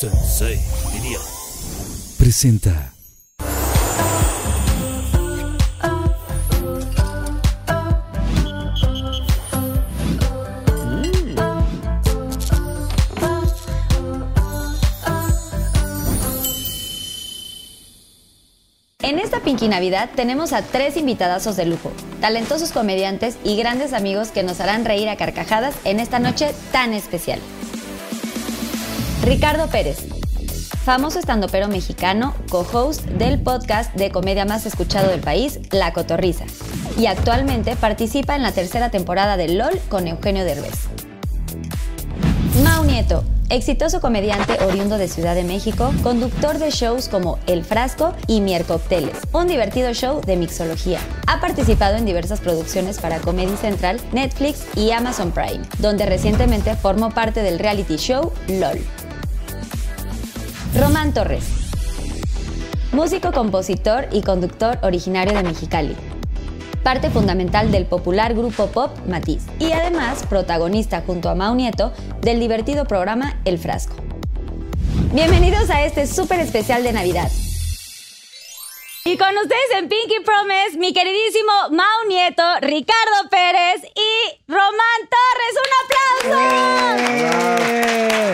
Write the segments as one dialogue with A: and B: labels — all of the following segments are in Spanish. A: Sensei diría. Presenta.
B: En esta Pinky Navidad tenemos a tres invitadazos de lujo, talentosos comediantes y grandes amigos que nos harán reír a carcajadas en esta noche tan especial. Ricardo Pérez, famoso estandopero mexicano, co-host del podcast de comedia más escuchado del país, La Cotorrisa, y actualmente participa en la tercera temporada de LOL con Eugenio Derbez. Mau Nieto, exitoso comediante oriundo de Ciudad de México, conductor de shows como El Frasco y Miercócteles, un divertido show de mixología. Ha participado en diversas producciones para Comedy Central, Netflix y Amazon Prime, donde recientemente formó parte del reality show LOL. Román Torres, músico, compositor y conductor originario de Mexicali parte fundamental del popular grupo pop Matiz y además protagonista junto a Mau Nieto del divertido programa El Frasco. Bienvenidos a este súper especial de Navidad. Y con ustedes en Pinky Promise, mi queridísimo Mau Nieto, Ricardo Pérez y Román Torres. ¡Un aplauso!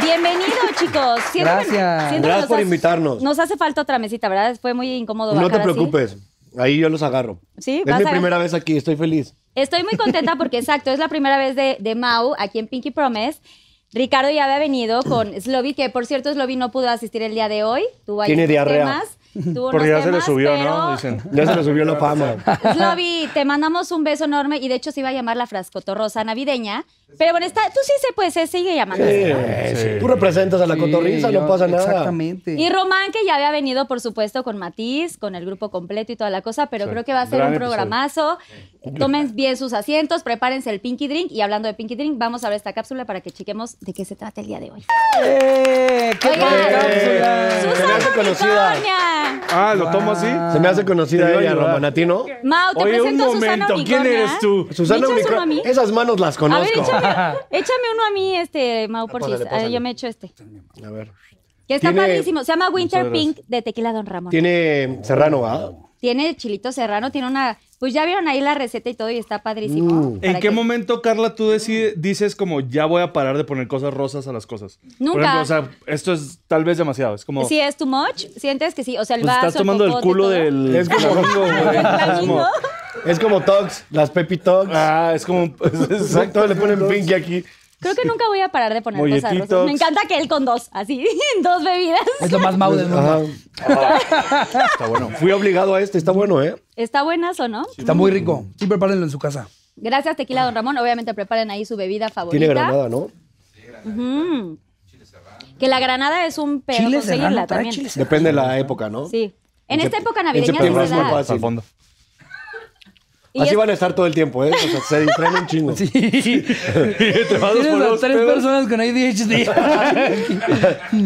B: Bienvenidos, chicos. Siento que-
C: Gracias.
B: siento que
D: Gracias
B: nos
D: por
B: hace-
D: invitarnos.
B: Nos hace falta otra mesita, ¿verdad? Fue muy incómodo.
D: No te
B: bajar así.
D: preocupes, ahí yo los agarro.
B: Sí,
D: es
B: vas
D: mi
B: a-
D: primera vez aquí, estoy feliz.
B: Estoy muy contenta porque, exacto, es la primera vez de, de Mau aquí en Pinky Promise. Ricardo ya había venido con Slovy, que por cierto, Slovy no pudo asistir el día de hoy. Tuvo ahí
D: Tiene
B: unos
D: diarrea.
B: temas, tuvo
E: Porque
B: unos
E: ya se le
B: temas,
E: subió,
B: pero-
E: ¿no? Dicen.
D: Ya se le subió la fama.
B: Sloby, te mandamos un beso enorme y de hecho se iba a llamar la frascotorrosa navideña. Pero bueno, está, tú sí se puede, se sigue llamando.
D: Sí, sí. Tú representas a la cotorriza, no pasa nada.
C: Exactamente.
B: Y Román, que ya había venido, por supuesto, con Matiz, con el grupo completo y toda la cosa, pero
E: Sí,
B: creo que va a ser
E: gran
B: un
E: episodio.
B: programazo. Tomen bien sus asientos, prepárense el Pinky Drink. Y hablando de Pinky Drink, vamos a ver esta cápsula para que chequemos de qué se trata el día de hoy.
C: ¡Eh! ¡Qué
B: Oigan,
C: padre!
D: se me
B: ¡Susana
D: hace conocida.
B: Unicornia!
E: Ah, ¿lo tomo así?
D: Se me hace conocida
E: Te iba a
D: ella,
E: ayudar.
D: Román. ¿A ti no?
B: Mau, te
E: Oye, un
B: presento a Susana
E: momento, ¿quién
B: Unicornia.
E: eres tú?
D: Susana
B: ¿Me echas uno
D: Unicro-
B: a mí?
D: Esas manos las
B: A ver,
D: conozco.
B: échame, échame uno a mí, este, Mau, por
D: pásale,
B: si.
D: pásale.
B: Yo me echo este.
D: A ver.
B: Que está
D: Tiene-
B: padrísimo. Se llama Winter
E: Muchas gracias.
B: Pink de Tequila Don Ramón.
D: Tiene Serrano, ¿va?
B: Tiene chilito serrano, tiene una. Pues ya vieron ahí la receta y todo y está padrísimo.
D: Mm.
B: Para
E: ¿En qué
B: que-
E: momento, Carla, tú decide- dices como ya voy a parar de poner cosas rosas a las cosas? Por
B: Nunca.
E: ejemplo, o sea, esto es tal vez demasiado. Es como.
B: Si es too much, sientes que sí. O sea, el
E: pues
B: vaso.
E: estás tomando
B: el
E: el
B: cocote,
E: culo
B: todo.
E: del.
D: Es como-
E: domingo, güey. Es como-
D: Es como Tox, las Pepi Tox.
E: Ah, es como.
D: Exacto, le ponen pinky aquí.
B: Creo que nunca voy a parar de poner cosas
E: Molletitos.
B: rosas. Me encanta que él con dos, así, dos bebidas.
C: Es lo más mau del
D: Ajá.
C: mundo.
E: Está bueno.
D: Fui obligado a este, está bueno, ¿eh?
B: Está buenas o no.
C: Está muy rico. Sí, prepárenlo en su casa.
B: Gracias, Tequila Don Ramón. Obviamente preparen ahí su bebida favorita.
D: Tiene granada, ¿no?
B: Ujú. Que la granada es un pedo
C: Chile serrano,
B: conseguirla
C: trae
B: también.
C: chile serrano.
D: Depende de la época, ¿no?
B: Sí. En,
D: En
B: esta
D: sep-
B: época
D: en
B: navideña sí
D: septiembre
B: se
D: es muy
B: da.
D: fácil.
E: Al fondo.
B: Y
D: Así
B: es-
D: van a estar todo el tiempo, ¿eh? O sea, se distraen un chingo.
E: Te vas
C: Tienes
E: por
C: a
E: los
C: tres
E: pedos.
C: personas con ADHD.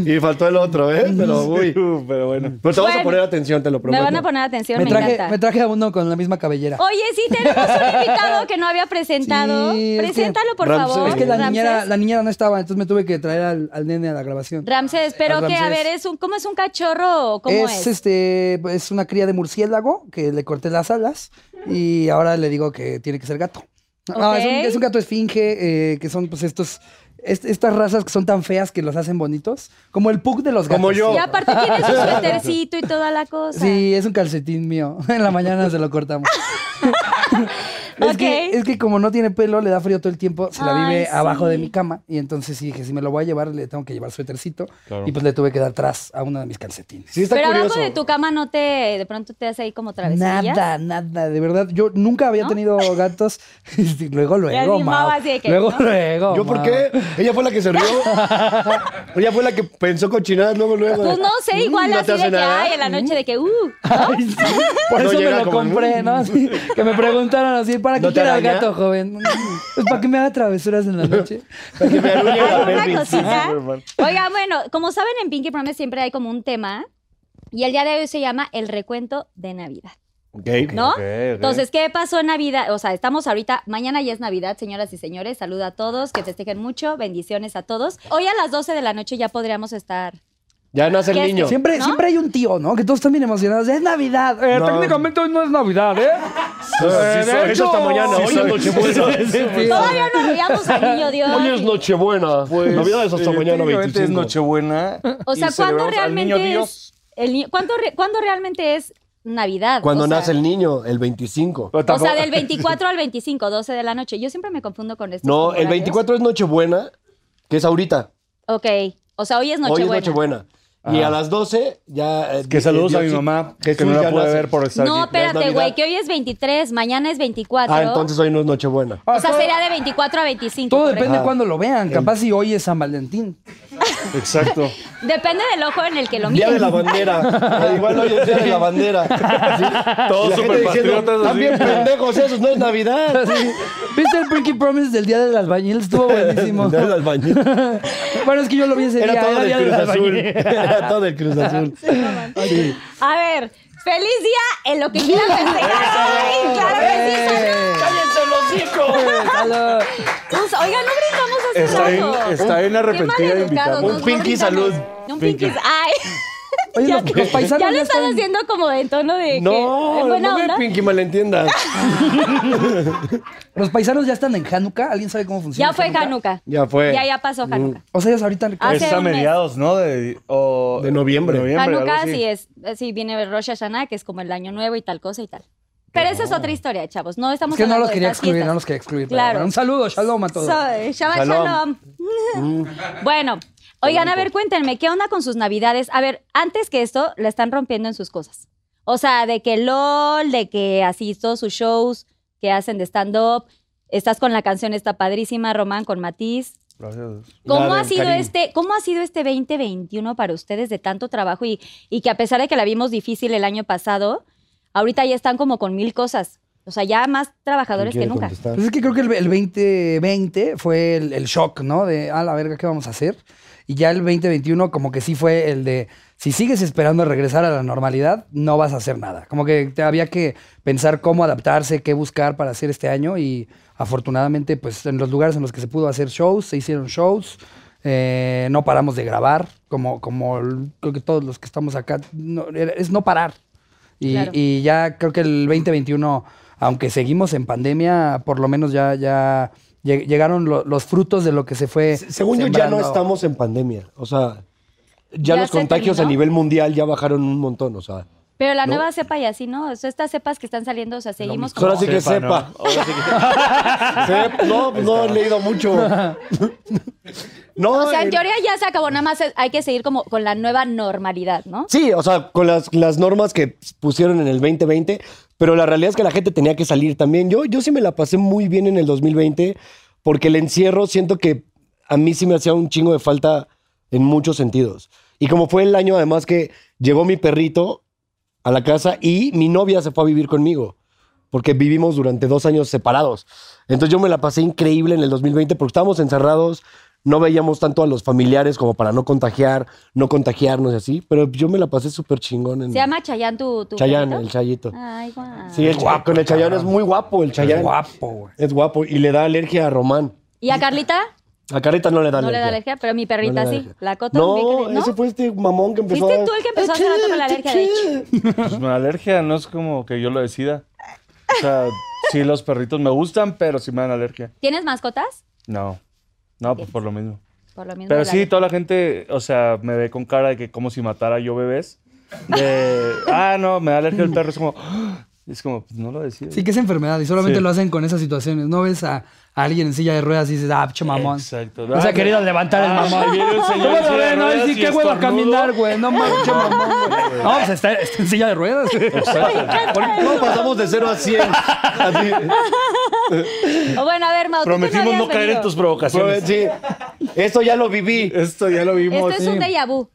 D: Y faltó el otro, ¿eh? Pero, uy.
E: Uh, Pero bueno.
D: Pero te vas a
B: Bueno.
D: poner atención, te lo
B: Me
D: prometo.
B: van a poner atención,
C: me,
B: me,
C: traje,
B: encanta.
C: me traje a uno con la misma cabellera.
B: Oye, sí, tenemos un invitado que no había presentado.
C: Sí, es que-
B: Preséntalo, por
D: Ramsés.
B: favor.
C: es que la
B: Ramsés.
C: niñera, la niñera no estaba, entonces me tuve que traer al, al nene a la grabación.
B: Ramsés, pero
C: Al
B: que, a
C: Eh, Ramsés.
B: ver, es un, ¿cómo es un cachorro o cómo es?
C: es, este es una cría de murciélago que le corté las alas y ahora le digo que tiene que ser gato. No, es, un,
B: Ok.
C: es un gato esfinge eh, que son pues estos est- estas razas que son tan feas que los hacen bonitos, como el pug de los gatos.
D: Como yo.
B: Y aparte tiene su suétercito y toda la cosa.
C: Sí, es un calcetín mío. En la mañana se lo cortamos. es, que,
B: Ok.
C: es que como no tiene pelo, le da frío todo el tiempo, se la
B: Ay,
C: vive
B: sí.
C: abajo de mi cama. Y entonces sí dije, si me lo voy a llevar, le tengo que llevar suétercito. Y pues le tuve que dar atrás a uno de mis calcetines.
D: Sí, está
B: Pero
D: curioso.
B: abajo de tu cama no te, de pronto te hace ahí como travesillas.
C: Nada, nada, de verdad. Yo nunca había tenido gatos. Y luego, luego,
B: animaba
C: Mau.
B: así de que,
C: Luego,
B: ¿no?
C: luego.
D: ¿Yo por
C: Mau.
D: qué? Ella fue la que se rió. Ella fue la que pensó cochinadas luego, luego.
B: Pues no sé, igual
D: Mm, ¿no
B: así
D: te
B: de
D: hace
B: que
D: nada?
B: ay, en la noche de que uh.
C: Ay, sí, Por
D: ¿Ah? No
C: eso me
D: llega
C: lo
D: como,
C: compré, ¿no? Así, que me preguntaron así, ¿para qué
D: ¿No te
C: quiero al
D: araña?
C: gato, joven? Pues para que me haga travesuras en la noche.
D: Para que me arruine la
B: Una ¿eh?
D: Barbie.
B: cosita.
E: Pues, Sí, normal.
B: Oiga, bueno, como saben en Pinky Promise siempre hay como un tema y el día de hoy se llama el recuento de Navidad. ¿No?
E: Ok, ok.
B: Entonces, ¿qué pasó en Navidad? O sea, estamos ahorita, mañana ya es Navidad, señoras y señores. Saluda a todos, que festejen mucho, bendiciones a todos. Hoy a las 12 de la noche ya podríamos estar.
D: Ya nace
B: ¿Qué
D: el
B: es
D: niño.
B: eso?
C: Siempre,
B: ¿No?
C: siempre hay un tío, ¿no? Que todos están bien emocionados. Es Navidad. Eh,
D: No.
C: Técnicamente hoy no es Navidad, ¿eh?
D: Sí,
C: de
D: soy. Eso hasta
C: hecho.
D: mañana.
C: Sí,
D: Hoy es
E: soy.
D: Nochebuena.
B: Todavía no veíamos al niño Dios.
D: Hoy es Nochebuena. Navidad es hasta
E: eh,
D: mañana
E: Pues, técnicamente
D: 25.
E: es Nochebuena.
B: O
E: y
B: sea, ¿cuándo
E: celebramos al niño
B: realmente es
E: Dios.
B: el ni- ¿cuánto re- ¿cuándo realmente es Navidad?
D: Cuando
B: O sea,
D: nace el niño, el 25.
E: Pero
B: O sea,
E: tampoco-
B: del 24 al 25, 12 de la noche. Yo siempre me confundo con esto.
D: No, el 24 es Nochebuena, que es ahorita.
B: Ok. O sea, hoy es
D: Hoy es
B: Nochebuena.
D: Nochebuena. Y
E: Ajá.
D: a las 12 ya... eh,
E: Ah. Que saludos a mi
D: Diosito-
E: mamá, que
D: Jesús
E: no
D: ya
E: la puede
D: nace. Ah,
E: ver por estar
B: No,
E: aquí. Ya es
B: espérate,
E: Navidad.
B: güey, que hoy es 23, mañana es 24.
D: Ah, entonces hoy no es Nochebuena.
B: O sea, sería de 24 a 25.
C: Todo
B: correcto.
C: depende de
D: Ah.
C: cuándo lo vean. Capaz si hoy es San Valentín.
E: Exacto.
B: Depende del ojo en el que lo
D: Día de
B: mires.
D: la bandera. Igual hoy es día de la bandera. Sí.
E: Todos
D: La gente diciendo,
E: superpatriotas así.
D: También pendejos esos, no es Navidad.
C: ¿Viste el Pinky Promise del Día del Albañil? Estuvo buenísimo.
D: Del albañil.
C: bueno, es que yo lo vi ese
D: Era
C: día.
D: todo
C: era
D: del
C: Día
D: Cruz
C: del
D: Azul.
C: Albañil.
D: Era todo del Cruz Azul.
B: A ver, feliz día en lo que quieran festejar hoy. Claro que sí, salud.
C: Eh, salud.
B: Pues, Oigan, no brindamos hace
E: Está
B: rato.
E: bien- está bien
B: Qué
E: arrepentida de
B: maleducados,
E: invitarnos.
B: nos
D: Un
B: no
D: pinky
B: brindamos.
D: salud.
B: Un pinky.
D: Pinky.
B: Ay.
C: Oye,
B: ya,
C: los, los paisanos
B: ya lo
C: ya
B: están
C: están-
B: haciendo como en tono de. que,
D: No,
B: en
D: no
B: buena
D: me
B: onda.
D: pinky malentiendas.
C: los paisanos ya están en Hanukkah. ¿Alguien sabe cómo funciona?
B: Ya fue Hanukkah.
D: Ya fue.
B: Ya, ya pasó Hanukkah.
C: O sea, ellos ahorita.
B: Ah, Hace
E: Es a
B: un mes.
E: mediados, ¿no? De, o-
D: De noviembre.
E: algo
B: Hanukkah
E: así.
B: sí es. eh, Sí, viene Rosh Hashanah, que es como el año nuevo y tal cosa y tal. Pero esa es otra historia, chavos. No estamos
C: Es que no
B: hablando
C: los
B: de
C: quería
B: estas
C: excluir,
B: fiestas.
C: no los quería excluir. pero
B: Claro.
C: bueno, un saludo, shalom a todos.
B: So- Shabbat
D: Shalom. Mm.
B: shalom. bueno, oigan, a ver, cuéntenme, ¿qué onda con sus navidades? A ver, antes que esto, la están rompiendo en sus cosas. O sea, de que LOL, de que así todos sus shows que hacen de stand-up, estás con la canción está padrísima, Román con Matiz.
E: Gracias.
B: ¿Cómo
D: La
B: ha,
D: del
B: sido
D: Karim.
B: este, ¿Cómo ha sido este 2021 para ustedes de tanto trabajo y, y que a pesar de que la vimos difícil el año pasado, ahorita ya están como con mil cosas? O sea, ya más trabajadores que
D: ¿Quiere
B: nunca.
D: contestar?
C: Pues es que creo que el, el 2020 fue el, el shock, ¿no? De, ah, la verga, ¿qué vamos a hacer? Y ya el 2021 como que sí fue el de, si sigues esperando regresar a la normalidad, no vas a hacer nada. Como que te- había que pensar cómo adaptarse, qué buscar para hacer este año y afortunadamente, pues en los lugares en los que se pudo hacer shows, se hicieron shows. eh, no paramos de grabar, como, como el- creo que todos los que estamos acá, no- era- es no parar. Y,
B: Claro.
C: y ya creo que el 2021, aunque seguimos en pandemia, por lo menos ya, ya lleg- llegaron lo- los frutos de lo que se fue.
D: Se- Según yo, ya no
C: sembrando.
D: estamos en pandemia. O sea, ya,
B: ¿Ya
D: los
B: se
D: contagios
B: terminó?
D: a nivel mundial ya bajaron un montón. O sea,
B: Pero la
D: ¿no?
B: nueva cepa y así, ¿no? O sea, estas cepas que están saliendo, o sea, seguimos
D: ahora sí que
E: Sepa, ¿no?
D: sepa. Sep- No, pues no he leído mucho. No,
B: O sea, en
D: eh,
B: teoría ya se acabó, nada más es- hay que seguir como con la nueva normalidad, ¿no?
D: Sí, o sea, con las, las normas que pusieron en el 2020, pero la realidad es que la gente tenía que salir también. Yo, yo sí me la pasé muy bien en el 2020 porque el encierro siento que a mí sí me hacía un chingo de falta en muchos sentidos. Y como fue el año además que llegó mi perrito a la casa y mi novia se fue a vivir conmigo porque vivimos durante dos años separados. Entonces yo me la pasé increíble en el 2020 porque estábamos encerrados, no veíamos tanto a los familiares como para no contagiar, no contagiarnos y así, pero yo me la pasé súper chingón en
B: Se llama Chayán tu, tu
D: Chayanne,
B: perrito? Ah.
D: el Chayito.
B: Ay, guau.
D: Sí, el Chay- con el Chayán es muy guapo el Chayán.
C: Es guapo, güey.
D: Es guapo y le da alergia a Román.
B: ¿Y a Carlita?
D: A Carita no le da
B: No le
D: alergia.
B: da alergia, pero mi
D: No le
B: perrita
D: da
B: sí.
D: alergia.
B: La cota
D: No, ese fue este mamón que empezó
B: Fuiste
D: a-
B: tú el que empezó hace rato con la alergia, de hecho.
E: Pues me da alergia, no es como que yo lo decida. O sea, sí, los perritos me gustan, pero sí me dan alergia.
B: ¿Tienes mascotas?
E: No. No, pues por lo mismo.
B: Por lo mismo.
E: Pero
B: la
E: sí,
B: alergia.
E: toda la gente, o sea, me ve con cara de que como si matara yo bebés. De, ah, no, me da alergia el perro. Es como, ¡ah! es como, pues, no lo decido.
C: Sí, que es enfermedad y solamente
E: Sí.
C: lo hacen con esas situaciones. No ves a, a alguien en silla de ruedas y dices, ah, pinche mamón.
E: Exacto. Ah,
C: No se ha querido levantar el mamón. ¿Cómo lo ven? Ay, sí, qué hueva caminar, güey. No mames, pinche mamón, güey. No, pues está, está en silla de ruedas.
D: ¿Cómo pasamos de 0 a 100? Así.
B: O bueno, a ver, Mau, tú que
E: Prometimos
B: no,
E: no
B: habías
E: caer en
B: venido.
E: tus provocaciones.
D: Sí, esto ya lo viví.
E: Esto ya lo
B: Esto
E: vimos.
B: es
C: Pues,
B: un déjà vu.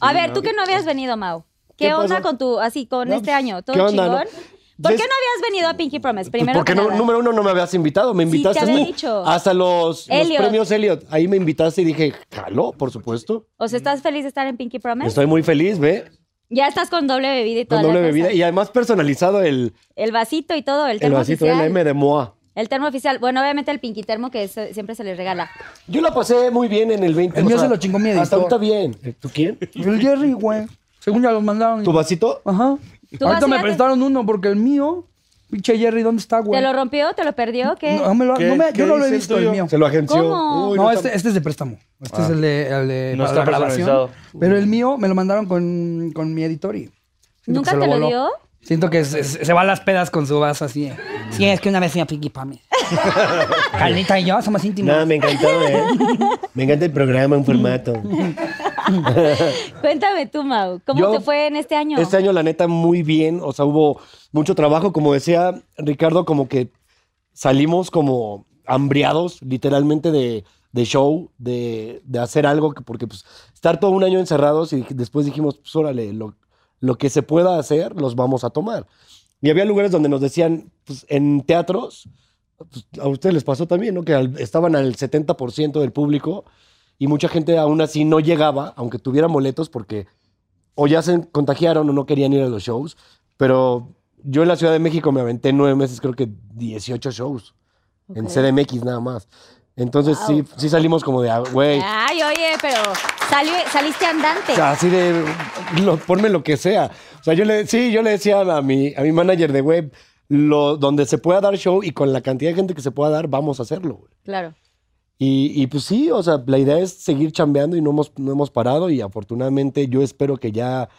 B: A ver, tú que no habías venido, Mau. ¿Qué,
D: ¿Qué
B: onda
D: pasó?
B: con tu, así, con
D: No,
B: este
D: pues,
B: año? ¿Todo
D: ¿qué onda,
B: chingón?
D: no?
B: ¿Por
D: Yo
B: qué
D: es-
B: no habías venido a Pinky Promise? Primero
D: Porque
B: que
D: no,
B: nada.
D: número uno no me habías invitado, me
B: Sí, te
D: invitaste
B: había
D: tú.
B: dicho.
D: Hasta los, los
B: Elliot.
D: premios Elliot. Ahí me invitaste y dije, jaló, por supuesto.
B: O sea, ¿estás feliz de estar en Pinky Promise?
D: Estoy muy feliz, ¿ve?
B: Ya estás con doble bebida y todo.
D: Con doble bebida. Y además personalizado el,
B: El vasito y todo, el
D: el
B: termo
D: vasito
B: oficial.
D: del M de Moa.
B: El termo oficial. Bueno, obviamente el pinky termo que es- siempre se les regala.
D: Yo la pasé muy bien en el 20.
C: El
D: o
C: mío
D: sea,
C: se lo chingó mi
D: Hasta
C: editor.
D: ahorita bien. ¿Tú quién?
C: El Jerry, güey. Según ya los mandaron.
D: ¿Tu vasito?
C: Ajá.
B: ¿Tu
C: Ahorita
B: vas
C: me
B: a-
C: prestaron uno porque el mío. Pinche Jerry, ¿dónde está,
B: ¿Te
C: güey?
B: lo rompió? ¿Te lo perdió? ¿Qué?
C: No, me lo-
E: ¿Qué-
C: no me- yo
E: qué
C: no lo
E: dice
C: he
E: el
C: visto el
E: tuyo?
C: mío.
D: Se lo agenció.
B: ¿Cómo?
D: Uy,
C: No,
D: no,
C: este, este es de préstamo. Este es el de, el de
E: Ah. No
C: para
E: está
C: la grabación.
E: personalizado.
C: Pero el mío me lo mandaron con, con mi editor y. siento
B: ¿Nunca
C: que se
B: te lo
C: voló.
B: dio?
C: Siento que se, se- se va a las pedas con su vaso así. eh. Sí, es que una vez fui a Pinky Pami. Carlita y yo somos íntimos.
D: No, me encantó, ¿eh? Me encanta el programa en formato.
B: Cuéntame tú, Mau. ¿Cómo
D: Yo-
B: te fue en este año?
D: Este año, la neta, muy bien. O sea, hubo mucho trabajo. Como decía Ricardo, como que salimos como hambriados, literalmente, de, de show, de, de hacer algo, que- porque pues estar todo un año encerrados y dij- después dijimos, pues órale, lo, lo que se pueda hacer, los vamos a tomar. Y había lugares donde nos decían, pues en teatros, pues, a ustedes les pasó también, ¿no? Que al- estaban al 70% del público y mucha gente aún así no llegaba, aunque tuvieran boletos, porque o ya se contagiaron o no querían ir a los shows. Pero yo en la Ciudad de México me aventé nueve meses, creo que 18 shows. En CDMX nada más. Entonces sí, sí salimos como de, ah, güey,
B: Ay, oye, pero salió- saliste andante.
D: o sea, así de, lo- ponme lo que sea. O sea, yo le, sí, yo le decía a mi, a mi manager de web, lo, donde se pueda dar show y con la cantidad de gente que se pueda dar, vamos a hacerlo. güey.
B: Claro.
D: Y, y pues sí, o sea, la idea es seguir chambeando y no hemos, no hemos parado y afortunadamente yo espero que ya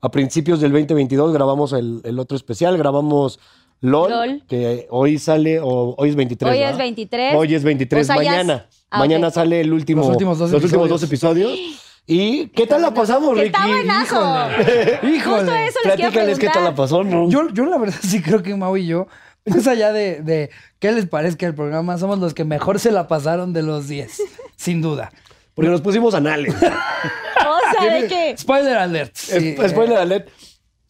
D: a principios del 2022 grabamos el, el otro especial, grabamos LOL,
B: LOL.
D: que hoy sale, o hoy es 23.
B: Hoy es
D: ¿verdad?
B: 23.
D: Hoy es 23,
B: O sea, ya es-
D: mañana.
B: Ah,
D: mañana
B: ok.
D: sale el último,
C: Los últimos dos
D: últimos dos episodios. ¿Y qué tal la pasamos,
B: ¡Que
D: Ricky?
B: está buenazo!
C: Híjole.
B: Justo eso les quiero
D: Platícales qué
B: preguntar.
D: tal la pasó, ¿no?
C: Yo, yo la verdad sí creo que Mau y yo, más allá de, de qué les parezca el programa, somos los que mejor se la pasaron de los 10, sin duda.
D: Porque nos pusimos anales.
B: O sea, de que...
C: Spoiler alert. sí.
D: Es- Spoiler alert.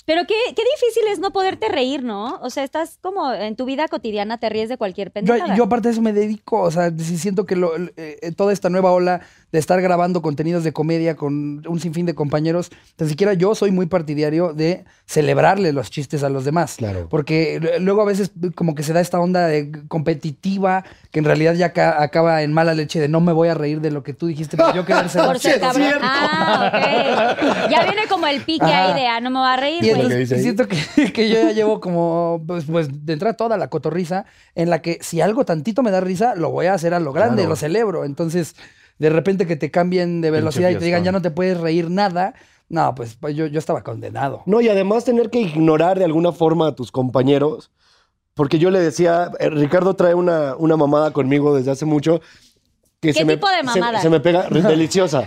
B: Pero qué, qué difícil es no poderte reír, ¿no? O sea, estás como en tu vida cotidiana te ríes de cualquier
C: Yo,
B: pendejada.
C: yo aparte de eso me dedico, o sea, sí siento que lo- eh, eh, toda esta nueva ola de estar grabando contenidos de comedia con un sinfín de compañeros, tan siquiera yo soy muy partidario de celebrarle los chistes a los demás.
D: Claro.
C: Porque eh, luego a veces eh, como que se da esta onda de competitiva que en realidad ya ca- acaba en mala leche de no me voy a reír de lo que tú dijiste, pero yo quedarse
B: Por ser cabrón. Ah, ok. Ya viene como el pique
C: Ajá.
B: ahí de, ah, no me va a reír,
C: Y
B: güey.
D: que
C: entonces,
D: dice ahí.
C: siento que, que yo ya llevo como, pues, pues, de entrada toda la cotorriza en la que si algo tantito me da risa, lo voy a hacer a lo grande,
D: Claro.
C: lo celebro. Entonces, de repente que te cambien de velocidad y te
E: fiestón.
C: digan, ya no te puedes reír nada, no, pues, pues, yo, yo estaba condenado.
D: No, y además tener que ignorar de alguna forma a tus compañeros. Porque yo le decía, eh, Ricardo trae una, una mamada conmigo desde hace mucho. Que
B: ¿Qué tipo de
D: se-
B: mamada?
D: Se, me pega, re- deliciosa.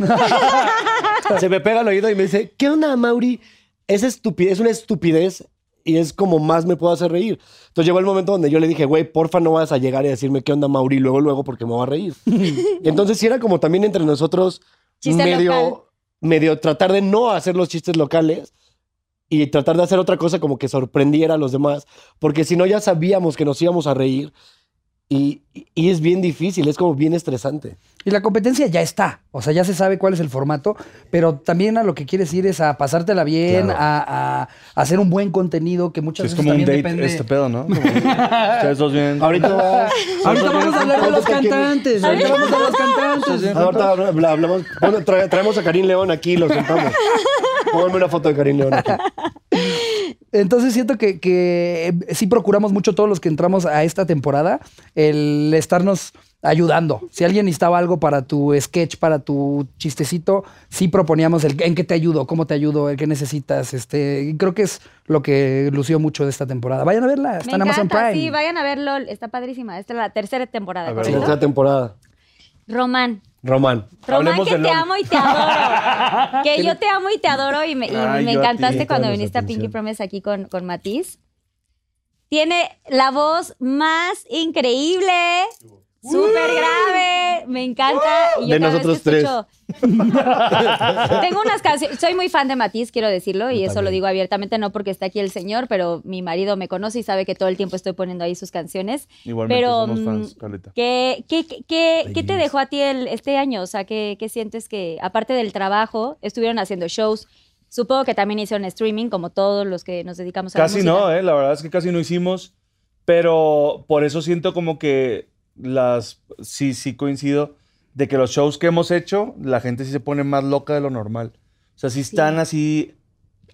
D: se me pega al oído y me dice, ¿qué onda, Mauri? Es, estupi- es una estupidez y es como más me puedo hacer reír. Entonces llegó el momento donde yo le dije, güey, porfa no vas a llegar y decirme qué onda, Mauri, luego, luego, porque me va a reír. Y entonces sí era como también entre nosotros
B: Chiste local.
D: medio, medio tratar de no hacer los chistes locales y tratar de hacer otra cosa como que sorprendiera a los demás, porque si no ya sabíamos que nos íbamos a reír y, y es bien difícil, es como bien estresante.
C: Y la competencia ya está, o sea, ya se sabe cuál es el formato, pero también a lo que quieres ir es a pasártela bien,
D: Claro.
C: a, a hacer un buen contenido que muchas
E: es
C: veces
E: como un
C: también
E: date
C: depende.
E: este pedo, ¿no? Como- Ustedes dos bien.
D: Ahorita,
C: Ahorita vamos a hablar de los cantantes, ahorita vamos a los cantantes.
D: Ahorita habla- hablamos, bueno, tra- traemos a Karim León aquí y lo sentamos. Pónganme una foto de Karim León aquí.
C: Entonces siento que, que eh, sí procuramos mucho todos los que entramos a esta temporada el estarnos ayudando. Si alguien necesitaba algo para tu sketch, para tu chistecito, sí proponíamos el en qué te ayudo, cómo te ayudo, el que necesitas. Este, y creo que es lo que lució mucho de esta temporada. Vayan a verla,
B: Me
C: está en
B: encanta,
C: Amazon Prime.
B: sí, vayan a ver LOL, está padrísima. Esta es la tercera temporada.
E: A ver,
D: En
B: ¿correcto?
D: esta temporada.
B: Román.
D: Román.
B: Román,
E: Hablemos
B: que
E: de
B: te
E: LOL.
B: amo y te adoro. que yo te amo y te adoro y me, y
E: Ay,
B: me
E: yo a ti,
B: encantaste cuando
D: danos
B: viniste a
D: atención.
B: Pinky Promise aquí con, con Matiz. Tiene la voz más increíble, súper grave, me encanta. Y yo
D: De
B: cada vez que
D: nosotros tres.
B: escucho- Tengo unas canciones, soy muy fan de Matiz, quiero decirlo, y eso lo digo abiertamente, no porque está aquí el señor, pero mi marido me conoce y sabe que todo el tiempo estoy poniendo ahí sus canciones.
E: Igualmente
B: pero,
E: somos fans,
B: mm,
E: Carlita.
B: ¿Qué, qué, qué- qué- qué te dejó a ti el, este año? O sea, ¿qué, qué sientes que, aparte del trabajo, estuvieron haciendo shows, Supongo que también hicieron streaming, como todos los que nos dedicamos a la
E: Casi
B: música.
E: no, ¿eh? la verdad es que casi no hicimos, pero por eso siento como que las, sí, sí coincido, de que los shows que hemos hecho, la gente sí se pone más loca de lo normal. O sea, sí están así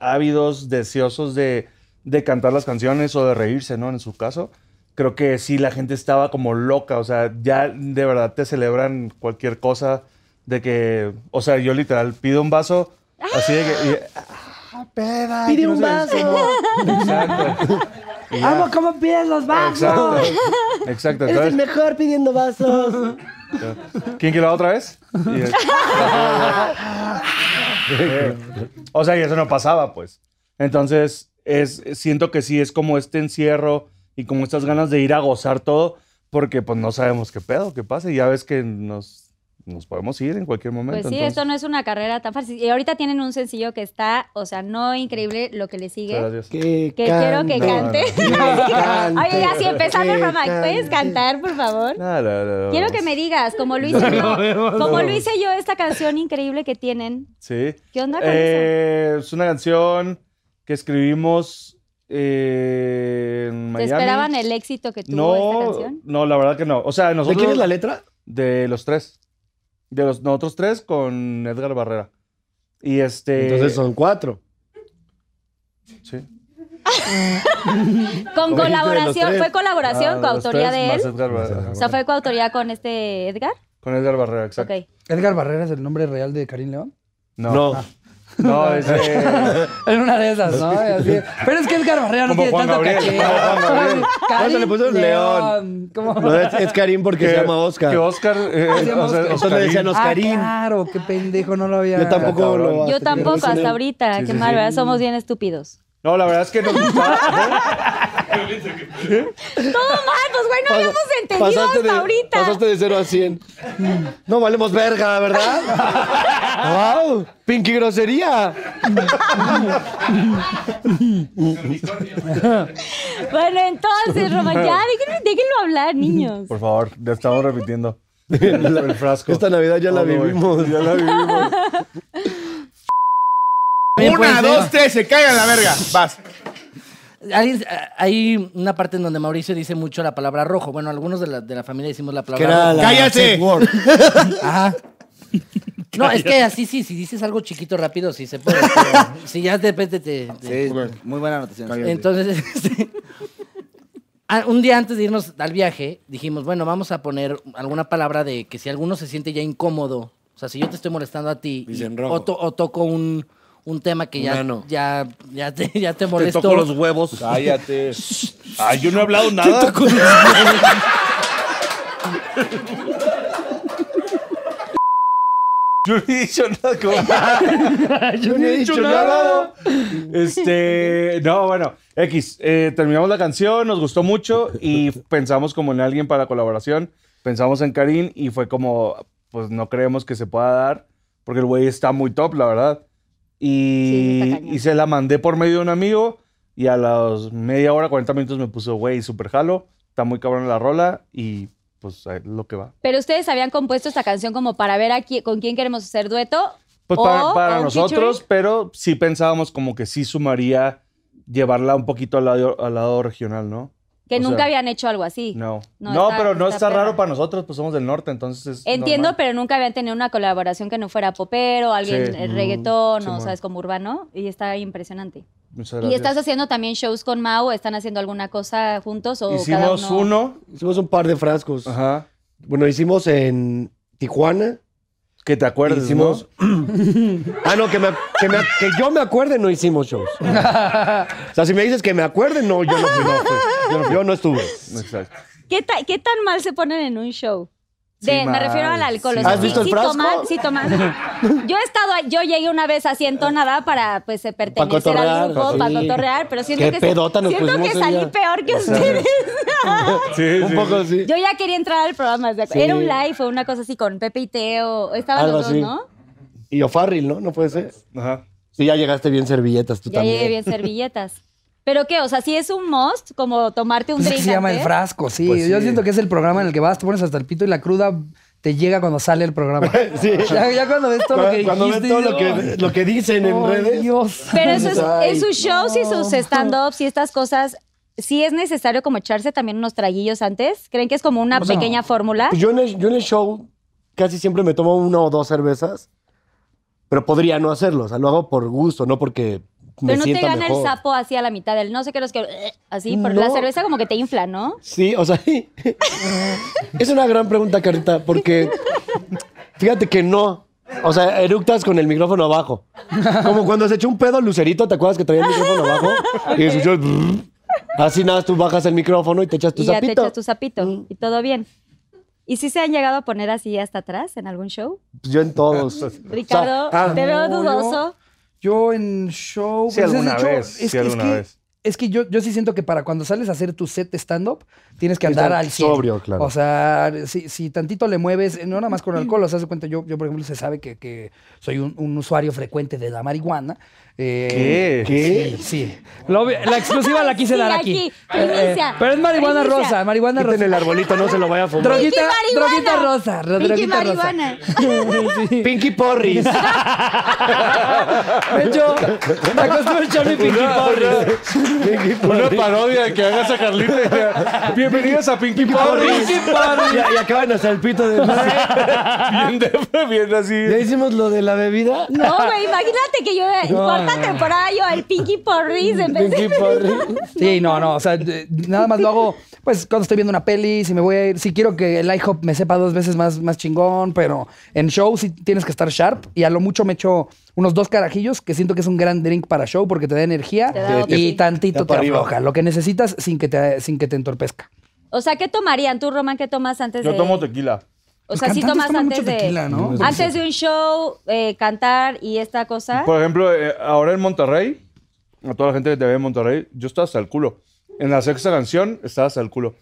E: ávidos, deseosos de, de cantar las canciones o de reírse, ¿no? En su caso, creo que sí la gente estaba como loca, o sea, ya de verdad te celebran cualquier cosa de que, o sea, yo literal pido un vaso, así de que... y- ah, peda,
C: Pide
E: que
C: un
E: sé,
C: vaso.
E: sí, Exacto. Y ya.
C: Amo cómo pides los vasos.
E: Exacto. Exacto.
D: Eres el
E: Entonces,
D: mejor pidiendo vasos.
E: ¿Quién quiere la otra vez? Y es- Eh, o sea, y eso no pasaba, pues. Entonces, es, siento que sí, es como este encierro y como estas ganas de ir a gozar todo, porque pues no sabemos qué pedo, qué pasa, y ya ves que nos, nos podemos ir en cualquier
B: Pues
E: momento.
B: sí,
E: entonces-
B: esto no es una carrera tan fácil. Y ahorita tienen un sencillo que está, o sea, no increíble lo que le sigue.
E: Gracias.
D: Que,
B: Que quiero que
E: No,
B: cante.
E: no,
B: Oye, ya si empezando el
D: que
B: programa, ¿puedes
D: cante.
B: cantar, por favor?
E: No, no, no, no.
B: Quiero que me digas, como lo hice yo, como lo hice yo, esta canción increíble que tienen.
E: Sí.
B: ¿Qué onda Ah, con
E: Eh, es una canción que escribimos eh, en
B: esa?
E: Miami.
B: ¿Te esperaban el éxito que tuvo esta
E: no,
B: canción?
E: no, la verdad que no. O sea,
D: ¿De
E: nosotros.
D: quién es la letra?
E: De los tres. De los nosotros tres con Edgar Barrera. Y este.
D: Entonces son cuatro.
E: Sí.
B: Con
D: Como dijiste de los
B: colaboración,
D: tres.
B: fue colaboración,
E: Ah,
B: con
E: los
B: autoría
E: tres
B: de él.
E: más Edgar Barrera.
B: O sea, fue coautoría con este Edgar.
E: Con Edgar Barrera, exacto.
B: Ok.
C: ¿Edgar Barrera es el nombre real de Karim León?
E: No. No, es eh,
C: En una de esas, ¿no? Así. Pero es que Edgar Barrera no
E: Como
C: tiene
E: Juan
C: tanto
E: Gabriel,
C: caché.
E: como Juan Gabriel.
C: Karim
D: ¿Cuánto le puso? León.
C: ¿Cómo?
D: No, es, es Karim porque se llama Oscar.
E: Que Oscar. eh,
C: se llama
E: o sea,
C: Oscar.
D: Entonces le decían
E: Oscarín.
C: Ah,
D: Oscarín.
C: claro, qué pendejo, no lo había.
D: Yo tampoco
E: cabrón.
D: lo
B: Yo tampoco, hasta ahorita.
E: Sí,
B: Qué
E: sí,
B: mal,
E: sí.
B: ¿verdad? Somos bien estúpidos.
E: No, la verdad es que nos gustaba.
B: Todo mal, pues güey, no habíamos entendido hasta
D: de,
B: ahorita.
D: Pasaste de 0 a 100. No valemos verga, ¿verdad? ¡Wow! ¡Pinky grosería!
B: Bueno, entonces, Roman, ya déjenme, déjenlo hablar, niños.
E: Por favor, le estamos repitiendo. El, el frasco.
D: Esta Navidad ya la
E: Todo, güey.
D: vivimos.
E: Ya la vivimos.
F: Una, dos, tres, se cagan la verga. Vas.
C: eh,
G: Hay, hay una parte en donde Mauricio dice mucho la palabra rojo. Bueno, algunos de la, de la familia decimos la
D: Que
G: palabra
D: era
G: rojo.
D: la
F: ¡Cállate!
D: safe word.
G: Ajá. No, es que así sí, si dices algo chiquito rápido, sí se puede. pero si ya de repente te. te-
F: Sí,
H: Muy buena anotación.
G: entonces, este, ah, un día antes de irnos al viaje, dijimos, bueno, vamos a poner alguna palabra de que si alguno se siente ya incómodo, o sea, si yo te estoy molestando a ti
D: Dicen
G: y-
D: rojo.
G: o, to- o toco un, un tema que ya,
D: ano.
G: ya, ya, te, ya te
H: Te
G: molestó.
H: toco los huevos.
E: Cállate. Ay, yo no he hablado nada. Yo no he dicho nada. como- yo no he dicho nada. Este, no, bueno, X, eh, terminamos la canción, nos gustó mucho y pensamos como en alguien para colaboración, pensamos en Karim y fue como, pues no creemos que se pueda dar, porque el güey está muy top, la verdad.
B: Sí, sí
E: Y,
B: está cañón.
E: y se la mandé por medio de un amigo y a las media hora, 40 minutos me puso, güey, super jalo, está muy cabrón la rola y pues ahí es lo que va.
B: Pero ustedes habían compuesto esta canción como para ver a qui- con quién queremos hacer dueto.
E: Pues
B: o-
E: para, para
B: o un
E: nosotros,
B: Oh, featuring.
E: pero sí pensábamos como que sí sumaría llevarla un poquito al lado, al lado regional, ¿no?
B: Que
E: O
B: nunca
E: sea,
B: habían hecho algo así.
E: No. No,
B: No, está-
E: pero no
B: está
E: está,
B: perra.
E: raro para nosotros, pues somos del norte, entonces. es
B: Entiendo,
E: normal.
B: pero nunca habían tenido una colaboración que no fuera popero, alguien
E: Sí.
B: eh,
E: Mm,
B: reggaetón, o
E: Simón.
B: sabes, como urbano. Y está impresionante.
E: Muchas
B: ¿Y
E: gracias.
B: estás haciendo también shows con Mao? ¿Están haciendo alguna cosa juntos o cada
E: Hicimos
B: uno?
E: uno.
D: Hicimos un par de frascos.
E: Ajá.
D: Bueno, hicimos en Tijuana.
E: Que te acuerdes,
D: Hicimos-
E: ¿no?
D: Ah, no, que, me, que, me- que yo me acuerde, no hicimos shows. O sea, si me dices que me acuerde, no, yo no fui. no fui. Yo, no, fui. Yo no estuve.
E: Exacto.
B: ¿Qué, ta- qué tan mal se ponen en un show?
E: Sí,
B: De- me
E: mal,
B: refiero al alcohol.
E: sí,
B: o sea,
D: ¿Has
B: sí-
D: visto el
B: sí
D: frasco?
B: toman- sí toman. Yo he estado, ahí- yo llegué una vez así entonada para pues eh, pertenecer
D: cotorrear,
B: al grupo,
D: sí.
B: para cotorrear, pero siento
D: Qué
B: que
D: pedota nos
B: siento que
D: pusimos
B: salí
D: ella.
B: peor que ustedes.
E: Sí,
D: Un poco así.
B: yo ya quería entrar al programa, ¿se acuerdan?
D: Sí.
B: era un live o una cosa así con Pepe y Teo, estaban
D: Algo
B: los dos,
D: así.
B: ¿no?
D: Y O'Farrill, ¿no? No puede ser.
E: Ajá.
D: Sí, ya llegaste bien servilletas tú
B: Ya
D: también.
B: llegué bien servilletas. Pero qué, o sea, sí es un must como tomarte un
C: Pues es
B: drink.
C: que se llama el
B: antes?
C: frasco, sí.
E: Pues
C: Yo
E: sí.
C: siento que es el programa en el que vas, te pones hasta el pito y la cruda te llega cuando sale el programa.
D: Sí.
C: Ya, ya cuando ves todo lo que
D: Cuando, cuando ves
C: dijiste,
D: todo lo
C: dices,
D: que, lo que dicen en
C: "Oh,
D: redes. Ah,
C: Dios.
B: Pero eso
D: Ay,
B: es, en sus shows y sus stand-ups y estas cosas, sí es necesario como echarse también unos traguillos antes. ¿Creen que es como una pequeña fórmula?
D: pues Yo en, el, yo en el show casi siempre me tomo una o dos cervezas, pero podría no hacerlo. O sea, lo hago por gusto, no porque me
B: Pero no te
D: sienta
B: gana el
D: mejor.
B: sapo así a la mitad del no sé qué, los que. eh, Así, por la
D: No.
B: cerveza como que te infla, ¿no?
D: Sí, o sea, es una gran pregunta, Carita, porque fíjate que no. O sea, eructas con el micrófono abajo. Como cuando se echó un pedo Lucerito, ¿te acuerdas que traía el micrófono abajo? Y escuchó el brrr. Así nada, tú bajas el micrófono y te echas tu Mm.
B: y ya te
D: zapito.
B: echas tu sapito y todo bien. ¿Y si se han llegado a poner así hasta atrás en algún show?
D: Yo en todos.
B: Ricardo,
D: O sea, ah,
B: te veo
C: no,
B: dudoso.
C: Yo en show.
E: Sí,
C: pues, es
E: alguna
C: de hecho,
E: vez, sí,
C: que-
E: alguna
C: que,
E: vez.
C: Es que yo, yo sí siento que para cuando sales a hacer tu set de stand-up, tienes que
D: Estar
C: andar al 100.
D: sobrio, claro.
C: O sea, si, si tantito le mueves, eh, no nada más con alcohol, o sea, se cuenta, yo, yo por ejemplo, se sabe que, que soy un, un usuario frecuente de la marihuana.
E: ¿Qué?
C: Eh,
D: ¿Qué?
C: Sí, sí. Lo vi- la exclusiva la quise
B: Sí,
C: dar
B: aquí,
C: aquí. Eh,
B: primicia,
C: pero es marihuana
B: primicia.
C: rosa, marihuana
D: Quiten
C: rosa.
D: el arbolito, no se lo vaya a fumar.
C: Droguita,
B: Pinky
C: droguita
B: marihuana.
C: rosa, ro-
B: Pinky
C: droguita rosa.
B: marihuana.
C: Sí.
D: Pinky Porris.
C: De hecho, me acostumbré a echarme Pinky Porris.
D: Pinky
E: Una
D: Porris.
E: parodia de que hagas a Carlita. y diga, Bienvenidos a Pinky Porris.
D: Y, y acaban hasta el pito de
E: Bien, de- bien
D: ¿Ya
E: así.
D: hicimos lo de la bebida?
B: No, güey, imagínate que yo en cuarta temporada yo el Pinky Porris empecé.
D: Pinky Porris.
C: Sí, no, no, o sea, de- nada más lo hago, pues, cuando estoy viendo una peli, si me voy a ir, si quiero que el IHOP me sepa dos veces más, más chingón, pero en show sí tienes que estar sharp y a lo mucho me echo unos dos carajillos que siento que es un gran drink para show porque te da energía
B: Te da
C: y
B: oxi.
C: tantito
D: Da
C: te
D: para arriba.
C: afloja, lo que necesitas sin que te, sin que te entorpezca.
B: O sea, ¿qué tomarían tú, Román? ¿Qué tomas antes
E: Yo
B: de.?
E: tomo tequila.
B: O sea,
C: Los
B: sí
C: cantantes
B: tomas
C: toman
B: antes
C: mucho
B: de.
C: tequila, ¿no? Pues,
B: Antes de un show, eh, cantar y esta cosa.
E: Por ejemplo, eh, ahora en Monterrey, a toda la gente de TV de Monterrey, yo estaba hasta el culo. En la sexta canción estaba hasta el culo.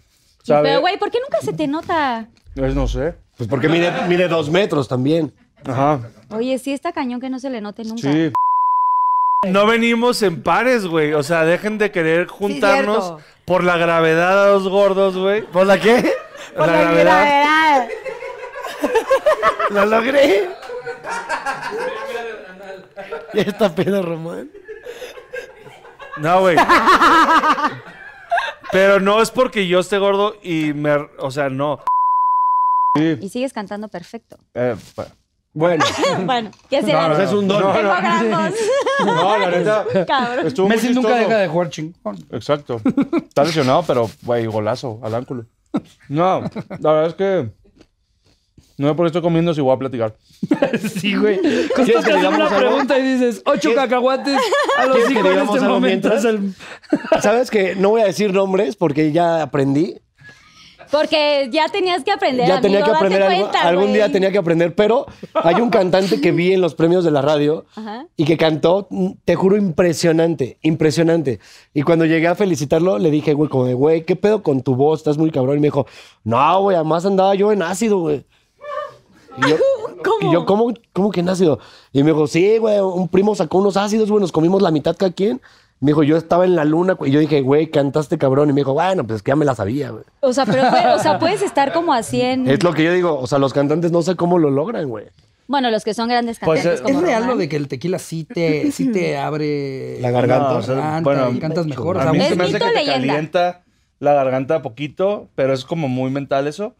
B: Sí,
E: ¿Sabe?
B: pero, güey, ¿por qué nunca se te nota?
E: Pues no sé.
D: Pues porque mide, mide dos metros también.
E: Ajá.
B: Oye, sí está cañón que no se le note nunca.
E: Sí. No venimos en pares, güey. O sea, dejen de querer juntarnos
H: cierto.
E: por la gravedad a dos gordos, güey. ¿Por la qué?
H: Por la gravedad.
D: ¡Lo logré! ¿Ya está pedo, Román?
E: No, güey. Pero no es porque yo esté gordo y me... O sea, no.
B: Y sigues cantando perfecto.
E: Eh, pa- pues,
D: Bueno,
B: bueno, ¿qué será?
E: Ah, no, no,
D: es un don.
E: no,
B: Tengo
E: no.
B: granos.
E: No, la neta.
B: Cabrón.
E: Estuvo muy
C: Messi nunca
E: chistoso.
C: deja de jugar chingón.
E: Exacto. Está lesionado, pero, güey, golazo al ángulo. No, la verdad es que. No sé por qué estoy comiendo si voy a platicar.
C: Sí, güey. Costó
D: ¿Quieres que
C: que hacer
D: digamos
C: una
D: algo?
C: pregunta y dices, ocho cacahuates a los
D: ¿Quieres que
C: cinco en
D: digamos
C: este
D: algo
C: momento.
D: mientras? ¿sabes que No voy a decir nombres porque ya aprendí.
B: Porque ya tenías que aprender.
D: ya tenía
B: amigo,
D: que
B: date
D: aprender algo.
B: cuenta,
D: Algún
B: güey.
D: día tenía que aprender, pero hay un cantante que vi en los premios de la radio
B: Ajá.
D: y que cantó, mm, te juro, impresionante, impresionante. Y cuando llegué a felicitarlo, le dije, güey, como de, güey, ¿qué pedo con tu voz? Estás muy cabrón. Y me dijo, no, güey, además andaba yo en ácido, güey. Y yo, ¿Cómo? Y yo, ¿cómo, cómo que en ácido? Y me dijo, sí, güey, un primo sacó unos ácidos, güey, nos comimos la mitad cada quien. Me dijo, yo estaba en la luna, güey. y yo dije, güey, cantaste cabrón. Y me dijo, bueno, pues es que ya me la sabía, güey.
B: O sea, pero güey, o sea, puedes estar como así en.
D: Es lo que yo digo, o sea, los cantantes no sé cómo lo logran, güey.
B: Bueno, los que son grandes
E: Pues,
B: cantantes.
E: eh,
B: como
C: ¿Es real
B: Román.
C: lo de que el tequila sí te, sí te abre
D: La garganta.
E: No, o sea,
C: garganta
E: bueno,
C: y cantas mejor? O sea,
E: A mí
B: ¿Es
E: se me hace
B: mito
E: que
B: o
E: te
B: leyenda?
E: calienta la garganta poquito, pero es como muy mental eso.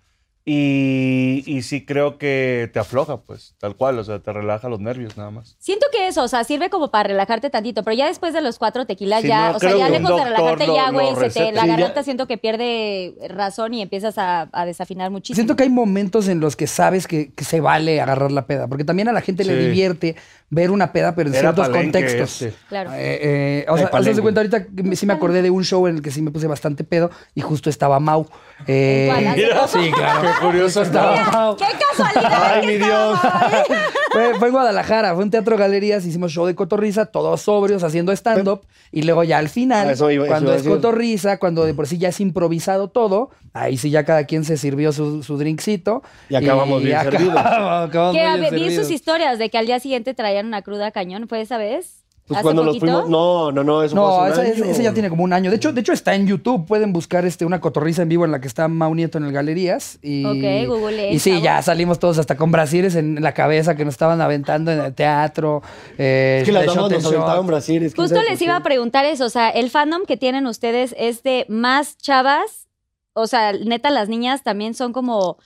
E: Y, y sí creo que te afloja, pues, tal cual. O sea, te relaja los nervios nada más.
B: Siento que eso, o sea, sirve como para relajarte tantito, pero ya después de los cuatro tequilas,
E: Sí,
B: ya,
E: no,
B: o sea,
E: creo
B: ya
E: que un
B: lejos de
E: doctor
B: relajarte,
E: lo-
B: ya,
E: lo
B: güey, se te,
E: receta.
B: la
D: Sí, ya.
B: garganta siento que pierde razón y empiezas a, a desafinar muchísimo.
C: Siento que hay momentos en los que sabes que, que se vale agarrar la peda, porque también a la gente le
E: Sí.
C: divierte ver una peda, pero en
E: Era
C: ciertos
E: palenque
C: contextos.
E: este.
B: Claro.
C: Eh, eh, o
D: Ay,
C: sea,
D: palenque.
C: se cuenta ahorita que me- sí me acordé de un show en el que sí me puse bastante pedo y justo estaba Mau. Eh,
B: ¿En cuál? ¿Hace poco?
C: sí, claro.
E: Qué curioso está.
C: Estaba
B: ¡Ah!
C: Mau.
B: ¡Qué casualidad!
D: Ay,
B: que
D: mi
B: estaba, ¿eh? güey.
C: Fue, fue en Guadalajara, fue un teatro galerías, hicimos show de cotorriza, todos sobrios, haciendo stand-up, y luego ya al final,
D: Ah, eso iba- eso
C: cuando
D: iba a
C: es
D: decir.
C: cotorriza, cuando de por sí ya es improvisado todo, ahí sí ya cada quien se sirvió su, su drinkcito.
D: Y acabamos bien servidos.
C: acabamos
B: Que a ver,
C: muy bien
B: vi sus
C: servidos.
B: historias de que al día siguiente traían una cruda cañón, ¿fue esa vez?
D: Pues
B: ¿Hace
D: cuando los
B: poquito?
D: fuimos. No, no, no, eso fue
C: No,
D: hace
C: ese,
D: un
C: ese-
D: año.
C: ese ya tiene como un año. De hecho, de hecho está en YouTube. Pueden buscar este, una cotorriza en vivo en la que está Mau Nieto en el Galerías. Y,
B: Ok, googleen,
C: Y sí,
B: chavos.
C: ya salimos todos hasta con brasiles en la cabeza que nos estaban aventando en el teatro. eh,
D: Es que las
C: de
D: damas
C: shot en
D: nos
C: shot.
D: aventaban brasiles. quién
B: Justo
D: sabe por
B: les
D: qué.
B: iba a preguntar eso, o sea, el fandom que tienen ustedes es de más chavas, o sea, neta las niñas también son como,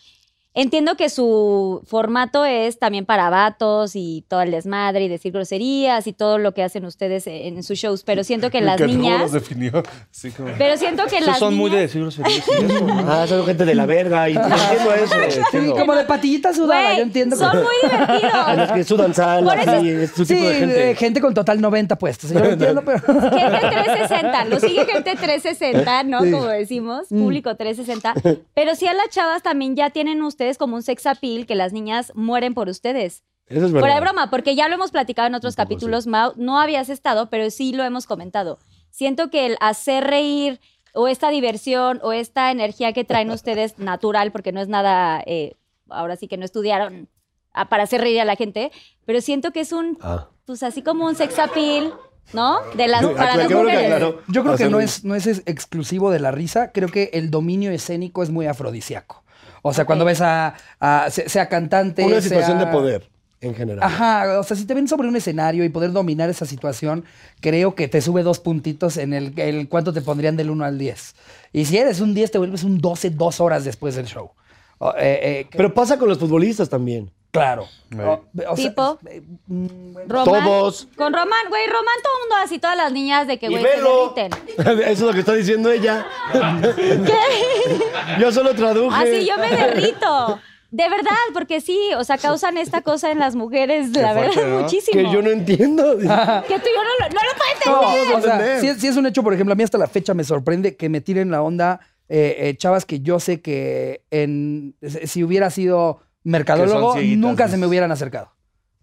B: entiendo que su formato es también para vatos y todo el desmadre y decir groserías y todo lo que hacen ustedes en en sus shows, pero siento que las
E: Que luego los
B: niñas,
E: definió. Sí, como-
B: pero siento que
E: Sí,
B: las
E: son muy de
B: niñas,
E: decir groserías. y eso, Pues ¿no?
D: Ah, son gente de la verga. Y entiendo eso.
C: Sí,
D: entiendo.
C: como de patillita sudada,
B: Güey,
C: yo entiendo.
B: son muy
D: A los
B: divertidos.
D: que sudan sal,
B: Por eso-
D: así, es tu
C: sí,
D: tipo de gente.
C: eh, gente con total 90 puestos. Yo lo entiendo, pero...
B: Gente 360, lo sigue gente 360, ¿no? Como decimos, público 360. Pero sí a las chavas también ya tienen ustedes como un sex appeal que las niñas mueren por ustedes.
D: Eso es
B: Fuera
D: verdad.
B: de broma, porque ya lo hemos platicado en otros capítulos, Mau, no habías estado, pero sí lo hemos comentado. Siento que el hacer reír o esta diversión o esta energía que traen ustedes natural, porque no es nada, eh, ahora sí que no estudiaron ah, para hacer reír a la gente, pero siento que es un,
D: Ah.
B: pues así como un sex appeal, ¿no? De las,
D: Yo-
B: para
D: aclaro,
B: las
D: yo creo que
B: mujeres.
D: aclaro.
C: Yo creo
D: O sea,
C: que no es, no es ex- exclusivo de la risa, creo que el dominio escénico es muy afrodisíaco. O sea, cuando ves a, a- se- sea cantante,
D: Una situación
C: sea-
D: de poder, en general.
C: Ajá, o sea, si te ven sobre un escenario y poder dominar esa situación, creo que te sube dos puntitos en el, el cuánto te pondrían del 1 al 10. Y si eres un 10, te vuelves un 12 dos horas después del show. O, eh, eh, que-
D: Pero pasa con los futbolistas también.
C: claro. O- o sea,
B: Tipo.
C: eh, mm,
B: Román,
D: Todos.
B: Con Román, güey, Román todo el mundo así, todas las niñas de que,
D: Y
B: güey, se
D: velo.
B: derriten.
D: Eso es lo que está diciendo ella. Yo solo traduje.
B: Así Ah, yo me derrito. De verdad, porque sí, o sea, causan esta cosa en las mujeres, la verdad,
E: fuerte, ¿no?
B: muchísimo.
D: Que yo no entiendo.
B: Que tú y yo no lo, no lo puedo
C: eh,
B: entender.
C: No, o sea, sí, es- sí es un hecho, por ejemplo, a mí hasta la fecha me sorprende que me tiren la onda eh, eh, chavas que yo sé que en, si hubiera sido mercadólogo,
E: Que son cieguitas,
C: nunca
E: dices.
C: se me hubieran acercado.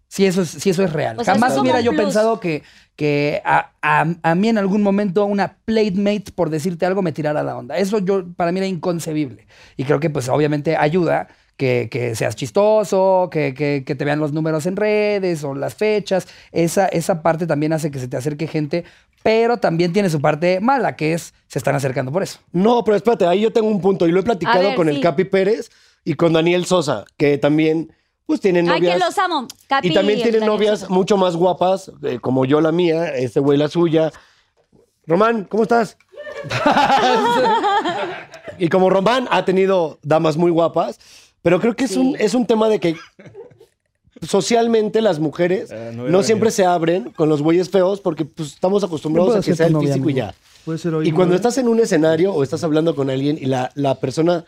C: Si eso es, si eso es real.
B: O sea,
C: Jamás
B: eso es
C: hubiera
B: como
C: yo
B: un plus.
C: pensado que, que a, a- a mí en algún momento una playmate, por decirte algo, me tirara la onda. Eso yo para mí era inconcebible. Y creo que pues obviamente ayuda que, que seas chistoso, que, que- que te vean los números en redes o las fechas. Esa, esa parte también hace que se te acerque gente, pero también tiene su parte mala, que es se están acercando por eso.
D: No, pero espérate, ahí yo tengo un punto y lo he platicado
B: A ver,
D: con
B: sí.
D: el Capi Pérez y con Daniel Sosa, que también pues tienen
B: Ay,
D: novias.
B: que los amo. Capi
D: y también tienen
B: Daniel
D: novias
B: Sosa.
D: mucho más guapas, eh, como yo la mía, este güey la suya. Román, ¿cómo estás? y como Román ha tenido damas muy guapas, pero creo que es, un, es un tema de que socialmente las mujeres
E: Ah, no
D: no,
E: era
D: siempre
E: venido.
D: se abren con los güeyes feos porque pues, estamos acostumbrados
C: puedo
D: a que
C: ser
D: sea
C: tu
D: el
C: novia,
D: físico y
C: amigo.
D: ya. Y cuando estás en un escenario o estás hablando con alguien y la, la persona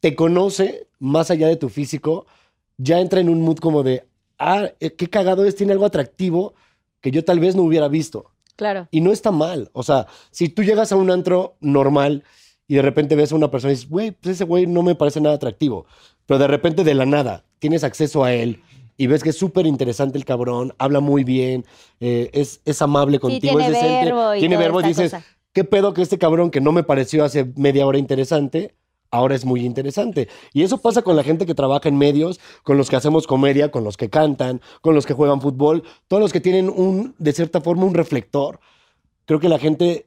D: te conoce más allá de tu físico, ya entra en un mood como de, ah, eh, qué cagado es, tiene algo atractivo que yo tal vez no hubiera visto.
B: Claro.
D: Y no está mal. O sea, si tú llegas a un antro normal y de repente ves a una persona y dices, güey, pues ese güey no me parece nada atractivo. Pero de repente de la nada tienes acceso a él y ves que es súper interesante el cabrón, habla muy bien, eh, es, es amable contigo,
B: tiene
D: es decente.
B: verbo y
D: tiene
B: toda
D: verbo y
B: esta
D: dices,
B: cosa.
D: qué pedo que este cabrón que no me pareció hace media hora interesante. Ahora es muy interesante. Y eso pasa con la gente que trabaja en medios, con los que hacemos comedia, con los que cantan, con los que juegan fútbol, todos los que tienen un, de cierta forma, un reflector creo que la gente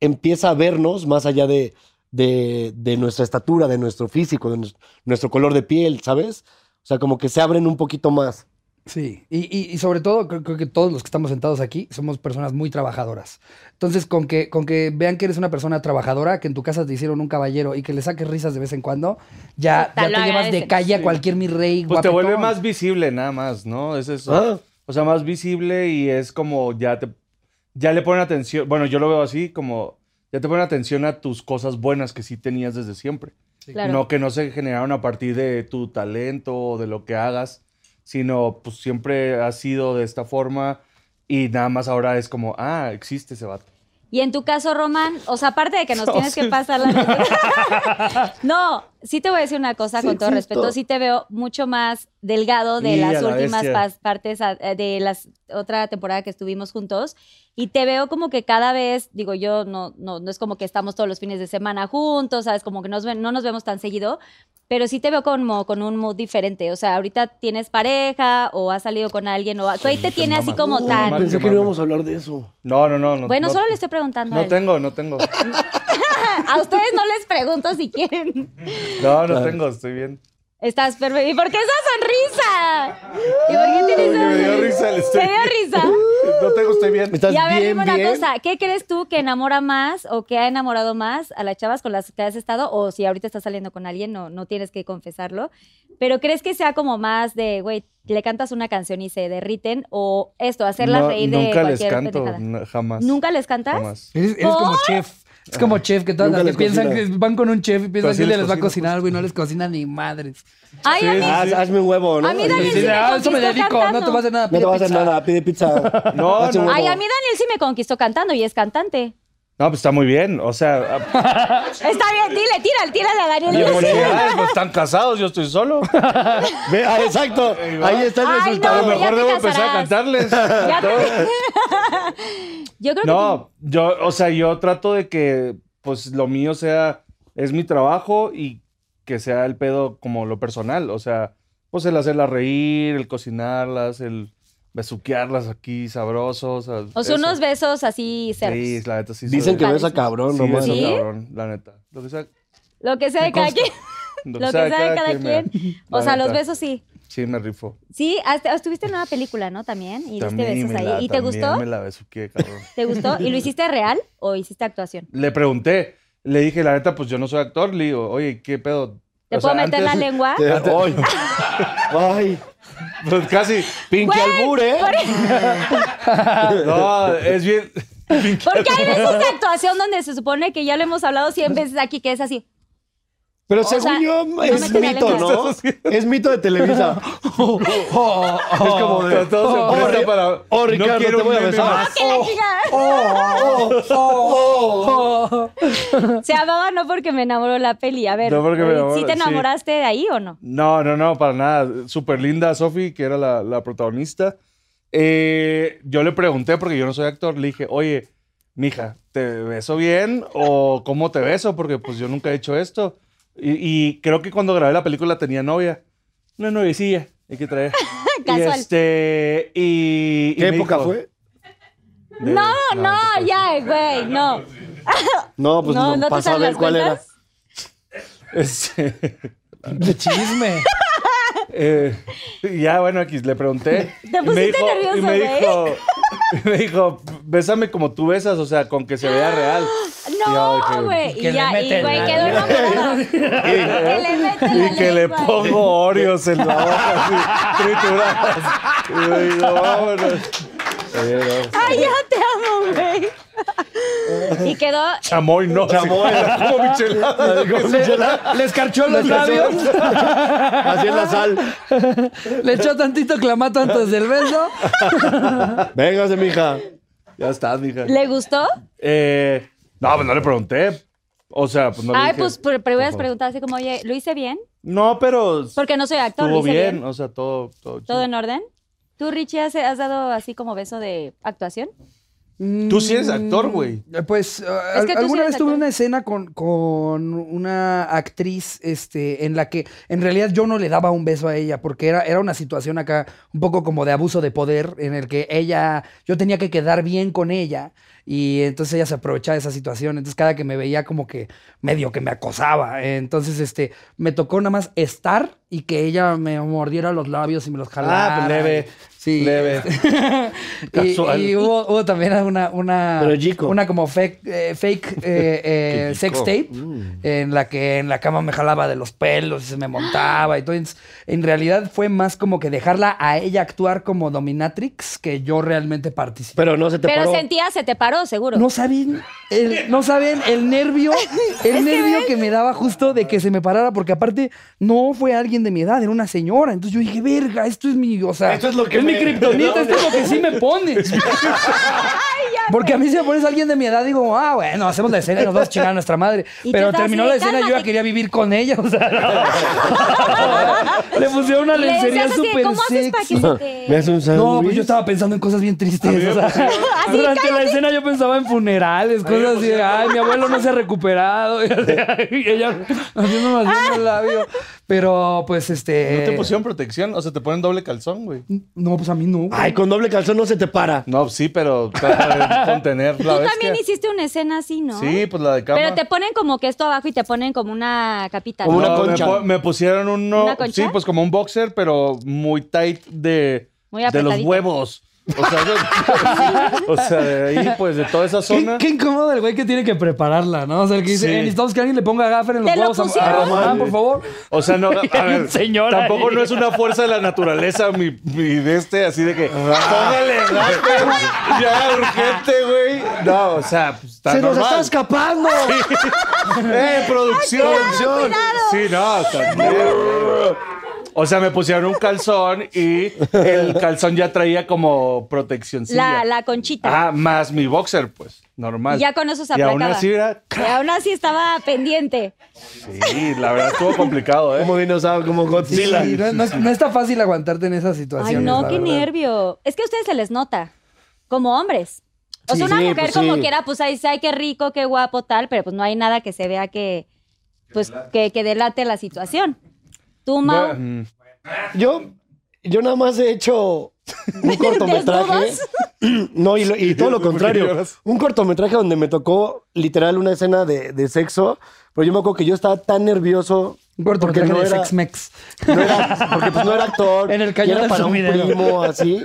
D: empieza a vernos más allá de, de- de nuestra estatura, de nuestro físico, de nues- nuestro color de piel, ¿sabes? O sea, como que se abren un poquito más.
C: Sí, y, y- y sobre todo creo, creo que todos los que estamos sentados aquí somos personas muy trabajadoras. Entonces, con que, con que vean que eres una persona trabajadora, que en tu casa te hicieron un caballero y que le saques risas de vez en cuando, ya,
B: Puta,
C: ya
B: lo
C: te llevas de
B: agradecen.
C: calle a cualquier mi rey.
E: Pues te
C: guapetón.
E: vuelve más visible nada más, ¿no? Es eso.
D: Ah.
E: O sea, más visible y es como ya te ya le ponen atención, bueno, yo lo veo así como ya te ponen atención a tus cosas buenas que sí tenías desde siempre.
B: Claro.
E: No que no se generaron a partir de tu talento o de lo que hagas, sino pues siempre ha sido de esta forma y nada más ahora es como, ah, existe ese vato.
B: Y en tu caso, Román, o sea, aparte de que nos tienes que pasar la... no, sí te voy a decir una cosa,
D: Sí
B: con todo
D: existo.
B: respeto, sí te veo mucho más delgado de
E: Y a
B: las
E: la
B: últimas
E: bestia.
B: pas- partes a- eh, de las otra temporada que estuvimos juntos y te veo como que cada vez, digo yo, no, no, no es como que estamos todos los fines de semana juntos, sabes, como que nos ven- no nos vemos tan seguido, pero sí te veo como con un mood diferente, o sea, ahorita tienes pareja o has salido con alguien o tú ahí te tiene así
E: mames.
B: como
E: Uy,
B: tan...
E: mames.
D: Pensé que no íbamos a hablar de eso.
E: No, no, no. no
B: Bueno,
E: no,
B: solo le estoy preguntando a
E: No
B: él.
E: tengo, no tengo.
B: A ustedes no les pregunto si quieren.
E: No, no tengo, estoy bien.
B: Estás perfecto. ¿Y por qué esa sonrisa? ¿Y por qué tienes
E: Porque
B: esa
E: me dio
B: sonrisa?
E: risa, le
B: ¿Te
E: estoy...
B: dio risa?
E: No tengo, estoy bien.
D: Estás
B: Y a ver,
D: bien,
B: dime una
D: bien.
B: cosa. ¿Qué crees tú que enamora más o que ha enamorado más a las chavas con las que has estado? O si ahorita estás saliendo con alguien, no, no tienes que confesarlo. Pero ¿crees que sea como más de, güey, le cantas una canción y se derriten? O esto, hacerlas
E: No,
B: reír de
E: Nunca les
B: cualquier
E: canto,
B: pendejada?
E: no, jamás.
B: ¿Nunca les cantas?
E: Jamás.
C: Eres, eres como chef. Es como chef que todas
D: Nunca
C: las que
D: les
C: piensan que
D: cocina.
C: van con un chef y piensan
E: Pero sí pues.
C: que él
E: les
C: les va a
E: cocina,
C: cocinar algo y no les cocina ni madres.
B: Ay, a mí,
D: Haz- hazme un huevo, ¿no?
B: A mí
D: Así.
B: Daniel
C: Sí,
B: sí me
C: "Ah, eso
B: conquistó
C: me dedico, no te
B: cantando.
C: vas a hacer nada.
D: No te
C: pide
D: vas a hacer
C: pizza".
D: nada, pide pizza.
E: No,
D: Hazte un
E: no.
D: huevo.
B: ay, a mí Daniel sí me conquistó cantando y es cantante.
E: No, pues está muy bien. O sea, a-
B: Está bien, dile, tírale, tírale a Daniel.
E: mi
B: Dile,
E: oportunidad, pues, están casados, yo estoy solo.
D: Ve, ah, exacto. Ahí está el
B: Ay,
E: A lo
D: resultado.
B: no, ya
E: mejor
B: te
E: debo empezar a
B: casarás.
E: cantarles.
B: Ya te- Yo creo que
E: No, yo, o sea, yo trato de que, pues, lo mío sea, es mi trabajo y que sea el pedo como lo personal, o sea, pues el hacerlas reír, el cocinarlas, el besuquearlas aquí sabroso, o sea,
B: O sea,
E: eso.
B: unos besos así cerros.
E: Sí, la neta sí.
D: Dicen que
E: soy-
D: ves a cabrón,
E: sí,
D: no
E: beso
B: ¿Sí?
E: cabrón, la neta. Lo que sea,
B: Lo que sea de
E: Me
B: cada
E: consta.
B: quien. Lo que sea de cada quien.
E: mira,
B: O
E: la
B: sea, los
E: neta.
B: besos sí.
E: Sí, me rifó.
B: Sí, hasta- estuviste en una película, ¿no? También. Y diste
E: También
B: besos
E: me
B: ahí.
E: la-
B: ¿Y te
E: también
B: gustó?
E: me la besuqué, cabrón.
B: ¿Te gustó? ¿Y lo hiciste real o hiciste actuación?
E: le pregunté, le dije, la neta, pues yo no soy actor, le digo, oye, ¿qué pedo?
B: ¿Te
E: O sea,
B: puedo meter la
E: antes-
B: lengua?
D: Te- Ay. Ay.
E: Pues casi.
D: Pinche
B: Güey,
D: albur, ¿eh? Ah.
E: No, es bien.
B: Porque hay veces de actuación donde se supone que ya lo hemos hablado 100 veces aquí, que es así.
D: Pero
B: O
D: según
B: sea,
D: yo,
B: no
D: es
B: meten la
D: mito,
B: lengua.
D: ¿no? Es mito de Televisa.
E: es como de. Todo se
D: oh,
E: presta
D: Ri-
E: para.
D: oh, Ricardo,
E: no quiero
D: te voy a
E: un meme
D: besar.
E: más.
B: ¡Que la chingada!
E: oh,
B: Se amaba no porque me enamoró la peli. A ver,
E: No porque me
B: Ruiz,
E: enamoró,
B: ¿sí te
E: sí.
B: enamoraste de ahí o no?
E: No, no, no, para nada. Súper linda Sofi, que era la, la protagonista. Eh, yo le pregunté, porque yo no soy actor, le dije, oye, mija, ¿te beso bien o cómo te beso? Porque pues yo nunca he hecho esto. Y, y creo que cuando grabé la película tenía novia. Una noviecilla, hay que traer.
B: Casual.
E: Y este, y, y
D: ¿Qué
E: me
D: época
E: dijo,
D: fue?
E: de-
B: No, no,
E: no, no te
B: ya, güey, no.
D: No, pues
B: no,
D: no,
B: no te
D: pasa a
B: sabes
D: ver
B: las
D: cuál era.
B: cuentas.
E: Este,
C: De chisme.
E: eh, y ya, bueno, aquí le pregunté.
B: Te
E: y me
B: pusiste
E: dijo,
B: nervioso,
E: y me
B: güey.
E: dijo, y me dijo, bésame como tú besas, o sea, con que se vea real. Y yo dije,
B: No, güey.
C: que
B: Y
C: le
B: ya, y
C: meten
B: güey,
C: la-
B: quedó enamorada. que le meten la
E: Y que le
B: lengua.
E: pongo Oreos en la boca, así, trituradas. Y le digo, vámonos. Oye, no,
B: Ay, ya te amo, güey. y quedó.
E: Chamoy no. Chamoy. Como michelada.
C: Le escarchó los labios,
D: Así es la sal.
C: le echó tantito clamato antes del beso.
D: Véngase, mija.
E: Ya estás, mija.
B: ¿Le gustó?
E: Eh, no, pues no le pregunté. O sea, pues no le
B: Ay,
E: dije.
B: pues pero, pero hubieras
E: favor.
B: preguntado así como, oye, ¿lo hice bien?
E: No, pero
B: Porque no soy actor, ¿lo
E: estuvo
B: hice
E: bien.
B: bien?
E: O sea, todo, todo.
B: ¿Todo
E: chido.
B: en orden? ¿Tú, Richie, has, has dado así como beso de actuación?
E: Tú sí eres actor, güey.
C: Eh, Pues ah,
B: Es que tú sí
C: alguna
B: eres
C: vez tuve
B: actor.
C: una escena con, con una actriz este, en la que en realidad yo no le daba un beso a ella porque era, era una situación acá un poco como de abuso de poder en el que ella, yo tenía que quedar bien con ella y entonces ella se aprovechaba de esa situación. Entonces cada que me veía como que medio que me acosaba. Entonces este, me tocó nada más estar y que ella me mordiera los labios y me los jalara.
E: Ah, pues, leve,
C: Sí.
E: leve.
C: Y-
E: Casual.
C: y hubo, hubo también una, una,
D: Pero chico.
C: una como fake, eh, fake eh, eh,
E: Qué Mm.
C: sex
E: chico.
C: tape en la que en la cama me jalaba de los pelos y se me montaba y todo. Entonces, en realidad fue más como que dejarla a ella actuar como dominatrix que yo realmente participé.
D: Pero no se te
B: Pero
D: paró.
B: sentía, se te paró, seguro.
C: No saben, el, no saben el nervio, el nervio que me daba justo de que se me parara, porque aparte no fue alguien de mi edad, era una señora. Entonces yo dije, verga, esto es mi, o sea,
F: Esto es lo que
C: mi
F: me-
C: kriptonita, esto es lo que sí me pone.
B: Ay, ya
C: Porque a mí si me pones a alguien de mi edad, digo, ah, bueno, hacemos la escena y nos vamos a chingar a nuestra madre.
B: Y tú
C: Pero
B: estás
C: terminó
B: así
C: la
B: de,
C: escena, yo ya
B: "Cálmate".
C: quería vivir con ella. O sea, no. le pusieron una
B: Y le
C: lencería
B: decías así,
C: súper
B: ¿cómo haces para que
C: sexy.
B: se te-
D: Me hace un sándwich.
C: No, pues yo estaba pensando en cosas bien tristes. o sea, durante la escena yo pensaba en funerales, cosas así de, ay, mi abuelo no se ha recuperado. Y, ella haciendo más bien el labio. Pero pues este.
E: ¿No te pusieron protección? O sea, te ponen doble calzón, güey.
C: No, pues a mí no.
D: Ay, con doble calzón no se te para.
E: No, sí, pero para contener la
B: Tú
E: bestia.
B: también hiciste una escena así, ¿no?
E: Sí, pues la de cama.
B: Pero te ponen como que esto abajo y te ponen como una capita.
D: Como
B: ¿no?
D: una
E: No,
D: concha.
E: Me, po- me pusieron uno.
B: ¿Una concha?
E: Sí, pues como un boxer, pero muy tight de,
B: Muy
E: de los
B: apretadito.
E: huevos. O sea, de, o sea, de ahí, pues de toda esa
C: Qué,
E: zona.
C: qué incómodo el güey que tiene que prepararla, ¿no? O sea, el que dice,
E: Sí.
C: "Eh, necesitamos que alguien le ponga gaffer en los
B: ¿Te lo
C: huevos a- a,
B: pusieron?
C: Román, por favor.
E: O sea, no, a
C: hay un
E: ver,
C: señor ahí.
E: tampoco no es una fuerza de la naturaleza mi, mi de este, así de que
C: Ah.
E: póngale gafe, ya urgente, güey. No, o sea, pues, está
D: ¡Se nos
E: normal.
D: está escapando!
E: ¡Eh, producción! Sí, no, también. O sea, me pusieron un calzón y el calzón ya traía como proteccioncilla.
B: La, la conchita.
E: Ah, más mi boxer, pues, normal.
B: Y ya con eso se
E: Y aún
B: aplacaba.
E: así era...
B: Y aún así estaba pendiente.
E: Sí, la verdad estuvo complicado, ¿eh?
D: Como dinosaurio, como
C: Sí,
D: Godzilla.
C: no, no- no está fácil aguantarte en esas
B: Ay,
C: situaciones.
B: no,
C: la
B: qué
C: verdad.
B: nervio. Es que a ustedes se les nota, como hombres. O sea,
D: Sí,
B: una
D: sí,
B: mujer
D: pues
B: como
D: sí.
B: quiera, pues ahí dice, ay, qué rico, qué guapo, tal, pero pues no hay nada que se vea que, pues, que, que delate la situación. Tú, Mau,
E: Mm.
D: Yo, yo nada más he hecho un cortometraje.
B: ¿Desnudos?
D: no, y, lo- y todo lo
E: ¿Por qué
D: contrario.
E: lloras?
D: Un cortometraje donde me tocó literal una escena de, de sexo, pero yo me acuerdo que yo estaba tan nervioso.
C: Un cortometraje
D: porque
C: de
D: no era-
C: Sex Mex.
D: no era- porque pues no era actor.
C: En el
D: y
C: cañón
D: era
C: del
D: para un
C: sumidero.
D: primo así.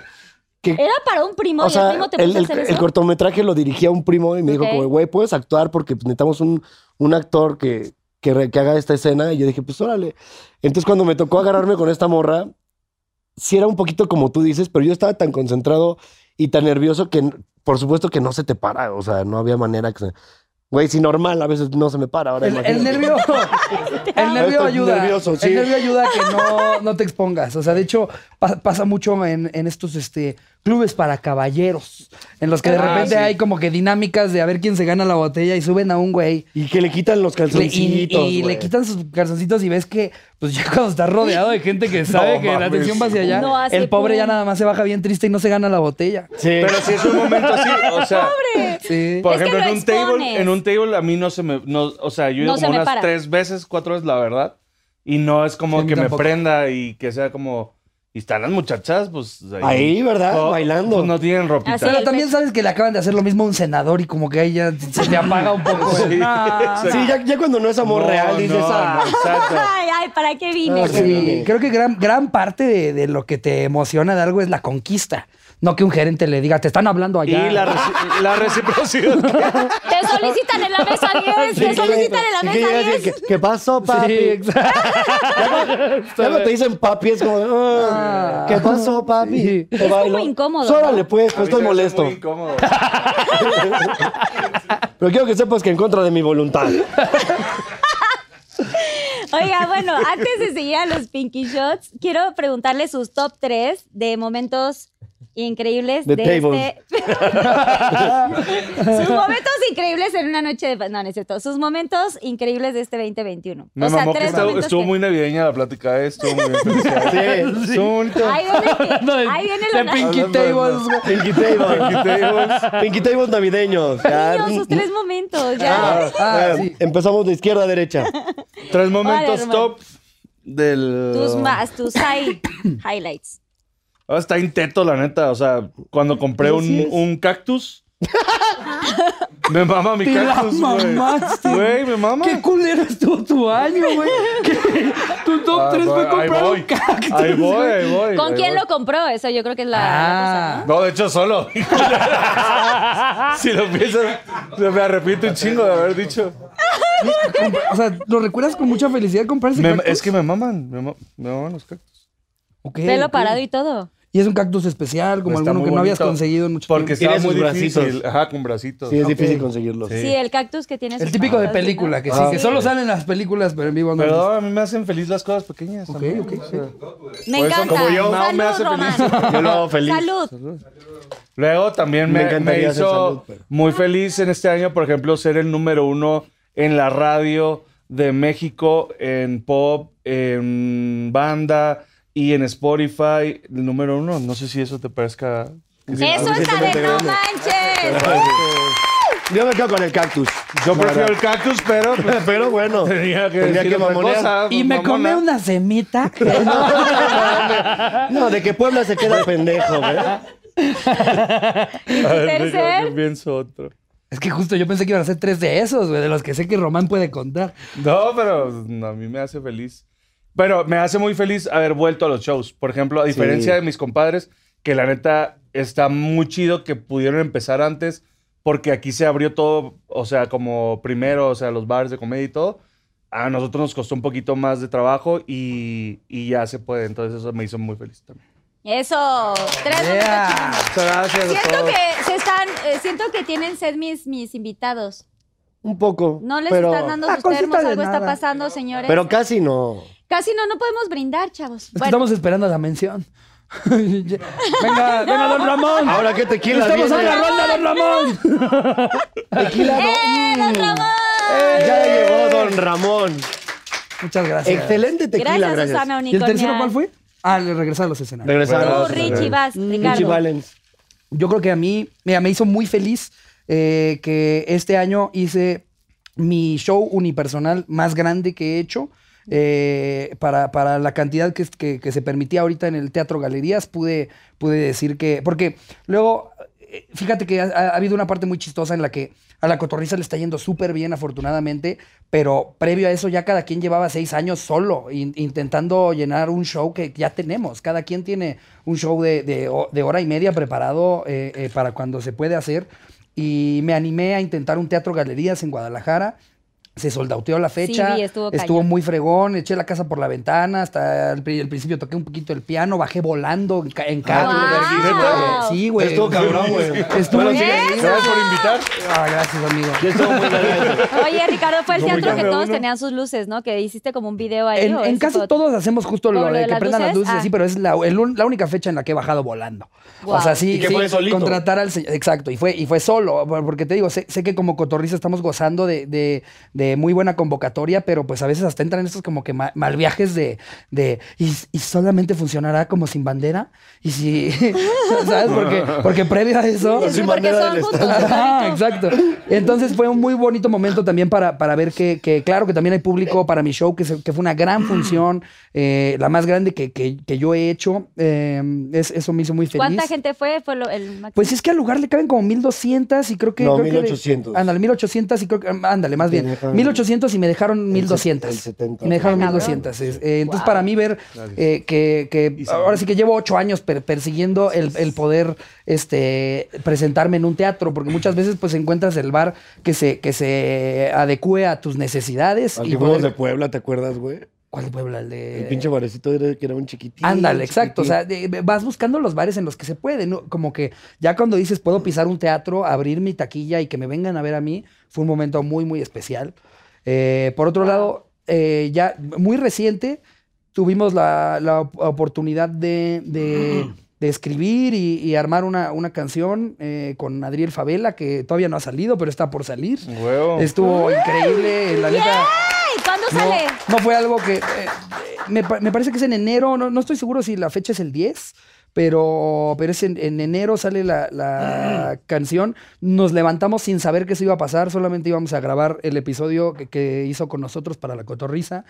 D: Que,
B: era para un primo
D: o
B: y el
D: sea,
B: primo te puso
D: el,
B: a
D: el-
B: hacer
D: el
B: eso?
D: cortometraje lo dirigía un primo y me
B: Ok.
D: dijo, como, güey, puedes actuar porque pues, necesitamos un, un actor que, que, re- que haga esta escena. Y yo dije, pues órale. Entonces, cuando me tocó agarrarme con esta morra, sí era un poquito como tú dices, pero yo estaba tan concentrado y tan nervioso que, por supuesto, que no se te para. O sea, no había manera que se. Güey, si normal, a veces no se me para. Ahora
C: El, el
D: imagínate.
C: nervio, el nervio
D: Estoy
C: ayuda.
D: nervioso, sí.
C: El nervio ayuda a que no, no te expongas. O sea, de hecho, pa- pasa mucho en, en estos este, clubes para caballeros, en los que de
E: Ah, sí.
C: repente hay como que dinámicas de a ver quién se gana la botella y suben a un güey.
D: Y que le quitan los
C: Le- y
D: calzoncitos.
C: y le
D: güey.
C: quitan sus calzoncitos y ves que, pues ya cuando estás rodeado de gente que sabe
E: No
C: que la
E: mames.
C: atención va hacia allá,
B: No hace
C: el pobre ya
B: pum.
C: nada más se baja bien triste y no se gana la botella.
D: Sí.
E: Pero sí es un momento así, o sea...
C: Sí.
E: Por
B: Es que
E: ejemplo,
B: lo
E: en un, table,
B: expones.
E: en un table a mí no se me... No, o sea, yo he ido
B: No se
E: como
B: me
E: unas
B: para.
E: tres veces, cuatro veces, la verdad. Y no es como
C: Sí, a mí
E: que me
C: tampoco.
E: prenda y que sea como... Y están las muchachas, pues...
D: Ahí, ¿verdad? Bailando.
E: pues, no tienen ropita.
B: Así.
C: Pero
B: el
C: también
B: pe-
C: sabes que le acaban de hacer lo mismo a un senador y como que ahí ya se te apaga un poco.
E: Sí.
C: Nah.
E: Exacto.
D: Sí, ya, ya cuando no es amor
E: No,
D: real, dices,
E: no,
D: "Ah".
E: no, exacto.
B: Ay, ay, ¿para qué vine?
C: Pues Sí, creo que gran, gran parte de, de lo que te emociona de algo es la conquista. No que un gerente le diga, te están hablando
E: Y
C: allá.
E: la, reci- la reciprocidad.
B: Te solicitan en la mesa 10, te solicitan en la
D: Y que
B: mesa
D: llegas
B: 10.
D: y que, ¿Qué pasó, papi?
C: Sí, exacto.
D: Luego te dicen papi, es como, "Ah, ¿qué pasó, papi?
C: Sí.
D: Te
B: Es como
D: bailo.
B: incómodo,
D: Pues, Órale,
B: ¿no?
D: pues, no estoy molesto.
E: Muy incómodo.
D: Pero quiero que sepas que en contra de mi voluntad.
B: Oiga, bueno, antes de seguir a los Pinky Shots, quiero preguntarle sus top 3 de momentos increíbles
D: The
B: de
D: tables.
B: este... sus momentos increíbles en una noche de... pa- No, no es cierto. Sus momentos increíbles de este 2021.
E: Me
B: o sea,
E: mamó que
B: tres
E: estuvo,
B: momentos
E: estuvo
B: que-
E: muy navideña la plática, eh, estuvo muy bien. pensada. Estuvo bonito.
B: Ahí viene, que-
C: No, de-
B: ahí viene
C: de
B: lo
C: Pinky
E: Hablando de-
C: Tables, güey.
D: Pinky Tables.
E: Pinky Tables.
D: Pinky Tables navideños. Ya.
B: Niños, sus tres momentos, ya.
C: Ah,
D: Ah,
C: sí.
D: Empezamos de izquierda a derecha.
E: Tres momentos
B: Román.
E: top del...
B: Tus más, tus high- highlights.
E: Ah, está inteto, la neta. O sea, cuando compré un, un cactus... Me mama mi
C: Te la
E: cactus, güey.
C: mamaste.
E: Güey, me mama.
C: Qué culero estuvo tu año, güey. ¿Qué? Tu top
E: Ah,
C: 3 fue
E: voy,
C: comprar
E: ahí
C: un
E: voy.
C: cactus.
E: Ahí voy, ahí voy.
B: ¿Con
E: ahí
B: quién
E: voy.
B: lo compró? Eso yo creo que es la, la
C: Ah.
B: cosa,
E: No, de hecho, solo. si lo piensas, me arrepiento un chingo de haber dicho.
C: O sea, lo recuerdas con mucha felicidad comprarse
E: Me-
C: cactus.
E: es que me maman, me, ma- me maman los cactus.
C: Ok,
B: ¿no? Pelo
C: ok.
B: parado y todo.
C: Y es un cactus especial, como
E: Está
C: alguno
E: muy
C: que no habías
E: bonito,
C: conseguido en mucho
E: Porque
C: tiempo.
E: estaba
D: Tiene
E: muy
D: sus
E: difícil.
D: bracitos.
E: Ajá, con bracitos.
D: Sí, es difícil conseguirlos.
E: Sí.
B: Sí, el cactus que tienes.
C: El típico de película, que sí,
D: Ah.
C: que solo salen en las películas, pero en vivo no.
E: Pero a mí me hacen feliz las cosas pequeñas.
C: Ok,
E: también.
C: ok,
E: O
C: sí.
E: sea,
B: Me
E: Por eso,
B: encanta.
E: como yo, Mao
B: salud,
E: me hace
B: Román.
E: feliz. Yo lo hago feliz.
B: Salud.
E: Luego también
D: Me
E: me,
D: encantaría
E: me
D: hacer
E: hizo
D: salud, pero-
E: muy feliz en este año, por ejemplo, ser el número uno en la radio de México, en pop, en banda y en Spotify. El número uno, no sé si eso te parezca... que sí.
B: Eso está de no manches.
D: Yo me quedo con el cactus.
E: Yo
D: La
E: prefiero
D: verdad.
E: el cactus, pero... pues,
D: Pero bueno,
E: Tenía que,
D: Tenía
E: decir
D: que
E: otra
D: mamonear.
E: cosa,
C: Y me comé
E: Pues mamona.
C: una semita.
D: no, de que Puebla se queda pendejo, güey.
E: A ver,
B: tercer?
E: yo- yo pienso otro.
C: es que justo yo pensé que iban a ser tres de esos, güey, de los que sé que Román puede contar.
E: No, pero no, a mí me hace feliz. Pero me hace muy feliz haber vuelto a los shows. Por ejemplo, a diferencia
D: Sí.
E: de mis compadres, que la neta está muy chido que pudieron empezar antes, porque aquí se abrió todo, o sea, como primero, o sea, los bares de comedia y todo. A nosotros nos costó un poquito más de trabajo y, y ya se puede. Entonces eso me hizo muy feliz también.
B: Eso. Tres números
C: Yeah.
B: chiquitos.
E: Muchas gracias
B: Siento que se están, eh, siento que tienen sed mis, mis invitados.
D: Un poco.
B: No les
D: pero,
B: están dando
C: Ah,
B: sus
C: cosita
B: termos,
C: de
B: algo está
C: nada.
B: pasando, señores.
D: Pero casi no.
B: Casi no, no podemos brindar, chavos.
C: Es que
B: Bueno,
C: estamos esperando la mención. venga, venga, don Ramón.
D: Ahora que tequila
C: Estamos en
D: viene?
C: la ronda, don Ramón.
D: Tequila no.
B: ¡eh,
C: Mm.
B: don Ramón!
D: Ya llegó Don Ramón.
C: Muchas gracias.
D: Excelente tequila,
B: Gracias,
D: gracias.
B: Susana
C: ¿Y el
B: Unicornia.
C: tercero cuál fue? Mm, Ah, el regresar a los escenarios.
B: Tú,
D: Regresamos.
B: Richie, vas,
D: Richie
B: Ricardo.
D: Valens.
C: Yo creo que a mí, mira, me hizo muy feliz eh, que este año hice mi show unipersonal más grande que he hecho. eh, para, para la cantidad que, que- que se permitía ahorita en el Teatro Galerías, pude, pude decir que. Porque luego, eh, fíjate que ha, ha habido una parte muy chistosa en la que a la cotorriza le está yendo súper bien, afortunadamente, pero previo a eso ya cada quien llevaba seis años solo, in- intentando llenar un show que ya tenemos. Cada quien tiene un show de, de ho- de hora y media preparado eh, eh, para cuando se puede hacer. Y me animé a intentar un teatro galerías en Guadalajara. Se soldauteó la fecha.
B: vi, estuvo cañón.
C: muy fregón. Eché la casa por la ventana. Hasta el, pri- el principio toqué un poquito el piano. Bajé volando en, ca- en carro.
B: Ah, verguísima.
C: Sí, güey.
D: Estuvo cabrón, güey.
C: Estuvo
D: Bueno,
C: increíble.
B: ¡Eso!
E: Gracias por invitar.
C: Ah, gracias, amigo.
D: Yo estuvo muy cagado.
B: Oye, Ricardo, fue el
E: Yo voy
B: teatro que
E: cada
B: todos
E: uno.
B: tenían sus luces, ¿no? Que hiciste como un video ahí.
C: En,
B: ¿o
C: en
B: ese
C: casi
B: fue otro?
C: todos hacemos justo
B: ¿O
C: lo
B: lo
C: de
B: de
C: que
B: las
C: prendan las
B: luces?
C: luces,
B: Ah.
C: sí, pero es la, el un- la única fecha en la que he bajado volando.
B: Guau.
C: O sea, sí,
D: ¿Y que
C: sí,
D: fue solito?
C: contratar al señor. Exacto, y fue, y fue solo, porque te digo, sé, sé que como cotorriza estamos gozando de, de- de muy buena convocatoria, pero pues a veces hasta entran estos como que ma- malviajes de, de y, y solamente funcionará como sin bandera, y si, ¿sabes? Porque, porque previo a eso...
B: Sí,
D: Sin
B: porque
D: bandera
B: son
D: del
B: juntos.
C: Ajá,
B: exacto.
C: exacto. Entonces fue un muy bonito momento también para, para ver que, que, claro, que también hay público para mi show, que, se- que fue una gran función, eh, la más grande que, que- que yo he hecho. Eh, es, eso me hizo muy feliz.
B: ¿Cuánta gente fue? Fue lo- el máximo.
C: Pues es que al lugar le caben como 1200 y creo que.
D: No,
C: creo que de-
D: 1800.
C: ándale, 1800 y creo que. mm, Ándale, más
D: Te
C: bien.
D: dejan-
C: 1800 y me dejaron 1200.
D: el 70.
C: Me dejaron
B: Ah, cabrón.
C: 1200. es- eh, entonces, para mí, ver eh, que, que
E: Y se-
C: ahora sí que llevo ocho años per- persiguiendo el, el poder este, presentarme en un teatro, porque muchas veces pues encuentras el bar que se, que se adecue a tus necesidades.
D: Al
C: y
D: que fuimos de
C: poder-
D: Puebla, ¿te acuerdas, güey?
C: ¿Cuál Puebla? El de.
D: El pinche barecito era que era un chiquitito.
C: Ándale, exacto. O sea, de- vas buscando los bares en los que se puede. ¿no? Como que ya cuando dices, puedo pisar un teatro, abrir mi taquilla y que me vengan a ver a mí, fue un momento muy, muy especial. Eh, por otro lado, eh, ya muy reciente, tuvimos la, la op- oportunidad de, de- de escribir y, y armar una, una canción eh, con Adriel Favela, que todavía no ha salido, pero está por salir.
E: Huevo.
C: Estuvo increíble, la neta.
B: ¡Ay! ¿Cuándo
C: No,
B: sale?
C: no fue algo que. eh, eh, me, pa- me parece que es en enero, no, no estoy seguro si la fecha es el 10. Pero, pero es en, en enero sale la, la canción. Nos levantamos sin saber que eso iba a pasar. Solamente íbamos a grabar el episodio que, que hizo con nosotros para la cotorriza.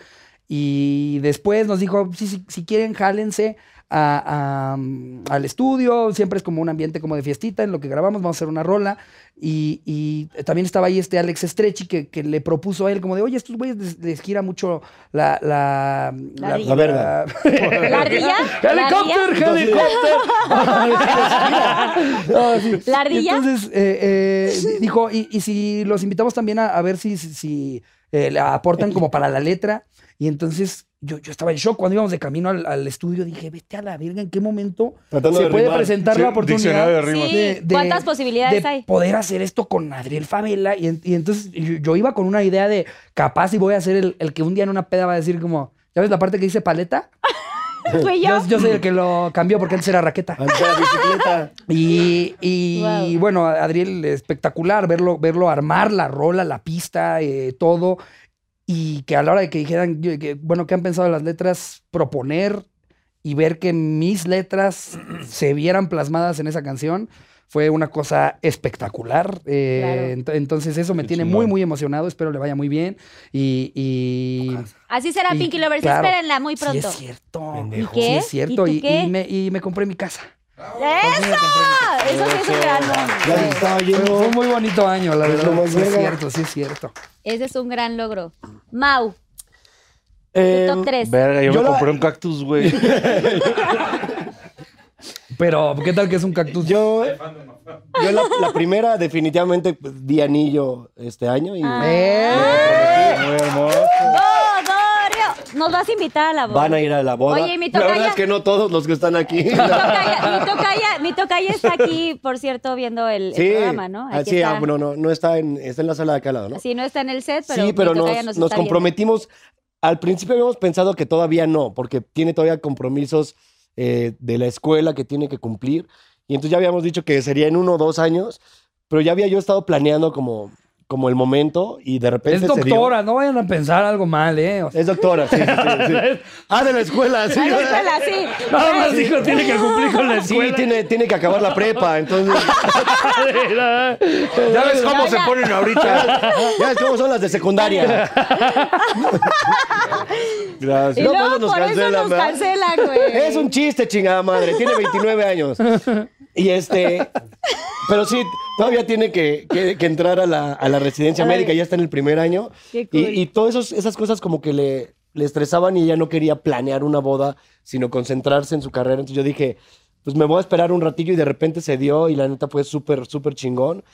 C: Y después nos dijo, "Sí, sí, si quieren, jálense a- a, mm, al estudio. Siempre es como un ambiente como de fiestita en lo que grabamos. Vamos a hacer una rola. Y, y también estaba ahí este Alex Estrechi que, que le propuso a él como de, oye, estos güeyes les, les gira mucho la... La,
B: La
C: la-
B: ría.
D: La verga.
C: la-
B: ¿La ardilla? ¿La
C: ¡Helicóptero!
B: ardilla?
C: ¡Helicóptero! Ah, sí.
B: ¿La ardilla?
C: Entonces, eh, eh, dijo, y, y si los invitamos también a, a ver si, si, si, eh, le aportan como para la letra. Y entonces yo, yo estaba en shock cuando íbamos de camino al, al estudio. Dije, vete a la verga, ¿en qué momento
D: Tratando
C: se
D: de
C: puede
D: rimar.
C: presentar
E: Sí,
C: la oportunidad?
E: diccionario de rimas.
B: Sí, ¿cuántas posibilidades
C: de
B: hay?
C: poder hacer esto con Adriel Favela. Y, en- y entonces yo, yo iba con una idea de capaz y voy a ser el, el que un día en una peda va a decir como, ¿ya ves la parte que dice paleta?
B: Fui yo.
C: Yo, yo soy el que lo cambió porque antes era raqueta.
D: Antes era bicicleta.
C: Y, y,
B: Wow.
C: bueno, Adriel, espectacular verlo, verlo armar la rola, la pista, eh, todo. Y que a la hora de que dijeran, yo- que, bueno, ¿qué han pensado las letras? Proponer y ver que mis letras se vieran plasmadas en esa canción fue una cosa espectacular. Eh, ent- entonces, eso me
E: Qué
C: tiene
E: chingón.
C: muy, muy emocionado. Espero le vaya muy bien. Y. y
B: Así será
C: y
B: Pinky Lovers.
C: claro,
B: Espérenla muy
C: Sí,
B: pronto.
C: es cierto.
B: Pendejo.
C: Sí,
B: ¿Qué?
C: es cierto.
B: ¿Y tú
C: Y-
B: qué?
C: y me- y me compré mi casa.
B: ¡Eso! Eso sí es un gran
D: Ya se
B: logro.
D: estaba
C: Fue,
D: yendo.
C: fue un muy bonito año, la
D: Es lo
C: verdad.
D: más
C: Sí es
D: verga.
C: cierto, sí es cierto.
B: Ese es un gran logro. Mau, tu
D: Eh,
B: top 3.
E: Verga, yo,
D: Yo
E: me
D: la-
E: compré un cactus, güey.
C: Pero, ¿qué tal que es un cactus?
D: yo yo la, la primera definitivamente pues, di anillo este año y
B: Ah.
C: ¡Eh!
E: Muy hermoso.
B: ¡Godorio! Nos vas a invitar a la boda.
D: van a ir a la boda.
B: Oye, y mi
D: la
B: tocaya-
D: verdad es que no todos los que están aquí.
B: Mi tocaya, mi tocaya- mi tocaya está aquí, por cierto, viendo el, el
D: sí,
B: programa, ¿no?
D: Ah,
B: Aquí
D: sí,
B: está.
D: ah, bueno, no, no está en, está en la sala de acá al lado, ¿no?
B: Sí, no está en el set, pero,
D: sí, pero
B: mi
D: nos,
B: tocaya nos,
D: nos
B: está viendo.
D: comprometimos. Al principio habíamos pensado que todavía no, porque tiene todavía compromisos eh, de la escuela que tiene que cumplir. Y entonces ya habíamos dicho que sería en uno o dos años, pero ya había yo estado planeando como, como el momento y de repente.
C: Es
D: se dio.
C: doctora, no vayan a pensar algo mal, ¿eh? O sea,
D: Es doctora, sí, sí, sí, sí. Ah, de la escuela, sí.
B: Ay, no, espera, sí.
C: Nada más dijo, tiene que cumplir con la
D: Sí,
C: escuela.
D: tiene, tiene que acabar la prepa, entonces.
F: Ya ves cómo se ponen ahorita.
D: Ya ves cómo son las de secundaria.
B: Y
E: Gracias.
D: No,
B: luego
D: pues nos
B: por
D: cancelan,
B: eso nos
D: ¿verdad?
B: cancelan, güey.
D: Es un chiste, chingada madre. Tiene 29 años. Y este. Pero sí, todavía tiene que, que- que entrar a la, a la residencia
B: Ay.
D: médica. Ya está en el primer año.
B: Qué
D: Y,
B: cool.
D: y todas esos- esas cosas como que le, le estresaban y ella no quería planear una boda, sino concentrarse en su carrera. Entonces yo dije, pues me voy a esperar un ratillo y de repente se dio y la neta fue súper, súper chingón.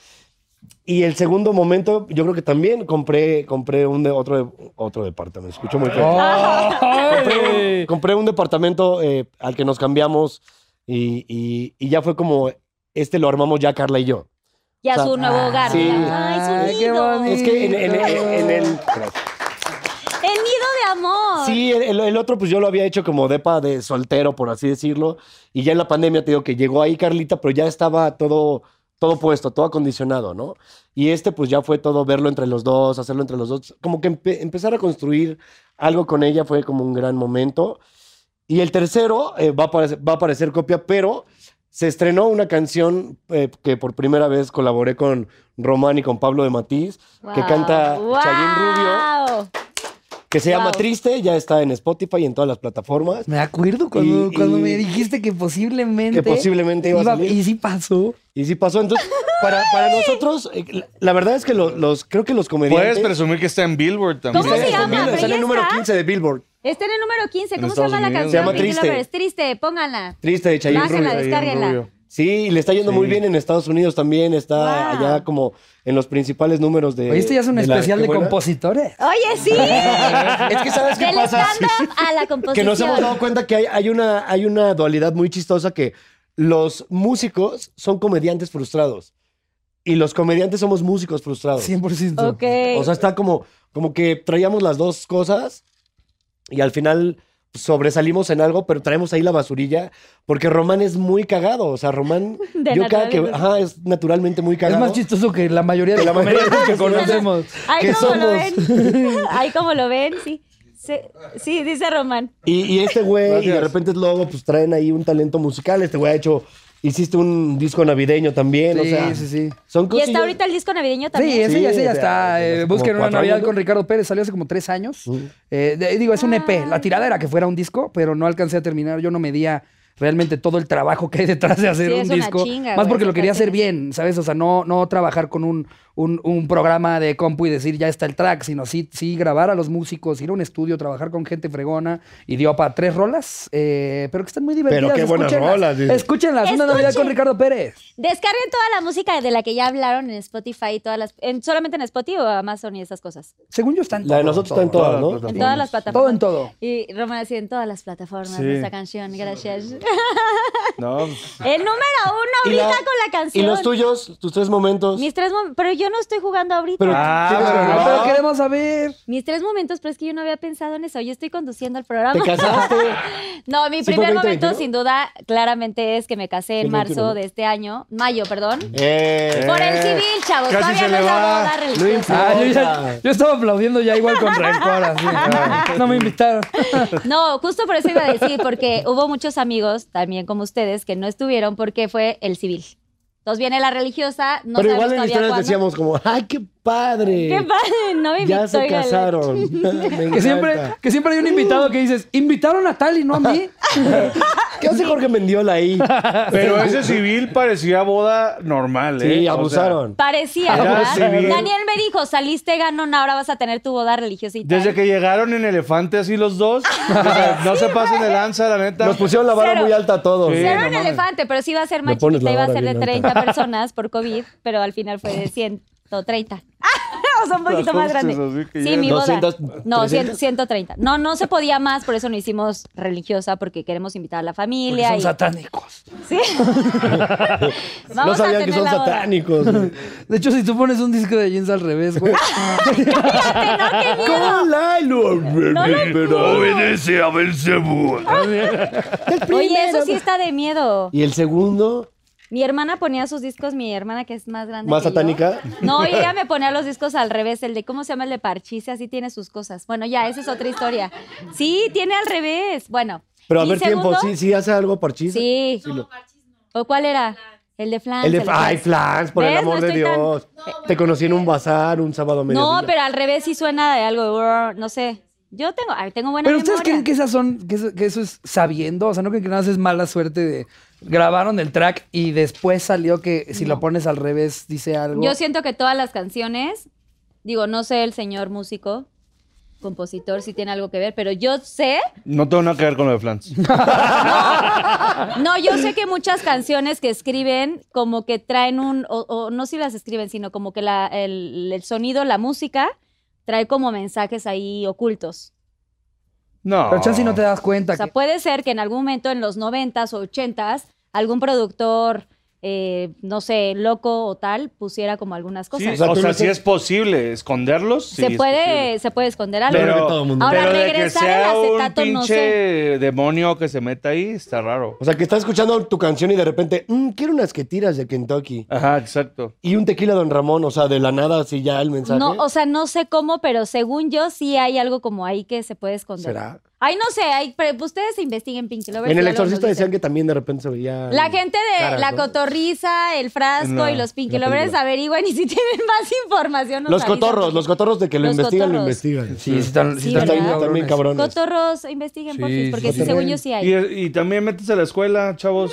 D: Y el segundo momento, yo creo que también compré, compré un de otro, de- otro departamento. Escucho muy feo
C: Oh, ¡Ay!
D: compré un departamento eh, al que nos cambiamos y, y- y ya fue como, este lo armamos ya Carla y yo.
B: Ya
D: o sea,
B: su nuevo hogar.
D: sí.
B: Ay, su
C: Ay, qué
B: nido.
C: bonito.
D: Es que en, en- en- en el...
B: El nido de amor.
D: Sí, el, el otro pues yo lo había hecho como depa de soltero, por así decirlo. Y ya en la pandemia te digo que llegó ahí Carlita, pero ya estaba todo, todo puesto, todo acondicionado, ¿no? Y este pues ya fue todo verlo entre los dos, hacerlo entre los dos. Como que empe- empezar a construir algo con ella fue como un gran momento. Y el tercero eh, va, a parecer, va a parecer copia, pero se estrenó una canción eh, que por primera vez colaboré con Román y con Pablo de Matiz, que
B: Wow.
D: canta Chayín Rubio,
B: Wow.
D: que se llama
B: Wow.
D: Triste, ya está en Spotify y en todas las plataformas.
C: Me acuerdo cuando,
D: Y-
C: cuando
D: y-
C: me dijiste que posiblemente.
D: que posiblemente iba a salir.
C: Y sí pasó.
D: Y sí pasó. Entonces, para, para nosotros, eh, la, la verdad es que lo- los, creo que los comediantes...
E: Puedes presumir que está en Billboard también.
B: ¿Cómo se
D: Está en
B: llama?
D: Billboard,
B: Pero
D: está en
B: ya
D: el número
B: está.
D: 15 de Billboard.
B: Está en Este el número 15.
E: En
B: ¿Cómo se
E: Estados
B: llama la
E: Unidos.
B: canción?
D: Se llama
B: Pinky
D: Triste.
B: Lovers? Triste, pónganla.
D: Triste de Chayanne
B: Bájala,
D: Rubio.
B: descárguenla.
D: Sí, y le está yendo muy bien en Estados Unidos también. Está
B: Wow.
D: allá como en los principales números de.
C: Oye, este ya es un
D: de la-
C: especial
D: qué
C: de
D: buena.
C: compositores.
B: Oye, sí.
D: Es que sabes qué
B: Del
D: pasa.
B: stand-up a la composición.
D: Que nos hemos dado cuenta que hay, hay una, hay una dualidad muy chistosa que los músicos son comediantes frustrados y los comediantes somos músicos frustrados.
C: 100%.
B: Ok.
D: O sea, está como, como que traíamos las dos cosas y al final sobresalimos en algo, pero traemos ahí la basurilla, porque Román es muy cagado. O sea, Román,
B: De
D: yo cada que,
B: naturaleza.
D: ajá, es naturalmente muy
C: Es
D: cagado.
C: más chistoso que la mayoría de
D: Que la
C: los
D: mayoría de
C: comediantes que
D: los
C: conocemos.
B: Ahí
D: ¿qué
B: como lo
D: somos?
B: ven. Ahí como lo ven, sí. Se- sí, dice Román.
D: Y, y este güey, y de
E: Gracias.
D: repente luego, pues traen ahí un talento musical. Este güey ha hecho, hiciste un disco navideño también, o
C: Sí,
D: sea.
C: sí, sí.
D: Son
B: Y
D: cosillas-
B: está ahorita el disco navideño
C: Sí,
B: también.
C: ese ya, ese ya
D: Sí,
C: está.
D: ya,
C: eh,
D: hace como
C: busquen una
D: cuatro
C: Navidad
D: años, ¿no?
C: con Ricardo Pérez, salió hace como tres E años. Eh, de- digo, es un EP. La tirada era que fuera un disco, pero no alcancé a terminar. Yo no medía realmente todo el trabajo que hay detrás de hacer
B: Sí,
C: un
B: es una
C: disco.
B: chinga,
C: más
B: güey,
C: porque lo quería hacer
B: totalmente.
C: bien, ¿sabes? O sea, no, no trabajar con un, un, un programa de compu y decir ya está el track, sino sí, sí grabar a los músicos, ir a un estudio, trabajar con gente fregona y dio para tres rolas, eh, pero que están muy divertidas.
I: qué buenas
C: escúchenlas.
I: rolas, dice.
C: Escúchenlas, una Navidad con
B: Escuchen.
C: Ricardo Pérez.
B: Descarguen toda la música de la que ya hablaron en Spotify, y todas las, en- solamente en Spotify o Amazon y esas cosas.
C: Según yo está en
D: La de nosotros está en todas, ¿no?
B: En todas las plataformas.
C: Todo en todo.
B: Y Roma decía en todas las plataformas
D: Sí.
B: nuestra canción, gracias.
E: No.
B: El número uno
D: Y
B: ahorita
D: la-
B: con la canción.
D: Y los tuyos, tus tres momentos.
B: Mis tres momentos. Pero yo no estoy jugando ahorita.
D: Pero- Ah, Sí, pero pero no.
C: Pero queremos saber.
B: Mis tres momentos, pero es que yo no había pensado en eso. Yo estoy conduciendo el programa.
D: ¿Te casaste?
B: no, mi
D: ¿Sí fue
B: primer
D: 20,
B: momento,
D: 21?
B: sin duda, claramente es que me casé en
D: 2021, ¿no?
B: marzo de este año. Mayo, perdón.
D: Eh.
B: Por el civil, chavos.
D: Casi
B: Todavía
D: se
B: no
D: le
B: es la
D: va.
B: boda
D: No
B: religiosa.
C: Ah, yo, ya- yo estaba aplaudiendo ya igual con rencor, así. No me invitaron.
B: No, justo por eso iba a decir, porque hubo muchos amigos, también como ustedes, que no estuvieron porque fue el civil. Entonces viene la religiosa, no
D: Pero
B: sabemos
D: igual en
B: todavía
D: historias
B: cuándo.
D: decíamos como, ¡ay, qué padre!
B: ¡Qué padre! No me
D: Ya
B: invitó,
D: se
B: oigan.
D: casaron. Me
C: Que siempre,
D: encanta.
C: que siempre hay un invitado que dices, invitaron a tal y no a mí.
D: ¿Qué hace Jorge Mendiola ahí?
E: Pero ese civil parecía boda normal, ¿eh?
D: Sí,
E: O sea,
D: abusaron.
B: Parecía,
E: Ya
B: ¿verdad?
E: se vio.
B: Daniel me dijo, saliste ganón, ahora vas a tener tu boda religiosa y tal".
E: desde que llegaron en elefante así los dos, o sea, no se pasen de lanza, la neta.
D: Nos pusieron la vara
B: Cero.
D: muy alta a todos.
E: Sí.
B: Era
E: no
B: un
E: mames.
B: elefante, pero sí iba a ser
D: Me
B: más
D: pones
B: chiquita,
D: la
B: iba a
D: vara
B: ser de
D: bien
B: 30
D: alta.
B: personas por COVID, pero al final fue de 130. o sea, un poquito más grande.
E: Así que
B: Sí,
E: ya-
B: mi boda.
D: 200,
B: No, 100,
D: 300.
B: 130. No, no se podía más, por eso no hicimos religiosa, porque queremos invitar a la
C: Porque
B: familia.
C: son
B: y-
C: satánicos.
B: Sí.
D: No
B: Vamos a tener
D: sabían que son
B: la boda.
D: satánicos.
C: De hecho, si tú pones un disco de jeans al revés, güey.
B: Cállate, no, qué miedo. No lo
F: Obedece a Belcebú.
B: Oye, eso sí está de miedo.
D: Y el segundo,
B: Mi hermana ponía sus discos, mi hermana que es más grande.
D: más
B: que yo.
D: satánica.
B: No, y ella me ponía los discos al revés, el de cómo se llama el de Parchise, así tiene sus cosas. Bueno, ya, esa es otra historia. Sí, tiene al revés. Bueno.
D: Pero a
B: y
D: ver, tiempo,
B: segundo-
D: sí, sí hace algo parchís.
B: Sí. ¿O cuál era? El de Flans.
D: El de,
B: Flans.
D: ay, Flans, por
B: pues. ¿Ves?
D: el
B: No
D: amor de
B: estoy tan-
D: Dios. Te conocí en un bazar un sábado a mediodía.
B: No, pero al revés sí suena de algo, brr, no sé. Yo tengo, ay, tengo buena
C: Pero
B: memoria.
C: ustedes creen que esas son, que eso, que eso es sabiendo, o sea, no creen que nada más es mala suerte de grabaron el track y después salió que si lo pones al revés dice algo.
B: Yo siento que todas las canciones, digo, no sé el señor músico, compositor, si tiene algo que ver, pero yo sé,
E: No tengo nada que ver con lo de Flans.
B: no, yo sé que muchas canciones que escriben como que traen un, o, o no si las escriben, sino como que la- el, el sonido, la música, trae como mensajes ahí ocultos.
E: No.
C: Pero chance y no te das cuenta
B: O sea,
C: que-
B: puede ser que en algún momento, en los 90s o 80s, algún productor, eh, no sé, loco o tal, pusiera como algunas
E: Sí,
B: cosas.
E: o sea,
D: tú no
E: sí
D: te-
E: es posible esconderlos. sí
B: se,
E: es posible.
B: puede, se puede esconder algo.
E: Pero,
B: Ahora,
E: pero de que
B: regresar el
E: sea un
B: acetato, no sé.
E: pinche demonio que se meta ahí, está raro.
D: O sea, que estás escuchando tu canción y de repente, "Mm, quiero unas que tiras de Kentucky.
E: Ajá, exacto.
D: Y un tequila Don Ramón, o sea, de la nada, así ya el mensaje.
B: No, o sea, no sé cómo, pero según yo sí hay algo como ahí que se puede esconder.
D: ¿Será?
B: Ay, no sé, hay- pero ustedes investiguen, Pinky Lovers.
D: en
B: y
D: El
B: ya luego nos
D: Exorcista
B: dicen.
D: decían que también de repente se veía.
B: La gente de
D: caras,
B: la
D: ¿no?
B: cotorriza, el frasco
E: No,
B: y los Pinky
D: la
B: Lovers
D: película.
B: averigüen y si tienen más información. nos
D: Los
B: avisan.
D: cotorros, los cotorros de que lo
B: Los
D: investigan, lo
B: cotorros.
D: investigan.
C: Sí, sí están,
B: Sí,
C: sí están
B: ¿verdad?
C: muy
D: Están bien
C: cabrones.
D: cabrones.
B: Cotorros, investiguen, por
C: Sí,
B: porfis, porque
C: sí,
B: sí,
C: sí.
B: según yo sí hay.
E: Y, y también métese a la escuela, chavos.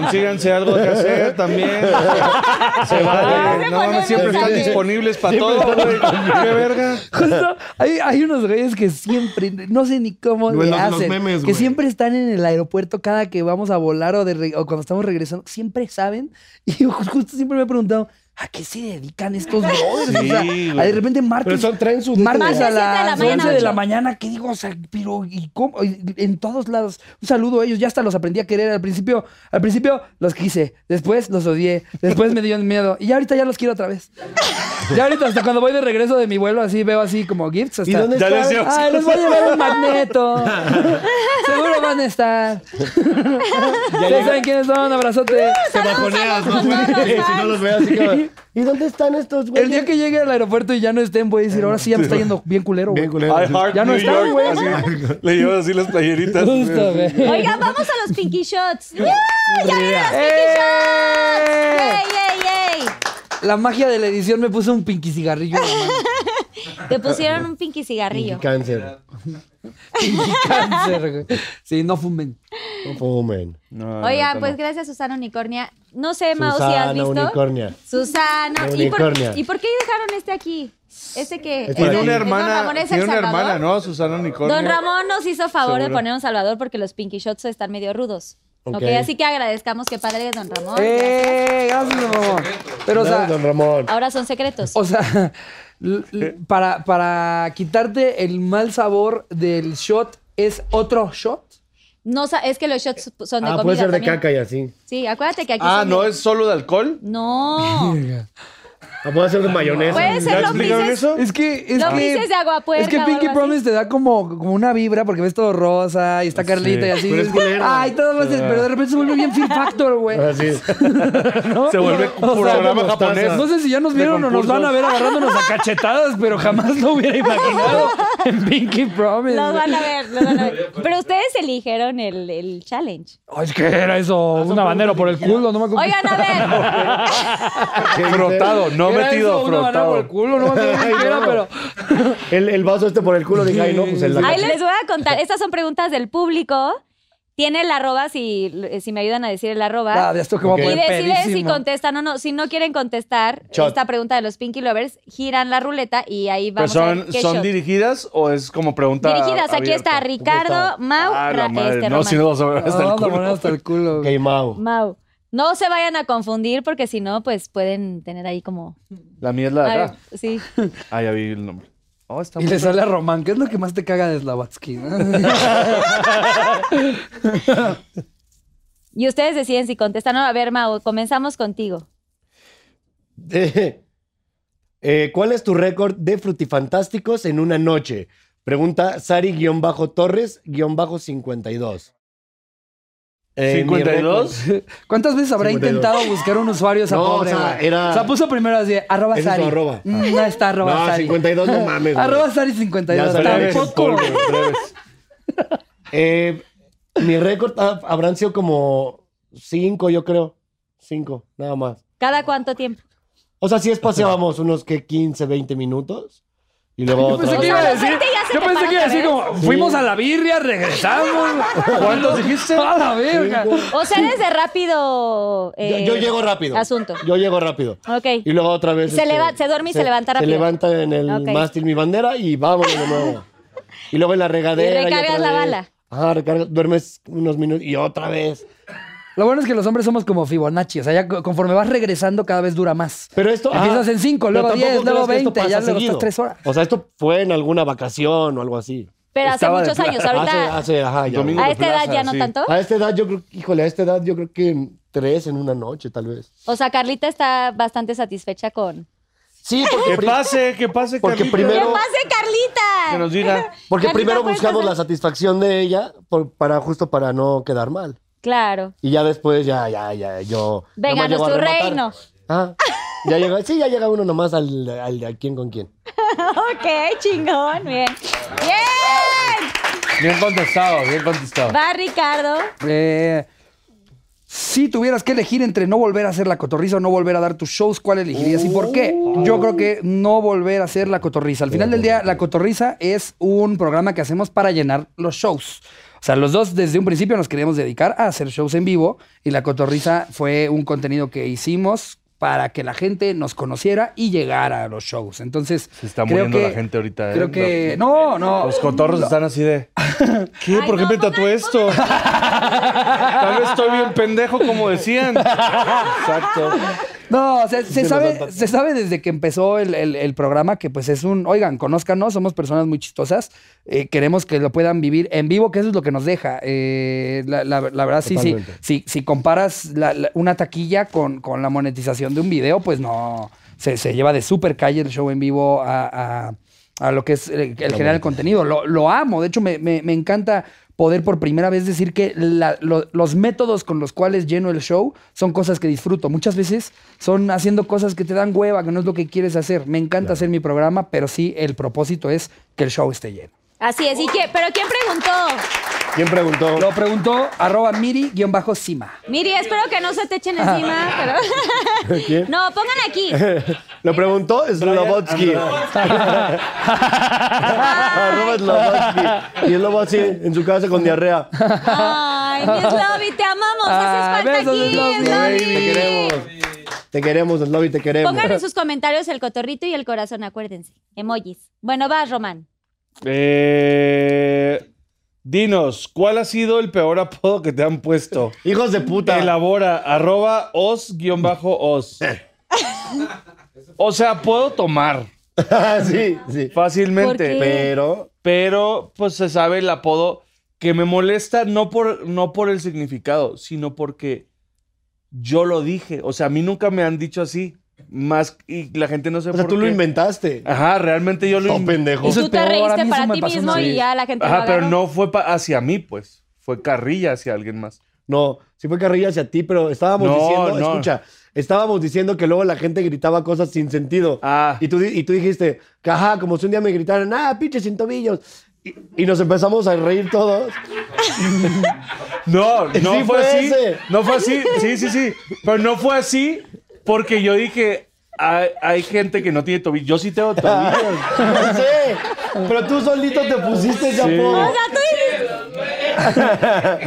E: Consíganse algo que hacer también.
C: Ah,
E: Se
B: Vamos
E: vale.
B: a
E: No,
B: poner
E: no siempre están
B: mensajes.
E: disponibles para todo, güey. Qué verga.
C: Justo, hay, hay unos güeyes que siempre, no sé ni cómo
I: Güey,
C: le
I: los- los
C: hacen,
I: memes,
C: que
I: güey.
C: siempre están en el aeropuerto cada que vamos a volar o, de re- o cuando estamos regresando, siempre saben. Y yo ju- justo siempre me he preguntado, ¿a qué se dedican estos brothers? O sea,
E: Sí, güey.
C: de repente martes,
D: Pero son- traen su-
C: martes a
B: Martes,
C: las
B: siete de la
C: 11 de
B: mañana,
C: la mañana, que digo, o sea, pero ¿y cómo? Y- En todos lados. Un saludo a ellos, ya hasta los aprendí a querer. Al principio, al principio los quise, después los odié, después me dieron miedo y ya ahorita ya los quiero otra vez. Ya ahorita, hasta cuando voy de regreso de mi vuelo, así veo así como gifts. Hasta...
D: ¿Y dónde
E: Ya les
D: está?
E: dio-
C: Ay, les voy a llevar un magneto. Seguro van a estar. ¿Ustedes saben quiénes son? Abrazote.
I: Te bajoneas, ¿no, güey? Si no los veas,
D: Así que, ¿Y dónde están estos güeyes?
C: El día que llegue al aeropuerto y ya no estén, voy a decir, ahora sí ya me está yendo bien culero, güey.
I: bien culero.
E: I heart
C: Ya no
E: New
C: están,
E: York,
C: güey.
E: así. le llevas así las playeritas.
C: Justo, güey.
B: Oigan, vamos a los Pinky Shots. ¡Yeah! ¡Ya vienen los Pinky Shots!
C: ¡Eh!
B: ¡Ey, ey,
C: La magia de la edición me puso un pinky cigarrillo en la mano.
B: ey! Te pusieron un Pinky cigarrillo.
D: Cáncer.
C: Pinky cáncer, güey. Sí, no fumen.
D: No fumen.
B: Oigan, pues gracias, Susana Unicornia. No sé, Mao, si
D: Susana
B: has visto.
D: Unicornia.
B: Susana. ¿Y
D: Unicornia.
B: por, ¿Y por qué dejaron este aquí? ¿Este que
E: Es Tiene una
B: Don
E: hermana,
B: Ramón es
E: tiene
B: El
E: una
B: Salvador?
E: hermana, ¿no? Susana Unicornio.
B: Don Ramón nos hizo favor de
E: Seguro.
B: poner un Salvador porque los Pinky Shots están medio rudos.
D: Ok.
B: Ok, así que agradezcamos que padre, Don Ramón.
C: ¡Eh! Gracias, don Ramón. Pero, o
D: No,
C: sea,
D: don Ramón.
B: Ahora son secretos.
C: O sea, l- l- para, para quitarte el mal sabor del shot, ¿es otro shot?
B: No, sa- es que los shots son de
D: Ah,
B: comida
D: puede ser de
B: también.
D: caca y así.
B: Sí, acuérdate que aquí
E: Ah,
B: son
E: ¿no
B: de-
E: es solo de alcohol?
B: No.
D: Ah, puede ser de mayonesa.
B: Puede ser
E: ¿Ya
B: lombrices.
E: explicaron eso?
C: Es que. Es
B: Lombrices
C: que,
B: de aguapuerca
C: Es que
B: o
C: Pinky
B: algo así.
C: Promise te da como, como una vibra porque ves todo rosa y está Carlita y así.
D: pero es culera.
C: Ay, todo va a ser- Pero de repente se vuelve bien Fear Factor, güey.
D: Así.
E: Se vuelve
D: O
E: un
D: sea,
E: programa
D: mostaza.
E: japonés.
C: No sé si ya nos vieron o nos van a ver agarrándonos a cachetadas, pero jamás lo hubiera imaginado en Pinky Promise.
B: Los
C: güey.
B: van a ver, los van a ver. Pero ustedes eligieron el, el challenge.
C: Ay, es que era eso,
B: Ah,
C: una bandera por el culo, no me acuerdo.
B: Oigan, a ver.
E: Frotado, no
C: Era
E: metido,
C: eso, una banana por el
E: frotado.
C: culo, no me acuerdo bien qué era, pero...
D: El, el vaso este por el culo, dije, ay, no, pues el de la
B: Ahí les voy a contar. Estas son preguntas del público. Tiene el arroba si, si me ayudan a decir el arroba.
C: Ah, de esto que voy a
B: Y
C: poner
B: deciden si
C: pedísimo.
B: contestan o no. Si no quieren contestar
D: Shot.
B: esta pregunta de los Pinky Lovers, giran la ruleta y ahí
E: Pero
B: vamos a ver
E: Pues son,
B: qué
E: son
B: shot.
E: dirigidas o es como pregunta
B: Dirigidas, aquí está
E: abierta?
B: Ricardo, Mau,
E: Ah, la
B: Ra-
E: madre.
B: este,
E: no,
B: Román.
E: si no vas a ver hasta
C: No,
E: el
C: vamos a
E: culo.
C: poner hasta el culo. güey.
D: queimado.
B: Mau. No se vayan a confundir porque si no, pues pueden tener ahí como...
E: La mía es la de acá.
B: Ay, sí.
E: Ah, ya vi el nombre. Oh, está
C: Y
E: muy-
C: le sale a Román, ¿qué es lo que más te caga de Slavatsky?
B: Y ustedes deciden si contestan o no. A ver, Mau, comenzamos contigo.
D: Eh, eh, ¿Cuál es tu récord de frutifantásticos en una noche? Pregunta Sari-Torres-52. Eh, mi récord-
E: ¿52?
C: ¿Cuántas veces habrá
D: 52.
C: intentado buscar un usuario esa
D: No,
C: pobre?
D: o sea,
C: güey?
D: era-
C: O sea, puso primero así, arroba
D: Ese es su
C: Sari.
D: arroba.
C: Mm, No está arroba
D: No,
C: Sari.
D: 52 no mames, güey.
C: Arroba Sari 52.
D: Ya salió
C: Tampoco.
D: Alex Polvo, breves. Eh, mi récord ha- habrán sido como 5, yo creo. 5, nada más.
B: ¿Cada cuánto tiempo?
D: O sea, si espaciábamos unos que 15, 20 minutos. Y luego
C: Yo pensé
D: otra vez.
C: que iba a
B: sea,
C: decir,
B: la gente ya se
C: yo
B: te
C: pensé
B: paró
C: que iba a
B: otra
C: decir
B: vez.
C: como, fuimos a la birria, regresamos. ¿Cuántos dijiste? A la verga.
B: O sea, eres de rápido...
D: Yo,
B: eh,
D: yo llego rápido.
B: Asunto.
D: Yo llego rápido.
B: Ok.
D: Y luego otra vez. este,
B: Se leva- se duerme y se levanta rápido.
D: Se levanta en el
B: Ok.
D: mástil mi bandera y vámonos de nuevo. Y luego en la regadera.
B: recargas
D: otra
B: la
D: vez.
B: bala.
D: Ajá, recargas, duermes unos minutos y otra vez.
C: Lo bueno es que los hombres somos como Fibonacci. O sea, ya co- conforme vas regresando, cada vez dura más.
D: Pero esto. ajá,
C: Empiezas en 5,
D: pero
C: luego
D: tampoco
C: 10,
D: creas
C: luego
D: que esto
C: 20, ya
D: pasa
C: luego estás
D: seguido.
C: 3 horas.
D: O sea, esto fue en alguna vacación o algo así.
B: Pero hace
C: Estaba de
B: muchos
C: pla-
B: años, Pues ahorita...
D: Hace, hace, ajá, ya.
E: Domingo.
B: a
E: de
B: esta edad
E: plaza,
B: ya no
E: sí.
B: tanto.
D: A esta edad yo creo, híjole, a esta edad yo creo que en tres en una noche, tal vez.
B: O sea, Carlita está bastante satisfecha con...
D: Sí, porque,
E: Que
D: pri-
E: pase, que pase,
D: Porque
E: Carlita.
B: ¡Qué
D: primero- Pero-
B: pase, Carlita!
E: Que nos diga.
D: porque
B: Carlita,
D: primero
B: ¿puedes
D: buscamos
B: pasar?
D: la satisfacción de ella por- para justo para no quedar mal.
B: Claro.
D: Y ya después, ya, ya, ya, yo.
B: Venga,
D: nomás llego a
B: nuestro
D: rematar.
B: reino.
D: Ah, ya llega, sí, ya llega uno nomás al, al de a quién con quién.
B: Ok, chingón, bien. ¡Bien!
E: Bien contestado, bien contestado.
B: Va Ricardo.
C: Eh, si tuvieras que elegir entre no volver a hacer la cotorriza o no volver a dar tus shows, ¿cuál elegirías y por qué? Yo creo que no volver a hacer la cotorriza. Al final del día, la cotorriza es un programa que hacemos para llenar los shows. O sea, los dos desde un principio nos queríamos dedicar a hacer shows en vivo y la cotorriza fue un contenido que hicimos para que la gente nos conociera y llegara a los shows. Entonces,
E: Se está
C: creo
E: muriendo
C: que-
E: la gente ahorita, ¿eh?
C: Creo que no, no.
E: Los cotorros están así de. ¿Qué? ¿Por qué me tatué esto? Tal vez estoy bien pendejo, como decían. Exacto.
C: No, se, se
D: nos
C: sabe,
D: dan tanto.
C: se sabe desde que empezó el, el- el programa que pues es un, oigan, conózcanos, somos personas muy chistosas, eh, queremos que lo puedan vivir en vivo, que eso es lo que nos deja. Eh, la, la- la verdad, sí, sí,
D: Totalmente.
C: sí, si comparas la- la- una taquilla con, con la monetización de un video, pues no, se, se lleva de super calle el show en vivo a, a- a lo que es eh, el, el generar el contenido. Lo, lo amo, de hecho me, me- me encanta poder por primera vez decir que la- lo- los métodos con los cuales lleno el show son cosas que disfruto. Muchas veces son haciendo cosas que te dan hueva, que no es lo que quieres hacer. Me encanta hacer mi programa, pero sí el propósito es que el show esté lleno.
B: Así es, ¿y qué? ¿Pero quién preguntó?
D: ¿Quién preguntó?
C: Lo preguntó arroba miri-sima.
B: Miri, espero que no se te echen encima, pero...
D: ¿Quién?
B: No, pongan aquí.
D: Lo preguntó Slobodsky. Arroba Slobodsky. Y Slobodsky en su casa con diarrea.
B: Ay, Miss Lobby, te amamos.
D: Ah,
B: Haces falta
D: besos, Miss
B: aquí,
D: Lobby.
B: Miss Lobby.
D: Te queremos. Te queremos, Miss Lobby, te queremos.
B: Pongan en sus comentarios el cotorrito y el corazón, acuérdense. Emojis. Bueno, vas, Román.
E: Eh, dinos, ¿cuál ha sido el peor apodo que te han puesto?
D: Hijos de puta.
E: Elabora, arroba os-os.
D: Eh.
E: o sea, puedo tomar.
D: sí, sí.
E: Fácilmente.
D: ¿Por qué? Pero-
E: Pero, pues se sabe el apodo que me molesta no por, no por el significado, sino porque yo lo dije. O sea, a mí nunca me han dicho así. Más y la gente no se
D: O sea, tú lo inventaste.
E: Ajá, realmente yo Ah, lo
D: No, pendejo.
B: Y tú te reíste para ti mismo y ya la gente
E: Ajá,
B: lo
E: pero
B: agarró.
E: no fue pa- hacia mí, pues. Fue carrilla hacia alguien más.
D: No, sí fue carrilla hacia ti, pero estábamos
E: No,
D: diciendo,
E: no.
D: escucha, estábamos diciendo que luego la gente gritaba cosas sin sentido. Y tú, di- y tú dijiste, ajá, como si un día me gritaran, ah, pinche sin tobillos. Y, y nos empezamos a reír todos.
E: No, no
D: Sí
E: fue,
D: fue
E: así.
D: ese.
E: No fue así. Sí, sí, sí. Pero no fue así porque yo dije, hay, hay gente que no tiene tobillo. Yo sí tengo tobillos.
D: No sé, pero tú solito te pusiste ese
E: Sí.
D: apodo.
E: O
B: sea,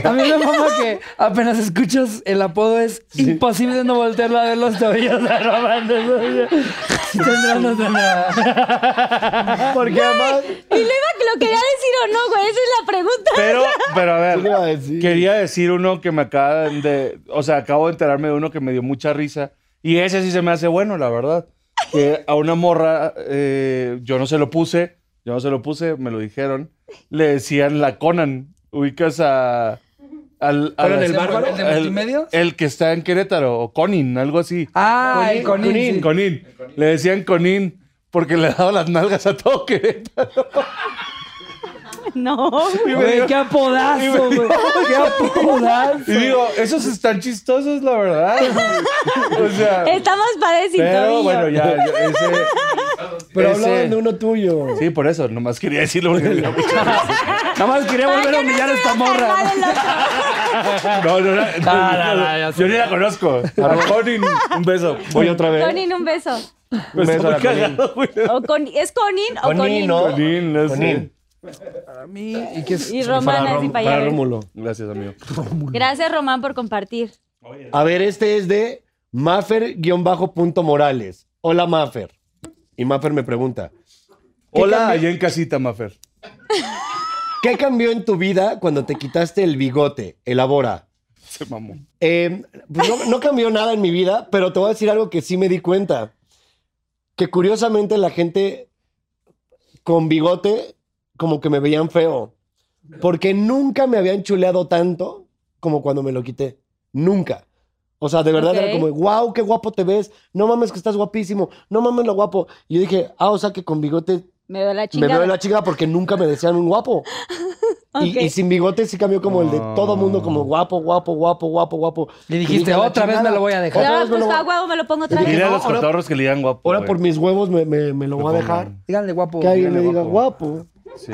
C: A mí me mama que apenas escuchas el apodo es imposible no voltearlo a ver los tobillos de Román. Tendrá, no tendrá.
D: Porque además...
B: Y luego que lo quería decir o no, güey. Esa es la pregunta.
E: Pero,
B: O sea,
E: pero a ver, quería decir uno que me acaban de. O sea, acabo de enterarme de uno que me dio mucha risa. Y ese sí se me hace bueno, la verdad. Que a una morra, eh, yo no se lo puse, yo no se lo puse, me lo dijeron. Le decían la Conan. Ubicas a. Al, a
C: ¿Conan
E: la-
C: el bárbaro? ¿El de multimedios?
E: El que está en Querétaro, o Conin, algo así.
C: Ah, el
E: Conin,
C: Conin, sí.
E: Conin. Le decían Conin porque le daba las nalgas a todo Querétaro.
B: No.
C: Güey, qué apodazo, güey. Qué apodazo.
E: Y digo, esos están chistosos, la verdad. O sea,
B: Estamos padres sin
E: pero
B: tobillo.
E: bueno, ya, ya, ese,
D: Pero
E: ese-
D: hablaban de uno tuyo.
E: Sí, por eso, nomás quería decirlo porque me dio mucha risa.
C: Nomás quería volver a humillar a esta morra.
E: No, no, no,
C: no, no, ya
E: yo ni la conozco. A Conin, un beso. Voy otra
D: ¿Eh?
E: vez.
B: Conin, un beso.
E: Pues
D: beso
E: está
D: a la
E: muy
D: Conin.
E: cagado, güey.
B: O con, ¿Es Conin o Conin?
E: Conin, no sé.
D: Conin.
C: Para mí, ¿y qué es?
B: Y Román
D: Para
B: así
D: Rom-
B: para allá.
D: para Rómulo.
E: Gracias, amigo.
B: Gracias, Román, por compartir.
D: A ver, este es de Maffer-Morales. Hola, Maffer. Y Maffer me pregunta. ¿qué
E: Hola,
D: cambió-
E: allá en casita, Mafer.
D: ¿Qué cambió en tu vida cuando te quitaste el bigote? Elabora.
E: Se mamó.
D: Eh, pues no, no cambió nada en mi vida, pero te voy a decir algo que sí me di cuenta. Que curiosamente la gente con bigote como que me veían feo. Porque nunca me habían chuleado tanto como cuando me lo quité. Nunca. O sea, de verdad era
J: Ok.
D: como, wow, qué guapo te ves. No mames que estás guapísimo. No mames lo guapo. Y yo dije, ah, o sea que con bigote
B: Me veo la
D: me
B: chingada.
D: veo la chica porque nunca me decían un guapo. Y-
B: Ok.
D: Y, sin bigote sí cambió como el de todo mundo, como guapo, guapo, guapo, guapo, guapo. Le
C: dijiste, "Otra vez me lo voy a dejar". ah,
D: Otra
B: Ahora,
D: vez me
B: pues,
D: lo voy
B: a
D: a
B: huevo, me lo pongo otra vez.
E: Dile a los cotorros que le digan guapo.
D: Ahora
E: güey.
D: por mis huevos me, me- me lo voy a dejar.
C: Díganle guapo.
D: Que alguien me
C: díganle
D: diga guapo.
E: Sí.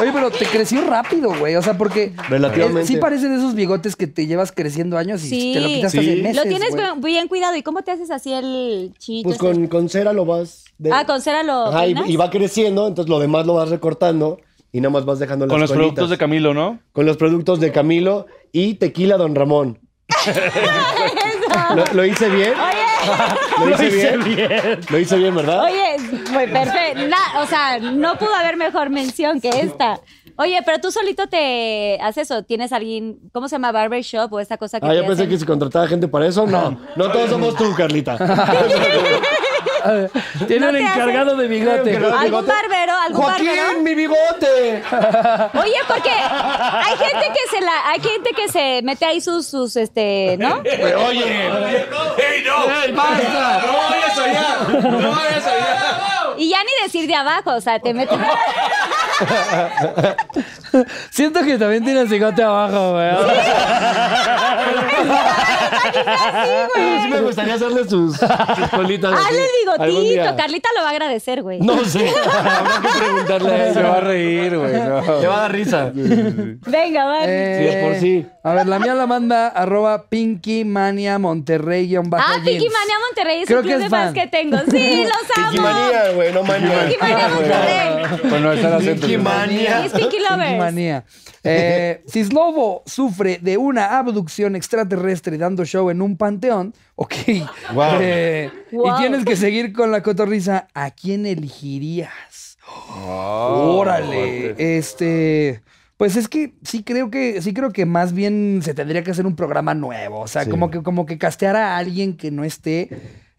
C: Oye, pero te creció rápido, güey. O sea, porque.
D: Relativamente.
C: eh, Sí parece de esos bigotes que te llevas creciendo años y
B: Sí.
C: te lo quitas hace meses.
B: Lo tienes
C: güey.
B: bien- bien cuidado. ¿Y cómo te haces así el chito?
D: Pues con, con cera lo vas. de-
B: Ah, con cera lo
D: Ajá, y,
B: peinas?
D: y va creciendo, entonces lo demás lo vas recortando y nada más vas dejando las
E: Con los
D: colitas.
E: productos de Camilo, ¿no?
D: Con los productos de Camilo y tequila Don Ramón.
B: Eso.
D: ¿Lo, lo hice bien? ¿Lo hice bien? Lo hice bien, ¿verdad?
B: Oye, güey, perfecto. Na- o sea, no pudo haber mejor mención que esta. Oye, pero tú solito te haces o tienes alguien, ¿cómo se llama? Barbershop o esta cosa que
D: Ah,
B: te
D: yo pensé
B: hacen.
D: que si contrataba gente para eso, no. No todos somos tú, Carlita.
C: Tiene
B: No
C: un
B: te haces-
C: encargado de bigote.
B: ¿Algún barbero? ¿Algún
D: ¡Joaquín,
B: barbero?
D: mi bigote!
B: Oye, porque hay gente que se la, hay gente que se mete ahí sus, sus este, ¿no?
F: Oye. ¡Ey, no!
B: ¡Ey, basta!
F: ¡No vayas allá! ¡No vayas allá!
B: Y ya ni decir de abajo, o sea, te metes.
C: Siento que también tienes bigote abajo, güey.
D: Sí me gustaría hacerle sus, sus colitas. así,
B: Hazle el
D: algún día.
B: bigotito. Carlita lo va a agradecer, güey.
D: No sé. Habrá que preguntarle
E: Se
D: a ella.
E: va a reír, güey.
D: Le va a dar risa.
B: Venga, va.
C: Eh,
D: Sí, de por sí.
C: A ver, la mía la manda arroba Pinkymania Monterrey guión bajo
B: Ah,
C: jeans.
B: Pinky Mania Monterrey es
C: Creo
B: el
C: que
B: club
C: es
B: de fans
C: fan.
B: que tengo. Sí, los amo.
D: Piquimania, güey, no manches.
B: Pinky Mania Monterrey.
E: Bueno, está el acento.
D: Piquimania.
B: Mis Pinky Lovers.
C: Manía. Eh, si Slobo sufre de una abducción extraterrestre dando show en un panteón, ok.
D: Wow.
C: Eh,
B: Wow.
C: Y tienes que seguir con la cotorriza, ¿a quién elegirías? Órale. Este. Pues es que sí creo que, sí creo que más bien se tendría que hacer un programa nuevo. O sea,
D: Sí.
C: como que, como que castear a alguien que no esté.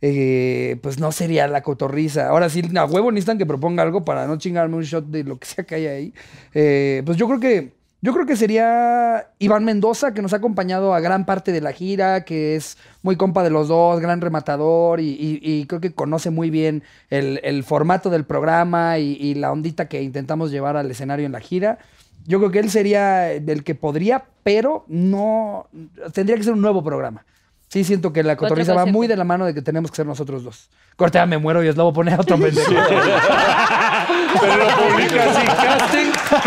C: eh, pues no sería la cotorriza. Ahora sí, a huevo necesitan que proponga algo para no chingarme un shot de lo que sea que hay ahí. Eh, pues yo creo que. Yo creo que sería Iván Mendoza, que nos ha acompañado a gran parte de la gira, que es muy compa de los dos, gran rematador y, y- y creo que conoce muy bien el, el formato del programa y, y la ondita que intentamos llevar al escenario en la gira. Yo creo que él sería el que podría, pero no. Tendría que ser un nuevo programa. Sí, siento que la
B: Otro
C: cotorriza va
B: concepto.
C: muy de la mano de que tenemos que ser nosotros dos. Cortea, me muero y es lobo pone a otro pendejo.
E: Pero lo publica así.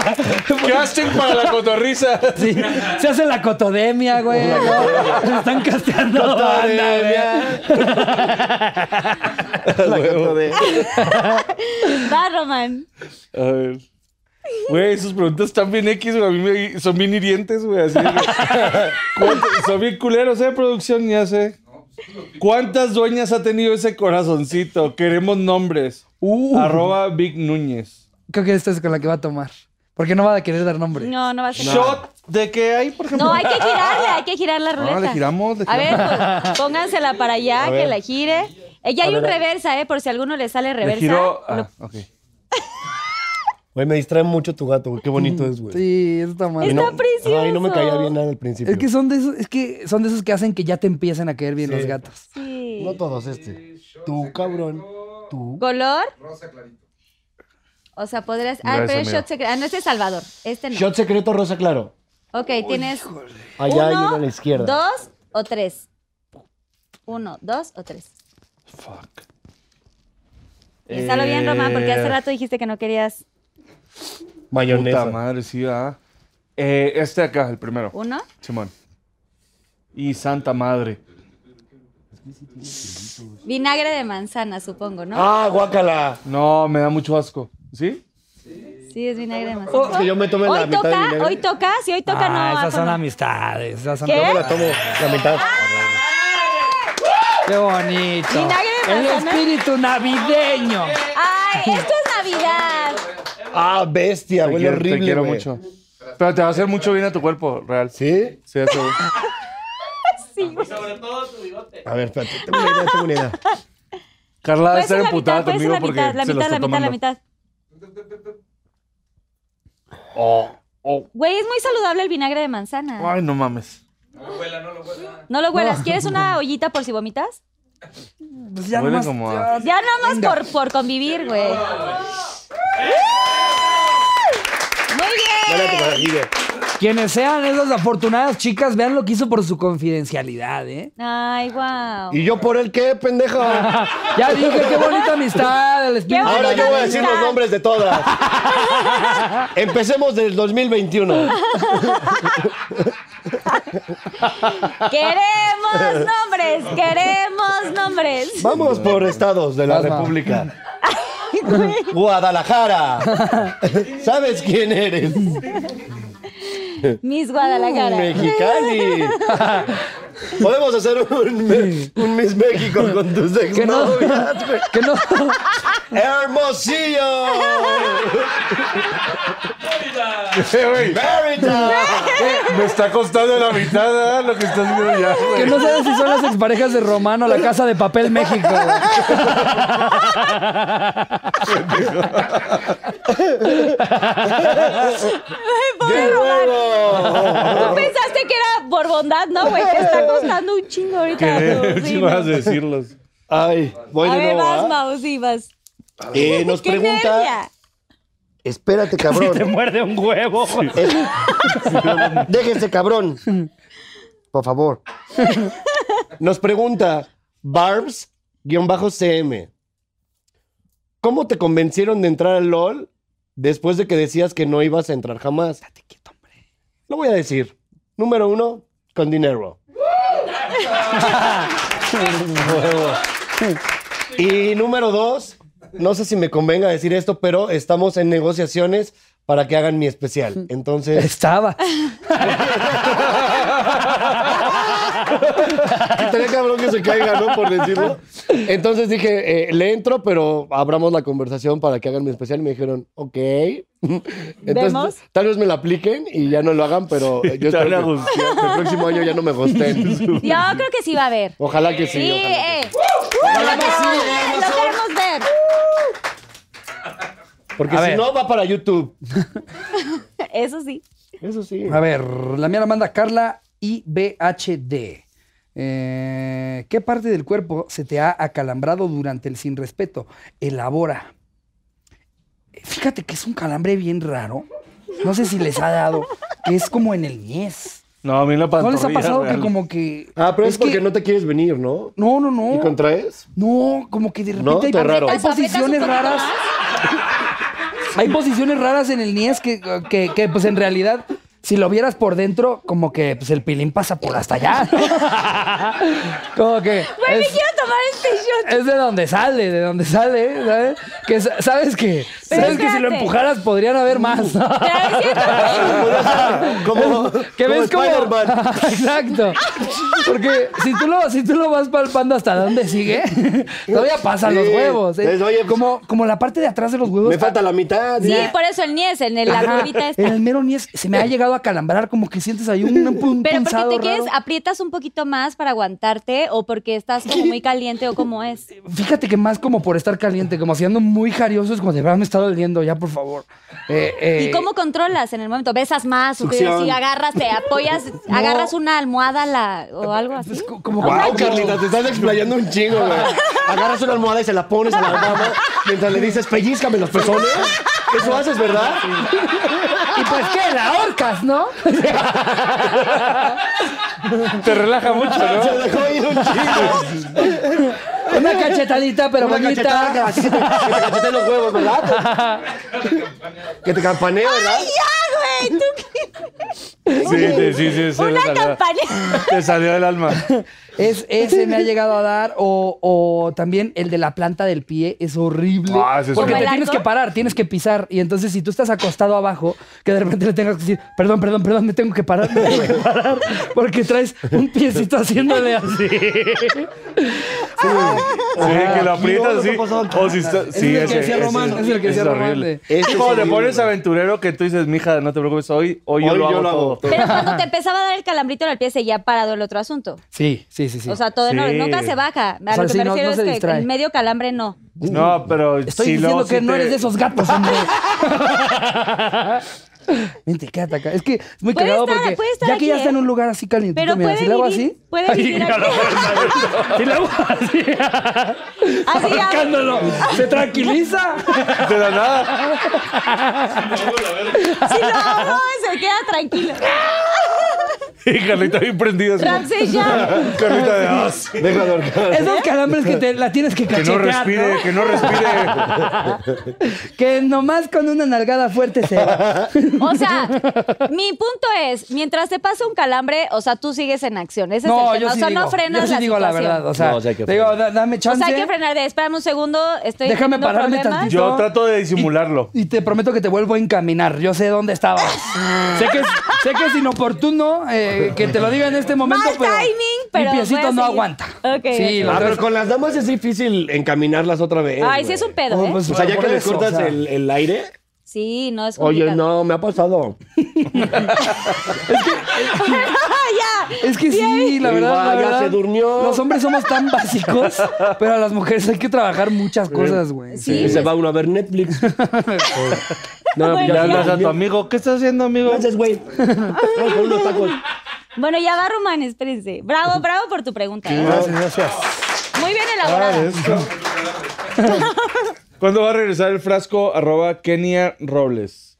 E: Casting. Casting para la cotorriza.
C: Sí, se hace la cotodemia, güey. ¿no? Se están casteando.
D: La gato de-
B: Va, Roman.
E: A ver. Güey, sus preguntas están bien X, güey. A mí me- son bien hirientes, güey. Así de- ¿Cuántas- Son bien culeros, ¿eh? Producción, ya sé. ¿Cuántas dueñas ha tenido ese corazoncito? Queremos nombres. Arroba Vic Núñez.
C: Creo que esta es con la que va a tomar. Porque no va a querer dar nombre.
B: No, no va a ser.
E: ¿Shot de qué hay, por ejemplo?
B: No, hay que girarle, hay que girar la ruleta.
E: le giramos, le
B: A ver, pues, póngansela para allá, que la gire. Eh, ya hay un reversa, ¿eh? Por si a alguno le sale
E: Le
B: reversa.
E: giró. Ah, ok.
D: Güey, me distrae mucho tu gato, güey. Qué bonito es, güey.
C: Sí, está mal.
D: Y
B: Está precioso.
D: Ay, no me caía bien nada al principio.
C: Es que son de esos, es que son de esos que hacen que ya te empiecen a caer bien los gatos.
B: Sí.
D: No todos, este. Tú, cabrón. Tú.
B: ¿Color? Rosa clarito. O sea, podrías. Ah,
E: Gracias,
B: pero es
E: amigo.
B: shot secreto. Ah, no, este es Salvador. Este no.
D: Shot secreto rosa claro.
B: Ok, tienes.
D: Allá y
B: uno,
D: uno a la izquierda.
B: ¿Dos o tres? Uno, dos o tres. Fuck. Piénsalo bien, Román, porque
C: Eh.
B: hace rato dijiste que no querías.
E: Eh, Puta
D: Mayonesa.
E: madre, sí, ah. Eh, este de acá, el primero.
B: ¿Uno?
E: Simón. Y santa madre.
B: Vinagre de manzana, supongo, ¿no?
D: Ah, guácala.
E: No, me da mucho asco. ¿sí?
B: Sí, es vinagre de manzana.
D: Es que yo me tomé
B: hoy
D: la mitad de
B: toca,
D: vinagre.
B: hoy toca, si hoy toca no.
C: ah, esas
B: ajo,
C: son
B: no.
C: amistades. Esas son
B: ¿Qué?
D: Yo me la tomo la mitad.
C: Qué bonito.
B: Vinagre de
C: El
B: manzana.
C: espíritu navideño.
B: Ay, esto es Navidad.
D: Ah, bestia,
E: Te
D: huele
E: quiero, te
D: horrible.
E: quiero
D: güey.
E: mucho. Pero te va a hacer mucho bien a tu cuerpo, real.
D: ¿Sí?
E: Sí, eso, güey.
D: A ver, espérate, tengo una idea, tengo una idea.
E: Carla debe
B: Puede ser la
E: estar
B: mitad, puede ser
E: emputada conmigo
B: la
E: porque
B: mitad, la
E: se
B: mitad,
E: lo
B: la
E: está
B: mitad,
E: tomando.
B: la mitad.
C: Oh,
B: Güey, es muy saludable el vinagre de manzana.
E: Ay, no mames.
B: No lo huelas. ¿Quieres una ollita por si vomitas?
C: Pues ya
E: Huele
C: nomás-
E: como
C: ya-
E: a-
B: Ya nada más por, por convivir, güey. Muy
D: Espérate,
B: bien.
D: para Guille.
C: Quienes sean esas afortunadas chicas, vean lo que hizo por su confidencialidad, ¿eh?
B: Ay, wow.
D: ¿Y yo por el qué, pendeja?
C: Ya dije, qué bonita amistad. El espíritu.
B: bonita
D: Ahora yo voy a decir
B: amistad.
D: los nombres de todas. Empecemos del 2021.
B: Queremos nombres, queremos nombres.
D: Vamos por estados de la
C: Vas, ma.
D: República. Guadalajara. ¿Sabes quién eres?
B: Mis
D: Uh,
B: Guadalajara.
D: Mexicali. Podemos hacer un, me- un Miss México con tus exnovias. güey.
C: Que no.
D: Hermosillo. Mérida.
E: Eh, me está costando la mitad ¿verdad? lo que estás viendo ya, güey.
C: Que no sabes si son las exparejas de Romano, la casa de papel México.
D: ¡De nuevo!
B: Tú pensaste que era por bondad, ¿no, güey? Te está costando un chingo ahorita.
E: ¿Qué
B: Sí,
E: vas
B: no.
E: a decirlos?
D: Ay, voy
B: A
D: de
B: ver,
D: nuevo.
B: vas,
D: ¿ah?
B: Mau, sí, vas.
D: Eh, nos
B: ¡Qué
D: pregunta.
B: nervia!
D: Espérate, cabrón.
G: Muerde un huevo.
D: Eh, Déjese, cabrón. por favor. Nos pregunta Barbs-CM. ¿Cómo te convencieron de entrar al LOL después de que decías que no ibas a entrar jamás? Lo voy a decir. Número uno, con dinero. Y número dos, no sé si me convenga decir esto, pero estamos en negociaciones para que hagan mi especial. Entonces.
C: Estaba.
D: Estaría cabrón que se caiga, ¿no? Por decirlo. Entonces dije, eh, le entro, pero abramos la conversación para que hagan mi especial. Y me dijeron, ok. Entonces,
H: ¿Vemos?
D: tal vez me la apliquen y ya no lo hagan, pero yo
E: te
D: espero
E: van a
D: que
E: gustear.
D: el próximo año ya no me gusten.
B: Yo creo que sí va a haber.
D: Ojalá que sí.
B: Sí,
D: ojalá.
B: eh. Lo queremos ver, lo queremos ver.
D: Porque
C: A
D: si
C: ver.
D: no, va para YouTube.
B: Eso sí.
D: Eso sí.
C: A ver, la mía la manda Carla IBHD. Eh, ¿Qué parte del cuerpo se te ha acalambrado durante el sin respeto? Elabora. Fíjate que es un calambre bien raro. No sé si les ha dado. Que es como en el niés.
E: No, a mí en la
C: ¿No
E: pantorrilla.
C: les ha pasado
E: real.
C: que como que...
D: Ah, pero es,
C: Es que-
D: porque no te quieres venir, ¿no?
C: No, no, no.
D: ¿Y contraes?
C: No, como que de repente
D: No,
C: hay,
D: está
C: posi-
D: raro.
C: hay posiciones raras. hay posiciones raras en el Nies que, que- que, pues en realidad, si lo vieras por dentro, como que pues, el pilín pasa por hasta allá. ¿no? como que.
B: Güey, me
C: es-
B: quiero tomar este shot.
C: es de donde sale, de donde sale, ¿eh? ¿sabes? Que sa- sabes que sabes que si lo
B: espérate.
C: empujaras podrían haber más. ¿no?
B: Pero es
D: Como- como
C: que ves como
D: Spider-Man.
C: Exacto. Porque si tú lo si tú lo vas palpando hasta dónde sigue, todavía pasan
D: Sí.
C: los huevos, ¿eh?
D: Es, oye, pues-
C: como como la parte de atrás de los huevos.
D: Me falta la mitad.
B: Sí, por eso el niés, en el- la
C: Ajá,
B: curvita esta.
C: en el mero niés se me ha llegado a calambrar como que sientes ahí un, un
B: Pero porque
C: punzado
B: te quieres,
C: raro.
B: aprietas un poquito más para aguantarte o porque estás como muy caliente o como es.
C: Fíjate que más como por estar caliente, como si ando muy jarioso, es como de verdad me está doliendo, ya por favor. Eh, eh,
B: ¿Y cómo controlas en el momento? ¿Besas más? ¿O qué?
D: Succión.
B: Si agarras, te apoyas, agarras una almohada la, o algo así.
C: pues, co- como
D: Wow, Carlita, te estás explayando un chingo, güey. Agarras una almohada y se la pones a la dama mientras le dices, pellizcame los pezones. Eso haces, ¿verdad?
C: Y pues qué, la horcas, ¿no?
E: Te relaja mucho, ¿no?
D: Se dejó ir un chingo.
C: Una cachetadita, pero
D: Una
C: bonita.
D: cachetada que así se te, se te cacheteen los huevos, ¿verdad? que te campaneo, ¿verdad?
B: ¡Ya, güey! ¿Tú qué?
E: Sí, sí, sí, sí. sí
B: Una
E: me salió.
B: campana.
E: Te salió del alma.
C: Es, ese me ha llegado a dar. O, o también el de la planta del pie es horrible.
E: Ah, ese es
C: porque te
B: horrible.
C: tienes que parar, tienes que pisar. Y entonces, si tú estás acostado abajo, que de repente le tengas que decir, perdón, perdón, perdón, me tengo que parar, me tengo que parar. Porque traes un piecito haciéndole
E: Sí,
C: así.
E: que lo aprietas
D: Dios,
E: así.
D: ¿qué pasó?
E: O si está,
C: Es
E: sí,
C: el que
E: ese,
C: decía
E: ese
C: Román,
E: es,
C: es el que
E: ese
C: decía
E: es
C: Román
E: horrible.
D: de-
E: Es
D: Ese es
E: cuando te
D: horrible.
E: pones aventurero que tú dices, mija, no te preocupes, hoy, hoy, yo
D: Hoy
E: lo hago
D: yo lo hago
E: todo.
D: todo.
B: Pero cuando te empezaba a dar el calambrito en el pie, seguía parado el otro asunto.
C: Sí, sí, sí, sí.
B: O sea, todo
E: Sí.
B: no, nunca se baja. A
C: O sea,
B: lo que
C: sí,
B: me
C: no-
B: refiero
C: no se
B: es que
C: distrae.
B: el medio calambre no.
E: No, pero
C: Estoy
E: si
C: diciendo
E: luego
C: que
E: sí
C: no
E: te-
C: eres de esos gatos, hombre. Vente, quédate acá. Es que es muy
B: Puede
C: cagado
B: estar-
C: porque
B: puede estar
C: ya que ya
B: aquí,
C: está en
B: ¿eh?
C: un lugar así caliente,
B: Pero
C: mira,
B: puede
C: si le hago
B: vivir-
C: así,
B: puede vivir
C: mira,
B: aquí.
C: si le hago así,
B: Así ya-
C: arrancándolo, se tranquiliza.
E: De la nada.
B: Si lo hago, se queda tranquilo.
E: Y Carlita bien prendida. así.
B: Ramsey ya.
E: Carlita de "Ah, sí,
D: Deja de ahorcar.
C: Esos calambres que te la tienes que
E: Que no
C: cachetear,
E: respire,
C: ¿no?
E: que no respire.
C: Que nomás con una nalgada fuerte se va.
B: O sea, mi punto es, mientras te pasa un calambre, o sea, tú sigues en acción. Ese es el tema. o sea, no frenas
C: yo sí
B: la
C: digo la
B: situación.
C: verdad, o sea,
D: No, o sea, hay que
C: te digo, da- dame
B: O
C: chance.
B: sea, hay que frenar de, espérame un segundo, estoy
C: Déjame
B: teniendo
C: pararme
B: problemas".
C: tantito.
E: Yo trato de disimularlo.
C: Y te prometo que te vuelvo a encaminar. Yo sé dónde estabas. sé, que es, sé que es inoportuno eh, que te lo diga en este momento,
B: Mal
C: pero,
B: timing, pero
C: mi piecito
B: voy a
C: no
B: seguir.
C: aguanta.
B: Ok,
C: Sí,
B: ok.
C: lo
D: Ah, pero
C: traes-
D: con las damas es difícil encaminarlas otra vez.
B: Ay,
D: güey.
B: sí es un pedo,
C: Oh,
B: ¿eh?
C: pues,
D: O sea, ya
C: por
D: que le
C: eso,
D: cortas
C: o sea,
D: el, el aire.
B: Sí, no es
D: Oye,
B: complicado.
D: no, me ha pasado.
B: ya.
C: Es que sí, la verdad,
D: Igual,
C: la
D: ya
C: verdad.
D: se durmió.
C: Los hombres somos tan básicos, pero a las mujeres hay que trabajar muchas cosas, güey.
B: Sí.
D: Y se va uno a ver Netflix. no,
E: Ya andas a tu amigo. ¿Qué estás haciendo, amigo?
D: Gracias, güey. Vamos por unos tacos.
B: Bueno, ya va Román, espérense. Bravo, bravo por tu pregunta. ¿eh?
C: Gracias, gracias.
B: Muy bien
E: Ah,
B: elaborada.
E: ¿Cuándo va a regresar el frasco arroba Kenia Robles?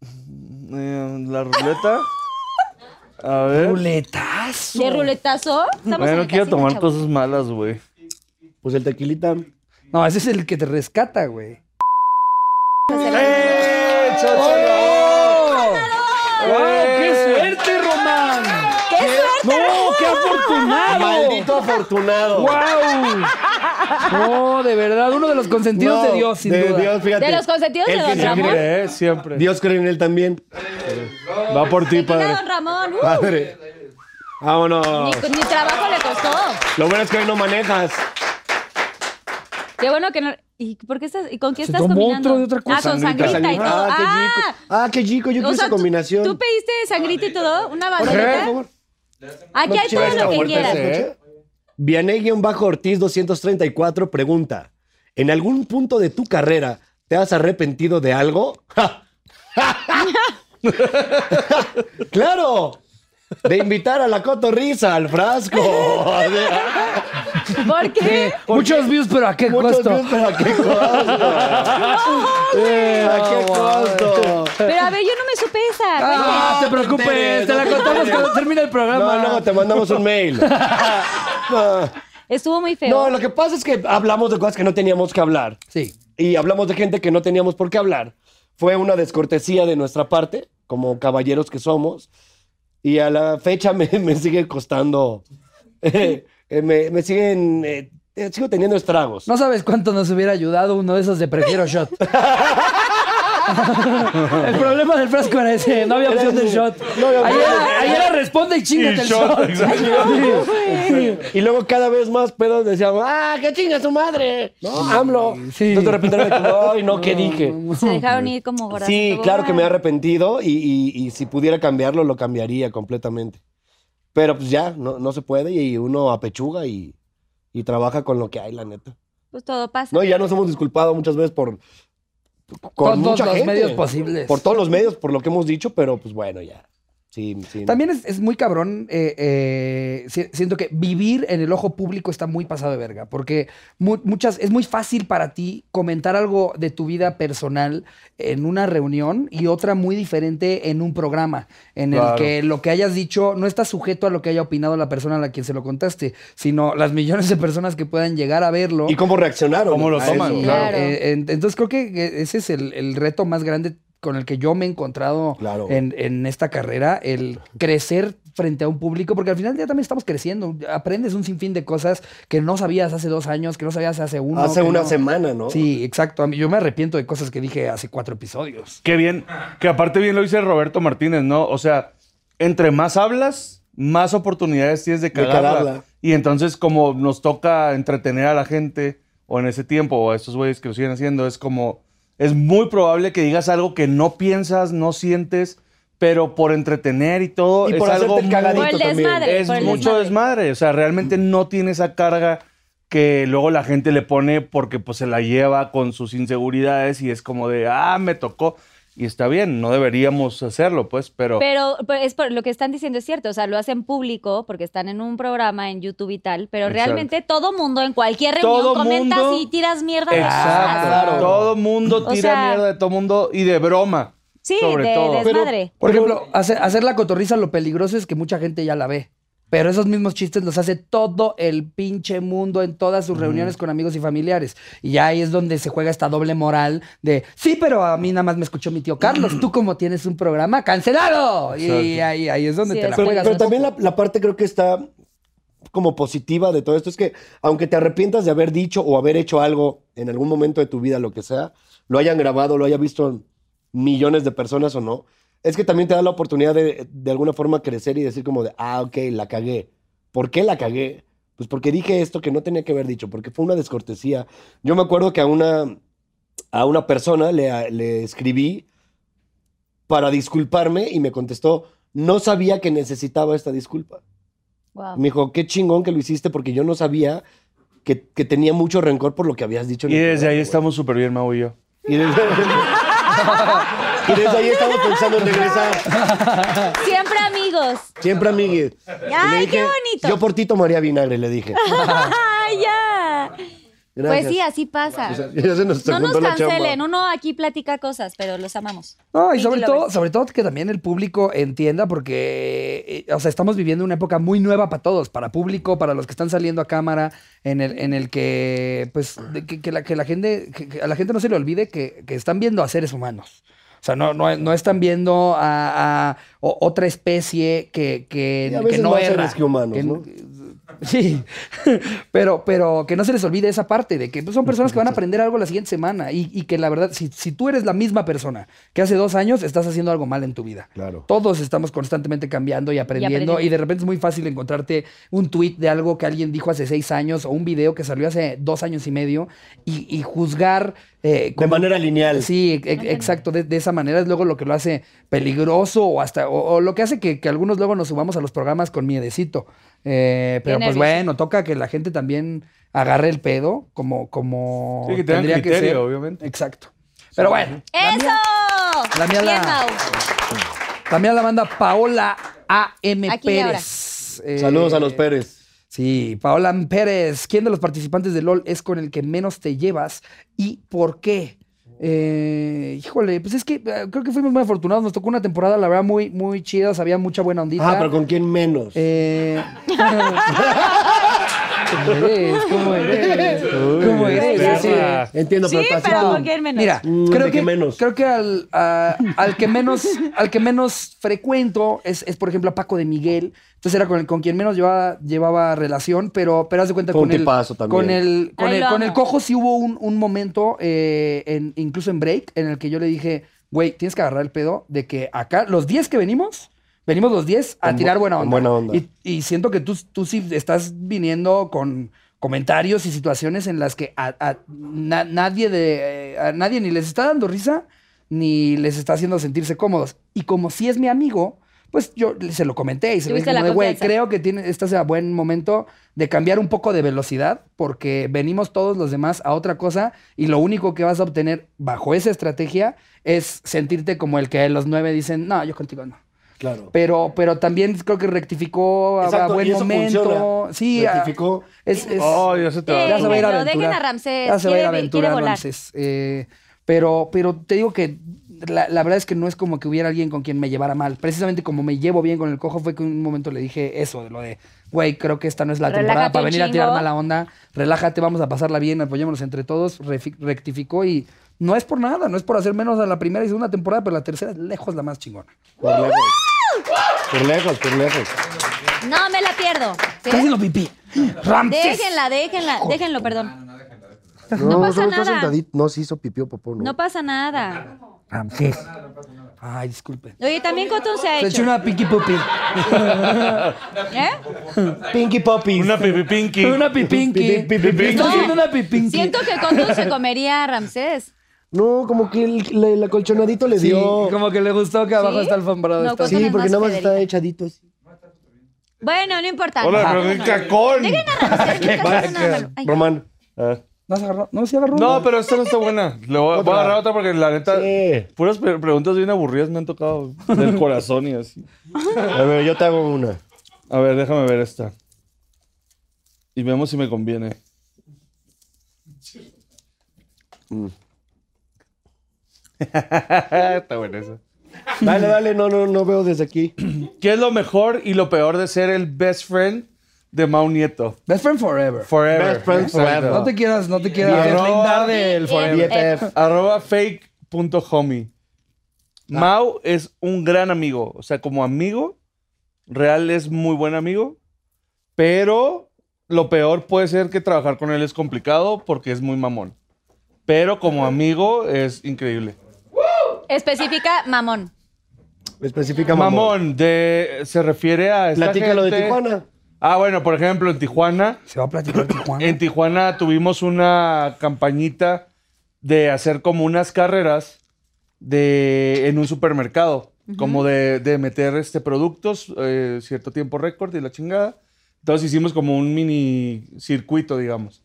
E: Eh, ¿La ruleta? Mm, pues, A ver.
C: Ruletazo.
B: ¿De ruletazo? Estamos en
E: Bueno,
B: el
E: quiero
B: casino,
E: tomar
B: chavos.
E: cosas malas, güey.
D: Pues el tequilita.
C: No, ese es el que te rescata, güey.
E: ¡Eh,
D: Eh.
F: ¡Qué
C: ¡Ah, suerte, Román!
F: ¡Qué suerte!
C: ¡No, qué afortunado!
D: Maldito afortunado.
C: ¡Wow! No, de verdad, uno de los consentidos
D: No,
C: de Dios, sin
D: de
C: duda.
D: Dios, fíjate.
B: De los consentidos de
D: Él que
B: Don
D: siempre
B: Ramón.
D: cree,
E: ¿eh? siempre.
D: Dios cree en él también.
E: Va por ti,
B: Tequila
D: padre.
B: Don Ramón. uh.
D: Padre.
B: Ni,
D: Vámonos.
B: ni trabajo le costó.
D: Lo bueno es que hoy no manejas.
B: Qué bueno que no. ¿Y, por qué estás, y con qué
D: Se
B: estás
D: tomó
B: combinando?
D: otro de otra cosa.
B: Ah, con
D: Sangrita.
B: sangrita, y
D: Sangrita.
B: todo.
D: Ah, qué
B: Ah,
D: Ah, qué chico, yo
B: O
D: quiero
B: sea,
D: esa
B: tú-
D: combinación.
B: ¿Tú pediste sangrita y todo? ¿Una banderita?
D: favor.
B: Aquí hay todo lo que quieras.
D: ¿eh? Vianey-Ortiz 234 pregunta: ¿En algún punto de tu carrera te has arrepentido de algo? ¡Ja! ¡Claro! De invitar a la cotorriza al frasco. ah, ¿eh?
B: ¿Por qué?
C: Muchos views, pero ¿a qué
D: Muchos
C: costo?
D: views, pero ¿a qué costo? Eh, ¿A qué costo?
B: Pero a ver, yo no me supe esa.
C: Ah, no te preocupes, te la contamos cuando termine el programa.
D: No, luego te mandamos un mail. Ah.
B: Estuvo muy feo.
D: No, lo que pasa es que hablamos de cosas que no teníamos que hablar.
C: Sí.
D: Y hablamos de gente que no teníamos por qué hablar. Fue una descortesía de nuestra parte, como caballeros que somos. Y a la fecha me, me sigue costando. eh, eh, me, me siguen. eh, eh, sigo teniendo estragos.
C: No sabes cuánto nos hubiera ayudado uno de esos de prefiero shot. el problema del frasco era ese, no había opción del shot.
D: había
C: Ayer,
D: opción del-
C: ayer era responde y chingate el shot.
D: Y luego cada vez más pedos decíamos, ¡ah, qué chinga su madre! No, AMLO. Entonces de repente era como, ¡ay, no, qué dije!
B: Se dejaron ir como gordas.
D: Sí, claro que me he arrepentido y, y- y si pudiera cambiarlo, lo cambiaría completamente. Pero pues ya, no, no se puede y uno apechuga y, y trabaja con lo que hay, la neta.
B: Pues todo pasa.
D: No, y ya nos hemos disculpado muchas veces por...
C: Todos
D: Con mucha
C: los
D: gente.
C: medios posibles.
D: Por todos los medios, por lo que hemos dicho, pero pues bueno, ya. Sí, sí.
C: También es, es muy cabrón. eh, eh, si- siento que vivir en el ojo público está muy pasado de verga, porque mu- muchas, es muy fácil para ti comentar algo de tu vida personal en una reunión y otra muy diferente en un programa, en
E: Claro.
C: el que lo que hayas dicho no está sujeto a lo que haya opinado la persona a la quien se lo contaste, sino las millones de personas que puedan llegar a verlo.
D: ¿Y cómo reaccionaron?
E: ¿Cómo lo
D: a
E: toman?
D: eso?
E: Claro.
C: Eh, en- entonces creo que ese es el, el reto más grande con el que yo me he encontrado
D: Claro.
C: en, en esta carrera, el crecer frente a un público, porque al final ya también estamos creciendo, aprendes un sinfín de cosas que no sabías hace dos años, que no sabías hace uno.
D: Hace
C: que
D: una
C: no-
D: semana, ¿no?
C: Sí, exacto. A mí- Yo me arrepiento de cosas que dije hace cuatro episodios.
E: Qué bien. Que aparte bien lo dice Roberto Martínez, ¿no? O sea, entre más hablas, más oportunidades tienes de cagarla.
D: cagarla.
E: Y entonces, como nos toca entretener a la gente, o en ese tiempo, o a estos güeyes que lo siguen haciendo, es como. Es muy probable que digas algo que no piensas, no sientes, pero por entretener y todo.
D: Y
E: es
D: por hacerte
E: algo
D: el cagadito
B: Por el
D: también.
B: desmadre.
E: es
B: por el
E: mucho desmadre. O sea, realmente no tiene esa carga que luego la gente le pone porque pues se la lleva con sus inseguridades y es como de, ah, me tocó. Y está bien, no deberíamos hacerlo, pues, pero...
B: Pero, pero es por lo que están diciendo es cierto, o sea, lo hacen público porque están en un programa en YouTube y tal, pero
E: Exacto.
B: realmente todo mundo en cualquier reunión
E: Todo
B: comentas
E: mundo-
B: y tiras mierda. de
E: Exacto.
B: cosas.
E: Todo mundo
B: O
E: tira
B: sea-
E: mierda de todo mundo y de broma.
B: Sí,
E: sobre
B: de
E: todo.
B: desmadre.
C: Por ejemplo, hacer, hacer la cotorriza lo peligroso es que mucha gente ya la ve. Pero esos mismos chistes los hace todo el pinche mundo en todas sus reuniones con amigos y familiares. Y ya ahí es donde se juega esta doble moral de, sí, pero a mí nada más me escuchó mi tío Carlos, tú como tienes un programa, cancelado. Y
E: Exacto.
C: ahí, ahí es donde
B: Sí,
C: te
B: es
C: la
D: Pero,
C: juegas.
D: pero
C: un
D: también la, la parte creo que está como positiva de todo esto es que aunque te arrepientas de haber dicho o haber hecho algo en algún momento de tu vida, lo que sea, lo hayan grabado, lo haya visto millones de personas o no, es que también te da la oportunidad de de alguna forma crecer y decir como de, ah, ok, la cagué. ¿Por qué la cagué? Pues porque dije esto que no tenía que haber dicho, porque fue una descortesía. Yo me acuerdo que a una, a una persona le, le escribí para disculparme y me contestó, no sabía que necesitaba esta disculpa.
B: Guau.
D: Me dijo, qué chingón que lo hiciste porque yo no sabía que, que tenía mucho rencor por lo que habías dicho. en
E: Y
D: el
E: desde ahí
D: programa,
E: estamos súper bien, Mau y yo.
D: güey". Y desde, y desde ahí estamos pensando en regresar.
B: Siempre amigos.
D: Siempre amigues. Y le
B: Ay, qué
D: dije,
B: bonito.
D: Yo por ti tomaría vinagre, le dije.
B: ¡Ay, ya! Pues sí, así pasa.
D: O sea, ya se nos
B: no nos
D: juntó la chamba.
B: cancelen, uno aquí platica cosas, pero los amamos.
C: No, y
B: Pinky
C: sobre
B: lovers.
C: todo, sobre todo que también el público entienda, porque, eh, o sea, estamos viviendo una época muy nueva para todos, para público, para los que están saliendo a cámara, en el, en el que, pues, de que, que la, que la gente, que- que a la gente no se le olvide que, que están viendo a seres humanos. O sea, no, no, no están viendo a, a o- otra especie que, que,
D: Y a
C: que
D: veces
C: no
D: más
C: erra,
D: seres que humanos,
C: que-
D: ¿no?
C: Sí, pero, pero que no se les olvide esa parte de que pues, son personas que van a aprender algo la siguiente semana y, y que la verdad, si, si tú eres la misma persona que hace dos años, estás haciendo algo mal en tu vida.
D: Claro.
C: Todos estamos constantemente cambiando y aprendiendo y,
D: aprendiendo.
C: de repente es muy fácil encontrarte un tweet de algo que alguien dijo hace seis años o un video que salió hace dos años y medio y, y juzgar... eh, de
D: manera lineal.
C: Sí, e- exacto, de, de esa manera es luego lo que lo hace peligroso o hasta... O, o lo que hace que, que algunos luego nos subamos a los programas con miedecito. Eh, pero
D: Bien
C: pues
D: nervioso.
C: bueno, toca que la gente también agarre el pedo como... como
E: Sí, que tengan criterio, obviamente.
C: Exacto. Pero bueno,
B: ¡Eso!
C: La mía
B: Bien,
C: la-
B: Mau.
C: también la banda Paola A.M.
B: Aquí y ahora.
C: Pérez. Eh,
D: Saludos a los Pérez.
C: Sí, Paola M. Pérez. ¿Quién de los participantes de LOL es con el que menos te llevas y por qué? Eh, híjole, pues es que eh, creo que fuimos muy afortunados. Nos tocó una temporada, la verdad, muy, muy chida. o sea, había mucha buena ondita.
D: Ah, pero ¿con quién menos?
C: Eh, ¿Cómo eres? ¿Cómo eres? ¿Cómo eres?
D: Sí, sí. Entiendo, pero Sí, tú así pero tú- ¿por qué menos?
C: Mira,
D: Mm,
C: creo
D: ¿de
C: que,
D: qué menos?
C: creo que al, a- al que menos al que menos frecuento es, es, por ejemplo a Paco de Miguel. Entonces era con, el- con quien menos llevaba, llevaba relación, pero pero haz de cuenta
D: Fue un
C: con el,
D: tipazo también.
C: con el con
D: Ay,
C: el
D: lo
C: con el
D: amo.
C: cojo sí hubo un, un momento eh, en- incluso en break en el que yo le dije, "Güey, tienes que agarrar el pedo de que acá los 10 que venimos Venimos los 10 a
D: En bu-
C: tirar buena
D: en
C: onda.
D: buena onda.
C: Y, y siento que tú, tú sí estás viniendo con comentarios y situaciones en las que a, a na- nadie de eh, a nadie ni les está dando risa ni les está haciendo sentirse cómodos. Y como sí es mi amigo, pues yo le- se lo comenté y se lo dije
J: Tuviste la
C: como de, güey,
J: confianza".
C: creo que tiene, este sea buen momento de cambiar un poco de velocidad porque venimos todos los demás a otra cosa y lo único que vas a obtener bajo esa estrategia es sentirte como el que a los nueve dicen, no, yo contigo no.
D: Claro.
C: Pero, pero también creo que rectificó a- a,
D: Exacto,
C: buen
D: y eso
C: momento.
D: funciona.
C: Sí, ah. a-
D: Rectificó.
C: Es, es-
E: Oh, ya se te va.
C: ya se va a ir
B: Déjenlo,
C: a aventurar.
B: dejen a Ramsés,
C: Ya se va a ir a
B: quiere-
C: aventurar
B: quiere volar.
C: Ramsés. Eh, pero, pero te digo que la, la verdad es que no es como que hubiera alguien con quien me llevara mal. Precisamente como me llevo bien con el cojo fue que un momento le dije eso, de lo de, güey, creo que esta no es la temporada
J: Relájate
C: para
J: un
C: venir a tirar
J: chingo.
C: mala onda. Relájate, vamos a pasarla bien, apoyémonos entre todos. Refi- rectificó y no es por nada, no es por hacer menos a la primera y segunda temporada, pero la tercera es lejos la más chingona.
D: Por lejos. Por lejos, por lejos.
B: No me la pierdo. ¿Qué?
C: Está haciendo pipí. Ramsés.
B: Déjenla, déjenla, déjenlo, perdón.
D: No,
B: No pasa
D: solo está
B: nada.
D: sentadito. No, sí hizo pipí o popó, ¿no?
B: No pasa nada.
C: Ramsés. Ay, disculpe.
B: Oye, también Cotton se ha
C: Se
B: hecho.
C: echó una pinky puppy.
B: ¿Eh?
D: Pinky Poppy.
E: Una pipipinky.
C: Una pipinky. Está haciendo una pipinky.
B: Siento que Cotton se comería a Ramsés.
D: No, como que el, la- el acolchonadito le
C: Sí,
D: dio.
C: como que le gustó que abajo
B: ¿Sí?
C: está alfombrado.
B: No, pues-
C: está-
B: Cotton
D: Sí,
B: es
D: porque
B: más
D: nada más está
B: Federica.
D: echadito así.
B: Bueno, no importa.
E: Hola, pero qué cacón.
B: Dejen a Ramsés, no pasa nada malo. Ay.
D: Román.
C: ¿No has agarrado? No, sí agarró.
E: No, pero esta no está buena. Le voy, voy a agarrar otra porque la neta. Puras pre- preguntas bien aburridas me han tocado del corazón y así.
D: A ver, yo te hago una.
E: A ver, déjame ver esta. Y vemos si me conviene. Mm. está buena esa.
D: Dale, dale, no, no, no veo desde aquí.
E: ¿Qué es lo mejor y lo peor de ser el best friend de Mau Nieto?
C: Best friend forever.
E: Forever.
D: Best friend
E: Exacto.
D: forever.
C: No te quieras, no te quieras
E: Arroba-
C: deslindar del forever.
B: Eh,
D: BFF.
E: Arroba fake.homie.
D: Ah.
E: Mau es un gran amigo. O sea, como amigo, real es muy buen amigo. Pero lo peor puede ser que trabajar con él es complicado porque es muy mamón. Pero como amigo es increíble.
B: Especifica mamón.
D: Especifica
E: Mamón,
D: mamón.
E: de, se refiere a. esta
D: Platícalo de
E: gente-
D: Tijuana.
E: Ah, bueno, por ejemplo, en Tijuana.
C: Se va a platicar Tijuana.
E: En Tijuana tuvimos una campañita de hacer como unas carreras de, en un supermercado, como de, de meter este, productos, eh, cierto tiempo récord y la chingada. Entonces hicimos como un mini circuito, digamos.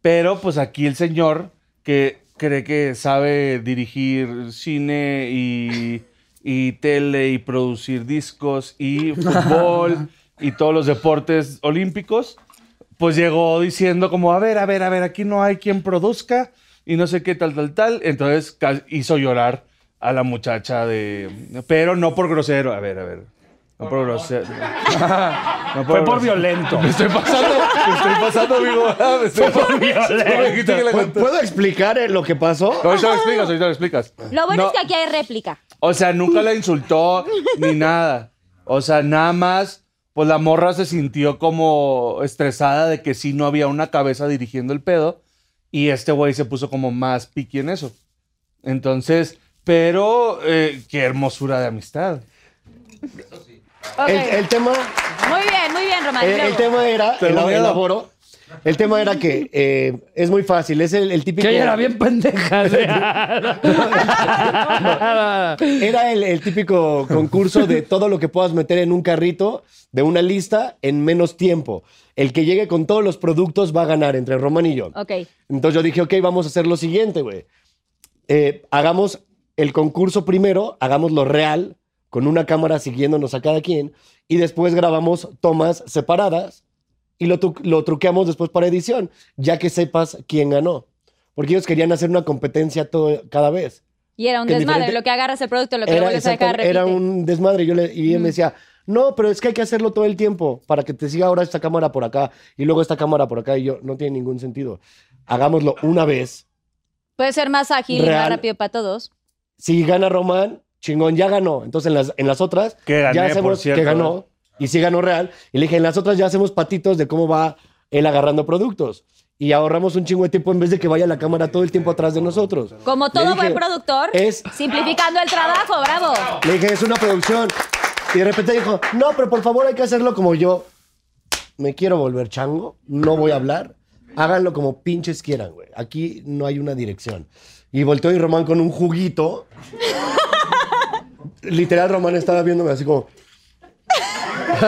E: Pero pues aquí el señor que cree que sabe dirigir cine y, y tele y producir discos y fútbol y todos los deportes olímpicos, pues llegó diciendo como, a ver, a ver, a ver, aquí no hay quien produzca y no sé qué tal, tal, tal. Entonces ca- hizo llorar a la muchacha de... Pero no por grosero, a ver, a ver. No por grosero. No
J: Fue por
E: grosero.
J: violento.
E: Me estoy pasando, me estoy pasando, amigo. Me estoy
J: Fue por
E: violento.
D: ¿Puedo- ¿Puedo explicar eh, lo que pasó?
E: Ahorita lo explicas, ahorita lo explicas.
B: Lo bueno
E: No.
B: es que aquí hay réplica.
E: O sea, nunca la insultó ni nada. O sea, nada más, pues la morra se sintió como estresada de que sí no había una cabeza dirigiendo el pedo. Y este güey se puso como más piqui en eso. Entonces, pero eh, qué hermosura de amistad.
B: Ok.
D: El, el tema,
B: Muy bien, muy bien, Román.
D: Eh, el, el
B: luego.
D: tema era,
E: Pero
D: el
E: bueno.
D: elaboro, el tema era que eh, es muy fácil, es el, el típico...
J: Que ella era bien pendeja.
D: Era el, el típico concurso de todo lo que puedas meter en un carrito de una lista en menos tiempo. El que llegue con todos los productos va a ganar entre Román y yo.
B: Ok.
D: Entonces yo dije, ok, vamos a hacer lo siguiente, güey. Eh, hagamos el concurso primero, hagámoslo real, con una cámara siguiéndonos a cada quien, y después grabamos tomas separadas y lo, tru- lo truqueamos después para edición, ya que sepas quién ganó. Porque ellos querían hacer una competencia todo, cada vez.
B: Y era un
D: Que
B: desmadre,
D: diferente-
B: lo que agarras el producto, lo que le
D: era,
B: vuelves a dejar,
D: exactamente- era
B: repite.
D: un desmadre. Yo le, y él me decía, no, pero es que hay que hacerlo todo el tiempo para que te siga ahora esta cámara por acá y luego esta cámara por acá. Y yo, no tiene ningún sentido. Hagámoslo una vez.
B: Puede ser más ágil y más
D: Real.
B: rápido para todos.
D: Si gana Román, chingón, ya ganó. Entonces en las, en las otras
E: Que gané,
D: ya
E: por
D: hacemos
E: cierto,
D: que
E: ¿eh?
D: ganó y sí ganó Real. Y le dije, en las otras ya hacemos patitos de cómo va él agarrando productos. Y ahorramos un chingo de tiempo en vez de que vaya la cámara todo el tiempo atrás de nosotros.
B: Como
D: Le
B: todo
D: dije,
B: buen productor,
D: es-
B: simplificando el trabajo, bravo.
D: Le dije, es una producción. Y de repente dijo, no, pero por favor hay que hacerlo como yo. Me quiero volver chango, no voy a hablar. Háganlo como pinches quieran, güey. Aquí no hay una dirección. Y volteó y Román con un juguito. Literal, Román estaba viéndome así como...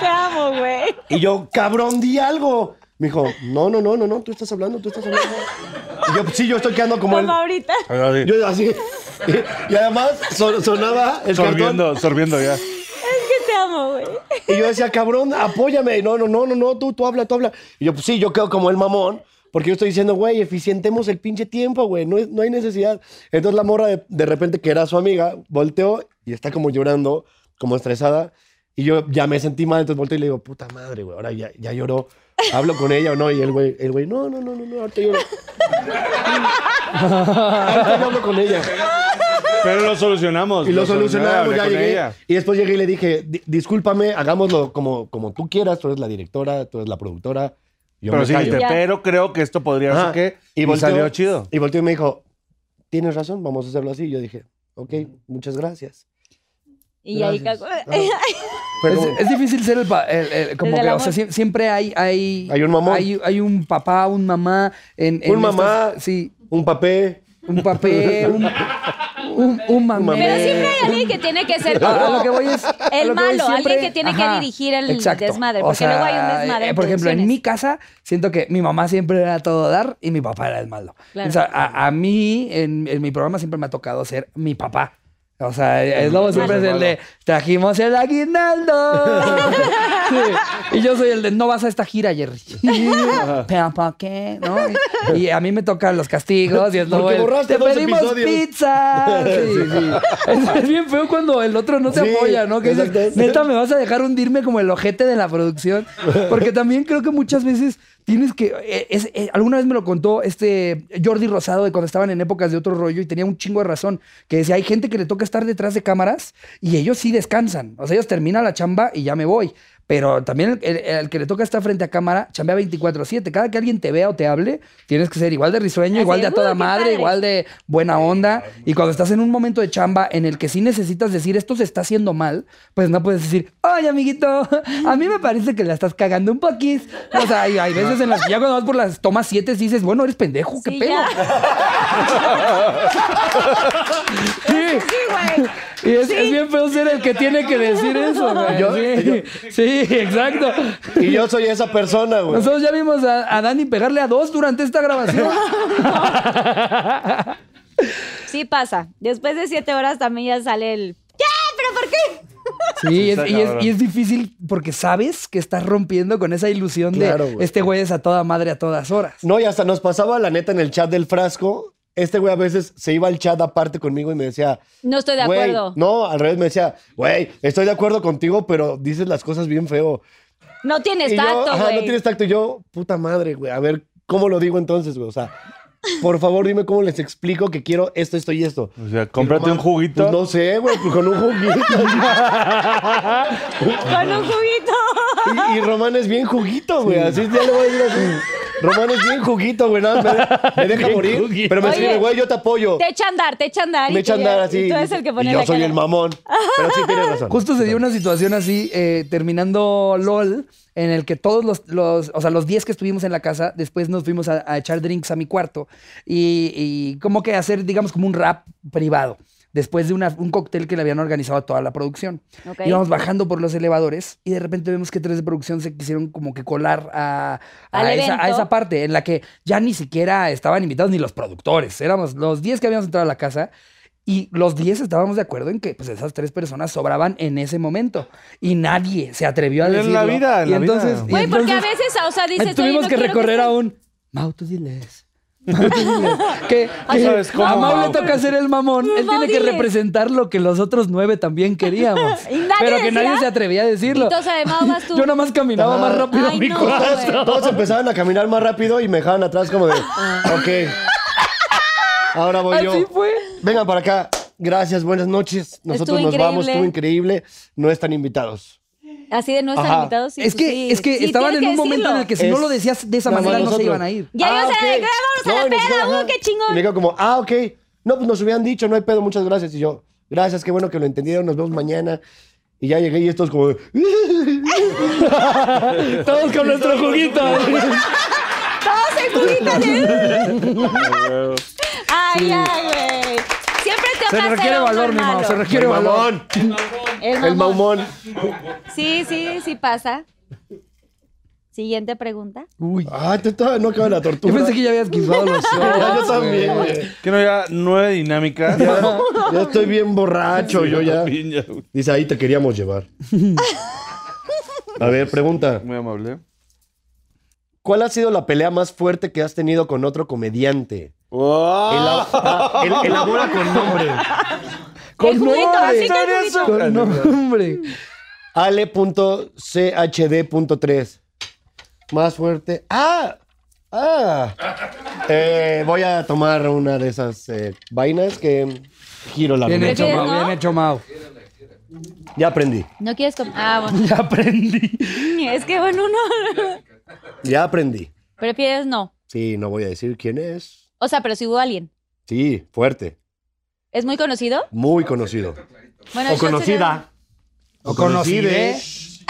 H: Te amo, güey.
D: Y yo, cabrón, di algo. Me dijo, no, no, no, no, no, tú estás hablando, tú estás hablando. Y yo, sí, yo estoy quedando como él.
H: Como ahorita.
D: Yo así. Y, y además son- sonaba el cartón.
E: Sorbiendo, sorbiendo ya.
H: Es que te amo, güey.
D: Y yo decía, cabrón, apóyame. No, no, no, no, no, tú, tú habla, tú habla. Y yo, pues sí, yo quedo como el mamón. Porque yo estoy diciendo, güey, eficientemos el pinche tiempo, güey. No, es- no hay necesidad. Entonces la morra, de, de repente, que era su amiga, volteó y está como llorando, como estresada. Y yo ya me sentí mal, entonces volteé y le digo, puta madre, güey, ahora ya, ya lloró. ¿Hablo con ella o no? Y el güey, el güey, no, no, no, no, no, ahorita lloro. ahorita yo hablo con ella.
E: Pero lo solucionamos.
D: Y lo
E: lo solucioné,
D: solucionamos,
E: hablé
D: ya
E: con
D: llegué.
E: ella.
D: Y después llegué y le dije, "Di- discúlpame, hagámoslo como, como tú quieras, tú eres la directora, tú eres la productora. Yo
E: pero
D: me
E: sí, dijiste,
D: callo".
B: Ya.
E: pero creo que esto podría
D: Ajá.
E: ser que... Y,
D: volteó-
E: salió chido.
D: Y volteó y me dijo, tienes razón, vamos a hacerlo así. Y yo dije, ok, muchas gracias.
B: Y ahí cagó.
D: Gracias. Fue
C: Es,
D: como-
C: es difícil ser el, pa- el- el- como
B: Desde
C: que,
B: el
C: o sea,
B: amor.
C: sie- siempre hay hay
D: Hay un mamón.
C: hay, hay un papá, un mamá en, en
D: Un mamá.
C: estas- sí,
D: un papel.
C: un papé, un un, un mamé.
D: mamé.
B: Pero siempre hay alguien que tiene que ser como
C: A- a lo que voy es- a
B: el
C: lo que voy
B: malo,
C: siempre-
B: alguien que tiene
C: Ajá,
B: que dirigir el
C: exacto.
B: desmadre,
C: O
B: porque
C: sea,
B: luego hay un desmadre.
C: eh, por ejemplo, en
B: producciones.
C: mi casa siento que mi mamá siempre era todo dar y mi papá era el malo.
B: Claro.
C: O sea, a, a mí en, en mi programa siempre me ha tocado ser mi papá. O sea, el lobo siempre es el de trajimos el aguinaldo. Sí. Y yo soy el de no vas a esta gira, Jerry. ¿Pero por qué? ¿No? Y, y a mí me tocan los castigos y el lobo.
D: Porque
C: el,
D: borraste
C: Te
D: dos
C: pedimos
D: episodios".
C: pizza. Sí, sí. Es, es bien feo cuando el otro no te
D: Sí,
C: apoya, ¿no? Que dices,
D: exacto.
C: neta, me vas a dejar hundirme como el ojete de la producción. Porque también creo que muchas veces tienes que. eh, es- eh, alguna vez me lo contó este Jordi Rosado de cuando estaban en épocas de otro rollo y tenía un chingo de razón. Que decía, hay gente que le toca estar detrás de cámaras y ellos sí descansan. O sea, ellos terminan la chamba y ya me voy. Pero también el, el- el que le toca estar frente a cámara, chambea 24-7. Cada que alguien te vea o te hable, tienes que ser igual de risueño,
B: Así,
C: igual de a
B: "Uh,
C: toda
B: qué
C: madre,
B: padre".
C: igual de buena onda. Y cuando estás en un momento de chamba en el que sí necesitas decir esto se está haciendo mal, pues no puedes decir, oye, amiguito, a mí me parece que la estás cagando un poquís. O sea, hay, hay veces en las que ya cuando vas por las tomas 7 dices, bueno, eres pendejo, qué
B: Sí,
C: pedo.
B: ya.
C: Sí.
H: Sí, güey.
C: Y es, es bien feo ser el que tiene que decir eso, güey.
D: Yo-
C: sí, sí, exacto.
D: Y yo soy esa persona, güey.
C: Nosotros ya vimos a, a Dani pegarle a dos durante esta grabación.
B: Sí pasa. Después de siete horas también ya sale el. ¿Qué? ¿Pero por qué?
C: Sí, y es, y es- y es difícil porque sabes que estás rompiendo con esa ilusión
D: Claro,
C: de
D: güey.
C: este güey es a toda madre a todas horas.
D: No, y hasta nos pasaba la neta en el chat del frasco. Este güey a veces se iba al chat aparte conmigo y me decía.
B: No estoy de
D: "Güey",
B: acuerdo.
D: No, al revés me decía, güey, estoy de acuerdo contigo, pero dices las cosas bien feo.
B: No tienes
D: Y yo,
B: tacto,
D: ajá,
B: güey.
D: no tienes tacto. Y yo, puta madre, güey. A ver, ¿cómo lo digo entonces, güey? O sea, por favor, dime cómo les explico que quiero esto, esto y esto.
E: O sea, cómprate un juguito.
D: Pues no sé, güey, pues con un juguito.
F: Con un juguito.
D: Y, y Román es bien juguito, güey. Así ya le voy a decir así. Román es bien juguito, güey. Nada, más me, me deja
F: Bien
D: morir.
F: juguito.
D: Pero me
B: Oye,
D: escribe, güey, yo te apoyo.
B: Te echa a andar, te echa a andar.
D: me echa a andar así.
B: Y tú eres el que pone
D: y yo
B: la
D: soy
B: cara.
D: el mamón. Pero sí tienes razón.
C: Justo se dio una situación así, eh, terminando LOL, en el que todos los, los- o sea, los 10 que estuvimos en la casa, después nos fuimos a, a echar drinks a mi cuarto y, y como que hacer, digamos, como un rap privado, después de una- un cóctel que le habían organizado a toda la producción.
B: Ok.
C: Íbamos bajando por los elevadores y de repente vemos que tres de producción se quisieron como que colar a, a
B: Al
C: esa, a
B: evento.
C: esa parte en la que ya ni siquiera estaban invitados ni los productores. Éramos los 10 que habíamos entrado a la casa y los 10 estábamos de acuerdo en que pues, esas tres personas sobraban en ese momento y nadie se atrevió a
E: En la
C: decirlo.
E: vida, en
C: Y
E: la vida.
C: entonces, y
B: Güey, porque a
C: entonces eh,
B: veces, o sea, dices.
C: tuvimos que recorrer a un... Mau, tú diles. Mau, tú diles. que
E: Ay,
C: que
E: ¿sabes cómo,
C: a Mau le
E: Mau?
C: toca hacer el mamón. Él
B: Pues, Mau,
C: tiene que
B: diles.
C: representar lo que los otros nueve también queríamos.
B: Y nadie
C: pero que nadie
B: decía.
C: se atrevía a decirlo.
B: Entonces, además, vas tú.
C: Yo nada más caminaba
D: Ah.
C: más rápido
B: Ay,
C: a mi
B: no,
C: cuarto.
D: Todos,
B: güey.
D: todos empezaban a caminar más rápido y me dejaban atrás como de,
B: Ah.
D: ok, ahora voy yo.
C: Así fue.
D: Venga para acá. Gracias, buenas noches. Nosotros
B: Estuvo
D: nos vamos,
B: increíble.
D: estuvo increíble. No están invitados.
B: Así de no están
D: Ajá.
B: invitados. sí,
C: Es
B: pues
C: que,
B: sí.
C: es que
B: Sí,
C: estaban
B: tienes
C: en un momento en
B: decirlo.
C: el que si no
D: Es-
C: lo decías de esa
D: Nada más
C: manera no se
D: nosotros.
C: iban a ir.
B: Ya
D: Ah,
B: íbamos a la
D: ok.
B: de vámonos
D: No,
B: a la
D: y nos
B: peda,
D: dijeron,
B: güey,
D: ajá.
B: qué
D: Y
B: chingón.
D: me quedo como, ah, ok. No, pues nos hubieran dicho, no hay pedo, muchas gracias. Y yo, gracias, qué bueno que lo entendieron, nos vemos mañana. Y ya llegué y estos como... de, Todos con nuestro juguito.
B: Todos en juguitas de-
E: huevo.
B: Ay, ay, güey. Siempre te
C: Se
B: vas a
C: requiere
B: hacer un
C: valor, mi Mau,
B: malo.
C: se requiere
D: El
C: valor.
D: mamón.
B: El
D: El
B: mamón.
D: mamón.
B: Sí, sí, sí pasa. Siguiente pregunta.
C: Uy.
D: Ah, te todavía no acaba la tortura.
C: Yo pensé que ya habías quitado los
D: Ya, yo
C: ojos.
D: también, güey.
E: Que no haya nueve dinámicas.
D: Ya estoy bien borracho, yo ya.
E: Piña, güey.
D: Dice, ahí te queríamos llevar. A ver, pregunta.
E: Muy amable.
D: ¿Cuál ha sido la pelea más fuerte que has tenido con otro comediante?
C: ¡Oh!
E: ¡Wow!
D: El, elabora con nombre.
B: El juguito, así que el juguito.
C: Con nombre.
D: Ale.chd.3. Más fuerte. ¡Ah! ¡Ah! Eh, voy a tomar una de esas eh, vainas que giro la
C: Bien
D: ruleta.
C: hecho, Mau,
B: ¿no?
C: bien hecho, Mau.
D: Ya aprendí.
B: No quieres com- Ah, bueno.
C: Ya aprendí.
B: Es que bueno, no.
D: Ya aprendí.
B: Prefieres no.
D: Sí, no voy a decir quién es.
B: O sea, pero si hubo alguien.
D: Sí, fuerte.
B: ¿Es muy conocido?
D: Muy conocido.
B: Bueno, Shot
C: O conocide.
B: Secret-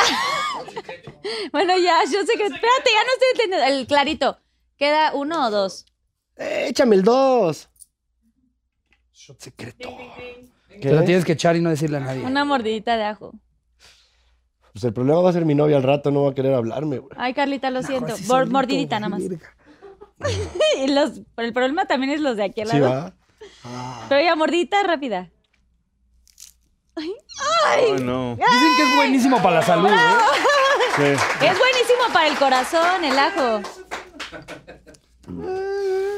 B: Bueno, ya, yo sé que. Espérate, ya no estoy entendiendo. El clarito. ¿Queda uno o dos?
D: Eh, échame el 2.
C: Secreto. Te lo tienes que echar y no decirle a nadie.
B: Una mordidita de ajo.
D: Pues el problema va a ser mi novia al rato, no va a querer hablarme, güey.
B: Ay, Carlita, lo siento. Bor- mordidita nada más. y los, pero el problema también es los de aquí al
D: Sí,
B: lado.
D: va.
B: pero ya, mordidita rápida.
E: Ay, no.
C: Dicen que es buenísimo para la salud, ¿eh?
E: Sí.
B: Es buenísimo para el corazón, el ajo.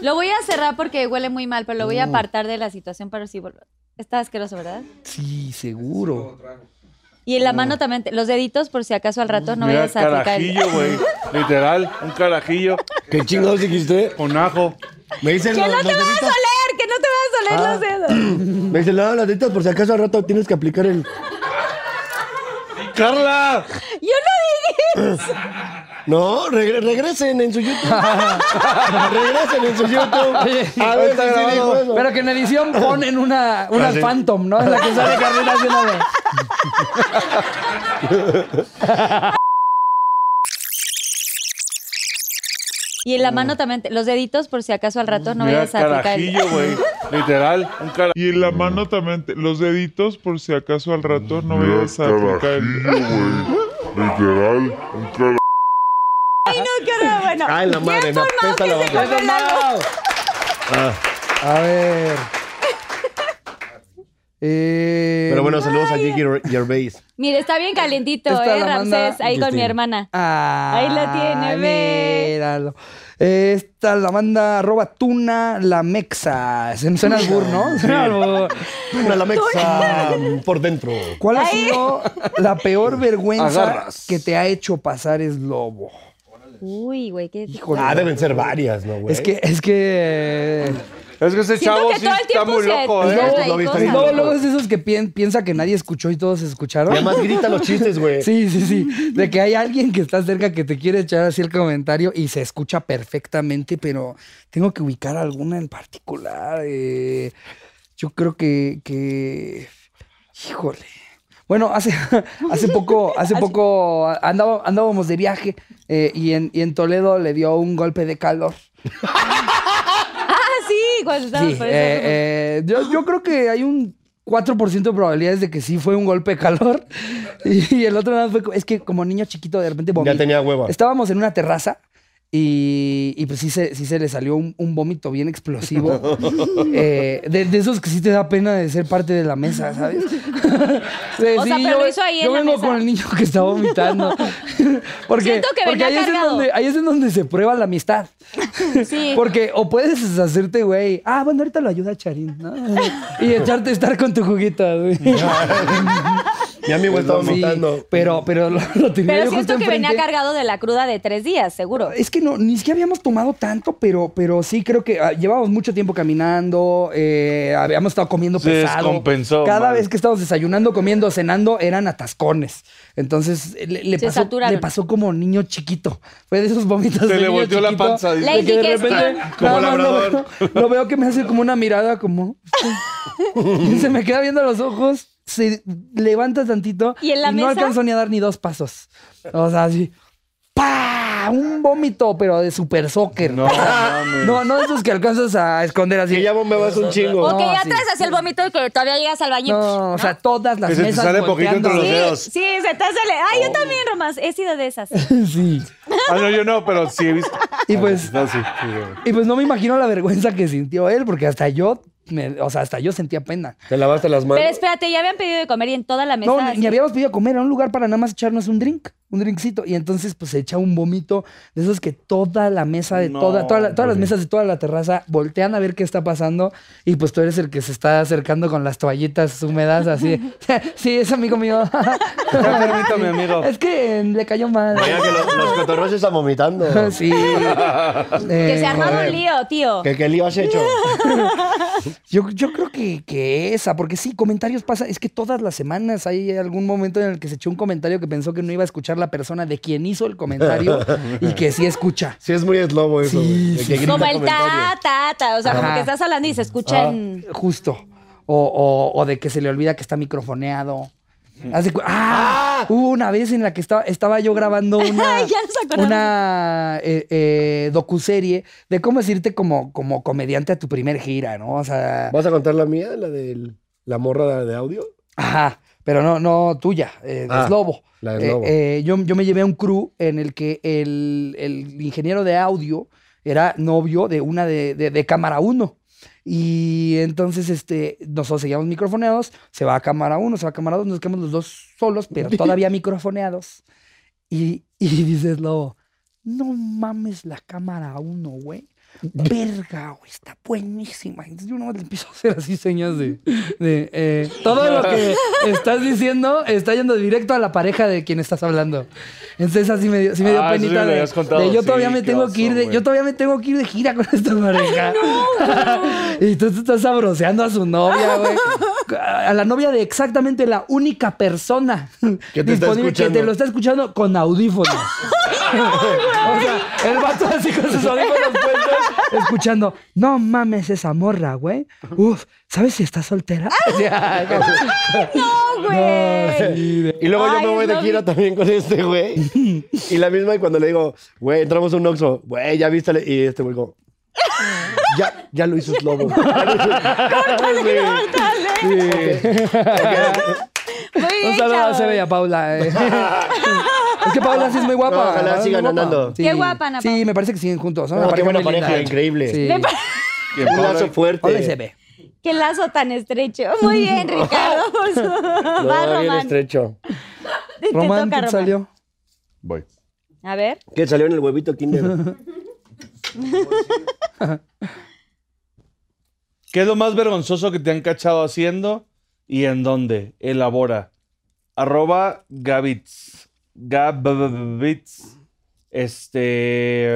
B: Lo voy a cerrar porque huele muy mal, pero lo
D: Mm.
B: voy a apartar de la situación para si vuelvo. Está asqueroso, ¿verdad?
C: Sí, seguro.
B: Y en
D: Mm.
B: la mano también, te- los deditos por si acaso al rato no
E: Mira,
B: vayas a aplicar. el-
E: carajillo, güey. Literal, un carajillo
D: ¿Qué chingados dijiste?
E: con ajo.
D: Me dicen
B: ¡Que
D: los,
B: no te
D: los
B: vas a
D: deditos. Ah.
B: oler! ¡Que no te vas a oler los dedos!
D: Me dicen, no, las deditas, por si acaso al rato tienes que aplicar el.
E: ¡Carla!
B: ¡Yo no dije! eso!
D: No, regre- regresen en su YouTube. regresen en su YouTube. A ver,
E: está
D: sí
E: grabado.
D: dijo eso.
C: Pero que en edición ponen una, una
D: sí.
C: Phantom, ¿no? En la que sale carreras de una vez.
B: Y
C: Ah.
B: en la mano también, te- los deditos por si acaso al rato no
E: Mira,
B: vayas a aplicar. el-
E: carajillo, güey. Literal, un carajillo.
J: Y en la mano también, te- los deditos por si acaso al rato no vayas a aplicar el...
B: ¡Ay, no, qué horror! Ah, Bueno,
D: Ay, la madre, me
B: tiempo, Mau,
D: apesta
B: que
D: la
B: se
D: boca.
B: come el algo.
D: Ah,
C: A ver. Eh,
I: Pero bueno, saludos a Ricky Gervais.
B: Mira, está bien calientito,
C: Esta
B: ¿eh,
C: la manda
B: Ramsés? Ahí con mi
C: Justin.
B: hermana.
C: Ah,
B: Ahí la tiene, ve.
C: Míralo. Esta la manda arroba tuna la mexa. Se me suena albur, ¿no? Suena albur.
I: Una lamexa por dentro.
C: ¿Cuál ha sido la peor vergüenza
I: Agarras.
C: que te ha hecho pasar es lobo?
B: Uy, güey, qué...
C: Híjole.
I: Ah, deben ser varias, ¿no, güey?
C: Es que, es que.
E: Es que ese
B: Siento
E: chavo
B: que
E: sí
B: todo el
E: está
B: tiempo
E: muy
B: se-
E: loco,
B: se
E: ¿eh?
B: trae
I: Pues lo vi, está
B: cosas.
I: bien
C: Luego,
I: loco.
C: luego es de esos que pien- piensa que nadie escuchó y todos escucharon.
I: Y además grita los chistes, güey.
C: Sí, sí, sí. De que hay alguien que está cerca que te quiere echar así el comentario y se escucha perfectamente, pero tengo que ubicar alguna en particular. eh, yo creo que, que- Híjole. Bueno, hace, hace poco, hace poco andaba- andábamos de viaje eh, y, en, y en Toledo le dio un golpe de calor.
B: Ah, sí, cuando estábamos
C: Sí,
B: por
C: eh,
B: eso.
C: eh, yo, yo creo que hay un 4% de probabilidades de que sí fue un golpe de calor. Y, y el otro nada más fue, co- es que como niño chiquito de repente vomitó.
I: Ya tenía hueva.
C: Estábamos en una terraza y, y pues sí se, sí se le salió un, un vómito bien explosivo. Eh, de, de esos que sí te da pena de ser parte de la mesa, ¿sabes?
B: O sea, pero lo hizo ahí
C: yo
B: en la
C: vengo
B: mesa.
C: con el niño que está vomitando. porque
B: Siento que
C: porque
B: venía
C: ahí, es en
B: cargado.
C: donde, ahí es en donde se prueba la amistad.
B: Sí.
C: eh. Porque o puedes deshacerte, güey. Ah, bueno, ahorita lo ayuda Charín, ¿no? Y echarte a estar con tu juguito, güey.
I: Ya mi güey estaba
C: Sí,
I: montando.
C: pero, pero lo, lo tenía
B: Pero
C: yo justo
B: siento que venía
C: enfrente.
B: cargado de la cruda de tres días, seguro.
C: Es que no, ni siquiera habíamos tomado tanto, pero, pero sí creo que ah, llevábamos mucho tiempo caminando, eh, habíamos estado comiendo
E: Se
C: pesado.
E: descompensó,
C: Cada
E: man.
C: vez que estábamos desayunando, comiendo, cenando, eran atascones. Entonces eh, le, le
B: Se
C: pasó,
B: saturaron.
C: le pasó como niño chiquito. Fue de esos vómitos.
E: Se
C: de
E: le
C: niño
E: volteó la
C: chiquito,
E: panza,
C: de
E: dice.
B: La
C: que de
B: indigestión.
C: repente,
I: Como
C: nada más lo
I: labrador.
C: veo- lo veo que me hace como una mirada como... Y se me queda viendo a los ojos, se levanta tantito
B: ¿Y en la
C: no
B: mesa?
C: alcanzó ni a dar ni dos pasos. O sea, así. ¡Pa! Un vómito, pero de super soccer.
E: No,
C: O sea,
E: mames.
C: no, no de esos que alcanzas a esconder así.
I: Que ya bombeabas un chingo.
B: o que ya
C: sí.
B: traes hacia el vómito y que todavía llegas al baño.
C: No, o sea, todas las
E: Que se te
C: mesas
E: sale poquito entre
C: volteando.
E: los dedos.
B: Sí, se te sale. Ay,
C: Oh.
B: yo también, Romás. He sido de esas.
C: Sí.
E: Ah, no, yo no, pero sí he visto.
C: Y pues,
E: No, sí, sí, güey.
C: y pues no me imagino la vergüenza que sintió él, porque hasta yo, me- o sea, hasta yo sentía pena.
I: Te lavaste las
B: Pero
I: manos.
B: espérate, ya habían pedido de comer y en toda la mesa.
C: No, ni,
B: así.
C: ni habíamos pedido comer, era un lugar para nada más echarnos un drink, un drinkcito. Y entonces, pues se echa un vómito de esos que toda la mesa de
E: No,
C: toda, toda la- todas las
E: güey.
C: mesas de toda la terraza voltean a ver qué está pasando. Y pues tú eres el que se está acercando con las toallitas húmedas, así. sí, es amigo mío.
E: Ya, permítame, amigo.
C: Es que eh, le cayó mal.
I: Vaya que lo- los cotorros están vomitando.
C: sí.
B: Que
C: Eh,
B: se armaba un lío, tío.
I: ¿Qué, qué lío has hecho?
C: Yo, yo creo que, que esa, porque sí, comentarios pasa. Es que todas las semanas hay algún momento en el que se echó un comentario que pensó que no iba a escuchar la persona de quien hizo el comentario y que sí escucha.
I: Sí, es muy eslobo eso.
C: Sí,
I: güey, de
C: sí,
I: que grita
B: Como el
I: comentarios.
B: ta, ta, ta. O sea, como
C: Ajá. Ah.
B: que estás hablando y se escucha en.
C: Justo. O, o- o de que se le olvida que está microfoneado. Hace cu- ¡Ah! Hubo una vez en la que estaba, estaba yo grabando una,
B: Ya nos acordamos.
C: una eh, eh, docuserie de cómo es irte como, como comediante a tu primer gira, ¿no? O sea,
I: ¿Vas a contar la mía? ¿La de la morra de audio?
C: Ajá, pero no, no tuya, eh, de
I: Ah,
C: Slobo.
I: la de Slobo.
C: Eh, eh, yo, yo me llevé a un crew en el que el, el ingeniero de audio era novio de una de, de- de cámara 1. Y entonces este, nosotros seguíamos microfoneados, se va a cámara 1, se va a cámara 2, nos quedamos los dos solos, pero todavía microfoneados. Y, y dice Slobo, no mames la cámara 1, güey.
E: Mm.
C: Verga, güey, está buenísima. Entonces yo nomás le empiezo a hacer así señas de. de, eh, todo lo que estás diciendo está yendo directo a la pareja de quien estás hablando. Entonces así me dio, sí me dio
E: Ah, eso sí
C: penita
E: me lo
C: de,
E: habías contado,
C: de yo
E: sí,
C: todavía me
E: qué
C: tengo que ir
E: oso,
C: de,
E: güey.
C: yo todavía me tengo que ir de gira con esta pareja. y tú te estás sabroseando a su novia, güey. A la novia de exactamente la única persona
I: Que te está
C: disponible que
I: escuchando.
C: te lo está escuchando con audífonos. O sea, el vato así con sus audífonos puestos, escuchando, no mames esa morra, güey. Uf, ¿sabes si está soltera?
B: Ah, No, güey.
I: Y luego yo
B: Ay,
I: me voy
B: es
I: de
B: lo
I: gira
B: mi-
I: también con este güey. Y la misma, y cuando le digo, güey, entramos a un Oxxo, güey, ya viste. la-?" Y este güey, como, ya, ya lo hizo Slobo.
B: Muy bien,
C: Un saludo a
B: chavos.
C: Sebe y a Paula. eh. es que Paula sí es muy guapa.
I: No, ojalá
C: Paula es muy
I: sigan
C: guapa.
I: andando.
B: Qué guapa, Ana
C: Sí, me parece que siguen juntos. Son
I: No,
C: una
I: qué buena
C: pareja muy linda.
I: pareja, increíble.
C: Sí.
I: Un lazo
C: Paula y
I: fuerte.
C: Sebe.
B: Qué lazo tan estrecho. Muy bien, Ricardo.
D: No,
B: Va,
D: bien
B: Román.
D: estrecho.
B: Te
D: Román,
B: toca,
D: ¿qué
B: Román.
D: salió?
B: A ver.
D: ¿Qué salió en el huevito Kinder?
E: ¿Qué es lo más vergonzoso que te han cachado haciendo y en dónde? Elabora. Arroba Gabitz. Gabitz. Este.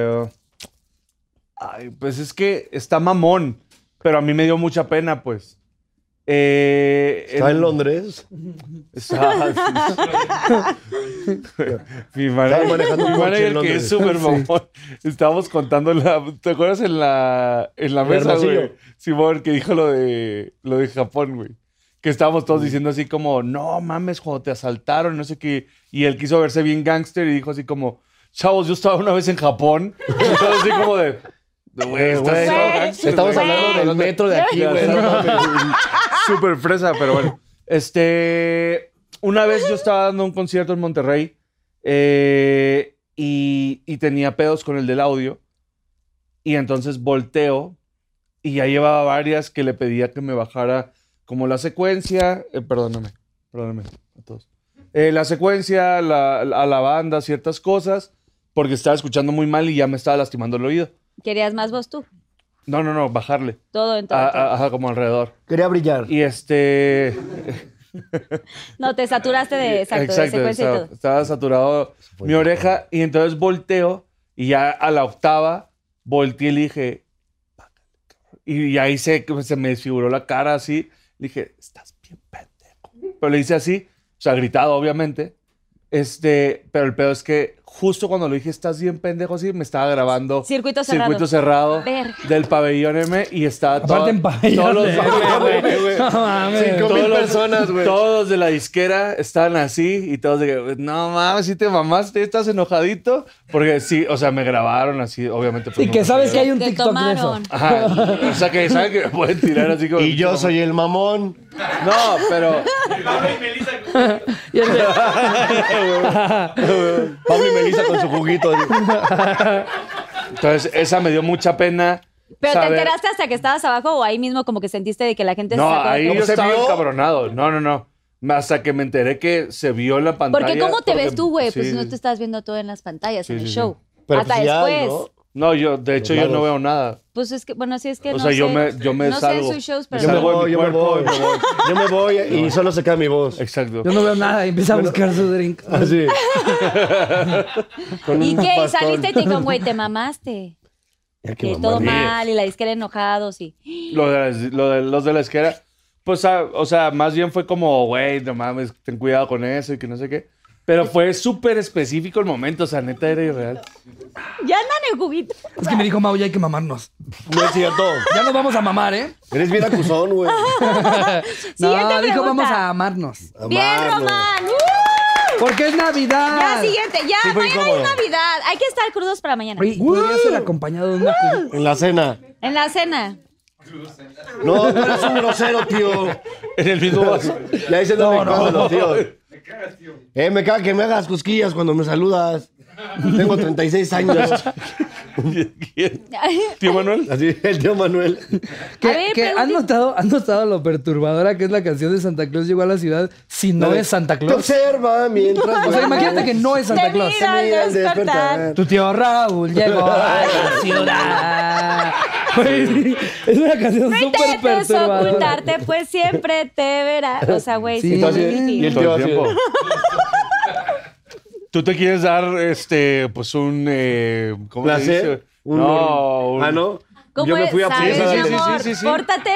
E: Ay, pues es que está mamón. Pero a mí me dio mucha pena, pues. Eh,
I: ¿Está en Londres?
E: Está- mi manager,
I: manejando un
E: mi
I: coche
E: manager
I: en
E: que
I: Londres.
E: es súper
I: Sí.
E: mamón. Estábamos contando la. ¿Te acuerdas en la, en la
I: El
E: mesa, güey?
I: Hermosillo.
E: Simón, que dijo lo de, lo de Japón, güey. Que estábamos
I: Mm.
E: todos diciendo así como, no mames, cuando te asaltaron, no sé qué. Y él quiso verse bien gángster y dijo así como, chavos, yo estaba una vez en Japón. Y todos así como de. de, Güey, estás
I: Eh, Güey,
E: todo gángster,
I: estamos
E: güey.
I: hablando del metro de aquí, güey.
E: No mames. Súper fresa, pero bueno. Este. Una vez yo estaba dando un concierto en Monterrey eh, y, y tenía pedos con el del audio. Y entonces volteo y ya llevaba varias que le pedía que me bajara como la secuencia. eh, perdóname, perdóname a todos. Eh, la secuencia, la- la- a la banda, ciertas cosas, porque estaba escuchando muy mal y ya me estaba lastimando el oído.
B: Querías más vos tú.
E: No, no, no, bajarle.
B: Todo en todo.
E: A- a- ajá, como alrededor.
D: Quería brillar.
E: Y este.
B: No, te saturaste de, exacto, de secuencia
E: estaba,
B: y todo.
E: estaba saturado mi oreja y entonces volteo y ya a la octava volteé y le dije, "Bájale, cabrón". y ahí se, se me desfiguró la cara así, le dije, estás bien pendejo. Pero le hice así, o sea, gritado obviamente, este, pero el pedo es que justo cuando le dije, estás bien pendejo así, me estaba grabando.
B: Circuito cerrado.
E: Circuito cerrado
B: Verga.
E: del pabellón M y estaba todo,
C: Aparte en pabellón
E: todos los
C: M, güey. No mames.
E: Sí,
C: Cinco
E: todos
C: mil
E: los-
C: personas, güey.
E: Todos de la disquera estaban así y todos de que, no mames, si te mamaste, estás enojadito. Porque sí, o sea, me grabaron así, obviamente. pues,
C: Y que
E: nunca
C: sabes
E: se
C: que hay un
E: grabó.
C: TikTok de eso.
E: Ajá, o sea, que saben que me pueden tirar así como...
I: Y yo soy el mamón.
E: No, pero...
C: Y el de-
I: Pablo y Melissa con su juguito.
E: Entonces, esa me dio mucha pena.
B: Pero
E: saber-
B: te enteraste hasta que estabas abajo o ahí mismo como que sentiste de que la gente
E: No,
B: se sacó de
E: ahí
B: pedo?
E: yo estaba encabronado. No, no, no. Hasta que me enteré que se vio en la pantalla.
B: Porque ¿cómo te
E: porque-
B: ves tú, güey?
E: sí,
B: Pues
E: sí,
B: no
E: sí.
B: te estás viendo todo en las pantallas,
E: Sí,
B: en el
E: sí, sí.
B: show. hasta después.
E: ¿no? yo, de hecho, yo no
I: lados.
E: veo nada.
B: Pues es que, bueno, sí es que
E: O
B: no
E: sea, yo
B: sé.
E: me, yo me
B: no
E: salgo.
B: sé en sus shows, pero...
I: Yo me
E: Salgo de
I: voy,
E: mi
I: yo me
E: cuerpo
I: voy.
E: y me voy.
I: Yo me voy y solo se queda mi voz.
E: Exacto.
C: Yo no veo nada y empieza a buscar su drink.
I: Así. Con
B: ¿Y
I: un
B: qué? Y
I: bastón.
B: saliste y te dijeron, güey, te mamaste.
I: Ya que
B: Que
I: mamá,
B: todo
I: sí.
B: mal y la disquera enojados y...
E: Lo de, las- lo de- los de la izquierda, pues, ah, o sea, más bien fue como, güey, no mames, ten cuidado con eso y que no sé qué. Pero fue súper específico el momento, o sea, neta era irreal.
B: Ya andan en juguito.
C: Es que me dijo Mau, ya hay que mamarnos.
I: No es cierto.
C: Ya nos vamos a mamar, ¿eh?
I: Eres bien acusón, güey.
C: no, dijo
B: pregunta.
C: vamos a amarnos.
B: Bien,
I: Amarnos.
B: Román. ¡Uh!
C: Porque es Navidad.
B: Ya, siguiente. Ya,
I: Sí, fue
B: mañana
I: incómodo.
B: es Navidad. Hay que estar crudos para mañana.
C: Oye, podría ser acompañado de una cu-
I: En la cena.
B: En la cena.
I: No, tú eres un grosero, tío.
E: En el mismo vaso.
I: Ya dice
C: No,
I: no,
C: no.
I: tío. Eh, me caga que me hagas cosquillas cuando me saludas. Tengo 36 años.
E: Tío Manuel.
I: Así, el tío Manuel.
C: Que,
B: A ver,
C: que han
B: pregunten.
C: notado, han notado lo perturbadora que es la canción de Santa Claus llegó a la ciudad si no
I: Dale.
C: es Santa
I: Te
C: Claus.
I: observa mientras.
C: O sea, imagínate que no es Santa
B: Te
C: Claus.
B: mira al
I: Mira al
B: despertar.
C: Tu tío Raúl llegó a la ciudad. Güey, es una canción
B: No
C: súper
B: intentes
C: perturbadora.
B: ocultarte, pues siempre te verá. O sea, güey, sí,
C: Sí.
I: Tú
B: muy
I: así, y el
B: difícil.
I: tío
E: Todo el
I: así.
E: tiempo. Tú te quieres dar, este, pues un, eh, ¿cómo se dice?
I: ¿Placer? Un-
E: no, un-
I: Ah, no.
B: ¿Cómo
I: Yo me
B: es?
I: fui a
B: ¿Sabes,
I: prisa.
E: Sí, sí,
B: mi
E: sí,
B: amor?
E: sí, sí, sí.
B: Pórtate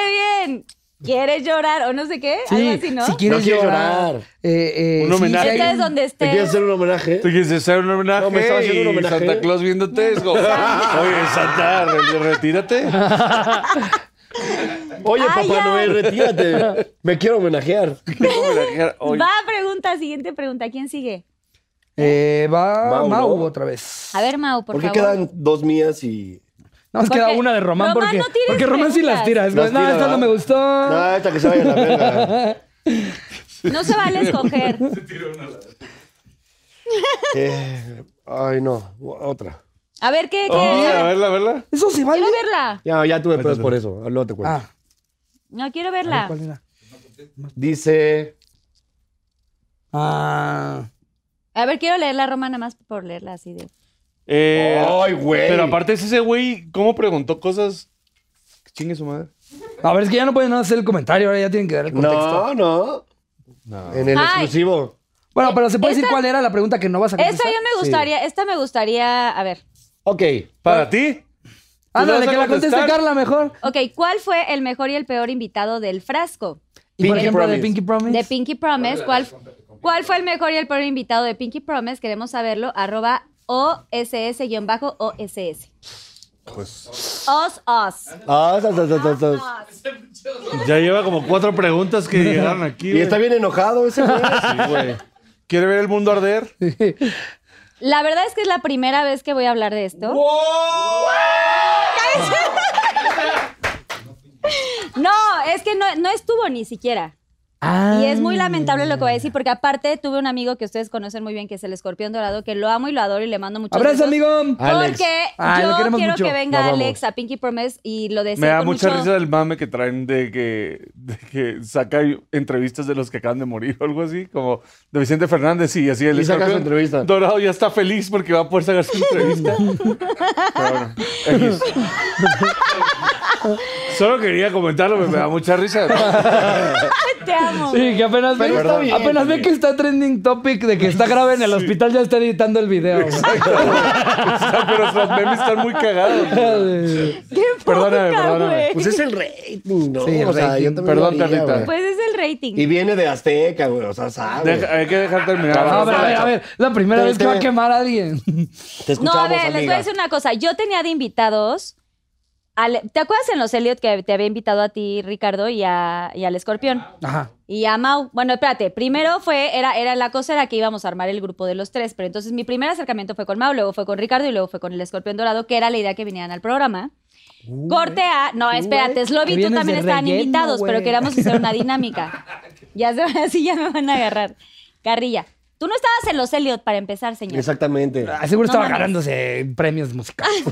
B: bien. ¿Quieres llorar o no sé qué? Algo así, ¿no?
C: si quieres
I: No quieres
C: llorar.
I: llorar.
C: eh, eh,
E: Un
C: sí,
E: homenaje.
C: sí,
B: Estés
C: hay-
B: donde
I: ¿Te quieres
B: estés.
I: hacer un homenaje?
E: Tú quieres hacer un homenaje.
I: No, me estaba haciendo un
E: y
I: homenaje.
E: Santa Claus viéndote. es como, Oye, Santa, re- retírate.
I: Oye,
B: Ay,
I: Papá
B: ay.
I: Noel, retírate. Me quiero homenajear.
E: Quiero homenajear hoy.
B: Va, pregunta, siguiente pregunta. ¿Quién sigue?
C: eh, va
I: Mau,
C: Mau,
I: ¿no?
C: otra vez.
B: A ver, Mau, por,
I: ¿Por qué
B: favor.
I: quedan dos mías y...?
C: Nada más
B: Porque
C: queda una de Román,
B: Román
C: porque,
B: no tienes
C: porque Román sí las
B: preguntas.
C: tira. Es como,
I: Las
C: no,
I: tira,
C: esta no
I: ¿verdad?
C: me gustó.
I: No, esta que se vaya a la verga.
B: No se vale escoger.
I: Eh, ay, no. Otra.
B: A ver, ¿qué? qué?
E: Oh, a verla, a verla.
C: Eso se
B: Quiero
C: vale.
B: verla.
I: Ya, ya tuve pedos por eso. Luego te cuento.
C: Ah,
B: No quiero verla.
C: ¿Cuál era?
D: Dice.
C: Ah.
B: A ver, quiero leerla, Roma, nada más por leerla así de.
E: Eh,
D: Ay, güey.
E: Pero aparte es ese güey, ¿cómo preguntó cosas? Que chingue su madre.
C: A ver, es que ya no pueden hacer el comentario, ahora ya tienen que dar el contexto.
D: No, no. En el
B: Ay.
D: exclusivo.
C: Bueno, pero se puede
B: Esta-
C: decir cuál era la pregunta que no vas a
B: Esta
C: contestar.
B: yo me gustaría, esta me gustaría, a ver.
D: Ok.
E: ¿Para ti?
C: Ándale,
E: ¿Tú
C: Ah,
E: la vas
C: que la
E: a
C: conteste
E: contestar?
C: Carla mejor.
B: Ok, ¿cuál fue el mejor y el peor invitado del frasco?
C: Y por
D: Pinky
C: ejemplo, de
D: Promise.
C: Pinky Promise.
B: De Pinky Promise. ¿Cuál, cuál fue el mejor y el peor invitado de Pinky Promise? Queremos saberlo. Arroba OSS-OSS. Pues. Os, os.
D: Ah, sa, sa, sa, sa, sa.
B: Ah,
E: Ya lleva como cuatro preguntas que llegaron aquí.
D: Y está bien enojado ese güey.
E: bien, güey. ¿Quiere ver el mundo arder?
B: La verdad es que es la primera vez que voy a hablar de esto. No, es que no, no estuvo ni siquiera.
C: Ah.
B: Y es muy lamentable lo que voy a decir, porque aparte tuve un amigo que ustedes conocen muy bien, que es el escorpión dorado, que lo amo y lo adoro y le mando muchos
C: Abrazo,
B: besos.
C: amigo.
D: Alex.
B: Porque
C: Ay, lo
B: yo
C: queremos
B: quiero
C: mucho.
B: que
D: Lo
B: venga
D: amamos.
B: Alex a Pinky Promise y lo deseo
E: Me da
B: con
E: mucha
B: mucho-
E: risa el mame que traen de que, de que saca entrevistas de los que acaban de morir o algo así, como de Vicente Fernández y así el
D: Y saca su
E: escorpión
D: entrevista.
E: Dorado ya está feliz porque va a poder sacar su entrevista. Pero bueno, X. Solo quería comentarlo, me, me da mucha risa.
B: Te amo.
C: Sí, que apenas,
D: Pero
C: ve,
D: está bien,
C: apenas ve
D: güey.
C: que está trending topic de que está grave en el hospital, ya está editando el video. güey.
E: O sea, pero los memes están muy cagados.
B: Qué
E: Perdóname,
B: poca,
E: perdóname.
B: güey.
D: Pues es el rating, ¿no?
C: Sí, el
D: o sea,
C: rating.
D: yo también
E: Perdón,
D: lo haría,
E: Carlita.
D: güey.
B: Pues es el rating.
D: Y viene de Azteca, güey. O sea, sabe.
E: Deja- hay que dejar terminar.
C: No, a ver, a ver, a ver, la primera
D: Pero
C: vez que
D: te-
C: va a quemar a alguien.
D: Te
B: No,
D: escuchamos,
B: a ver, les voy
D: amiga.
B: a decir una cosa. Yo tenía de invitados. al- ¿Te acuerdas en los Elliot que te había invitado a ti, Ricardo, y, a- y al escorpión?
C: Ajá.
B: Y a Mau. Bueno, espérate. Primero fue, era, era la cosa era que íbamos a armar el grupo de los tres. Pero entonces mi primer acercamiento fue con Mau, luego fue con Ricardo y luego fue con el escorpión dorado, que era la idea que vinieran al programa. Corte a. No, espérate, Slobby, tú
C: vienes
B: también
C: de
B: estaban
C: relleno,
B: invitados, pero
C: güey.
B: queríamos hacer una dinámica. ya se van así, ya me van a agarrar. Carrilla. Tú no estabas en los Elliot para empezar, señor.
D: Exactamente.
C: Ah, Seguro
B: No
C: estaba
B: mames.
C: ganándose premios musicales.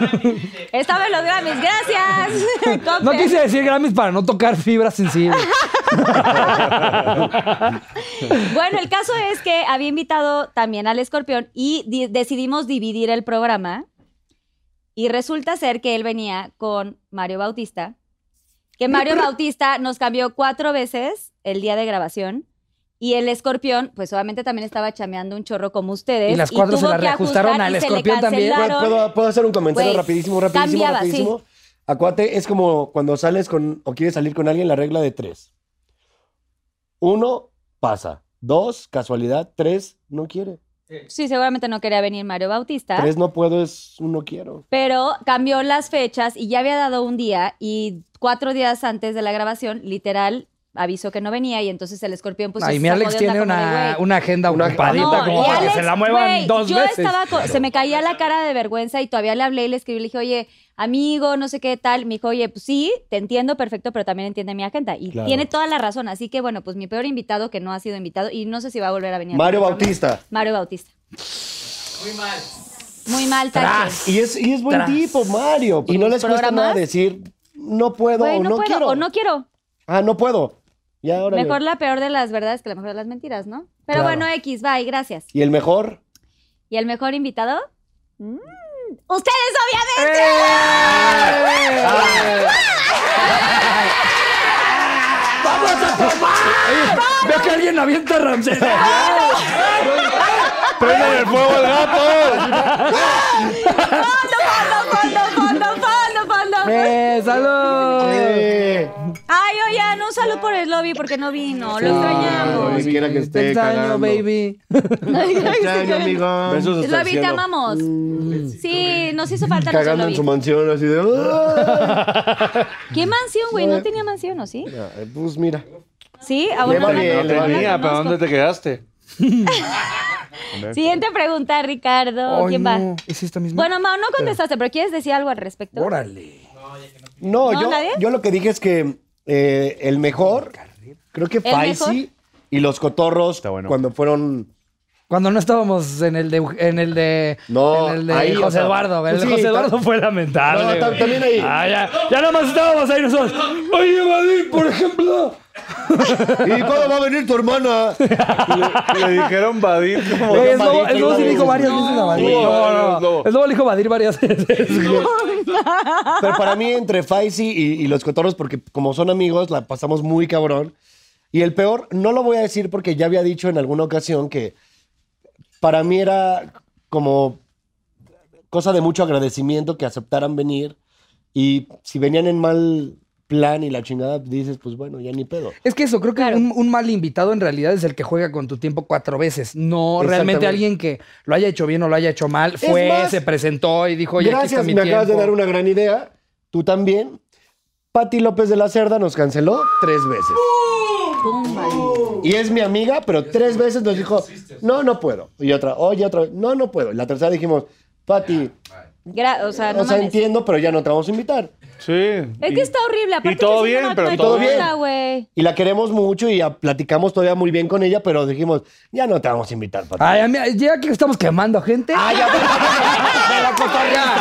B: Estaba en los Grammys, gracias. Cocker.
C: No quise decir Grammys para no tocar fibras sensibles.
B: Bueno, el caso es que había invitado también al escorpión y di- decidimos dividir el programa. Y resulta ser que él venía con Mario Bautista, que Mario Bautista nos cambió cuatro veces el día de grabación. Y el escorpión, pues obviamente también estaba chameando un chorro como ustedes.
C: Y las cuatro se
B: tuvo
C: la
B: que
C: reajustaron
B: ajustar
C: al
B: y se le
C: escorpión también.
D: ¿Puedo-
B: cancelaron.
D: ¿Puedo, puedo hacer un comentario
B: Güey,
D: rapidísimo, rapidísimo,
B: cambiaba,
D: rapidísimo? Acuate, es como cuando sales con o quieres salir con alguien, la regla de tres. Uno, pasa. Dos, casualidad. Tres, no quiere.
B: Sí, seguramente no quería venir Mario Bautista.
D: Tres, no puedo, es un no quiero.
B: Pero cambió las fechas y ya había dado un día y cuatro días antes de la grabación, literal, avisó que no venía y entonces el escorpión pues, puso...
C: Ay, mi Alex tiene una, una agenda ocupadita
D: No,
C: como
D: y
C: para
D: Alex,
C: que se la muevan dos
B: yo
C: veces.
B: Estaba co- Se me caía la cara de vergüenza y todavía le hablé y le escribí, le dije, oye, amigo, no sé qué tal. Me dijo, oye, pues sí, te entiendo perfecto, pero también entiende mi agenda. Y
D: Claro.
B: tiene toda la razón. Así que bueno, pues mi peor invitado que no ha sido invitado y no sé si va a volver a venir.
D: Mario Bautista.
B: Mario Bautista. Muy mal. Muy mal, Tache.
C: Tras.
D: Y es, y es buen
C: Tras.
D: tipo, Mario. Y
B: ¿Y
D: no
B: los
D: les cuesta
B: programas?
D: nada decir, no puedo
B: Güey,
D: o
B: no,
D: no,
B: puedo
D: quiero.
B: o no quiero.
D: Ah, no puedo. Ya, ahora.
B: Mejor la peor de las verdades que la mejor de las mentiras, ¿no? Pero
D: Claro.
B: bueno, X, bye, gracias.
D: ¿Y el mejor?
B: ¿Y el mejor invitado? Mm, ¡Ustedes, obviamente!
C: ¡Vamos a tomar! Veo que alguien avienta a Ramsés.
E: ¡Prenden el fuego al gato!
B: ¡Fondo, fondo, fondo, fondo!
C: ¡Eh, salud!
D: Eh,
B: Ay, oigan, un saludo por el lobby porque no vino. Lo extrañamos.
D: donde quiera que esté.
C: Te extraño,
D: cagando.
C: baby.
D: Te extraño, amigo.
E: Besos hasta el
B: Lobby, te
E: cielo.
B: amamos. Sí, nos hizo falta nuestro
D: Cagando en su
B: lobby.
D: mansión, así de. "Ah". "Ay".
B: ¿Qué mansión, güey? No tenía mansión, ¿o sí?
D: Ya, eh, Pues mira.
B: Sí, ahora
D: va
B: no,
D: bien,
B: la-
D: le
B: no
D: va
B: la
E: Tenía, ¿pero
B: conozco.
E: dónde te quedaste?
B: Siguiente pregunta, Ricardo.
C: Ay,
B: ¿Quién
C: no.
B: va?
C: ¿Es esta misma?
B: Bueno, Mau, no contestaste, pero ¿quieres decir algo al respecto?
C: Órale.
D: No,
B: ¿No,
D: yo,
B: nadie?
D: yo lo que dije es que eh, el mejor, creo que
B: ¿El mejor?
D: Faisy y los cotorros
E: Está bueno.
D: cuando fueron
C: Cuando no estábamos en el de, en el de,
D: No,
C: en el de
D: ahí, o
C: José
D: sea, pues
C: Eduardo. El de
D: sí,
C: José
D: tam-
C: Eduardo fue lamentable.
D: No, tam-
C: güey.
D: también ahí.
C: Ah, ya, ya nada más estábamos ahí nosotros. Oye, Madrid, por ejemplo.
D: ¿Y cuándo va a venir tu hermana?
E: Le dijeron Badir como.
C: Güey, el lobo,
E: Badir,
C: el lobo sí
E: Badir.
C: dijo varias veces a Badir.
E: No, no, no.
C: El lobo le dijo Badir varias veces.
D: Pero para mí, entre Faisy y, y los cotorros, porque como son amigos, la pasamos muy cabrón. Y el peor, no lo voy a decir porque ya había dicho en alguna ocasión que para mí era como cosa de mucho agradecimiento que aceptaran venir. Y si venían en mal plan y la chingada, dices, pues bueno, ya ni pedo.
C: Es que eso, creo que un, un mal invitado en realidad es el que juega con tu tiempo cuatro veces. No
D: Exactamente.
C: realmente alguien que lo haya hecho bien o lo haya hecho mal. Fue,
D: más,
C: se presentó y dijo, oye,
D: Gracias,
C: aquí
D: me
C: está mi
D: acabas de
C: tiempo.
D: dar una gran idea. Tú también. Pati López de la Cerda nos canceló tres veces. Y es mi amiga, pero tres veces nos dijo, no, no puedo. Y otra, oye, otra vez, no, no puedo. Y la tercera dijimos, Pati,
B: Gra- o sea, no
D: o sea,
B: mames.
D: entiendo, pero ya no te vamos a invitar.
E: Sí.
B: Es que está horrible. Aparte
E: todo
B: nos
E: bien,
B: hicieron
E: pero
B: una
D: todo bien.
B: cuenta, güey.
D: Y la queremos mucho y ya platicamos todavía muy bien con ella, pero dijimos, ya no te vamos a invitar, Pati.
C: Ay, a mí- ya que estamos quemando gente.
D: Ah, ya, de la cotorrea.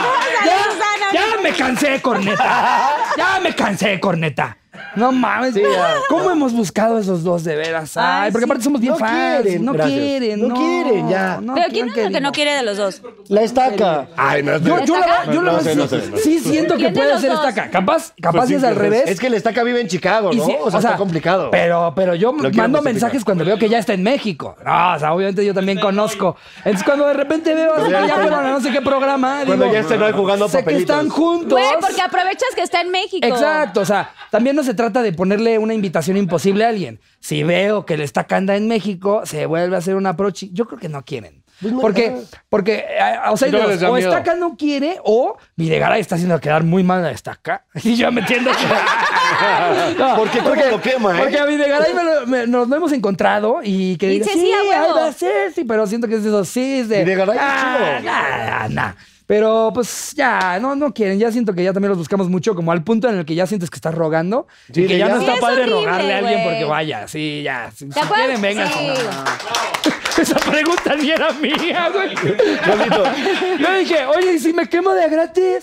C: ya, ya me cansé, corneta. Ya me cansé, corneta. No mames.
D: ya.
C: ¿Cómo hemos buscado esos dos de veras? Ay,
B: Ay,
C: porque
B: sí.
C: aparte somos bien
D: No
C: fans.
D: quieren,
C: no
D: gracias.
C: quieren, no,
D: No quieren, ya.
B: Pero ¿quién es
C: han
B: el que no
C: querido.
B: quiere de los dos?
D: La estaca. Ay, no,
C: Yo, yo la verdad- yo la
D: No
C: verdad
D: sé, no
C: sí,
D: sé, no
C: sí siento que
B: ¿Quién de
C: puede
B: los
C: ser
B: dos?
C: esta acá. Capaz,
D: pues
C: capaz es al revés.
D: Es que la estaca vive en Chicago,
C: Y
D: ¿no?
C: sí,
D: o sea, está complicado.
C: Pero, pero yo
D: quiero
C: mando
D: justificar.
C: mensajes cuando veo que ya está en México. No, o sea, obviamente yo también conozco. Entonces, cuando de repente veo así que ya fueron a no sé qué programa,
D: Cuando
C: digo,
D: ya estén ahí jugando
C: sé que
D: papelitos.
C: están juntos.
B: Güey, porque aprovechas que está en México.
C: Exacto, o sea, también no se trata de ponerle una invitación imposible a alguien. Si veo que le está canda en México, se vuelve a hacer una prochi. Yo creo que no quieren.
D: Pues no,
C: porque,
D: no.
C: porque, eh, o sea, hay
E: Creo que
C: dos.
E: les da
C: o
E: miedo.
C: Estaca no quiere, o Videgaray está haciendo quedar muy mal a Estaca. Y yo metiendo. No,
D: Porque cómo lo quema, ¿eh?
C: Porque a Videgaray me lo- me- nos lo hemos encontrado y que
B: Y
C: diga,
B: dice,
C: sí,
B: "Sí, a
C: ahí
B: huevo".
C: va a ser, sí, pero siento que es de esos sí, de.
D: Videgaray, qué
C: "Ah,
D: chido".
C: ah, nah. Pero pues ya, no, no quieren. Ya siento que ya también los buscamos mucho, como al punto en el que ya sientes que estás rogando.
D: Sí,
C: y que
D: de
C: ya
D: ya.
C: no
D: Sí,
C: está
B: es
C: padre
B: horrible,
C: rogarle a alguien
B: güey.
C: porque vaya, sí, ya. Si, si
B: acuerdas?
C: quieren, vengan.
B: Sí.
C: No, no, no. Esa pregunta ni era mía, güey. Yo dije, oye, ¿y si me quemo de gratis?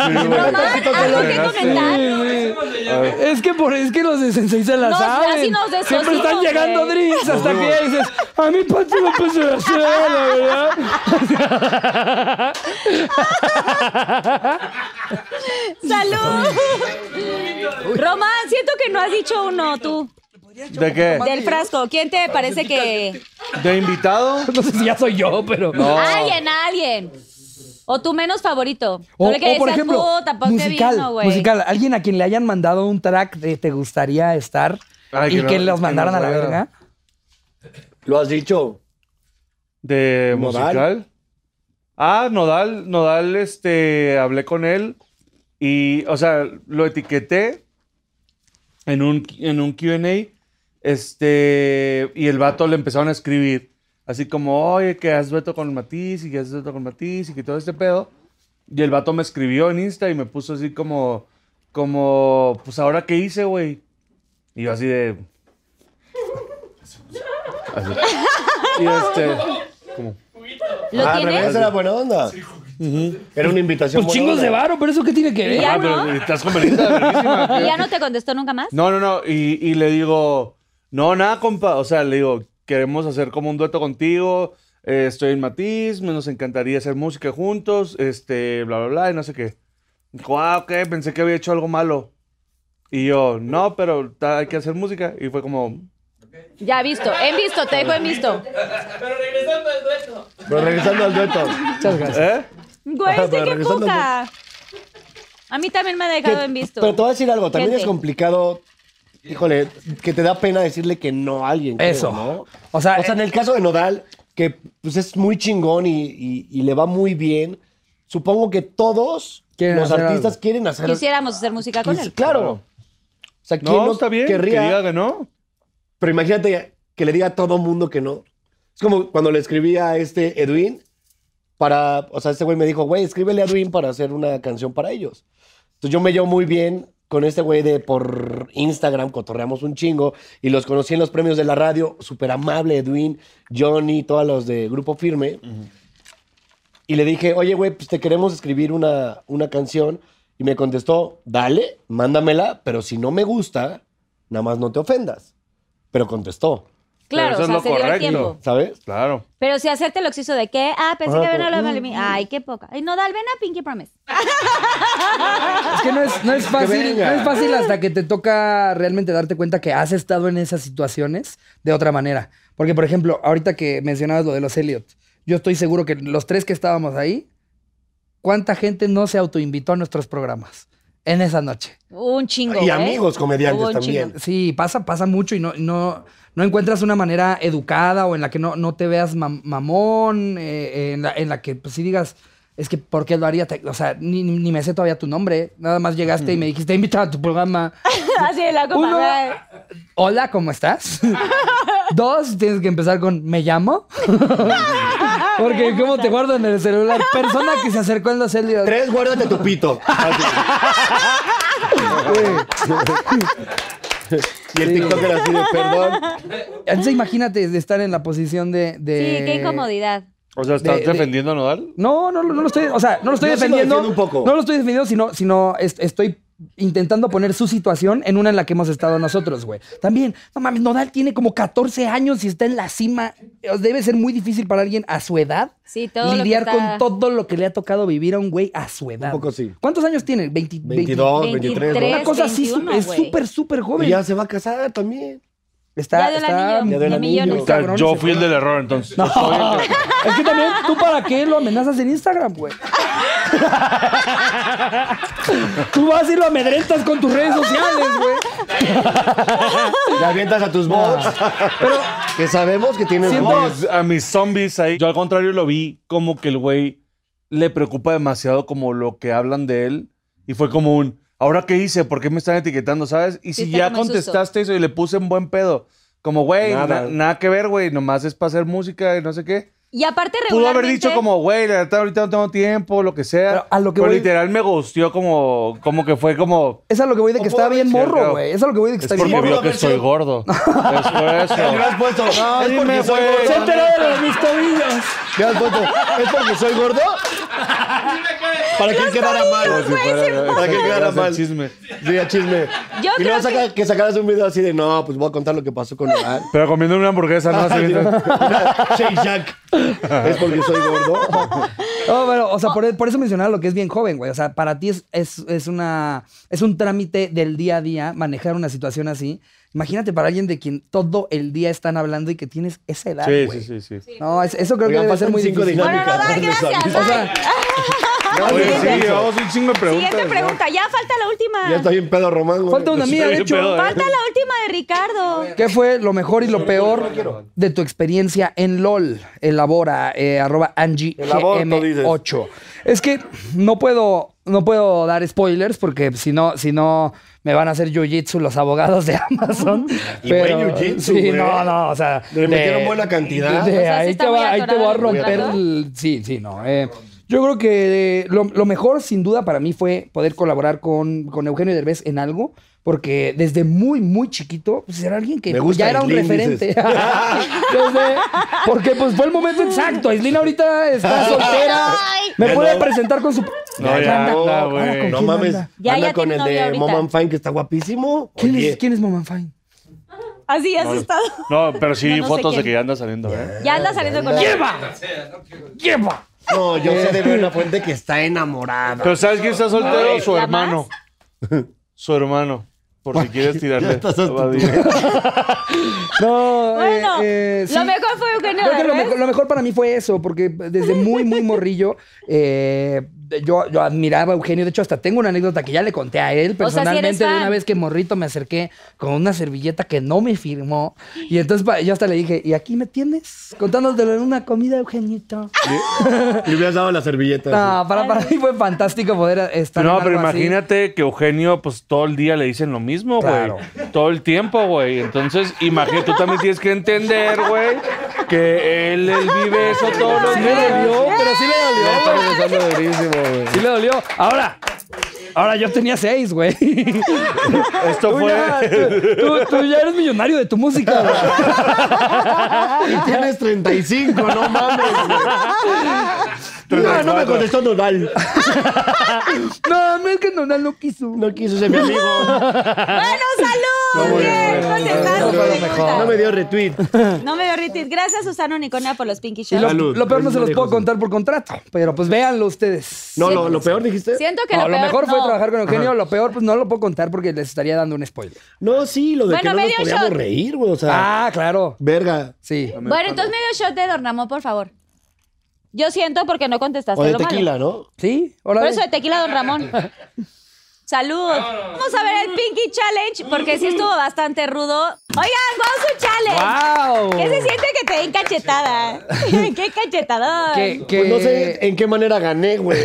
B: Román, algo que comentar.
C: Es que por es que los de Sensei se la
B: Nos-
C: saben.
B: así nos
C: Siempre
B: descositos,
C: están llegando
B: güey.
C: drinks hasta que ya dices, a mí Pati López se la sabe, la verdad.
B: ¡Salud! Román, siento que no has dicho uno tú.
E: ¿De qué?
B: Del frasco. ¿Quién te parece que.?
E: ¿De invitado?
C: No sé si ya soy yo, pero.
B: Alguien, alguien. O tu menos favorito.
C: O,
B: No le que
C: o, por
B: decías,
C: ejemplo,
B: "Puta, ¿pa' qué
C: musical,
B: vino, güey?"
C: musical, alguien a quien le hayan mandado un track de te gustaría estar
E: Ay,
C: y
E: que no-
C: que los
E: que
C: mandaran
E: no
C: a la
E: pueda.
C: verga.
D: Lo has dicho.
E: ¿De
D: Nodal.
E: musical? Ah, Nodal, Nodal, este, hablé con él y, o sea, lo etiqueté en un, en un Q&A, este, y el vato le empezaron a escribir, así como, oye, que has dueto con Matiz y que has dueto con Matiz y que todo este pedo. Y el vato me escribió en Insta y me puso así como, como, pues ahora qué hice, güey. Y yo así de... así. Y este... como-
B: ¿Lo
D: ah, al revés,
B: tienes?
D: era buena onda. Era una invitación.
C: Pues chingos de varo, pero eso qué tiene que ver.
B: Y ya
E: Ah, pero
B: no.
E: estás con Belinda, verguísima.
B: ¿Y ya no te contestó nunca más?
E: No, no, no. Y, y le digo, no, nada, compa. O sea, le digo, queremos hacer como un dueto contigo. eh, estoy en Matiz, me- nos encantaría hacer música juntos. Este, bla, bla, bla, y no sé qué. Dijo, ah, ok, pensé que había hecho algo malo. Y yo, no, pero ta- hay que hacer música. Y fue como,
B: Ya visto. En visto, te dejo en visto.
D: Pero regresando al dueto.
E: ¿eh?
B: Güey, es que
D: Pero
B: qué
D: regresando
B: poca. A mí también me ha dejado en visto.
D: Pero te voy a decir algo, también
B: Gente.
D: es complicado. Híjole, que te da pena decirle que no a alguien. creo,
C: Eso.
D: ¿no?
C: O sea,
D: en el caso de Nodal, que pues, es muy chingón y, y- y le va muy bien, supongo que todos
C: Quieren
D: los
C: hacer
D: artistas
C: algo.
D: quieren hacer.
B: Quisiéramos hacer música con
D: Quis-
B: él.
D: Claro. O sea, ¿quién
E: No,
D: no,
E: está bien.
D: querría?
E: Que diga que no.
D: Pero imagínate que le diga a todo mundo que no. Es como cuando le escribí a este Edwin para, o sea, este güey me dijo, güey, escríbele a Edwin para hacer una canción para ellos. Entonces yo me llevo muy bien con este güey de por Instagram, cotorreamos un chingo y los conocí en los premios de la radio, súper amable, Edwin, Johnny, todos los de Grupo Firme. Y le dije, oye, güey, pues te queremos escribir una, una canción. Y me contestó, dale, mándamela, pero si no me gusta, nada más no te ofendas. Pero contestó.
B: Claro, o sea, se dio el tiempo.
D: ¿Sabes?
E: Claro.
B: Pero si hacerte lo quiso de qué, ah, pensé
D: Ah,
B: que ven a
D: pero-
B: lo Ay, qué poca. Ay, no, dale, ven a Pinky Promise.
C: Es que no es, no es
B: Que
C: fácil,
B: venga.
C: no es fácil hasta que te toca realmente darte cuenta que has estado en esas situaciones de otra manera. Porque, por ejemplo, ahorita que mencionabas lo de los Elliot, yo estoy seguro que los tres que estábamos ahí, ¿cuánta gente no se autoinvitó a nuestros programas en esa noche?
B: Hubo un chingo.
C: Y
B: ¿eh?
C: amigos
D: comediantes
B: Hubo un chingo.
C: Sí, pasa, pasa mucho y no, no, no encuentras una manera educada o en la que no, no te veas mam- mamón, eh, eh, en, la, en la que pues, sí digas, es que ¿por qué lo haría? Te- o sea, ni, ni- ni me sé todavía tu nombre. Nada más llegaste y me dijiste, invitado a tu programa.
K: Así de la copa.
C: Uno-
K: güey.
C: Hola, ¿cómo estás? Dos, tienes que empezar con ¿me llamo? Porque ¿cómo te guardo en el celular? Persona que se acercó en los helios.
D: Tres, guárdate tu pito. y el TikTok era así de perdón.
C: Entonces imagínate de estar en la posición de... de-
B: Sí, qué incomodidal.
E: O sea, ¿estás
C: De- de-
E: defendiendo a Nodal?
C: No, no, no, no lo estoy, o sea, no lo estoy
E: Yo sí lo
C: defendiendo.
E: defiendo un poco.
C: No lo estoy defendiendo, sino, sino est- estoy intentando poner su situación en una en la que hemos estado nosotros, güey. También, no mames, Nodal tiene como 14 años y está en la cima. Debe ser muy difícil para alguien a su edad
B: Sí, todo lo que
C: lidiar
B: está-
C: con todo lo que le ha tocado vivir a un güey a su edad.
D: Un poco sí.
C: ¿Cuántos años tiene? 20,
D: 22, 23, ¿no?
C: Una cosa así,
D: 21,
C: es
D: güey.
C: súper, súper joven.
D: Y ya se va a casar también.
C: Está,
D: Ya dio el
C: está,
D: anillo, Ya dio el de anillo. millones.
E: O sea,
C: cabrón
E: yo
C: ese
E: fui el del error, entonces.
C: No.
E: Yo soy el que-
C: Es que también, ¿tú para qué lo amenazas en Instagram, güey? Tú vas y lo amedrentas con tus redes sociales, güey.
D: Le avientas a tus bots. que sabemos que tienen
E: A
D: bots.
E: mis, a mis zombies ahí. Yo al contrario lo vi como que el güey le preocupa demasiado como lo que hablan de él. Y fue como un, ¿ahora qué hice? ¿Por qué me están etiquetando? ¿Sabes? Y
L: Sí,
E: si
L: está
E: ya
L: como en susto.
E: contestaste eso y le puse un buen pedo. Como, güey, na-
L: Nada.
E: nada. que ver, güey. Nomás es para hacer música y no sé qué.
B: Y aparte
E: Pudo haber
B: regularmente-
E: dicho como, güey, la neta ahorita no tengo tiempo, lo que sea. Pero,
C: a lo que voy-
E: literal me gustió como, como que fue como...
C: Es a lo que voy de que está bien morro, güey. Es a lo que voy de que
E: Es
C: está bien
E: porque
C: morro.
E: vio que soy gordo. es por eso.
D: Le has puesto,
E: No,
D: es
E: dime,
D: porque soy
E: güey.
D: gordo.
E: Se enteró
C: de mis tobillos.
D: Le has puesto, es porque soy gordo. Para que
M: Los
D: quedara mal.
M: tobillos, güey, se
D: Para que
M: mueven.
D: quedara mal.
E: Chisme.
D: Sí, a chisme.
M: Yo
D: y luego
M: creo
D: saca- que... sacaras un video así de, no, pues voy a contar lo que pasó con Nodal.
E: Pero comiendo una hamburguesa, ¿no? Así,
D: Shake Jack. Es porque soy gordo.
C: No, pero, o sea, por, por eso mencionaba lo que es bien joven, güey. O sea, para ti es, es, es una, es un trámite del día a día manejar una situación así. Imagínate para alguien de quien todo el día están hablando y que tienes esa edad,
E: Sí,
C: güey.
E: sí, sí, sí.
C: No, es- eso creo
E: Oigan,
C: que debe ser
E: faltan
C: muy
E: cinco
C: difícil.
E: dinámicas.
B: Nodal, gracias.
E: O sea,
B: bye.
E: Oye, sí,
D: Siguiente.
E: llevamos un chingo de preguntas.
B: Siguiente
E: ¿no?
B: pregunta. Ya falta la última.
D: Ya está bien pedo Román, güey.
C: Falta una mía, de hecho.
B: Falta la última de Ricardo.
C: ¿Qué fue lo mejor y lo peor de tu experiencia en LOL? Elabora, eh, arroba
D: aborto, dices.
C: AngieGM8. Es que no puedo, no puedo dar spoilers porque si no, si no me van a hacer jiu-jitsu los abogados de Amazon.
D: Y buen jiu-jitsu,
C: Sí,
D: güey.
C: no, no, o sea.
D: Le metieron buena cantidad.
C: de-
D: O sea, sí
C: ahí,
D: está
C: te
D: muy
C: va, ahí te
D: atorado
C: va a
D: en el
C: romper
D: contrato.
C: el- Sí, sí, no. eh, yo creo que eh, lo, lo mejor, sin duda, para mí fue poder colaborar con, con Eugenio Derbez en algo, porque desde muy, muy chiquito, pues era alguien que
D: Me gusta
C: ya era un
D: Aislinn,
C: referente.
D: dices.
C: Desde- porque pues fue el momento exacto. Aislinn ahorita está soltera.
D: Ay.
C: Me
D: Ya
C: puede
D: no.
C: presentar con su...
D: No,
C: Ya anda-
D: ya,
C: ahora con
D: güey. No
C: quién
D: mames.
C: anda.
B: Ya,
D: anda
B: ya
D: con
B: tiene
D: el
B: novia
D: de
B: ahorita.
D: Mom and Fine, que está guapísimo.
C: ¿Quién
D: Oye,
C: es, ¿Quién es Moman Fine?
B: Así has
E: No, no.
B: estado.
E: No, pero sí
B: No, no sé
E: fotos de
B: quién.
E: que ya anda saliendo, ¿eh?
B: Ya anda saliendo con
C: ¡Lleva! ¡Lleva!
D: No, yo sé de una fuente que está enamorada.
E: Pero ¿sabes quién está soltero?
D: Ay,
E: su
D: ¿la
E: hermano. Su hermano. Por si quieres
D: Ya
E: tirarle.
D: estás
E: a Badía.
C: No,
B: Bueno,
C: eh, eh, sí.
B: lo mejor fue Eugenio
C: Creo que lo
B: Derbez.
C: mejor, lo mejor para mí fue eso, porque desde muy, muy morrillo, eh, yo, yo admiraba a Eugenio. De hecho, hasta tengo una anécdota que ya le conté a él
B: O sea, sí eres
C: personalmente de una
B: fan.
C: vez que morrito me acerqué con una servilleta que no me firmó. Y entonces pa- yo hasta le dije, ¿y aquí me tienes? Contándotelo en una comida, Eugenito.
D: Le hubieras dado la servilleta.
C: No, para, para mí fue fantástico poder estar.
E: No,
C: en
E: pero
C: algo así.
E: imagínate que Eugenio, pues todo el día le dicen lo mismo, güey.
N: Claro.
E: Todo el tiempo, güey. Entonces, imagínate, tú también tienes que entender, güey, que él, él vive eso todos los
C: Sí
E: días.
C: le dolió, pero sí le dolió, pues, güey. Sí le dolió. Ahora, ahora yo tenía seis, güey. Esto
E: fue-
C: tú, tú ya eres millonario de tu música, güey.
D: Y tienes 35, no mames. No, no me contestó Nodal.
C: no, no es que Nodal no quiso.
D: No quiso ser mi amigo.
O: Bueno, salud. Bien, contestaste.
D: No me dio retweet.
B: No me dio ritis. Gracias, Susano Nicona, por los Pinky
C: Y
B: Shots.
C: lo, lo peor no se los puedo contar por contrato, pero pues véanlo ustedes.
D: No, lo- lo peor dijiste.
B: Siento que
C: No,
B: lo peor,
C: mejor fue
B: no.
C: trabajar con Eugenio,
D: Ajá.
C: lo peor pues no lo puedo contar porque les estaría dando un spoiler.
D: No, sí, lo
B: de Bueno, que no nos medio podíamos shot. reír,
D: güey, o sea.
C: Ah, claro.
D: Verga.
C: Sí.
B: Bueno, entonces medio shot de Dornamo, por favor. Yo siento porque no contestaste
D: O de
B: lo malo.
D: tequila, ¿no?
C: Sí,
B: Por eso de tequila, don Ramón. Salud. Vamos a ver el Pinky Challenge, porque sí estuvo bastante rudo. Oigan, Gozu Challenge.
D: Guau.
B: ¿Qué se siente que te den cachetada? ¡Qué cachetadón!
D: Pues no sé en qué manera gané, güey.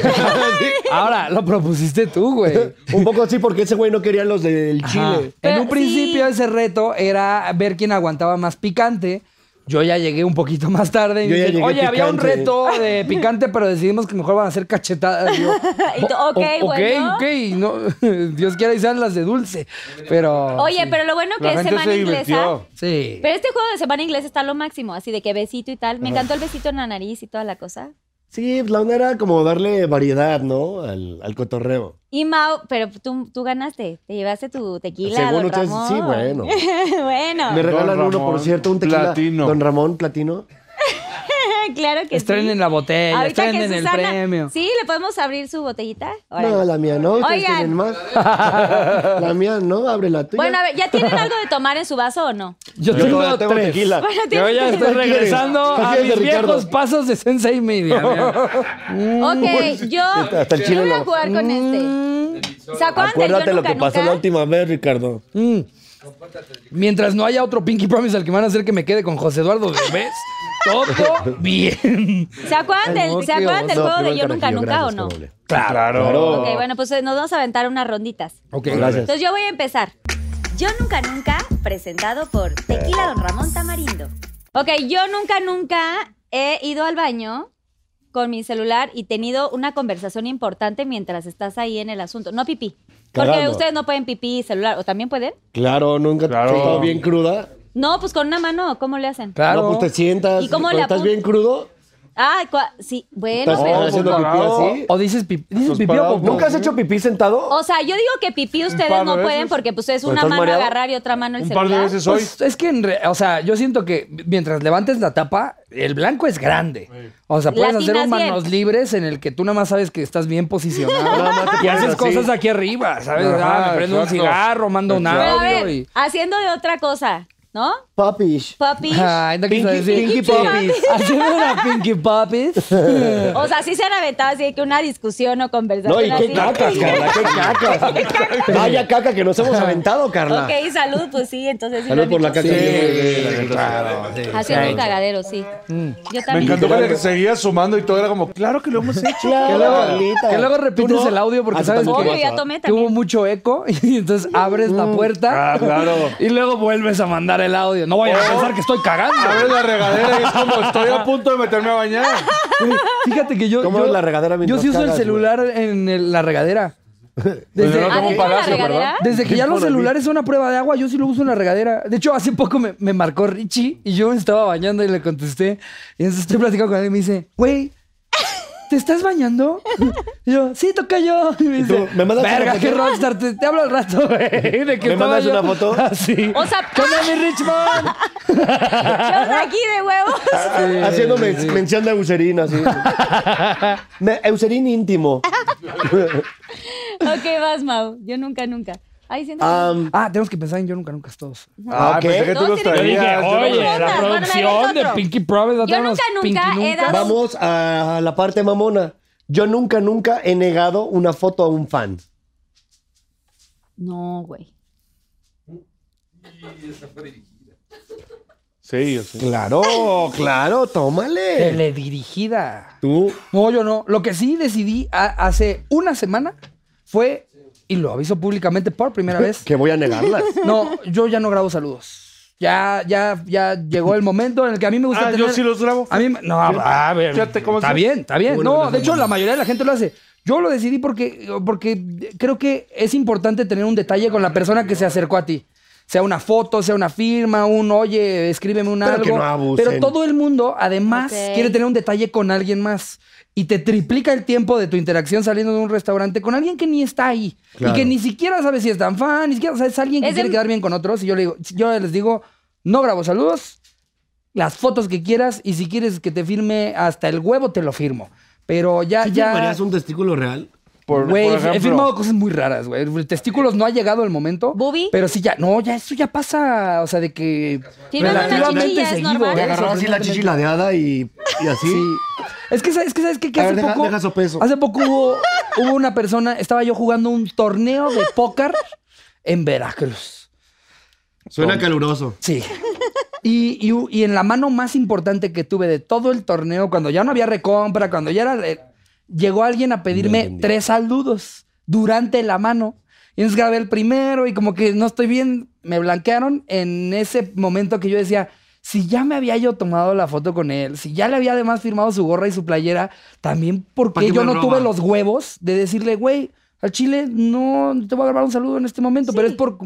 C: Ahora, lo propusiste tú, güey.
D: Un poco así porque ese güey no quería los del
C: Ajá.
D: Chile.
C: En un principio ese reto era ver quién aguantaba más picante. Yo ya llegué un poquito más tarde y
D: Yo
C: me
D: ya
C: dicen,
D: llegué
C: oye, había un
D: picante".
C: reto de picante, pero decidimos que mejor van a ser cachetadas. Yo,
B: Y tú, ok,
C: "O-
B: bueno.
C: Ok, ok, no, Dios quiera y sean las de dulce, pero...
B: Oye, pero lo bueno que es semana inglesa.
C: Sí.
B: Pero este juego de semana inglesa está lo máximo, así de que besito y tal. Me encantó el besito en la nariz y toda la cosa.
D: Sí, pues, la onda era como darle variedad, ¿no? Al, al cotorreo.
B: Y Mau, pero tú, tú ganaste, te llevaste tu tequila.
D: Según
B: don
D: ustedes,
B: Ramón.
D: sí, bueno.
B: bueno.
D: Me regalan
E: Don
D: uno, por
E: Ramón,
D: cierto, un tequila.
E: platino.
D: Don Ramón, platino.
B: claro que sí.
C: Estrenen la botella,
B: Ahorita que
C: estrenen el
B: Susana-
C: premio.
B: Sí, le podemos abrir su botellita. Órale.
D: No, la mía no. Ustedes
B: Oigan.
D: tienen más. La mía no, abre la tuya.
B: Bueno, a ver, ¿ya tienen algo de tomar en su vaso o no?
C: Yo,
D: Yo
C: tengo,
D: todavía tengo
C: tres.
D: tequila. Bueno,
C: Yo
B: tienes
C: ya
B: tequila.
C: estoy
D: ¿Cuál quieres?
C: regresando
D: ¿Cuál
C: a
D: quieres
C: mis
D: de Ricardo?
C: viejos pasos de Sensei Media. mira.
B: Ok, yo,
D: Hasta el
B: yo
D: chile
B: voy a
D: no.
B: jugar con este. ¿Se acuerdan del
D: Acuérdate
B: yo
D: lo
B: nunca,
D: que pasó la
B: nunca?
D: última vez, Ricardo.
C: Mm. Mientras no haya otro Pinky Promise al que me van a hacer que me quede con José Eduardo Derbez, todo bien.
B: ¿Se acuerdan
C: Ay, no,
B: del, ¿se
C: qué
B: acuerdan del
C: oso.
B: juego
C: No,
B: de
C: primero
B: yo
C: el
B: nunca,
C: carajillo,
B: nunca o
C: gracias,
B: no?
C: qué Claro.
B: Ok, bueno, pues nos vamos a aventar unas ronditas.
C: Ok,
D: gracias.
B: Entonces yo voy a empezar. Yo nunca, nunca, presentado por Tequila Don Ramón Tamarindo. Ok, yo nunca, nunca he ido al baño con mi celular y tenido una conversación importante mientras estás ahí en el asunto. No pipí. Porque
D: Cagando.
B: ustedes no pueden pipí y celular. ¿O también pueden?
D: Claro, nunca te has estado bien cruda.
B: No, pues con una mano, ¿cómo le hacen?
D: No, pues te sientas.
B: ¿Y cómo
D: cuando
B: le
D: ¿Estás
B: apu-
D: bien crudo?
B: Ah, cua- sí, bueno,
D: ¿Estás
B: pero...
D: haciendo pipí así?
C: ¿O dices, pip- dices
D: Pues
C: pipí o
D: parado,
C: popó? Oh,
D: ¿Nunca has hecho pipí sentado?
B: O sea, yo digo que pipí ustedes
C: par
B: no
C: de
B: pueden
C: veces.
B: porque pues es
C: ¿O
B: una
C: estás
B: mano
C: mareado?
B: agarrar y otra mano el celular.
C: Pues, es que, en re- o sea, yo siento que mientras levantes la tapa, el blanco es grande. O sea, puedes
B: Latinas
C: hacer un
B: bien.
C: manos libres en el que tú nada más sabes que estás bien posicionado
D: Nada más te
C: y haces
D: pones así.
C: cosas aquí arriba, ¿sabes?
D: Ajá,
C: ah, me prendo
D: exacto.
C: un cigarro, mando un
B: Pero a
C: audio
B: ver,
C: y...
B: haciendo de otra cosa, ¿no?
D: Puppies.
B: Puppies.
C: Ay, no quise
D: Pinky-
C: decir.
D: Pinky
C: Sí.
D: Poppies.
C: Haciendo una Pinky Poppies.
B: O sea, sí se han aventado así que una discusión o conversación
D: No, y
B: así.
D: qué cacas, Carla, qué cacas. Vaya caca que nos hemos aventado, Carla.
B: Ok, salud, pues sí, entonces sí lo
D: Salud
B: han
D: por la
B: hecho.
D: caca.
B: Sí.
D: que-
I: eh,
B: Haciendo un cagadero, sí. Yo
E: Me
B: también.
E: encantó que le seguía sumando y todo era como, claro que lo hemos hecho.
C: Que
E: claro.
C: luego, que luego repites
E: Tú no.
C: el audio porque
E: Ah, tú
C: sabes
E: también
C: que,
E: Obvio, ya
B: tomé
C: que hubo mucho eco y entonces abres la puerta
E: Ah, claro. Oh.
C: y luego vuelves a mandar el audio. No vayas a pensar que estoy cagando.
E: Abre la regadera y es como, estoy a punto de meterme a bañar.
C: Güey, Fíjate que yo.
E: ¿Cómo
C: yo,
E: abres la regadera
C: Yo
E: mientras
C: sí uso
E: cagas, Pues
C: el celular en el- la regadera. Desde,
E: no como un
B: ¿Adentro de Ah, la palacio, ¿verdad? regadera?
C: Desde que
E: Qué
C: ya los
E: maravilla.
C: celulares son una prueba de agua, yo sí lo uso en la regadera. De hecho, hace poco me, me marcó Richie y yo me estaba bañando y le contesté. Y entonces estoy platicando con él y me dice, güey, ¿te estás bañando? Y yo, sí, toca yo. Y me
D: ¿Y tú?
C: dice,
D: ¿Me mandas una
C: verga,
D: foto?
C: qué rockstar, te, te hablo al rato, güey. de que
D: ¿Me
C: estaba
D: mandas
C: yo
D: una foto?
C: Así.
B: O sea, ¡ah!
C: ¿Qué onda, mi Richmond?
B: yo aquí de huevos.
D: Haciendo men- Ah, mención de Eucerin, así. Me- Eucerin íntimo.
B: ok, vas, Mau. Yo nunca, nunca. Ay, siento.
D: Am,
C: Ah, tenemos que pensar en Yo Nunca Nunca es todos.
I: pues,
E: Ah,
D: ok.
E: pensé que tú
B: No,
E: los
B: tiene que-
E: traías.
B: Yo dije, oye, la Bueno, producción ahí ves de otro. Pinky
C: Promise
B: Yo nunca, nunca he dado.
D: Vamos a la parte mamona. Yo nunca, nunca he negado una foto a un fan.
B: No, güey.
E: Sí, yo sí.
D: Claro,
I: Oh,
D: claro, tómale.
C: Teledirigida.
D: Tú.
C: No, yo no. Lo que sí decidí a- hace una semana fue y lo aviso públicamente por primera vez.
I: Que voy a negarlas.
C: No, yo ya no grabo saludos. Ya, ya, ya llegó el momento en el que a mí me gusta
E: Ah,
C: tener-
E: yo sí los grabo.
C: A mí, me- no, a ver,
E: Fíjate cómo
C: está
E: sí.
C: bien, está bien.
E: Bueno,
C: No,
E: bueno,
C: de hecho,
E: bueno.
C: la mayoría de la gente lo hace. Yo lo decidí porque, porque creo que es importante tener un detalle con la persona que se acercó a ti. Sea una foto, sea una firma, un oye, escríbeme un
I: Pero
C: algo.
I: que no abusen.
C: Pero todo el mundo, además,
B: Ok.
C: quiere tener un detalle con alguien más. Y te triplica el tiempo de tu interacción saliendo de un restaurante con alguien que ni está ahí.
I: Claro.
C: Y que ni siquiera sabe si es tan fan, ni siquiera sabe es alguien que
B: Es
C: quiere
B: en-
C: quedar bien con otros. Y yo, le digo, yo les digo, no grabo saludos, las fotos que quieras y si quieres que te firme hasta el huevo te lo firmo. Pero ya,
I: ¿Sí
C: ya.
I: firmarías un testículo real?
E: Por,
C: Güey,
E: por
C: he
E: ejemplo,
C: firmado cosas muy raras, güey. Testículos no ha llegado el momento.
B: ¿Bubi?
C: Pero sí ya, no, ya eso ya pasa, o sea, de que ¿eh?
B: Firmar una chichi ya es normal.
C: güey,
I: Te agarraba así la
C: sorprendentemente.
I: chichiladeada y, y así.
C: Sí. Es que, ¿sabes, es que, ¿sabes qué? Que
I: A
C: hace
I: ver, deja-
C: poco,
I: deja su peso.
C: Hace poco hubo, hubo una persona, estaba yo jugando un torneo de póker en Veracruz.
I: Suena caluroso.
C: Sí. Y, y u- y en la mano más importante que tuve de todo el torneo, cuando ya no había recompra, cuando ya era. eh, llegó alguien a pedirme tres saludos durante la mano. Y entonces grabé el primero y como que no estoy bien, me blanquearon en ese momento que yo decía. Si ya me había yo tomado la foto con él, si ya le había además firmado su gorra y su playera, también
I: ¿Pa'
C: porque
I: qué
C: yo
I: me
C: no
I: roba?
C: tuve los huevos de decirle, güey, al Chile no te voy a grabar un saludo en este momento, pero es por...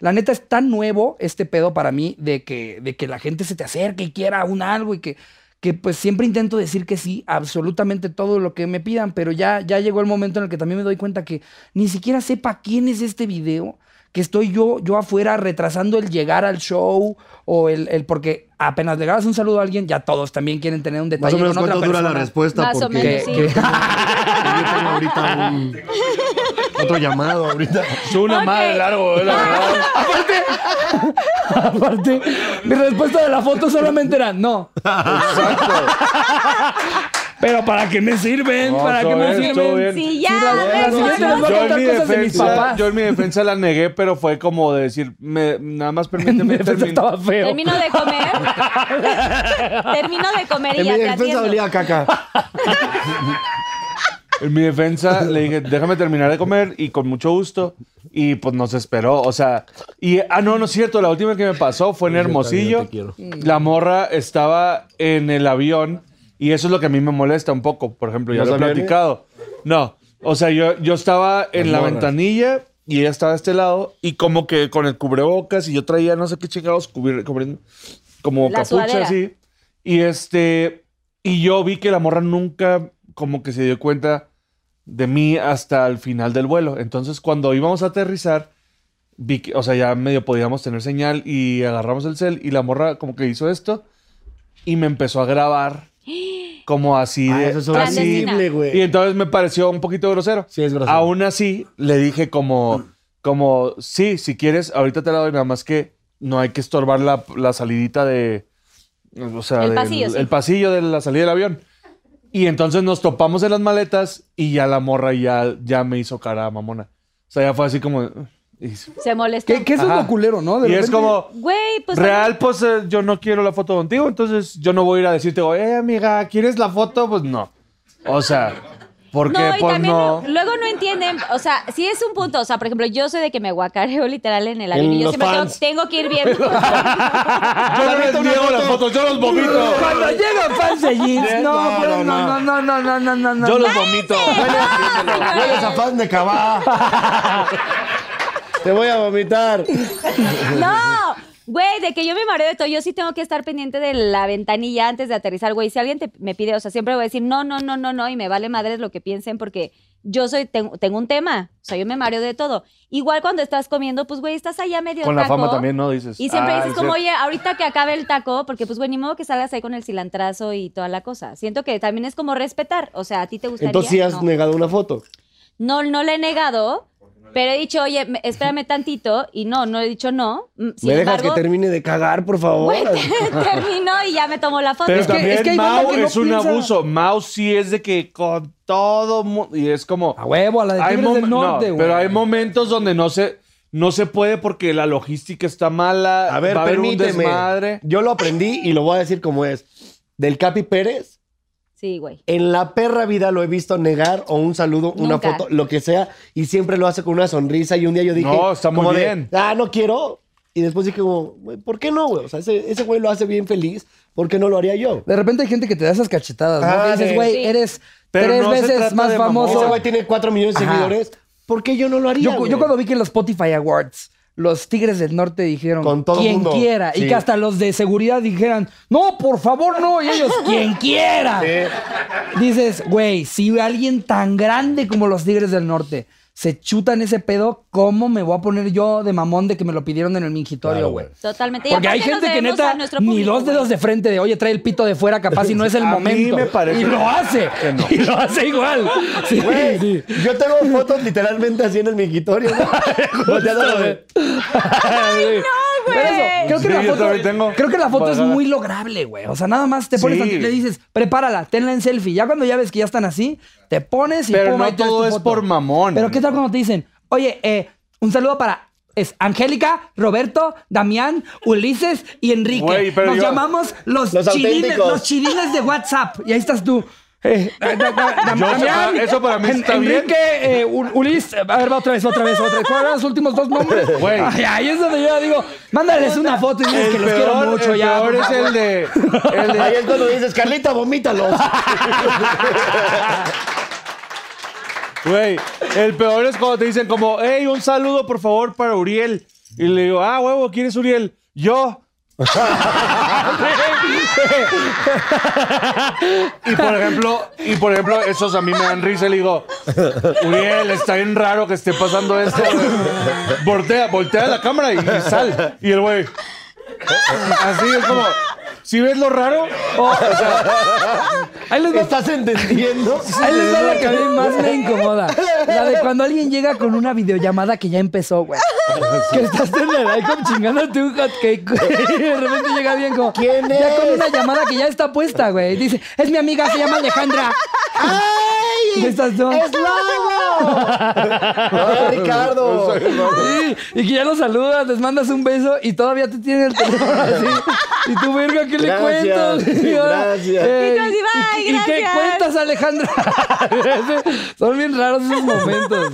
C: La neta es tan nuevo este pedo para mí de que, de que la gente se te acerque y quiera un algo y que, que pues siempre intento decir que sí a absolutamente todo lo que me pidan, pero ya, ya llegó el momento en el que también me doy cuenta que ni siquiera sepa quién es este video, que estoy yo, yo afuera retrasando el llegar al show o el, el- porque apenas le grabas un saludo a alguien, ya todos también quieren tener un
I: Más
C: detalle
I: o menos
C: con otra
I: cuánto dura la
C: persona.
I: respuesta.
B: Más o
I: porque
B: menos,
C: Que-
B: sí.
C: que-
I: Yo tengo ahorita un- otro llamado ahorita.
E: es una madre largo, eh, la verdad.
C: Aparte, mi respuesta de la foto solamente era no. Pero ¿para qué me sirven?
E: No,
C: ¿Para qué
E: todo
C: me
E: bien, todo bien.
C: sirven?
H: Sí,
C: Sí,
H: ya,
C: la- la
H: eso,
C: siguiente les
H: ¿no?
C: voy a
E: Yo en,
C: contar
E: mi
C: cosas de mis
E: defensa,
C: papás.
E: yo en mi defensa la negué, pero fue como de decir, me- nada más permíteme
C: Eso
E: terminar.
C: estaba feo.
B: Termino de comer. Termino de comer y
I: En mi
B: ya te
I: defensa
B: atiendo.
I: olía a caca.
E: En mi defensa le dije, déjame terminar de comer y con mucho gusto. Y pues no se esperó, o sea, y ah no, no es cierto, la última que me pasó fue en Hermosillo.
I: también
E: La morra estaba en el avión y eso es lo que a mí me molesta un poco, por ejemplo, ya
I: ¿Los
E: lo he
I: aviones?
E: platicado. No, o sea, yo, yo estaba en la
I: morras.
E: ventanilla y ella estaba a este lado y como que con el cubrebocas y yo traía no sé qué chingados cubri- cubriendo como
B: La
E: capucha
B: sudadera.
E: así. Y este y yo vi que la morra nunca como que se dio cuenta de mí hasta el final del vuelo. Entonces, cuando íbamos a aterrizar, vi que, o sea, ya medio podíamos tener señal y agarramos el cel y la morra como que hizo esto y me empezó a grabar como así
I: Ah,
E: de-
I: eso es
E: así
B: Clandestina.
I: horrible,
E: y
I: güey.
E: entonces me pareció un poquito grosero.
I: Sí, es grosero.
E: Aún así, le dije como,
C: Mm.
E: como, sí, si quieres, ahorita te la doy, nada más que no hay que estorbar la, la salidita de, o sea,
B: El
E: del-
B: pasillo, sí.
E: el pasillo de la salida del avión. Y entonces nos topamos en las maletas y ya la morra ya, ya me hizo cara mamona. O sea, ya fue así como... y-
B: Se molestó.
C: Que, que eso es
E: Ajá.
C: lo culero, ¿no? De
E: y es
C: repente-
E: como...
B: Güey, pues.
E: Real, pues eh, yo no quiero la foto contigo, entonces yo no voy a ir a decirte, oye, amiga, ¿quieres la foto? Pues no. O sea, porque
B: No, y
E: pues
B: también
E: no.
B: no- luego no entienden, o sea, sí es un punto, o sea, por ejemplo, yo soy de que me guacareo literal en el avión y yo
I: los
B: siempre tengo,
I: fans.
B: tengo que ir viendo.
I: Ah,
E: Yo no les niego las fotos, yo los vomito.
C: Cuando llega fans de jeans, no,
I: No,
C: pues, no, no,
I: no,
C: no, no, no, no, no, no.
E: Yo los vomito.
I: Hueles a fan de cabá. Te voy a vomitar.
B: No, güey, de que yo me mareo de todo, yo sí tengo que estar pendiente de la ventanilla antes de aterrizar, güey. Si alguien te- me pide, o sea, siempre voy a decir no, no, no, no, no, y me vale madres lo que piensen porque yo soy, tengo, tengo un tema, o sea, yo me mareo de todo. Igual cuando estás comiendo, pues, güey, estás allá medio
E: Con la
B: taco,
E: fama también, ¿no? Dices.
B: Y siempre
E: "Ah,
B: dices
E: es
B: como,
E: cierto".
B: oye, ahorita que acabe el taco, porque pues, güey, ni modo que salgas ahí con el cilantrazo y toda la cosa. Siento que también es como respetar, o sea, a ti te gustaría.
I: Entonces sí has
B: No.
I: negado una foto.
B: No, no le he negado, pero he dicho, oye, me- espérame tantito, y no, no he dicho no. Mm, Sin
I: ¿Me dejas
B: embargo,
I: que termine de cagar, por favor?
B: güey, termino y ya me tomo la foto.
E: Pero
C: Es que-
E: también
C: es que hay banda
E: Mau
C: que no
E: es un
C: piensa.
E: abuso. Mau sí es de que con todo mu- y es como
C: A huevo, a la de
E: hay
C: Tigres
E: mom-
C: del Norte,
E: no,
C: güey.
E: pero hay momentos donde no se no se puede porque la logística está mala.
I: A ver,
E: va a haber un
I: permíteme.
E: desmadre.
I: Yo lo aprendí y lo voy a decir como es. Del Capi Pérez
B: Sí, güey.
D: En la perra vida lo he visto negar o un saludo, una
B: Nunca.
D: foto, lo que sea, y siempre lo hace con una sonrisa. Y un día yo dije,
E: No, está muy
D: como de,
E: bien.
D: ah, no quiero. Y después dije, como, güey, ¿por qué no, güey? O sea, ese, ese güey lo hace bien feliz, ¿por qué no lo haría yo?
C: De repente hay gente que te da esas cachetadas, ¿no?
D: Ah,
C: Que dices,
D: sí.
C: güey,
D: Sí.
C: eres
D: Pero
C: tres
D: no se
C: veces
D: trata
C: más
D: de mamón.
C: famoso.
D: Ese güey tiene cuatro millones de seguidores. ¿Por qué yo no lo haría,
C: Yo,
D: güey?
C: yo cuando vi que en los Spotify Awards los Tigres del Norte dijeron
D: Con todo
C: quien
D: mundo".
C: quiera y
D: Sí.
C: que hasta los de seguridad dijeran, no, por favor, no, y ellos, quien quiera. Dices, güey, si alguien tan grande como los Tigres del Norte se chutan ese pedo, ¿cómo me voy a poner yo de mamón de que me lo pidieron en el mingitorio, güey?
B: Totalmente. Y
C: Porque hay
B: aparte nos
C: gente que
B: debemos
C: neta
B: a nuestro
C: ni
B: público,
C: dos dedos de frente de, oye, trae el pito de fuera, capaz y no es el
E: A mí
C: momento.
E: me parece
C: y lo hace.
E: que no.
C: Y lo hace igual. Sí,
D: Güey,
C: sí.
D: Yo tengo fotos literalmente así en el mingitorio. güey. Volteando a ver.
C: Por eso, creo, que
E: Sí,
C: la
E: yo también
C: foto,
E: tengo.
C: creo que la foto es
E: Para-
C: muy lograble, güey. O sea, nada más te pones
E: Sí.
C: tantito y le dices, prepárala, tenla en selfie. Ya cuando ya ves que ya están así, te pones y
E: Pero
C: pum, ahí
E: no
C: tienes tu
E: todo es
C: foto.
E: por mamón.
C: Pero qué tal cuando te dicen, oye, eh, un saludo para. Es Angélica, Roberto, Damián, Ulises y Enrique.
E: Güey, pero
C: Nos
E: yo-
C: llamamos los,
D: Los
C: chirines,
D: auténticos.
C: los chirines de WhatsApp. Y ahí estás tú. Eh, da- da- da- Dam-
E: Yo, eso
C: Damián,
E: para- eso para mí está bien.
C: Enrique, eh, Ul- Ulises, a ver, va otra vez, va otra vez, va otra vez. ¿Cuáles eran los últimos dos nombres?
E: Güey.
C: Ay, ahí es donde yo digo, mándales una foto y dices
E: El
C: que los
E: peor-
C: quiero mucho
E: el
C: ya.
E: peor
C: por
E: es
C: favor.
E: el de. El de
D: Ahí es cuando dices, Carlita, vomítalos.
E: Güey, el peor es cuando te dicen como, hey, un saludo por favor para Uriel. Y le digo, ah, huevo, ¿quién es Uriel? Yo. y por ejemplo, y por ejemplo, esos a mí me dan risa y le digo, Uriel, está bien raro que esté pasando esto. Voltea, voltea la cámara y, y sal. Y el güey. Así es como, si ves lo raro, o sea,
C: Ahí les va
D: ¿Estás entendiendo?
C: Ahí les va la que a mí más me incomoda. La de cuando alguien llega con una videollamada que ya empezó, güey. Que estás en el iPhone chingándote un hotcake, güey. Y de repente llega bien como...
D: ¿Quién
C: Ya con
D: es?
C: una llamada que ya está puesta, güey. Dice, es mi amiga, se llama Alejandra.
D: ¡Ay!
C: ¿Y estas dos?
D: ¡Es Lobo! ¡Ay, Ricardo!
C: Sí, y que ya los saludas, les mandas un beso y todavía te tiene el teléfono así. Y tú, verga, ¿qué le
D: Gracias,
C: cuento?
D: sí,
C: ahora,
D: gracias.
C: eh,
P: Y tú así,
C: ¿y-
P: "Bye,
C: y qué
P: gracias".
C: cuentas, Alejandra? Son bien raros esos momentos.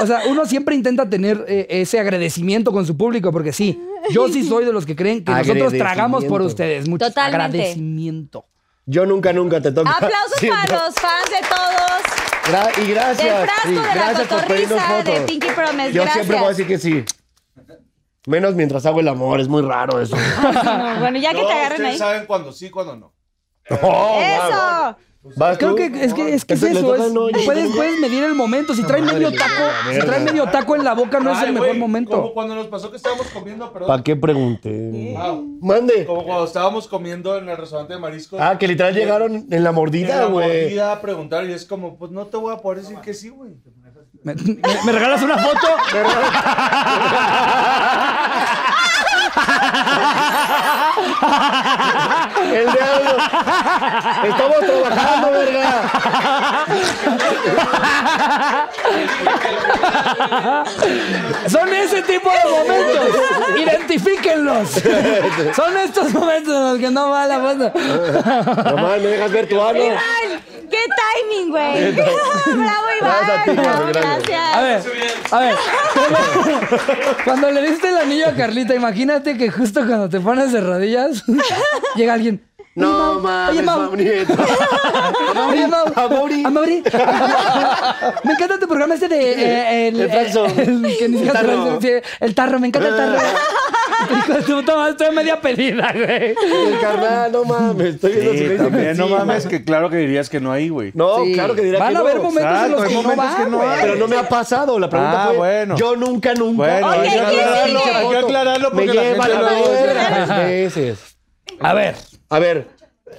C: O sea, uno siempre intenta tener eh, ese agradecimiento con su público, porque sí, yo sí soy de los que creen que nosotros tragamos por
D: Agradecimiento.
C: ustedes. Mucho
B: Totalmente.
C: agradecimiento.
D: Yo nunca, nunca te toco.
B: Aplausos
D: Sí,
B: para los fans de todos.
D: gra- y gracias.
B: Del frasco
D: Sí,
B: de la
D: gracias por pedirnos
B: cotorriza de
D: fotos.
B: Pinky Promise,
D: Yo siempre
B: gracias.
D: voy a decir que sí. Menos mientras hago el amor, es muy raro eso.
B: No, bueno, ya que te agarren ahí.
E: saben cuándo sí, cuándo no.
D: Oh,
B: Eso.
D: ¿Vas
C: Creo
D: tú?
C: que es que es, que es
D: Entonces,
C: eso.
D: le toca-
C: es-
D: no, yo-
C: puedes, puedes medir el momento. Si trae medio taco, si trae medio taco en la boca, no es el
E: Ay,
C: mejor
E: güey,
C: momento.
E: Como cuando nos pasó que estábamos comiendo, perdón.
D: ¿Para qué pregunté?
E: Ah,
D: Mande.
E: como cuando estábamos comiendo en el restaurante de mariscos.
D: Ah, que literal llegaron en la
E: en la
D: mordida, güey.
E: mordida a preguntar y es como, pues no te voy a poder decir que sí, güey.
C: ¿Me, me- me regalas una foto?
D: El diablo. Estamos trabajando, verga.
C: Son ese tipo de momentos. Identifíquenlos. Son estos momentos en los que no va la foto.
D: Nomás me dejas ver tu ano.
P: Iván, ¡Qué timing, güey! ¡Bravo, Iván!
D: Gracias a ti,
P: No,
D: Iván, gracias.
P: gracias.
C: A ver, a ver. Cuando, cuando le diste el anillo a Carlita, imagínate que justo cuando te pones de rodillas, llega alguien. "Oye,
D: No
C: Mau, oye,
D: mames,
C: Mau,
D: Mau Nieto.
C: Oye, Mau.
D: Amaury.
C: Amaury. Me encanta tu programa este de... eh, el,
D: El falso.
C: el que ni siquiera
D: El tarro.
C: traes- sí, el tarro, me encanta el tarro. Hijo de tu puta madre, estoy media pedida, güey.
D: El carnal, no mames. Estoy viendo si me dice que
E: también, no
D: sí,
E: mames,
D: man.
E: que claro que dirías que no hay, güey.
D: No,
C: Sí.
D: claro que dirá
C: Van
D: que
C: a haber
D: no.
C: momentos en
E: Exacto,
C: los
E: hay
C: que no
E: momentos
C: va,
E: que no
C: güey.
E: hay.
D: Pero no me ha pasado. La pregunta
E: Ah,
D: fue.
E: bueno.
D: Yo nunca, nunca.
E: Bueno,
P: hay que aclararlo,
E: hay que aclararlo porque
D: me
E: la
D: lleva
E: gente
D: la
E: no-
D: verga. Tres veces.
C: A ver.
D: A ver,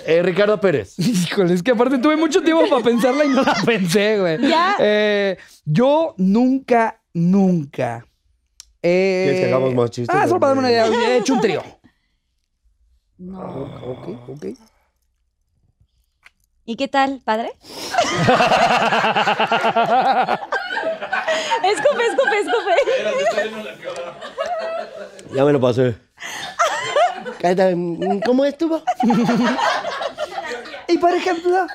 D: eh, Ricardo Pérez.
C: Híjole, es que aparte tuve mucho tiempo para pensarla y no la pensé, güey.
P: Ya.
C: Eh, yo nunca, nunca. eh,
D: ¿Quieres que hagamos más chistes?
C: Ah, solo para darme una idea. He hecho un trío.
D: Ok, ok.
B: ¿Y qué tal, padre?
P: Escupe, escupe, escupe.
D: Ya me lo pasé. Cállate, ¿Cómo estuvo?
C: Y por ejemplo.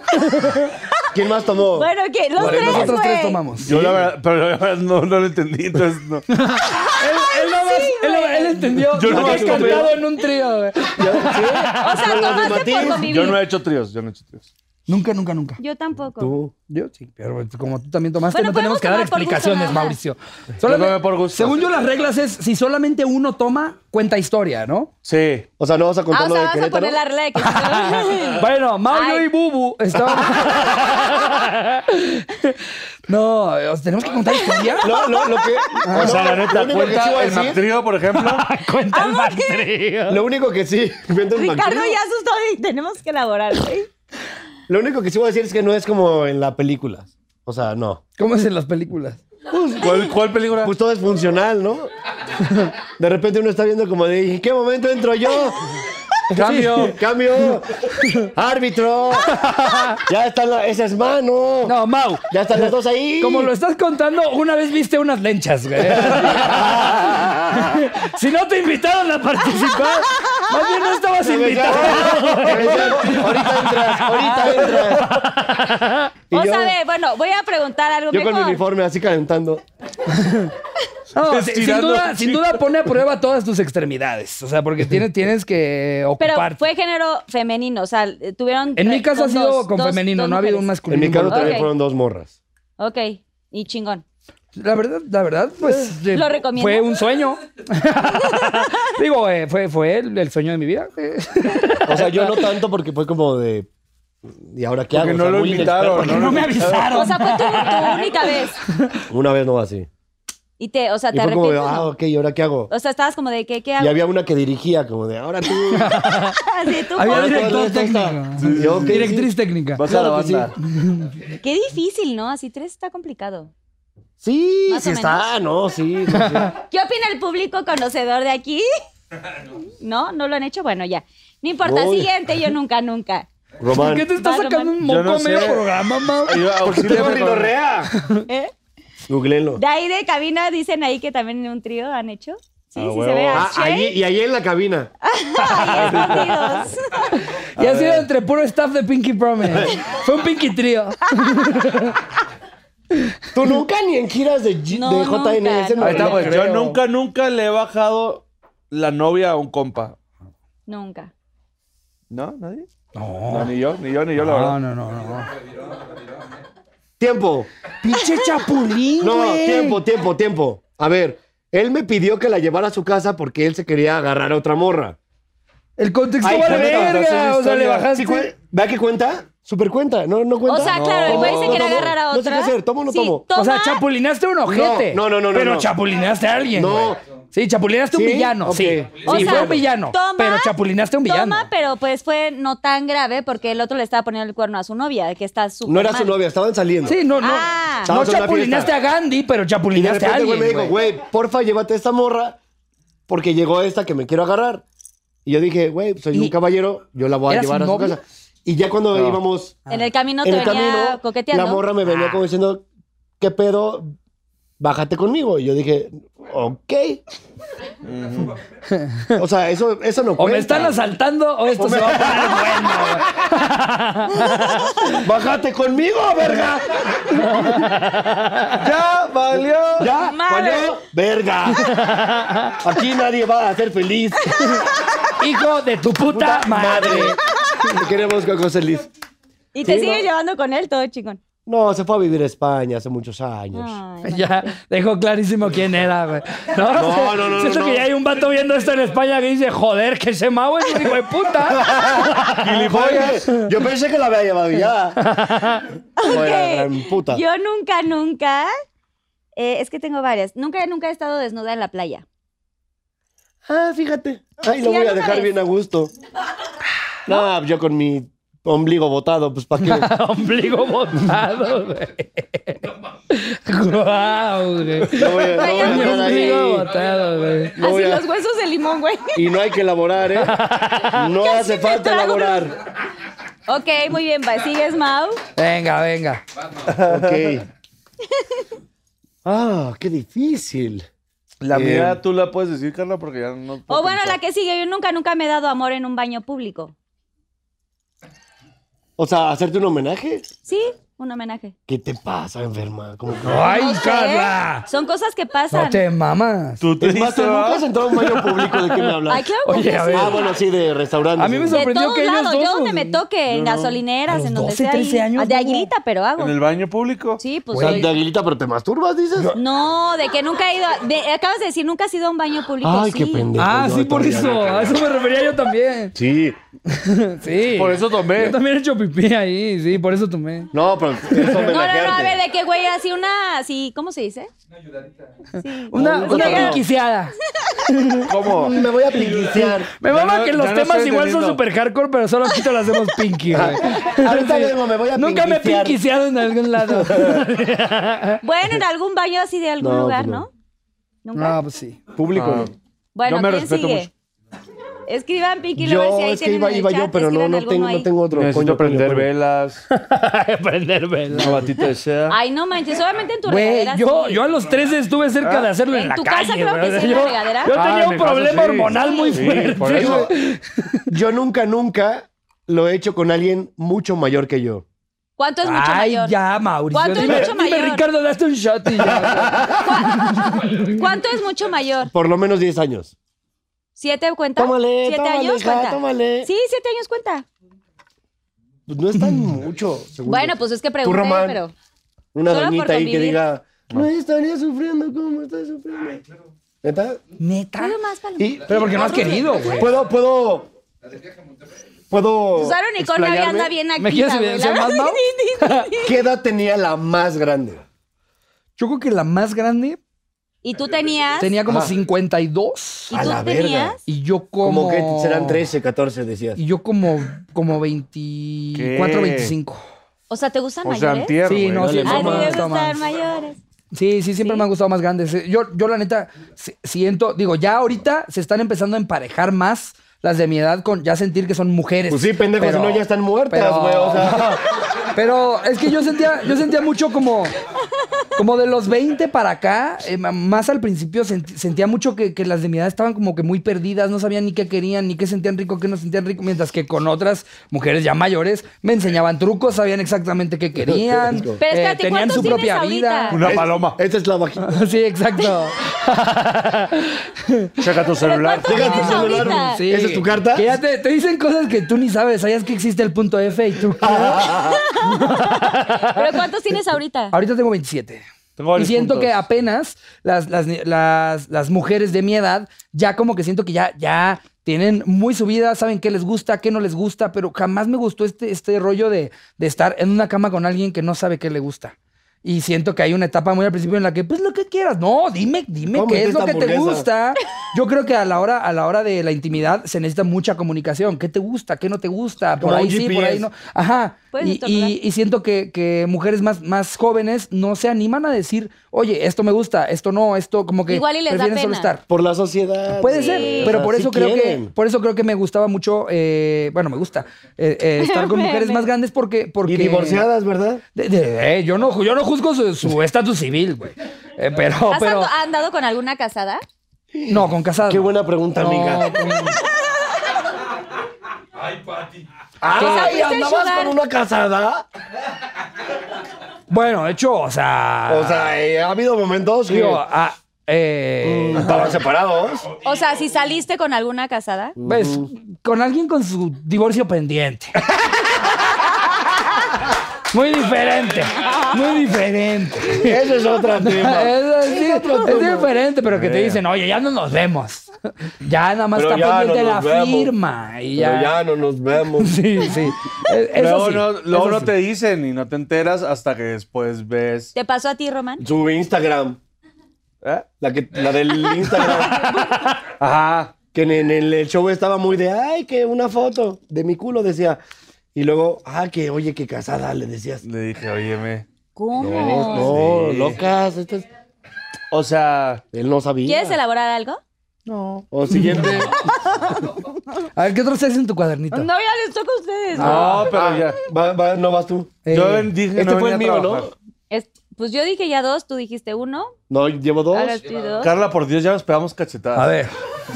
D: ¿Quién más tomó?
B: Bueno, que los
C: Bueno,
B: tres,
C: nosotros
B: güey.
C: tres tomamos.
E: Yo la verdad, pero la verdad no, no lo entendí, entonces no.
C: Él nada más, él, él entendió
E: Yo
C: yo
E: no
C: no
E: más
C: he
E: tomé.
C: cantado en un trío, güey.
B: O sea, tomaste por convivir.
E: Yo no he hecho tríos, yo no he hecho tríos.
C: Nunca, nunca, nunca.
B: Yo tampoco.
C: ¿Tú? Yo sí, pero como tú también tomaste,
B: Bueno,
C: no
B: podemos
C: tenemos que dar
B: tomar por gusto
C: explicaciones,
B: nada más.
C: Mauricio. Solamente-
E: tomé por gusto.
C: Según yo, las reglas es, si solamente uno toma, cuenta historia, ¿no?
E: Sí.
D: O sea, no vas a
B: Ah,
D: contar
B: o
D: lo
B: sea,
D: de
B: vas a
D: Querétaro.
B: poner la regla de que...
C: Bueno, Mario
B: Ay.
C: y Bubu estaban... no, os tenemos que contar historia.
D: Lo, lo- lo que,
E: Ah, O sea, la
D: lo
E: neta,
D: único que
E: cuenta
D: sí voy a
E: el
D: decir-
E: matrío, por ejemplo.
Q: Cuenta el matrío.
D: Lo único que sí. cuenta el
B: Ricardo
D: McDream.
B: ya asustó y tenemos que elaborar, güey.
D: Lo único que sí voy a decir es que no es como en la película. O sea, no.
C: ¿Cómo es en las películas?
E: ¿Cuál, cuál película?
D: Pues todo es funcional, ¿no? De repente uno está viendo como de, ¿en qué momento entro yo?
E: Cambio.
D: Cambio. Árbitro. Ya están la- esa es mano.
C: No, Mau,
D: Ya están las dos ahí.
C: Como lo estás contando, una vez viste unas lenchas, güey. si no te invitaron a participar, más bien no estabas
D: Me decía,
C: invitado.
D: me decía, Ahorita entras,
B: Ah,
D: ahorita entras. Y
B: O
D: yo-
B: sea, a ver, bueno, voy a preguntar algo
D: Yo con mi
B: mejor.
D: uniforme así calentando.
C: No, si- sin
E: Estirando,
C: duda, sin duda pone a prueba todas tus extremidades. O sea, porque tienes, tienes que
B: Pero
C: ocuparte.
B: fue género femenino, o sea, tuvieron...
C: en mi
B: eh,
C: caso
B: con
C: ha sido
B: dos-
C: con
B: dos-
C: femenino,
B: dos
C: no ha habido un
B: mujeres.
D: En
C: masculino.
D: mi caso también
B: Ok.
D: fueron dos morras.
B: Ok, y chingón.
C: La verdad, la verdad, pues. eh,
B: ¿Lo recomiendas?
C: Fue un sueño. Digo, eh, fue, fue el, el sueño de mi vida.
D: O sea, yo no tanto porque fue como de. ¿Y ahora qué
E: Porque
D: hago? O
E: no
D: sea,
E: lo
D: muy
E: invitaron.
D: inexperto.
E: No, no me
B: O sea, fue tu, tu única vez.
D: Una vez no va así.
B: Y te, o sea,
D: Y
B: te
D: fue como de,
B: arrepientes.
D: ah,
B: ¿no?
D: ok, ¿y ahora qué hago?
B: O sea, estabas como de, ¿qué, qué
D: Y
B: hago?
D: había una que dirigía, como de, ahora tú.
B: Así, tú,
C: Había
D: Ahora todo
C: director
D: esto está-
C: técnico.
D: Sí, ok, sí.
C: Directriz técnica.
E: Vas a la
D: Claro que sí.
E: banda.
B: Qué difícil, ¿no? Así tres está complicado.
D: Sí,
B: Más
D: sí
B: o
D: está, no, sí. sí, sí.
B: ¿Qué opina el público conocedor de aquí? ¿No? ¿No lo han hecho? Bueno, ya. No importa,
D: Uy.
B: siguiente, yo nunca, nunca.
C: ¿Por
D: Román.
C: qué te estás
B: Román.
C: sacando un moco
E: Yo no sé.
C: medio programa, Mau?
E: Yo, auxilio,
B: ¿Eh?
D: Googleenlo.
B: De ahí de cabina dicen ahí que también en un trío han hecho. Sí, sí
E: Ah,
B: se
E: huevo.
B: ve a
D: Ah,
B: Shea,
D: allí, y ahí en la cabina.
B: ahí escondidos.
C: Y ha sido entre puro staff de Pinky Promise. Fue un Pinky Trío.
D: Tú nunca ni en giras de, G-
B: No,
D: de JNS.
B: nunca,
D: no
E: Ahí está,
D: lo
E: pues,
D: creo.
E: Yo nunca, nunca le he bajado la novia a un compa.
B: Nunca.
E: ¿No? ¿Nadie?
C: No.
E: No, Ah, ni yo, ni yo, ni yo, la
C: No,
E: verdad.
C: no, no, no.
D: Tiempo.
C: Pinche chapulín,
D: No,
C: güey.
D: tiempo, tiempo, tiempo. A ver, él me pidió que la llevara a su casa porque él se quería agarrar a otra morra.
C: El contexto
D: Ay,
C: vale
D: ¿cuánto contaste
C: verga.
D: esa
C: O sea, le
D: historia?
C: bajaste.
D: Sí, cuen- ¿Vea que cuenta? Super cuenta. No, no
B: O
D: cuenta.
B: sea, claro, el güey se
D: No,
B: quiere
D: no,
B: agarrar a otra.
D: no sé qué hacer, ¿tomo o no
B: Sí,
D: tomo?
B: toma.
C: O sea, chapulinaste a un ojete.
D: No, no, no, no,
C: Pero
D: no.
C: chapulinaste a alguien.
D: No.
C: No. Sí, chapulinaste a un
D: ¿Sí?
C: villano.
D: Ok.
C: Sí.
D: O
C: sí,
D: sea,
C: fue un villano.
B: toma,
C: pero chapulinaste a un villano.
B: Toma, pero pues fue no tan grave porque el otro le estaba poniendo el cuerno a su novia, que está súper
D: No era su
B: mal.
D: novia, estaban saliendo.
C: Sí, no, no.
B: Ah.
C: No
D: Estábamos en una
C: chapulinaste
D: fiesta.
C: a Gandhi, pero
D: Y de
C: chapulinaste a
D: repente el
C: alguien.
D: güey me dijo,
C: güey.
D: güey, porfa, llévate esta morra porque llegó esta que me quiero agarrar. Y yo dije, güey, soy un
C: ¿Y
D: caballero, yo la voy a
C: era su
D: llevar a su
C: novia?
D: casa. Y ya cuando íbamos
B: En el camino te
D: Ah. en el
B: venía
D: camino,
B: coqueteando.
D: la morra me venía
C: Ah.
D: como diciendo, ¿qué pedo? Bájate conmigo. Y yo dije, ok. o sea, eso, eso no
C: O me
D: cuenta.
C: están asaltando o esto se va a poner bueno. güey.
D: ¡Bájate conmigo, verga!
E: ¡Ya valió!
D: ¡Ya!
B: Madre.
D: valió ¡Verga! Aquí nadie va a ser feliz.
C: Hijo de tu puta, madre.
D: Te queremos, Coco Celis.
B: Y te
D: Sí,
B: sigue
D: no.
B: llevando con él todo chingón.
D: No, se fue a vivir a España hace muchos años.
B: Ay, bueno.
C: Ya dejó clarísimo quién era, güey. No,
D: No, no, no,
C: Siento
D: no,
C: que
D: no.
C: ya hay un vato viendo esto en España que dice, joder, que ese Mau es un hijo de puta.
D: Oye, yo pensé que la había llevado ya. Como la gran puta.
B: Yo nunca, nunca. eh, es que tengo varias. Nunca, nunca he estado desnuda en la playa.
D: Ah, fíjate. Ay, lo
B: Sí,
D: voy a
B: alguna
D: dejar
B: vez.
D: bien a gusto. No, yo con mi ombligo botado, pues ¿para qué?
C: Ombligo botado, güey. Guau, güey.
D: No voy a, no voy a
C: Mi
D: dejar
C: ombligo
D: ahí.
C: botado, güey.
D: No voy
B: Así
D: a-
B: los huesos de limón, güey.
D: Y no hay que elaborar, ¿eh? No hace falta
B: trago.
D: elaborar.
B: Ok, muy bien, va. ¿Sigues, Mau?
C: Venga, venga.
D: Ok. Ah, qué difícil.
E: La
D: Bien.
E: mía tú la puedes decir, Carla, porque ya no.
B: O
E: puedo
B: bueno,
E: pensar.
B: la que sigue. Yo nunca, nunca me he dado amor en un baño público.
D: O sea, hacerte un homenaje.
B: Sí, un homenaje.
D: ¿Qué te pasa, enferma? ¿Cómo que-
C: Ah,
B: No sé. Son cosas que pasan.
C: No te mamas.
E: ¿Tú
D: Es más, tú
E: ah?
D: nunca has entrado a un baño público de qué me hablas.
B: Ay, claro que sí.
D: Ah, bueno, sí, de restaurantes.
C: A mí me
D: Sí.
B: de
C: sorprendió
B: todos
C: que ellos
B: lados,
C: dos.
B: yo donde me toque, en
D: No.
B: gasolineras, en donde
C: 12,
B: sea. ahí.
C: 13 años,
B: de
C: ¿no?
B: aguilita, pero hago.
E: ¿En el baño público?
B: Sí, pues
D: O sea,
B: soy-
D: de aguilita, pero te masturbas, dices.
B: No, de que nunca he ido. a- de- acabas de decir, nunca has ido a un baño público.
D: Ay,
B: sí.
D: qué pendejo.
C: Ah,
D: Yo
C: sí, por
D: todavía
C: eso.
D: no
C: A eso me refería yo también.
D: Sí.
C: Sí.
E: Por eso tomé.
C: Yo también he hecho pipí ahí, sí, por eso tomé.
D: No, pero es
B: No, no, no, a
D: homenajearte.
B: ver, de qué güey, así una, así, ¿cómo se dice?
C: Una,
D: no,
C: una
D: no.
C: quinquiciada.
E: ¿Cómo?
D: Me voy a pinquiciar.
C: Me
E: Ya
C: mama
E: no-
C: que
E: ya
C: los
E: no
C: temas
E: estoy
C: igual son
E: entendiendo.
C: super hardcore, pero solo aquí te lo hacemos pinky, güey.
D: Ahorita vengo, me voy a
C: Nunca me he
D: pinquiciar.
C: pinquiciado en algún lado.
B: Bueno, en algún baño así de algún
D: No,
B: lugar,
D: no.
B: ¿no? Nunca.
C: no, pues sí.
D: Público.
E: Ah.
D: no.
B: bueno,
E: yo me
B: ¿quién
E: respeto
B: sigue?
E: mucho.
B: Escriban Pinky Lovers
D: Yo,
B: si ahí
D: es que
B: tienen
D: iba,
B: en el
D: iba yo,
B: chat,
D: pero no,
B: escriban
D: no
B: alguno
D: tengo,
B: ahí.
D: no tengo otro.
E: Necesito
D: coño, coño,
E: prender
D: coño.
E: velas,
R: Prender vela.
E: una batita de
C: Ah,
E: seda.
B: Ay, no manches, solamente en tu
C: Güey,
B: regadera.
C: yo,
B: sí.
C: yo a los 13 estuve cerca de hacerlo en,
B: ¿En
C: la
B: tu
C: calle.
B: casa creo que
C: güey.
B: sí, en la
C: yo,
B: regadera?
C: yo
E: Ah,
C: tenía
E: en
C: un
E: mi casa
C: problema
E: sí.
C: hormonal muy
E: Sí,
C: fuerte.
E: por eso.
C: güey.
D: Yo nunca, nunca lo he hecho con alguien mucho mayor que yo.
B: ¿Cuánto es mucho
C: Ay,
B: mayor?
C: ya, Mauricio.
B: ¿Cuánto es
C: dime,
B: mucho
C: dime,
B: mayor?
C: Ricardo, daste un shot y ya.
B: ¿Cuánto es mucho mayor?
D: Por lo menos 10 años.
B: ¿Siete cuenta?
D: Tómale,
B: ¿Siete
D: tómale,
B: años
D: ja,
B: cuenta?
D: tómale.
B: Sí, siete años cuenta.
D: Pues No es tan mucho. según
B: Bueno,
D: yo.
B: pues es que
D: Tú,
B: pregunté,
D: Román,
B: pero...
D: Una
B: solo por
D: doñita ahí que
B: convivir.
D: diga, no estaría sufriendo como estás sufriendo. ¿Neta?
C: Neta.
B: Nada más, Paloma.
D: Ah, Y-
C: Pero porque no has querido, güey.
D: ¿Puedo, puedo... ¿Puedo
B: Susana Unicornio ya
D: explayarme?
B: anda bien activa,
C: ¿Me quieres
B: güey,
C: evidenciar
B: la
C: más,
B: verdad.
C: Mau?
D: ¿Qué edad tenía la más grande?
C: Yo creo que la más grande
B: Y tú tenías...
C: tenía como
D: Ajá.
C: 52
B: Y
D: A
B: tú
D: la verga.
B: tenías...
C: y yo como...
D: Como que serán 13, 14, decías.
C: Y yo como, como 24,
E: ¿Qué?
C: 25.
B: O sea, ¿te gustan
E: O sea,
B: mayores?
E: antier,
C: Sí,
E: güey,
C: no, sí,
E: le
C: no
B: Ay,
E: mames.
C: mames.
B: me
C: Toma.
B: gustan mayores.
C: Sí, sí, siempre
B: Sí.
C: me han gustado más grandes. Eh, Yo, yo la neta, si- siento, digo, ya ahorita se están empezando a emparejar más las de mi edad con ya sentir que son mujeres.
D: Pues sí, pendejos,
C: Pero-
D: si no ya están muertas,
C: pero-
D: güey. O sea,
C: Pero es que yo sentía, yo sentía mucho como. Como de los 20 para acá, eh, ma- más al principio sent- sentía mucho que, que las de mi edad estaban como que muy perdidas, no sabían ni qué querían, ni qué sentían rico, qué no sentían rico, mientras que con otras mujeres ya mayores me enseñaban trucos, sabían exactamente qué querían,
D: Pero
C: eh,
B: espérate,
C: tenían
B: ¿cuántos
C: su
B: tienes
C: propia vida.
B: ahorita?
E: Una paloma.
D: esta es la bajita.
C: Sí, exacto.
E: Checa
B: ¿Pero
E: tu celular.
B: cuánto
D: Deja tu
B: tienes
D: celular.
B: ahorita?
C: Sí.
D: ¿Esa es tu carta?
C: Que ya te, te dicen cosas que tú ni sabes, sabías que existe el punto F y tú.
D: Ah.
B: ¿Pero cuántos tienes ahorita?
C: Ahorita tengo 27.
E: Tengo
C: y
E: varios
C: siento
E: puntos.
C: que apenas las, las, ni- las, las mujeres de mi edad ya como que siento que ya, ya tienen muy su vida, saben qué les gusta, qué no les gusta, pero jamás me gustó este, este rollo de, de estar en una cama con alguien que no sabe qué le gusta. Y siento que hay una etapa muy al principio en la que, pues lo que quieras, no, dime, dime
D: Cómete
C: qué es lo
D: esta
C: que te
D: hamburguesa.
C: gusta. Yo creo que a la hora, a la hora de la intimidad se necesita mucha comunicación. ¿Qué te gusta? ¿Qué no te gusta? Por
D: Como
C: ahí
D: un
C: sí, por ahí
D: GPS.
C: no. Ajá.
B: Puedes
C: Y,
B: estornudar.
C: y- y siento que, que mujeres más, más jóvenes no se animan a decir, oye, esto me gusta, esto no, esto como que
B: Igual y les da
C: prefieren solo
B: pena.
C: estar.
D: Por la sociedad.
C: Puede
D: güey.
C: ser,
D: O
C: pero
D: sea,
C: por
D: sí
C: eso creo que
D: quieren.
C: por eso creo que me gustaba mucho, eh, bueno, me gusta eh, eh, estar con mujeres más grandes porque porque
D: Y divorciadas, ¿verdad?
C: De- de- eh, yo no ju- yo no juzgo su su estatus civil, güey. Eh, pero
B: ¿Has
C: pero
B: ando- andado con alguna casada?
C: no con casadas.
D: Qué
C: no.
D: buena pregunta,
C: No,
D: amiga.
C: con-
D: ¡Ay,
B: fuiste a
D: Ah, andabas
B: ayudar.
D: con una casada!
C: Bueno, de hecho, o sea,
D: O sea, eh, ha habido momentos que
C: digo, ah, eh,
D: mm, estaban separados.
B: O sea, si saliste con alguna casada.
C: Pues, con alguien con su divorcio pendiente. Muy diferente, muy diferente.
D: Eso es otro tema.
C: Es, sí, es diferente, pero que te dicen, oye, ya no nos vemos. Ya nada más
D: Pero
C: está
D: ya
C: pendiente
D: no
C: la
D: nos vemos.
C: firma. Y
D: Pero
C: ya.
D: ya no nos vemos.
C: Sí, sí. Es-
E: Luego
C: Eso sí,
E: no, luego
C: eso
E: no
C: sí.
E: te dicen y no te enteras hasta que después ves.
B: ¿Te pasó a ti, Román?
D: Su Instagram.
E: ¿Eh?
D: La, que, la del Instagram.
E: Ajá.
D: que en, en el show estaba muy de, ay, que una foto de mi culo, decía. Y luego, ah, que oye, que casada, le decías.
E: Le dije, óyeme.
B: ¿Cómo?
D: No,
E: Sí.
D: locas, esto es-
E: O sea,
D: Él no sabía.
B: ¿Quieres elaborar algo?
D: O siguiente.
C: A ver, ¿qué otro estás en tu cuadernito?
B: No, ya les toca a ustedes.
C: Ah.
E: no, pero ya.
D: Va- va- no vas tú.
C: Eh,
E: Yo dije,
D: Este
E: no
D: fue el
E: venía a
D: mío,
E: trabajar.
D: ¿no?
B: Es- Pues yo dije ya dos, tú dijiste uno.
D: No, llevo dos.
B: Ahora estoy dos.
E: Carla, por Dios, ya nos pegamos cachetadas.
C: A ver.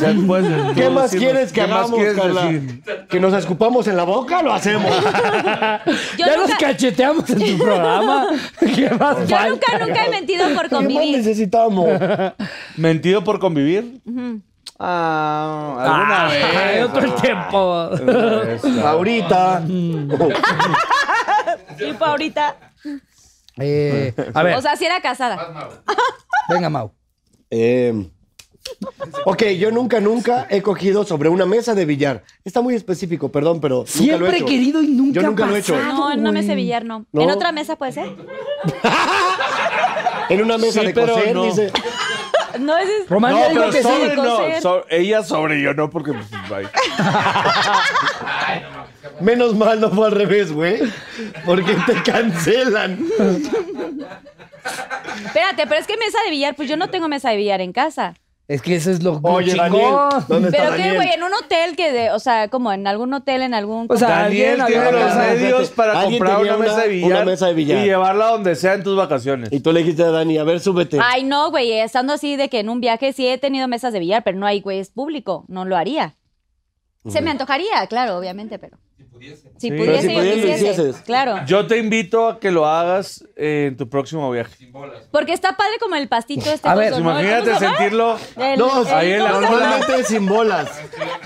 E: Ya puedes
D: ¿Qué
E: tú decirnos,
D: más quieres que
E: ¿qué más
D: hagamos,
E: quieres
D: Carla?
E: decir?
D: ¿Que nos escupamos en la boca? Lo hacemos.
B: Yo
C: ya nos
B: nunca,
C: cacheteamos en tu programa. ¿Qué más
B: yo
C: falta?
B: nunca, nunca he mentido por
D: ¿Qué más
B: convivir.
D: necesitamos?
E: ¿Mentido por convivir?
B: Ujú.
E: Ah, alguna
C: Ay,
E: vez.
C: otro tiempo.
E: Alguna vez, claro.
D: Ahorita.
B: Tipo ahorita.
C: Eh, a ver,
B: O sea, si era casada.
C: venga, Mau.
D: Eh, ok, yo nunca, nunca he cogido sobre una mesa de billar. Está muy específico, perdón, pero. nunca lo he
C: Siempre
D: hecho.
C: querido y nunca,
D: Yo nunca lo he hecho.
C: pasado,
B: No, no me
C: güey.
B: sé billar, no.
D: No.
B: ¿En otra mesa puede ser?
D: En una mesa
E: Sí,
D: de
E: pero
D: coser,
E: no.
D: dice.
B: No, ese es...
C: Román,
E: No,
C: ya dijo
E: pero
C: que sí.
E: sobre no.
B: Coser.
E: so- ella sobre yo no, porque. pues, ay.
D: Menos mal no fue al revés, güey. Porque te cancelan.
B: Espérate, pero es que mesa de billar, pues yo no tengo mesa de billar en casa.
C: Es que eso es lo lo
D: Oye,
C: chingón.
D: Daniel, ¿dónde está
B: Pero qué,
D: Daniel?
B: güey, en un hotel que de, o sea, como en algún hotel, en algún.
C: O sea,
E: Daniel
C: alguien
E: tiene
C: había
E: los
C: cagado.
E: medios para
D: Alguien
E: comprar
D: tenía
E: una, mesa de
D: una-
E: billar
D: una mesa de billar.
E: y llevarla donde sea en tus vacaciones.
D: Y tú le dijiste a Dani, a ver, súbete.
B: Ay, no, güey, estando así de que en un viaje sí he tenido mesas de billar, pero no hay, güey, es público, no lo haría. Se me antojaría, claro, obviamente, pero. Si
E: Sí.
B: pudiese.
E: Pero si
B: yo
D: pudiese, lo
B: quisiese,
D: hicieses.
B: Claro.
E: Yo te invito a que lo hagas eh, en tu próximo viaje.
B: Porque está padre como el pastito este.
C: A ver,
B: coso, ¿no?
E: Imagínate
B: ¿Cómo se llama?
E: sentirlo.
B: El-
D: No,
B: el-
E: ahí en la-
B: ¿cómo se llama?
D: Normalmente es sin bolas.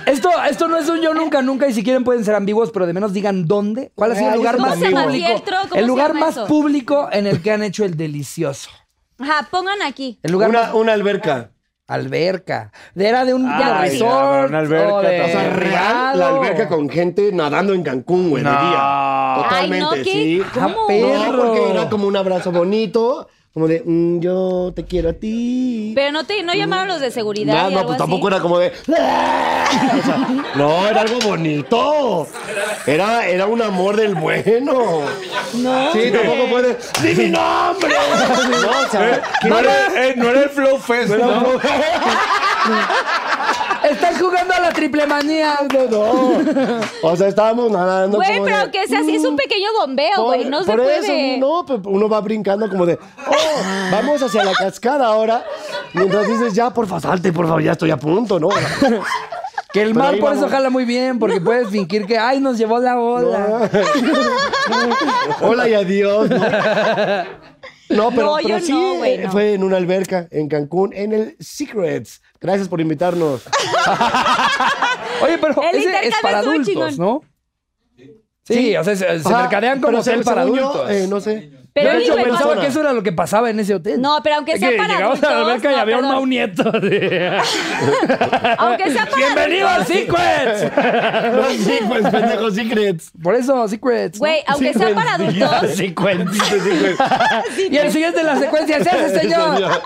C: Esto, esto no es un yo nunca, nunca, y si quieren pueden ser ambiguos, pero de menos digan dónde. ¿Cuál ha sido el
D: Ay,
C: lugar
D: ¿cómo
C: más
D: se llama,
C: público?
B: Pietro? ¿Cómo
C: el
B: se
C: lugar
B: llama
C: más
B: eso?
C: público en el que han hecho el delicioso.
B: Ajá, pongan aquí.
C: El lugar más-
D: Una, una alberca.
C: alberca. Era de un
E: ya,
C: resort.
E: pero una alberca,
C: o de
E: o sea,
D: Real, la
C: privado.
D: alberca con gente nadando en Cancún, güey, de
E: No.
D: día.
B: Ay, no,
D: Totalmente,
B: ¿qué?
D: sí.
B: ¿Cómo?
C: Ah, pero-
D: No, porque era como un abrazo bonito, como de, mm, yo te quiero a ti.
B: Pero no te, no llamaron los de seguridad.
D: No,
B: y
D: no,
B: algo
D: pues
B: así?
D: tampoco era como de. "Ah", o sea, no, era algo bonito. Era, era un amor del bueno. No. Sí, tampoco fue de. ¡Di mi nombre! No, o sea, que
E: No
D: no era-
E: era, eh, no era el Flow Fest,
D: no,
E: ¿no?
C: Están jugando a la triple manía.
D: no, no. O sea, estábamos nadando.
B: Güey,
D: como de, Mm.
B: pero que sea así, es un pequeño bombeo, güey. No se
D: por eso,
B: puede.
D: no, pues, uno va brincando como de, oh, vamos hacia la cascada ahora. Mientras dices, ya, porfa, salte, por favor, ya estoy a punto, ¿no?
C: Que el
D: Pero
C: mar
D: ahí
C: por eso
D: vamos.
C: jala muy bien, porque puedes fingir que, ay, nos llevó la ola.
D: Hola y adiós. No, No, pero,
B: No,
D: pero
B: yo
D: sí,
B: no, güey, no.
D: fue en una alberca en Cancún, en el Secrets. Gracias por invitarnos.
C: Oye, pero
B: El
C: ese es
B: intercambio
C: para
B: estuvo
C: adultos,
B: chingón.
C: ¿no? Sí, o sea, se, se
D: Ajá,
C: mercadean
D: pero
C: como hotel
D: se-
C: para
D: según yo,
C: adultos.
D: eh, no sé.
B: Pero
C: Yo, de
B: ni
C: hecho,
B: güey,
C: pensaba
B: no.
C: que eso era lo que pasaba en ese hotel.
B: No, pero aunque
C: Es
B: sea
C: que
B: para
C: llegabas a la
B: adultos,
C: alberca y
B: no,
C: había un
B: perdón.
C: mau nieto. de-
B: Aunque sea para
C: ¡Bienvenido a Secrets!
D: No, Secrets, pues, pendejo, Secrets.
C: Por eso, Secrets. ¿no?
B: Güey, aunque sea para adultos,
C: Y el siguiente de la secuencia es ese, señor.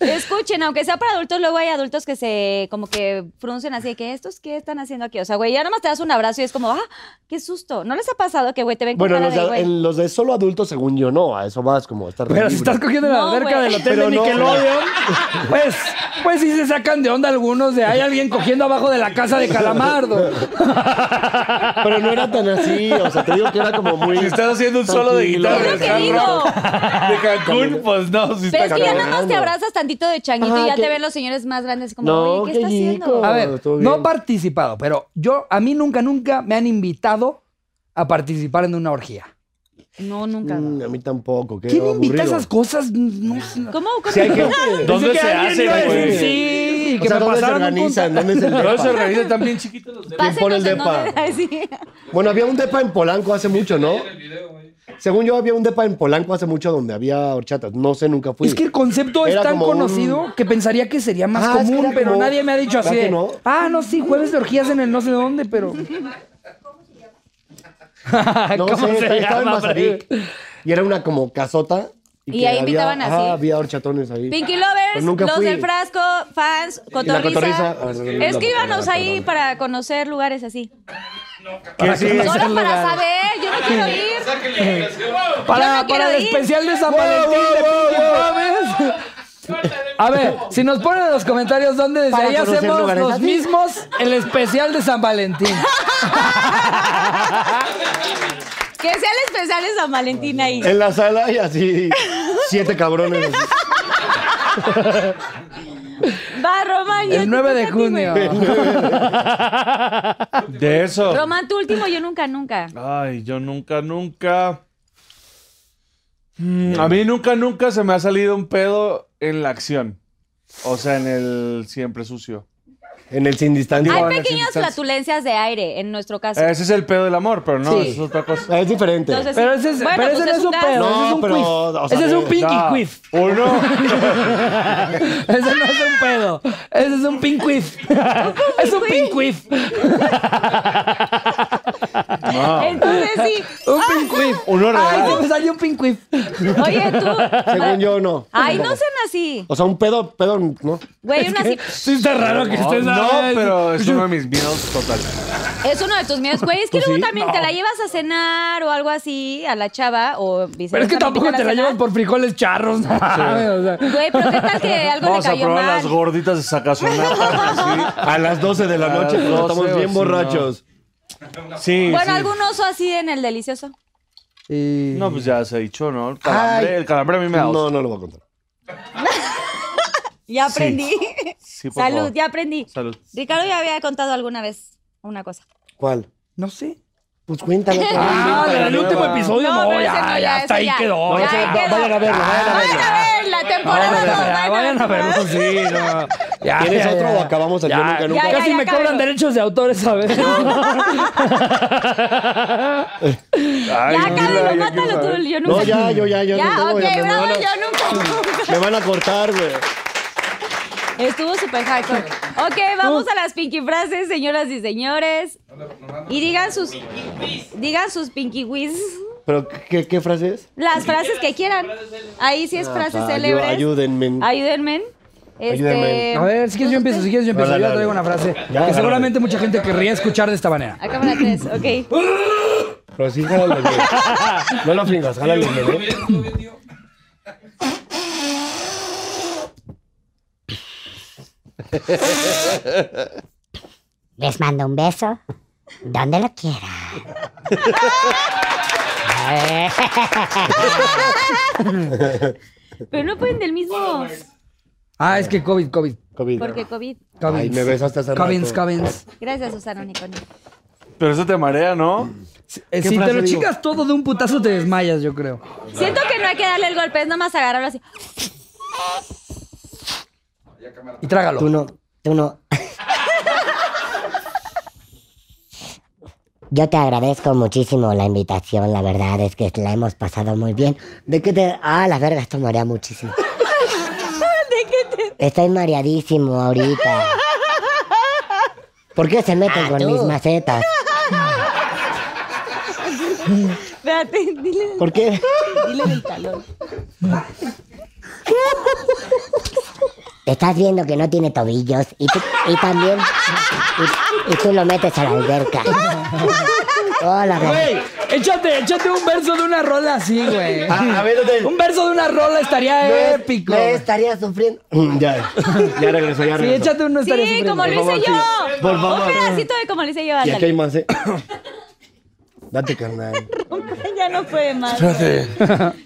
B: escuchen, aunque sea para adultos, luego hay adultos que se como que fruncen así de que estos qué están haciendo aquí. O sea, güey, ya nomás te das un abrazo y es como, ah, qué susto. ¿No les ha pasado que, güey, te ven con
D: Bueno,
B: cara
D: los
B: de,
D: de,
B: güey?
D: en los de solo adultos, según yo, no. A eso vas como a estar
C: Pero
D: libre.
C: si estás cogiendo en la
B: No,
C: alberca
B: güey.
C: del hotel de
D: Pero no,
C: Nickelodeon, pues, pues sí se sacan de onda algunos de hay alguien cogiendo abajo de la casa de Calamardo.
D: Pero no era tan así, o sea, te digo que era como muy... Mm,
E: Si estás haciendo un solo de
D: Tranquilo.
E: guitarra
B: Es lo que
E: Alejandro.
B: digo.
E: De Cancún, pues no. sí
B: Pero es
E: está
B: que ya
E: cabrón.
B: nada más te abrazas tantito de changuito
D: Ajá,
B: y ya
D: que-
B: te ven los señores más grandes como,
D: No,
B: oye, ¿qué
D: qué
B: está haciendo?
D: rico.
C: A
D: No,
C: ver,
D: estuvo
C: no he
D: bien.
C: participado, pero yo, a mí nunca, nunca me han invitado a participar en una orgía.
B: No, nunca.
D: Mm, a mí tampoén. qué
C: ¿Quién
D: aburrido.
C: invita esas cosas? No sé.
B: ¿Cómo? ¿Cómo?
D: Sí, hay gente-
E: ¿Dónde
C: Pensé que
E: se
C: alguien
E: hace,
C: iba a decir
E: güey?
C: Sí,
D: O
C: que
D: sea, ¿dónde
C: me
D: se
C: pasaron un
D: organizan?
C: contacto.
D: ¿Dónde es el
E: Pero se
D: depa?
E: organiza también chiquitos los dedos.
D: ¿Quién pone el
B: Pásenos en
D: depa?
B: dónde- así.
D: Bueno, había un depa en Polanco hace mucho, ¿no? Según yo, había un depa en Polanco hace mucho donde había horchatas. No sé, nunca fui.
C: Es que el concepto es
D: Era
C: tan
D: como un-
C: conocido que pensaría que sería más
D: Ah, es que
C: común,
D: era
C: pero
D: como-
C: nadie me ha dicho así.
D: ¿Verdad que
C: de,
D: no?
C: Ah, no, sí, jueves de orgías en el no sé dónde, pero.
D: No
C: ¿Cómo
D: sé,
C: se
D: estaba en
C: llama,
D: Mazarik. Y era una como casota.
B: Y
D: que
B: ahí invitaban
D: había,
B: así.
D: Ah, había horchatones ahí.
C: Ah,
B: Pinky Lovers,
C: pues
D: Pero nunca
B: los
D: fui.
B: del frasco, fans,
D: la
B: cotorriza.
C: ah,
D: cotorriza.
B: Escríbanos ahí para conocer lugares así.
E: ¿Qué sigue?
B: Solo para
C: lugares.
B: saber, yo no quiero ir.
C: Para,
B: Yo no
C: para
B: quiero
C: el
B: ir.
C: especial de San Valentín de Pinky Promise. A ver, si nos ponen en los comentarios dónde desde
D: Para
C: ahí
D: conocer
C: hacemos
D: lugares
C: los
D: así.
C: mismos el especial de San Valentín.
S: Que sea el especial de San Valentín ahí.
C: Eh,
D: En la sala y así, siete cabrones.
S: Va, Román. yo
C: El
S: te
C: 9 de
S: toca a ti,
C: junio.
S: güey.
E: De eso.
B: Román, tu último, yo nunca, nunca.
E: Ay, yo nunca, nunca. Mm, A mí nunca, nunca se me ha salido un pedo en la acción. O sea, en el siempre sucio.
D: En el sin distancia.
E: Digo,
B: Hay
E: en el sin
B: pequeñas
E: distancia.
B: flatulencias de aire, en nuestro caso.
E: Ese es el pedo del amor, pero no,
C: Sí.
E: eso es otra cosa.
D: Ah, Es diferente.
B: Entonces,
C: Eh, Pero ese es,
B: bueno,
C: pero ese
B: pues
C: no es un
B: caso.
C: pedo, ese es
D: No,
C: un
D: pero,
C: quiz.
D: o sea,
C: ese es un
D: de-
C: pinky
E: No.
C: quiz.
E: Uno.
C: Ese no es un pedo. Ese es un pink quiz. es un pink quiz.
S: Entonces sí.
C: Un pink quiz.
E: Uno
C: Ay,
E: real.
C: se me salió un pink quiz.
B: Oye, tú. ah,
D: Según yo, no.
B: Ay, no sean así.
D: O sea, un pedo, pedo, ¿no?
B: Güey, una así.
C: Sí, está raro que
E: No,
C: estés
E: no, pero es uno de mis miedos total.
B: Es uno de tus miedos, güey. Es que luego también te la llevas a cenar o algo así a la chava o viceversa.
C: Pero es que
B: me
C: tampoco
B: invitan a
C: te la
B: cenar.
C: llevas por frijoles charros. No, mames, o sea.
B: Güey, pero ¿qué tal que algo
E: Vamos
B: le
E: a
B: cayó
E: probar
B: mal?
E: las gorditas de sacazonatas.
D: A las 12 de la
E: A
D: noche,
E: las
D: cuando estamos
E: 12 o
D: bien
E: si
D: borrachos.
E: Sí, sí.
B: bueno,
E: sí.
B: algún oso así en el delicioso.
C: Y-
E: No, pues ya se ha dicho, ¿no? El calambre, el calambre a mí me da.
D: No,
E: oso.
D: no lo voy a contar.
B: Ya aprendí.
E: Sí, por
B: Salud,
E: favor.
B: ya aprendí.
E: Salud.
B: Ricardo ya había contado alguna vez una cosa.
D: ¿Cuál?
C: No sé.
D: Pues cuéntalo.
C: Ah, del último episodio no,
B: No, pero ese
C: ya,
B: no, ya,
C: ya,
B: ese
C: hasta ahí
B: ya.
C: quedó.
B: No,
C: ya.
B: ese-
C: Vayan
B: quedó.
D: Vayan a verlo, vayan a
S: Vayan
D: verlo.
S: a ver la temporada
C: a verlo,
S: dos.
C: Vayan a verlo, sí, no. Ya,
D: ¿Tienes
C: ya,
D: otro
C: ya.
D: o acabamos el
C: Ya,
D: yo nunca nunca?
B: Ya, ya,
C: Casi
B: ya,
C: me
B: cábelo.
C: cobran derechos de autor esa vez.
E: Ay,
B: ya, cábelo,
E: no, ya quiero
B: mátalo
E: saber.
B: tú. Yo nunca.
D: No, ya, yo ya, yo
B: Ya,
D: no tengo,
B: ok,
D: me
B: bravo,
D: van a-
B: yo nunca.
D: Me van a cortar, güey.
B: Estuvo súper hardcore. Ok, vamos a las pinky frases, señoras y señores. Y digan sus. Digan sus pinky whiz.
D: ¿Pero qué, qué frase es?
B: Las frases que quieran. Ahí sí es frases
D: ayu-
B: célebres.
D: ayúdenme.
B: Ayúdenme. Este,
D: Ayúdenme.
C: A ver, si quieres yo empiezo, si quieres yo empiezo.
D: Dale,
C: Yo
D: dale.
C: traigo una frase
D: dale.
C: que seguramente mucha gente querría escuchar de esta manera.
B: A cámara 3, ok.
D: Pero Pues sí, jálale, güey. No lo fringas, jálale, güey.
T: Les mando un beso donde lo quiera.
B: Pero no pueden del mismo.
C: Ah, es que COVID, COVID.
D: COVID.
B: Porque COVID.
C: COVID.
D: Ay, me besaste hace
C: Covins,
D: rato.
C: Covins.
B: Gracias, Susana Niconi.
E: Pero eso te marea, ¿no?
C: Eh,
D: ¿Qué
C: Si te
D: frase
C: lo
D: digo?
C: chicas todo de un putazo te desmayas, yo creo.
B: Siento que no hay que darle el golpe, es nomás agarrarlo así.
C: Y trágalo.
T: Tú no, tú no. Yo te agradezco muchísimo la invitación, la verdad es que la hemos pasado muy bien. ¿De qué te...? Ah, la verga, esto marea muchísimo. Estoy mareadísimo ahorita. ¿Por qué se meten con mis macetas?
B: Espérate, dile.
D: ¿Por qué?
T: Estás viendo que no tiene tobillos y, tú- y también... Y, y tú lo metes a la alberca. Hola,
C: Ah, Güey, échate, échate un verso de una rola así, güey.
D: Ah, A, a ver, ¿dónde?
C: Un verso de una rola estaría épico.
T: Me estaría sufriendo.
D: Mm, Ya, ya regresó, ya
C: Sí,
D: regresó.
C: échate uno estaría
B: Sí,
C: sufriendo.
B: como lo hice yo.
D: Por favor.
B: Un pedacito de como lo hice yo.
D: y aquí hay
B: Ándale.
D: más, ¿eh? Date, carnal.
B: pues, Ya no puede más. Espérate.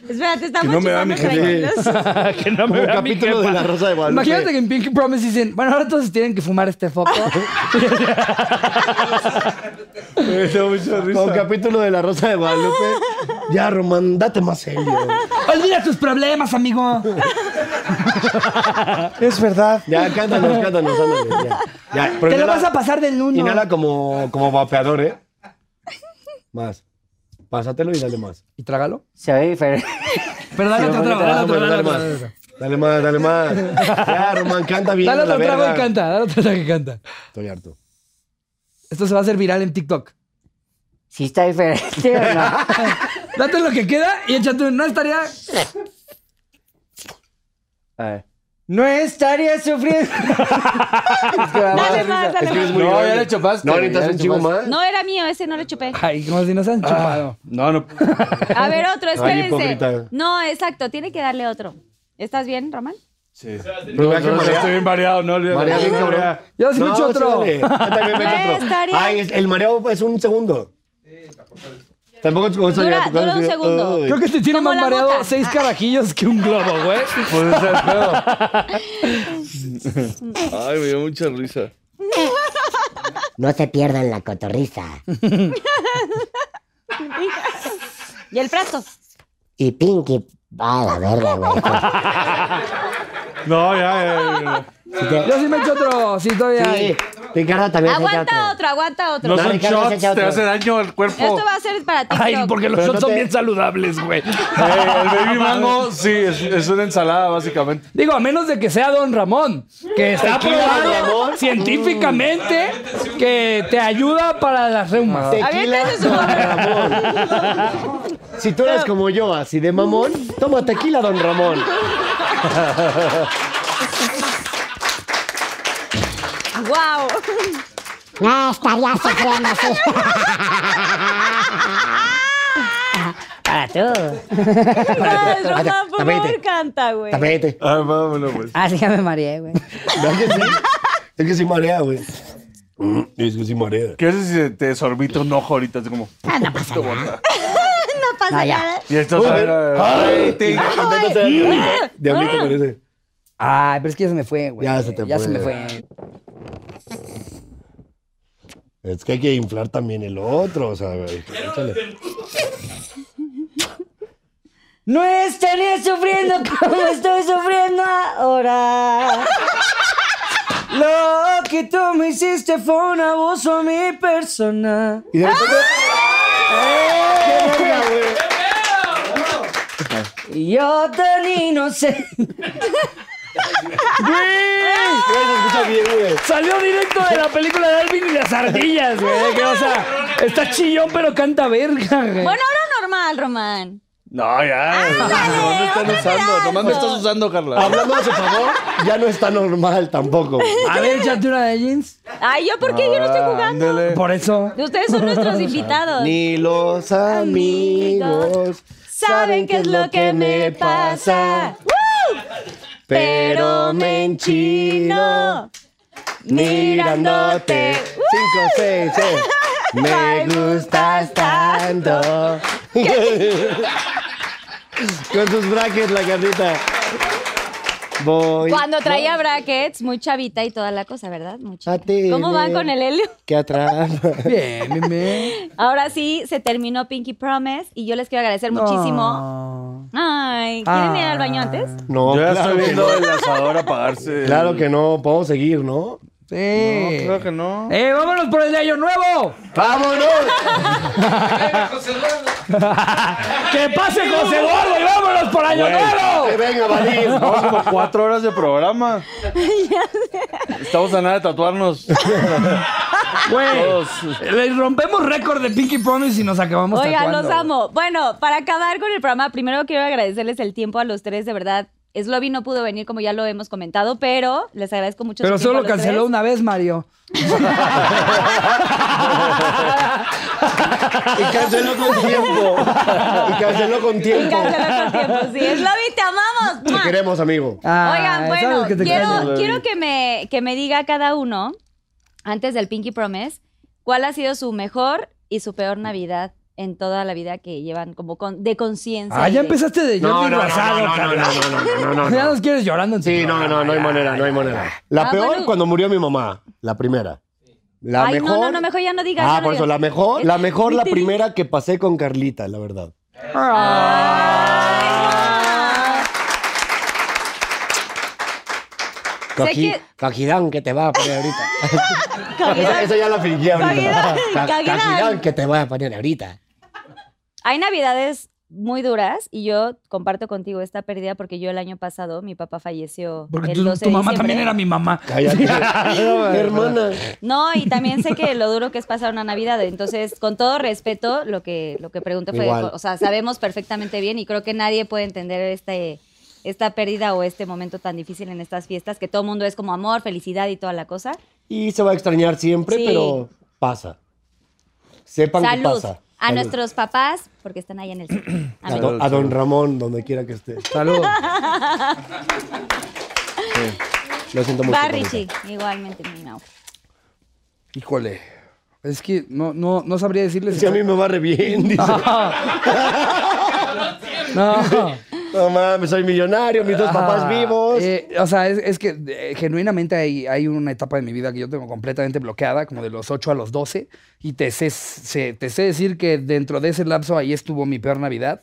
B: Espérate, estamos
E: no me da mi
B: chupando tranquilos.
E: Que no
D: Como capítulo de La Rosa de Guadalupe.
C: Imagínate que en Pinky Promise dicen, bueno, ahora todos tienen que fumar este foco.
E: Me dio mucha
D: Como
E: risa.
D: capítulo de La Rosa de Guadalupe. Ya, Román, date más serio.
C: Olvida tus problemas, amigo.
D: Es verdad. Ya, cántanos, cántanos, ándale. Ya, ya. pero
C: Te lo
D: inhala-
C: vas a pasar del uno.
D: Inhala como, como vapeador, ¿eh? Más. Pásatelo y dale más. Ah,
C: Y trágalo.
T: Se ve diferente.
C: Pero dale otro trago, dale otro, dale
D: Dale
C: otro.
D: más. Dale más, dale más. Ya, Román, canta bien.
C: Dale
D: a la
C: otro trago
D: verga.
C: y canta, dale otro trago y canta.
D: Estoy harto.
C: Esto se va a hacer viral en TikTok.
T: Si está diferente o no.
C: Date lo que queda y échate una estaría.
T: No estaría sufriendo.
B: Dale más, dale más.
E: No, ya le chupaste.
D: No, necesitas un chivo más.
B: No era mío, ese no lo chupé.
C: Ay, como si nos han chupado.
E: No, no.
B: A ver, otro, espérense.
D: hipócrita.
B: No, exacto, tiene que darle otro. ¿Estás bien, Román?
E: Sí.
D: No,
E: No, no, estoy bien variado, no olvides.
D: Marea bien, cabrón.
C: Yo sí me echo otro.
D: sí, dale. Yo también me echo
B: No
D: otro.
B: estaría-
D: Ay, es- el mareo es un segundo. Tampoco es como eso
B: Dura-
D: llegar a tu
B: dura
D: casa
B: un
D: y decir,
B: segundo.
D: "Ay".
C: Creo que te tiene más mareado seis carajillos que un globo, güey.
E: Pues ese es el pedo. Ay, me dio mucha risa.
T: No se pierdan la cotorriza.
B: Y el plato.
T: Y Pinky. A la verga, güey.
E: No, ya, ya, ya.
C: Yo sí me echo otro, sí, todavía.
T: Sí, Ricardo también se echa
B: Aguanta otro. aguanta otro.
E: No son
T: Ricardo, se
E: shots,
T: echa
E: te
T: otro.
E: hace daño al cuerpo.
B: Esto va a ser para ti.
E: Pero no te-
C: saludables, güey.
E: Eh, el baby mango, sí, es, es una ensalada, básicamente.
C: Digo, a menos de que sea Don Ramón, que está
E: Tequila, Don
C: probado
E: Ramón.
C: científicamente que te ayuda para las reumas.
D: Tequila,
B: Aviéntese su
D: don Ramón. Si tú eres como yo, así de mamón, toma tequila, don Ramón.
B: ¡Guau!
T: No, estaría sufriendo así. Para tú.
U: Ay, Román, por favor,
T: Tapete,
U: canta, güey.
T: tapete.
E: Ah, vámonos, pues.
T: Ah, sí, ya me mareé, güey.
D: ¿No que sí? Es que sí marea, güey. Mm, Es que sí marea.
E: ¿Qué haces si se te desorbita un ojo ahorita? Así como. no pasa nada.
U: No pasa
T: No, ya.
U: nada.
E: Y eh, esto
D: Ay,
E: Ay, te-
D: Intenta ser diablito- Diablito
B: Ah.
D: con ese.
C: Ay, pero es que ya se me fue, güey.
D: Ya se te
C: Ya
D: fue.
C: se me fue.
D: Es que hay que inflar también el otro, o sea, güey. Échale.
V: No estaría sufriendo como estoy sufriendo ahora. Lo que tú me hiciste fue un abuso a mi persona.
D: Y de repente. ¡Eh! ¡Qué verga, güey!
V: Y Yo tan inocente.
D: Güey, se escucha bien, güey.
C: Salió directo de la película de Alvin y las ardillas, güey. que, o sea, está chillón, pero canta verga, güey.
B: Bueno, ahora normal, Román.
E: No, ya. No me están usando. Nomás me estás usando,
C: Ah.
E: Carla.
D: Hablando a su favor, ya no está normal tampoco. güey.
C: A ver, échate una de jeans.
B: Ay, ¿yo por qué? Yo no estoy jugando.
E: Ándele.
C: Por eso.
B: Ustedes son nuestros invitados.
D: Ni los amigos saben qué es lo que me pasa. Pero me enchino mirándote. Cinco, seis, seis. Me gustas tanto. Con sus brackets, la carnita. Voy.
B: Cuando traía brackets, muy chavita y toda la cosa, ¿verdad? Muy
D: A
B: chica.
D: ti,
B: ¿Cómo van
D: ven,
B: con el helio?
D: Que atrás.
C: Bien, bien, bien.
B: Ahora sí, se terminó Pinky Promise y yo les quiero agradecer muchísimo.
C: No.
B: Ay, ¿quieren ir al baño antes?
D: No,
E: Yo ya
D: claro
E: estoy
D: que
E: viendo
D: no.
E: el asador apagarse.
D: Claro que no, podemos seguir, ¿no?
C: Sí.
E: No, claro que no.
C: ¡Eh, vámonos por el de Año Nuevo!
D: ¡Vámonos!
C: ¡Que pase José Eduardo y vámonos por Año
E: Güey.
D: ¡Que
C: Nuevo!
D: venga, Valín!
E: Vamos como cuatro horas de programa. Estamos a nada de tatuarnos. Todos.
C: Güey, le rompemos récord de Pinky Promise y nos acabamos
B: Oigan,
C: tatuando.
B: los amo. Bueno, para acabar con el programa, primero quiero agradecerles el tiempo a los tres, de verdad. Slobby no pudo venir, como ya lo hemos comentado, pero les agradezco mucho.
C: Pero
B: su tiempo a
C: solo
B: los
C: canceló
B: tres.
C: una vez, Mario.
D: Y canceló con tiempo. Y canceló con
B: Y
D: tiempo.
B: canceló con tiempo, sí. Slobby, te amamos.
D: Te
B: ¡Mua!
D: queremos, amigo.
C: Ah,
B: Oigan, bueno,
C: sabes que te
B: quiero,
C: extraño.
B: quiero que, me, que me diga cada uno, antes del Pinky Promise, cuál ha sido su mejor y su peor Navidad en toda la vida que llevan como con, de conciencia.
C: Ah,
B: y
C: ya
B: de-
C: empezaste de Jordi Rosado, cabrón.
D: no, no,
C: Ya nos quieres llorando en tu
D: Sí, no,
C: programa,
D: no, no hay
C: ya.
D: manera, no hay manera. La
B: Ah,
D: peor
B: bueno.
D: cuando murió mi mamá, la primera. La
B: Ay, no,
D: mejor.
B: no, no, mejor ya no digas,
D: Ah,
B: ya no
D: por eso, la
B: digas.
D: mejor, la mejor, la
B: Te-
D: primera que pasé con Carlita, la verdad.
C: Ah.
B: Sé
D: Coji,
B: que-
D: cojidón que te va a poner ahorita. esa,
B: Caguidad.
D: esa ya la fingí ahorita.
B: Cojidón,
D: Ca-
B: cojidón.
D: Cojidón que te voy a poner ahorita.
B: Hay navidades muy duras y yo comparto contigo esta pérdida porque yo el año pasado mi papá falleció
C: Porque
B: el
C: tu,
B: 12
C: tu
B: de
C: mamá
B: diciembre.
C: también era mi mamá.
D: Cállate. Hermana.
B: No, y también sé que lo duro que es pasar una Navidad. Entonces, con todo respeto, lo que, lo que pregunté fue,
D: Igual.
B: o sea, sabemos perfectamente bien y creo que nadie puede entender este, esta pérdida o este momento tan difícil en estas fiestas, que todo el mundo es como amor, felicidad y toda la cosa.
D: Y se va a extrañar siempre,
B: Sí.
D: pero pasa. Sepan que
B: Salud
D: pasa.
B: a
D: Salud.
B: nuestros papás, porque están ahí en el... sur.
D: A,
B: Amén.
D: don- a don Ramón, donde quiera que esté.
C: Saludos.
D: Lo siento mucho.
B: Va,
D: Carlita.
B: Richie, igualmente, mi no.
C: Híjole. Es que no, no, no sabría decirles.
I: Si a mí me va re bien, dice.
C: No.
I: No mames, soy millonario, mis dos papás
C: Ah,
I: vivos.
C: eh, o sea, es, es que eh, genuinamente hay, hay una etapa de mi vida que yo tengo completamente bloqueada, como de los 8 a los 12, y te sé, se- te sé decir que dentro de ese lapso ahí estuvo mi peor Navidad.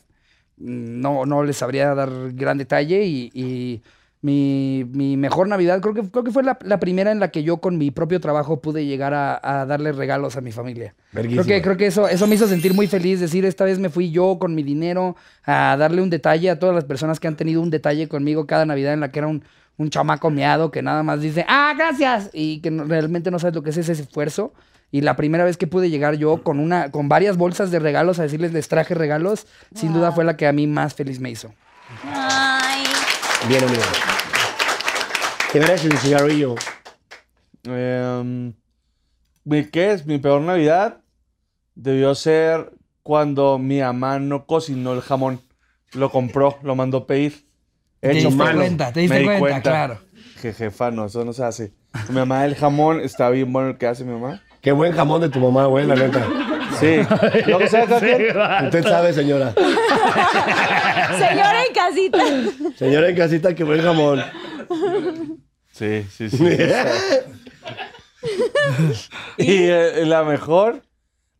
C: Mm, No, no les sabría dar gran detalle y... y mi, mi mejor Navidad, creo que, creo que fue la, la primera en la que yo con mi propio trabajo pude llegar a, a darle regalos a mi familia.
I: Verguísima.
C: Creo que, creo que eso, eso me hizo sentir muy feliz, decir, esta vez me fui yo con mi dinero a darle un detalle a todas las personas que han tenido un detalle conmigo cada Navidad en la que era un, un chamaco miado que nada más dice, ah, gracias, y que no- realmente no sabes lo que es ese esfuerzo. Y la primera vez que pude llegar yo con, una, con varias bolsas de regalos a decirles, les traje regalos, sin duda fue la que a mí más feliz me hizo.
B: Ay.
I: Bien, amigo. Te verás un cigarrillo.
E: Em, mi- ¿Qué es? Mi peor Navidad debió ser cuando mi mamá no cocinó el jamón. Lo compró, lo mandó pedir.
C: Te
E: Hecho
C: diste
E: mano.
C: cuenta, te diste
E: Me di
C: cuenta, claro.
E: Dije, jefa, no, eso no se hace. Mi mamá, el jamón está bien bueno el que hace mi mamá.
I: Qué buen jamón de tu mamá, güey, la neta.
E: Sí. Lo que sea, cada quien.
I: Usted sabe, señora.
H: Señora en casita.
I: Señora en casita, qué buen jamón.
E: Sí, sí, sí. y eh, la mejor,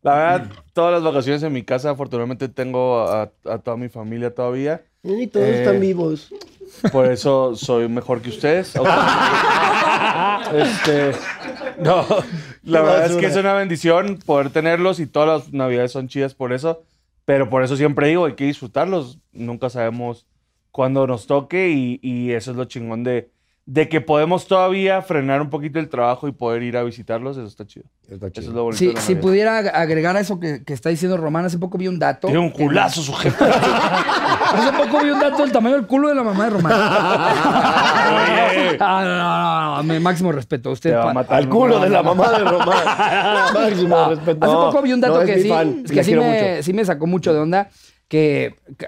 E: la verdad, todas las vacaciones en mi casa, afortunadamente tengo a, a toda mi familia todavía.
I: Y todos
E: Eh,
I: están vivos.
E: Por eso soy mejor que ustedes. Este, no, la
I: Qué
E: verdad es
I: basura.
E: que es una bendición poder tenerlos y todas las navidades son chidas por eso. Pero por eso siempre digo, hay que disfrutarlos. Nunca sabemos cuándo nos toque y, y eso es lo chingón de, de que podemos todavía frenar un poquito el trabajo y poder ir a visitarlos. Eso está chido. Eso es lo bonito.
C: Si,
E: de la
C: si
E: Navidad.
C: pudiera ag- agregar a eso que, que está diciendo Román, hace poco vi un dato.
E: Tiene un
C: que-
E: culazo su jefe.
C: Hace poco vi un dato del tamaño del culo de la mamá de Román. Ah, no, no, no, mi máximo respeto. Usted pa-
I: Al culo de la mamá de Román. Máximo respeto.
C: Hace
I: No,
C: poco vi un dato
I: no, es
C: que,
I: mi
C: sí,
I: fan,
C: que
I: la
C: sí,
I: quiero
C: me,
I: mucho.
C: sí me sacó mucho de onda. Que que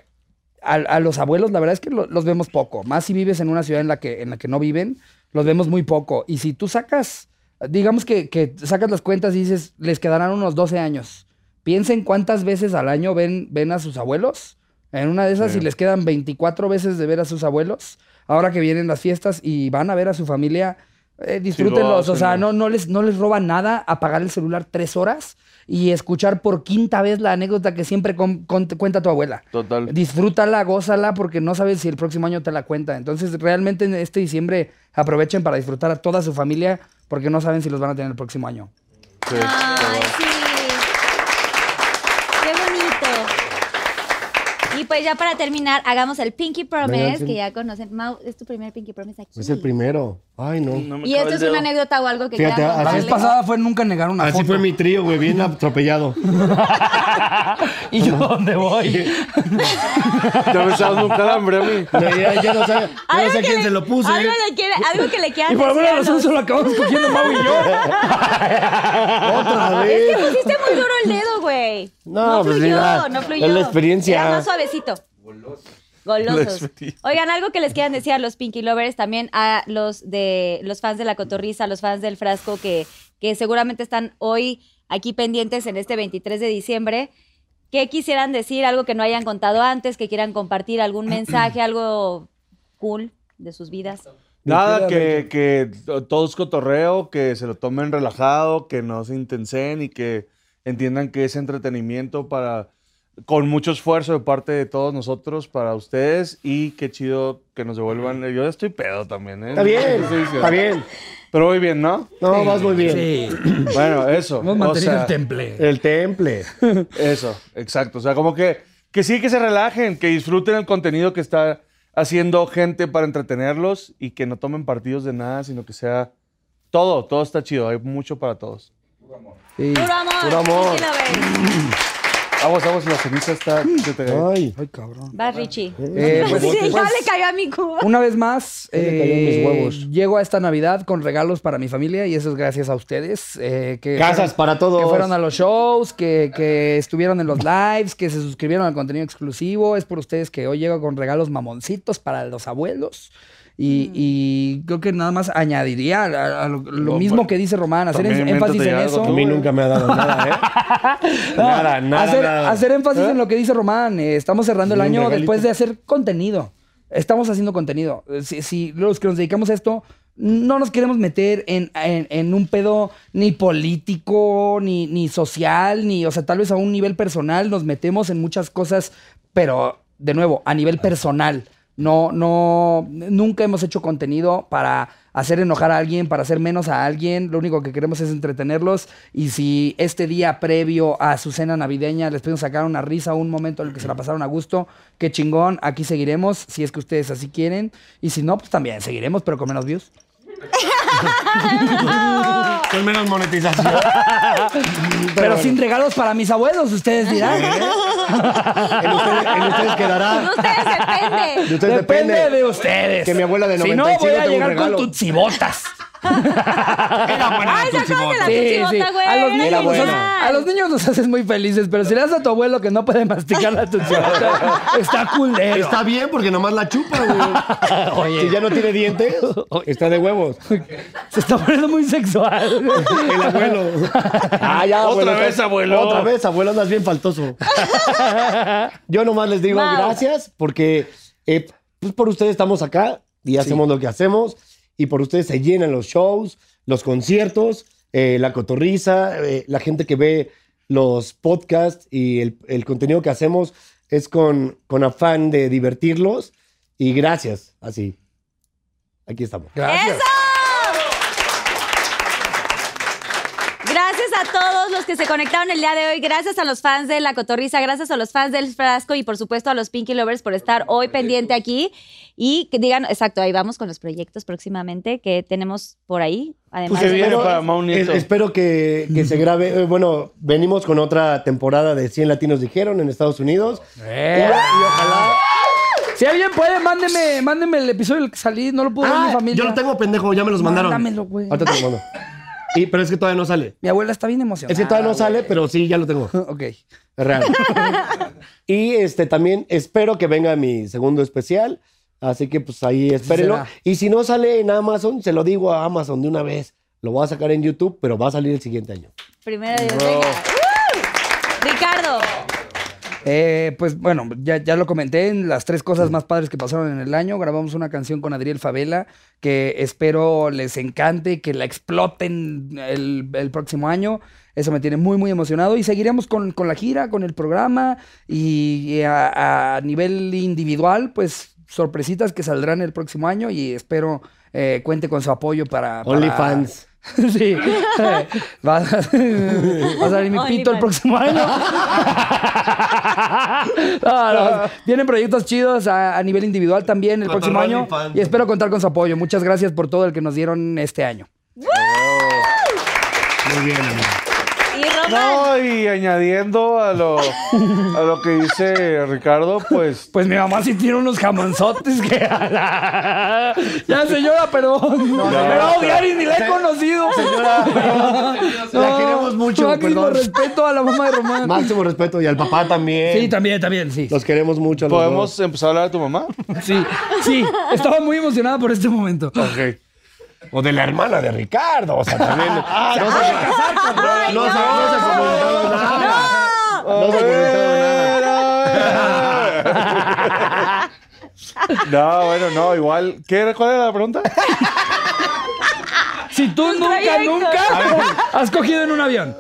C: a, a los abuelos, la verdad es que lo- los vemos poco. Más si vives en una ciudad en la que, en la que no viven, los vemos muy poco. Y si tú sacas, digamos que, que sacas las cuentas y dices, les quedarán unos 12 años. Piensen cuántas veces al año ven, ven a sus abuelos. En una de esas,
E: Sí.
C: si les quedan 24 veces de ver a sus abuelos, ahora que vienen las fiestas y van a ver a su familia, eh, disfrútenlos. o sea,
E: gócenlo.
C: no, no, no les, no les roba nada apagar el celular tres horas y escuchar por quinta vez la anécdota que siempre con- con- cuenta tu abuela.
E: Total.
C: Disfrútala, gózala, porque no sabes si el próximo año te la cuenta. Entonces, realmente en este diciembre aprovechen para disfrutar a toda su familia, porque no saben si los van a tener el próximo año.
E: Sí.
B: Ay, sí. Qué bonito. Y pues ya para terminar, hagamos el Pinky Promise,
I: Venga, sí.
B: que ya conocen. Mau, es tu primer Pinky Promise aquí.
I: Es el primero. Ay, no.
B: Y esto es una anécdota o algo que
I: Fíjate,
B: quieran
I: así
C: La
I: Dale.
C: vez pasada fue nunca negar una
I: Así
C: foto.
I: fue mi trío, güey, bien atropellado.
C: ¿Y yo dónde voy?
E: Ya me estaba dando un calambre a mí.
I: No, ya, ya no sé, ya no sé quién se lo ¿eh? puso.
D: ¿eh?
B: Algo, le quiere, algo que le quieran
C: Y por alguna
B: decir a
C: razón
B: los-
C: solo acabamos cogiendo Mau y yo.
I: Otra
B: Es
I: vez.
B: que pusiste muy duro el dedo, güey.
I: No,
B: No
I: pues,
B: fluyó,
I: mira,
B: no fluyó.
I: es la experiencia.
B: Era más suavecito.
E: La
B: Golosos.
E: experiencia.
B: Oigan, algo que les quieran decir a los Pinky Lovers, también a los de los fans de la cotorriza, a los fans del frasco que, que seguramente están hoy aquí pendientes en este 23 de diciembre. ¿Qué quisieran decir? Algo que no hayan contado antes, que quieran compartir, algún mensaje, algo cool de sus vidas.
E: Nada, que, que to- todo es cotorreo, que se lo tomen relajado, que no se intensen y que entiendan que es entretenimiento para, con mucho esfuerzo de parte de todos nosotros, para ustedes y qué chido que nos devuelvan. Yo ya estoy pedo también, ¿eh?
I: Está bien, está bien.
E: Pero muy bien, ¿no?
I: No, vas muy bien.
E: Bueno, eso.
C: Hemos
E: o
C: mantenido
E: sea,
C: el temple.
I: El temple.
E: Eso, exacto. O sea, como que, que sí, que se relajen, que disfruten el contenido que está haciendo gente para entretenerlos y que no tomen partidos de nada, sino que sea todo, todo está chido, hay mucho para todos.
C: Sí.
B: Puro amor.
I: Puro amor.
B: Pinky Lovers.
E: Aguas, aguas, la ceniza está. se te-
C: Ay, cabrón.
B: Va, Richie.
C: Eh, pues,
B: sí, ya
C: pues,
B: le cayó a mi cuba.
C: Una vez más,
B: Ya le
D: cayeron mis
C: eh,
D: huevos.
C: llego a esta Navidad con regalos para mi familia y eso es gracias a ustedes. eh, que
D: Casas
C: fueron-
D: para todos.
C: Que fueron a los shows, que, que estuvieron en los lives, que se suscribieron al contenido exclusivo. Es por ustedes que hoy llego con regalos mamoncitos para los abuelos. Y, y creo que nada más añadiría a- a lo, lo
D: No,
C: mismo
D: bueno.
C: que dice Román, hacer en- énfasis en eso.
D: A mí nunca me ha dado nada, ¿eh? nada, nada,
C: hacer,
D: nada.
C: hacer em- énfasis en lo que dice Román. eh, estamos cerrando el
D: Sí, un
C: año
D: regalito.
C: después de hacer contenido. Estamos haciendo contenido. Eh, Si, si los que nos dedicamos a esto, no nos queremos meter en, en- en un pedo ni político, ni, ni social, ni, o sea, tal vez a un nivel personal nos metemos en muchas cosas, pero de nuevo, a nivel personal. No, no, nunca hemos hecho contenido para hacer enojar a alguien, para hacer menos a alguien. Lo único que queremos es entretenerlos. Y si este día previo a su cena navideña les pudimos sacar una risa, un momento en el que se la pasaron a gusto, qué chingón, aquí seguiremos, si es que ustedes así quieren. Y si no, pues también seguiremos, pero con menos views.
D: Con menos monetización.
C: Pero, sin regalos para mis abuelos, ustedes dirán.
D: En ustedes, en ustedes quedará. De ustedes
C: depende.
D: depende.
C: de ustedes.
D: Que mi abuela de
C: Si no,
D: 95
C: voy a
D: tenga un
C: llegar con
D: regalo.
C: tutsibotas.
D: Ay,
C: Sí,
D: se acuerdan de la
C: sí.
D: tutsibota, güey.
C: A los
D: Era
C: niños nos haces-
D: buena.
C: a los niños nos haces muy felices, pero si le das a tu abuelo que no puede masticar la tutsibota, está culero.
D: Está bien porque nomás la chupa, güey. Si ya no tiene dientes, está de huevos.
C: Se está poniendo muy sexual.
D: El abuelo. Ah, ya,
E: Otra vez,
D: estás-
E: abuelo.
D: Otra vez, abuelo, andas bien faltoso. Yo nomás les digo
E: Mau.
D: gracias porque eh, pues por ustedes estamos acá y hacemos lo que hacemos y por ustedes se llenan los shows, los conciertos, eh, la cotorriza, eh, la gente que ve los podcasts y el, el contenido que hacemos es con, con afán de divertirlos y gracias, así. Aquí estamos.
C: Gracias.
B: Gracias a todos los que se conectaron el día de hoy, gracias a los fans de La Cotorrisa, gracias a los fans del Frasco y por supuesto a los Pinky Lovers por estar hoy pendiente aquí y que digan, exacto, ahí vamos con los proyectos próximamente que tenemos por ahí. Además,
D: Pues
E: se viene
B: de-
E: para Mau Nieto.
D: Es- espero que, que se grabe. Eh, bueno, venimos con otra temporada de 100 latinos dijeron en Estados Unidos.
C: Eh. Si alguien puede, mándeme, mándeme el episodio del que salí, no lo pudo ver
D: Ah,
C: mi familia.
D: yo lo tengo, pendejo, ya me los mandaron.
C: Mándamelo, güey.
D: Ahorita te lo mando. Y- pero es que todavía no sale.
C: Mi abuela está bien emocionada.
D: Es que todavía no sale, pero sí, ya lo tengo.
C: Ok.
D: Real. y este también espero que venga mi segundo especial. Así que pues ahí espérenlo.
C: será.
D: Y si no sale en Amazon, se lo digo a Amazon de una vez. Lo voy a sacar en YouTube, pero va a salir el siguiente año.
B: Primero Dios, venga. ¡Uh! Ricardo,
C: Eh, pues bueno, ya, ya lo comenté en las tres cosas más padres que pasaron en el año. Grabamos una canción con Adriel Favela que espero les encante, que la exploten el, el próximo año. Eso me tiene muy, muy emocionado. Y seguiremos con, con la gira, con el programa y, y a, a nivel individual, pues sorpresitas que saldrán el próximo año y espero eh, cuente con su apoyo para... para-
D: OnlyFans.
C: Sí. Va a, va a salir mi pito el
D: OnlyFans.
C: próximo año. No, no, pues, Vienen proyectos chidos a, a nivel individual también el próximo
D: Cotorreo
C: año.
D: OnlyFans.
C: Y espero contar con su apoyo. Muchas gracias por todo el que nos dieron este año.
D: Muy bien, amigo.
E: No, y añadiendo a lo, a lo que dice Ricardo, pues.
C: Pues mi mamá sí tiene unos jamonzotes que. Ya, señora, perdón.
E: No,
C: me va a odiar y ni la he conocido.
D: Señora, la queremos mucho,
C: Máximo
D: perdón.
C: respeto a la mamá de Román.
D: Máximo respeto y al papá también.
C: Sí, también, también, sí.
D: Los queremos mucho. a los
E: ¿Podemos empezar a hablar de tu mamá?
C: Sí, sí. Estaba muy emocionada por este momento.
E: Ok.
D: dos. O de la hermana de Ricardo. O sea, también.
E: Ah,
D: no, se, no, se- no se ha comunicado nada. No, se ha comunicado
E: No, bueno, no, igual. ¿Qué, era- ¿Cuál era la pregunta?
C: Si tú nunca,
E: proyecto.
C: nunca has cogido en un avión.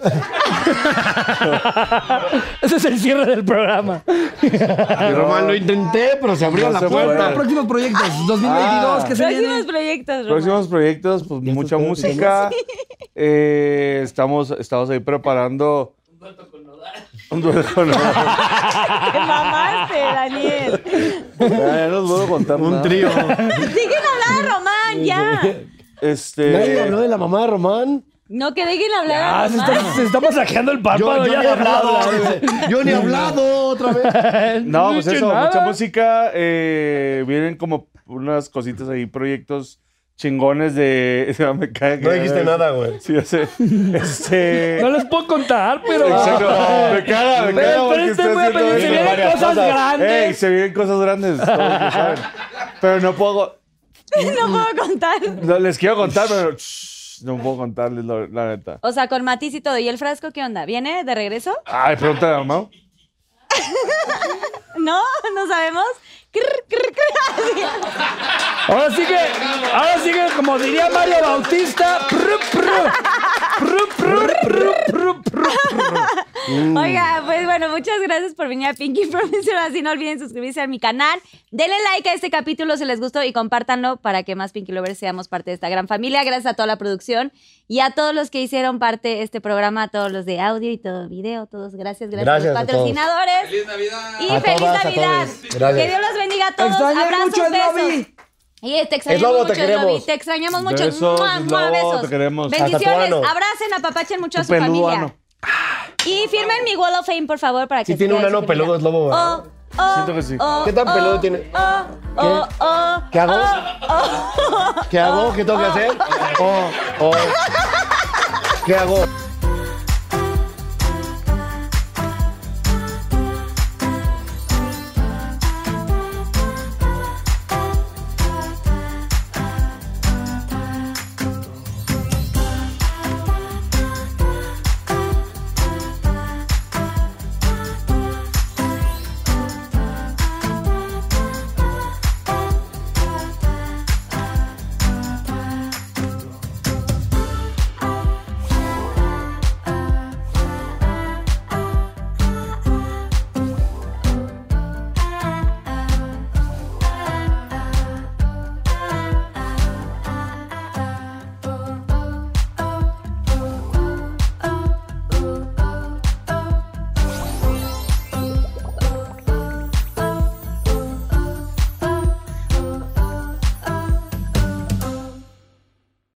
C: Ese es el cierre del programa.
D: nada. Román, lo intenté, pero se abrió
E: No
D: la
E: se
D: puerta.
E: puede.
C: Próximos proyectos,
E: Ah.
C: 2022, que se
B: próximos
C: viene.
B: proyectos. Román.
E: Próximos proyectos, pues mucha música. Eh, estamos, estamos ahí preparando. Un dueto con Nodal.
W: Te mamaste, Daniel.
E: Ya no os puedo contar
D: Un
E: nada.
D: trío.
W: Siguen hablando de Román, ya.
E: Este.
D: Nadie habló de la mamá de Román.
B: No, que dejen hablar. a
C: Ah, se
B: mamá.
C: está, se está masajeando el
E: Yo-
C: párpado.
E: yo
C: ya
E: ni he hablado,
C: habla,
E: dice.
C: güey.
E: Yo ni he hablado,
I: otra
E: vez. No, pues
C: he
E: eso,
C: hecho nada.
E: mucha música. eh, vienen como unas cositas ahí, proyectos chingones de. me cae que-
I: No dijiste nada, güey.
E: Sí, ya sé. Este.
C: No les puedo contar, pero.
E: Exacto. Me caga, me caga.
C: Pero- pero
E: porque
C: este
E: estoy
C: güey,
E: haciendo
C: pero se
E: eso.
C: vienen
E: Varias
C: cosas grandes.
E: Ey, se vienen cosas grandes. todos lo saben. Pero no puedo.
B: No puedo contar.
E: no, les quiero contar, pero. shh, No puedo contarles, la, la neta.
B: O sea, con matiz y todo. ¿Y el frasco qué onda? ¿Viene de regreso?
E: Ay, pregúntale a Mau.
B: ¿No? ¿No sabemos? Crr, crr, crr.
C: Ahora sí que, ahora sí que, como diría Mario Bautista, pru, pru, pru, pru, pru, pru, pru,
I: Mm.
C: pru.
B: Oiga, pues bueno, muchas gracias por venir a Pinky Promise. Ahora sí, no olviden suscribirse a mi canal. Denle like a este capítulo si les gustó y compártanlo para que más Pinky Lovers seamos parte de esta gran familia. Gracias a toda la producción y a todos los que hicieron parte de este programa, a todos los de audio y todo video. Todos gracias, gracias,
I: Gracias
B: a
I: a
B: los patrocinadores. ¡Feliz Navidad! Y
I: A
B: feliz
I: todas, a
B: Navidad.
I: todos. Gracias.
B: Que Dios los bendiga a todos.
C: Extrañé
B: Abrazos,
C: mucho,
B: besos.
C: Eslobi.
B: Y eh, te extrañamos
I: Eslobo, te
B: mucho, Eslobi.
I: queremos.
B: Te extrañamos mucho.
E: Besos,
B: Mua, mua,
E: Eslobo,
B: besos.
E: te queremos.
B: Bendiciones.
E: Tatuano.
B: Abracen, apapachen mucho a
E: Tu
B: su
E: peludo
B: familia.
E: ano.
B: Y firmen mi Wall of Fame, por favor, para que
I: Sí tiene
B: se
I: un
B: quede
I: ano
B: su
I: peludo, es lobo, ¿verdad?
B: Oh, oh,
I: Siento que sí.
B: oh,
I: ¿Qué tan
B: oh,
I: peludo tiene?
B: oh, oh, oh,
I: ¿Qué hago?
B: oh, oh.
D: oh.
I: ¿Qué hago? ¿Qué tengo que hacer? Oh, oh. ¿Qué hago?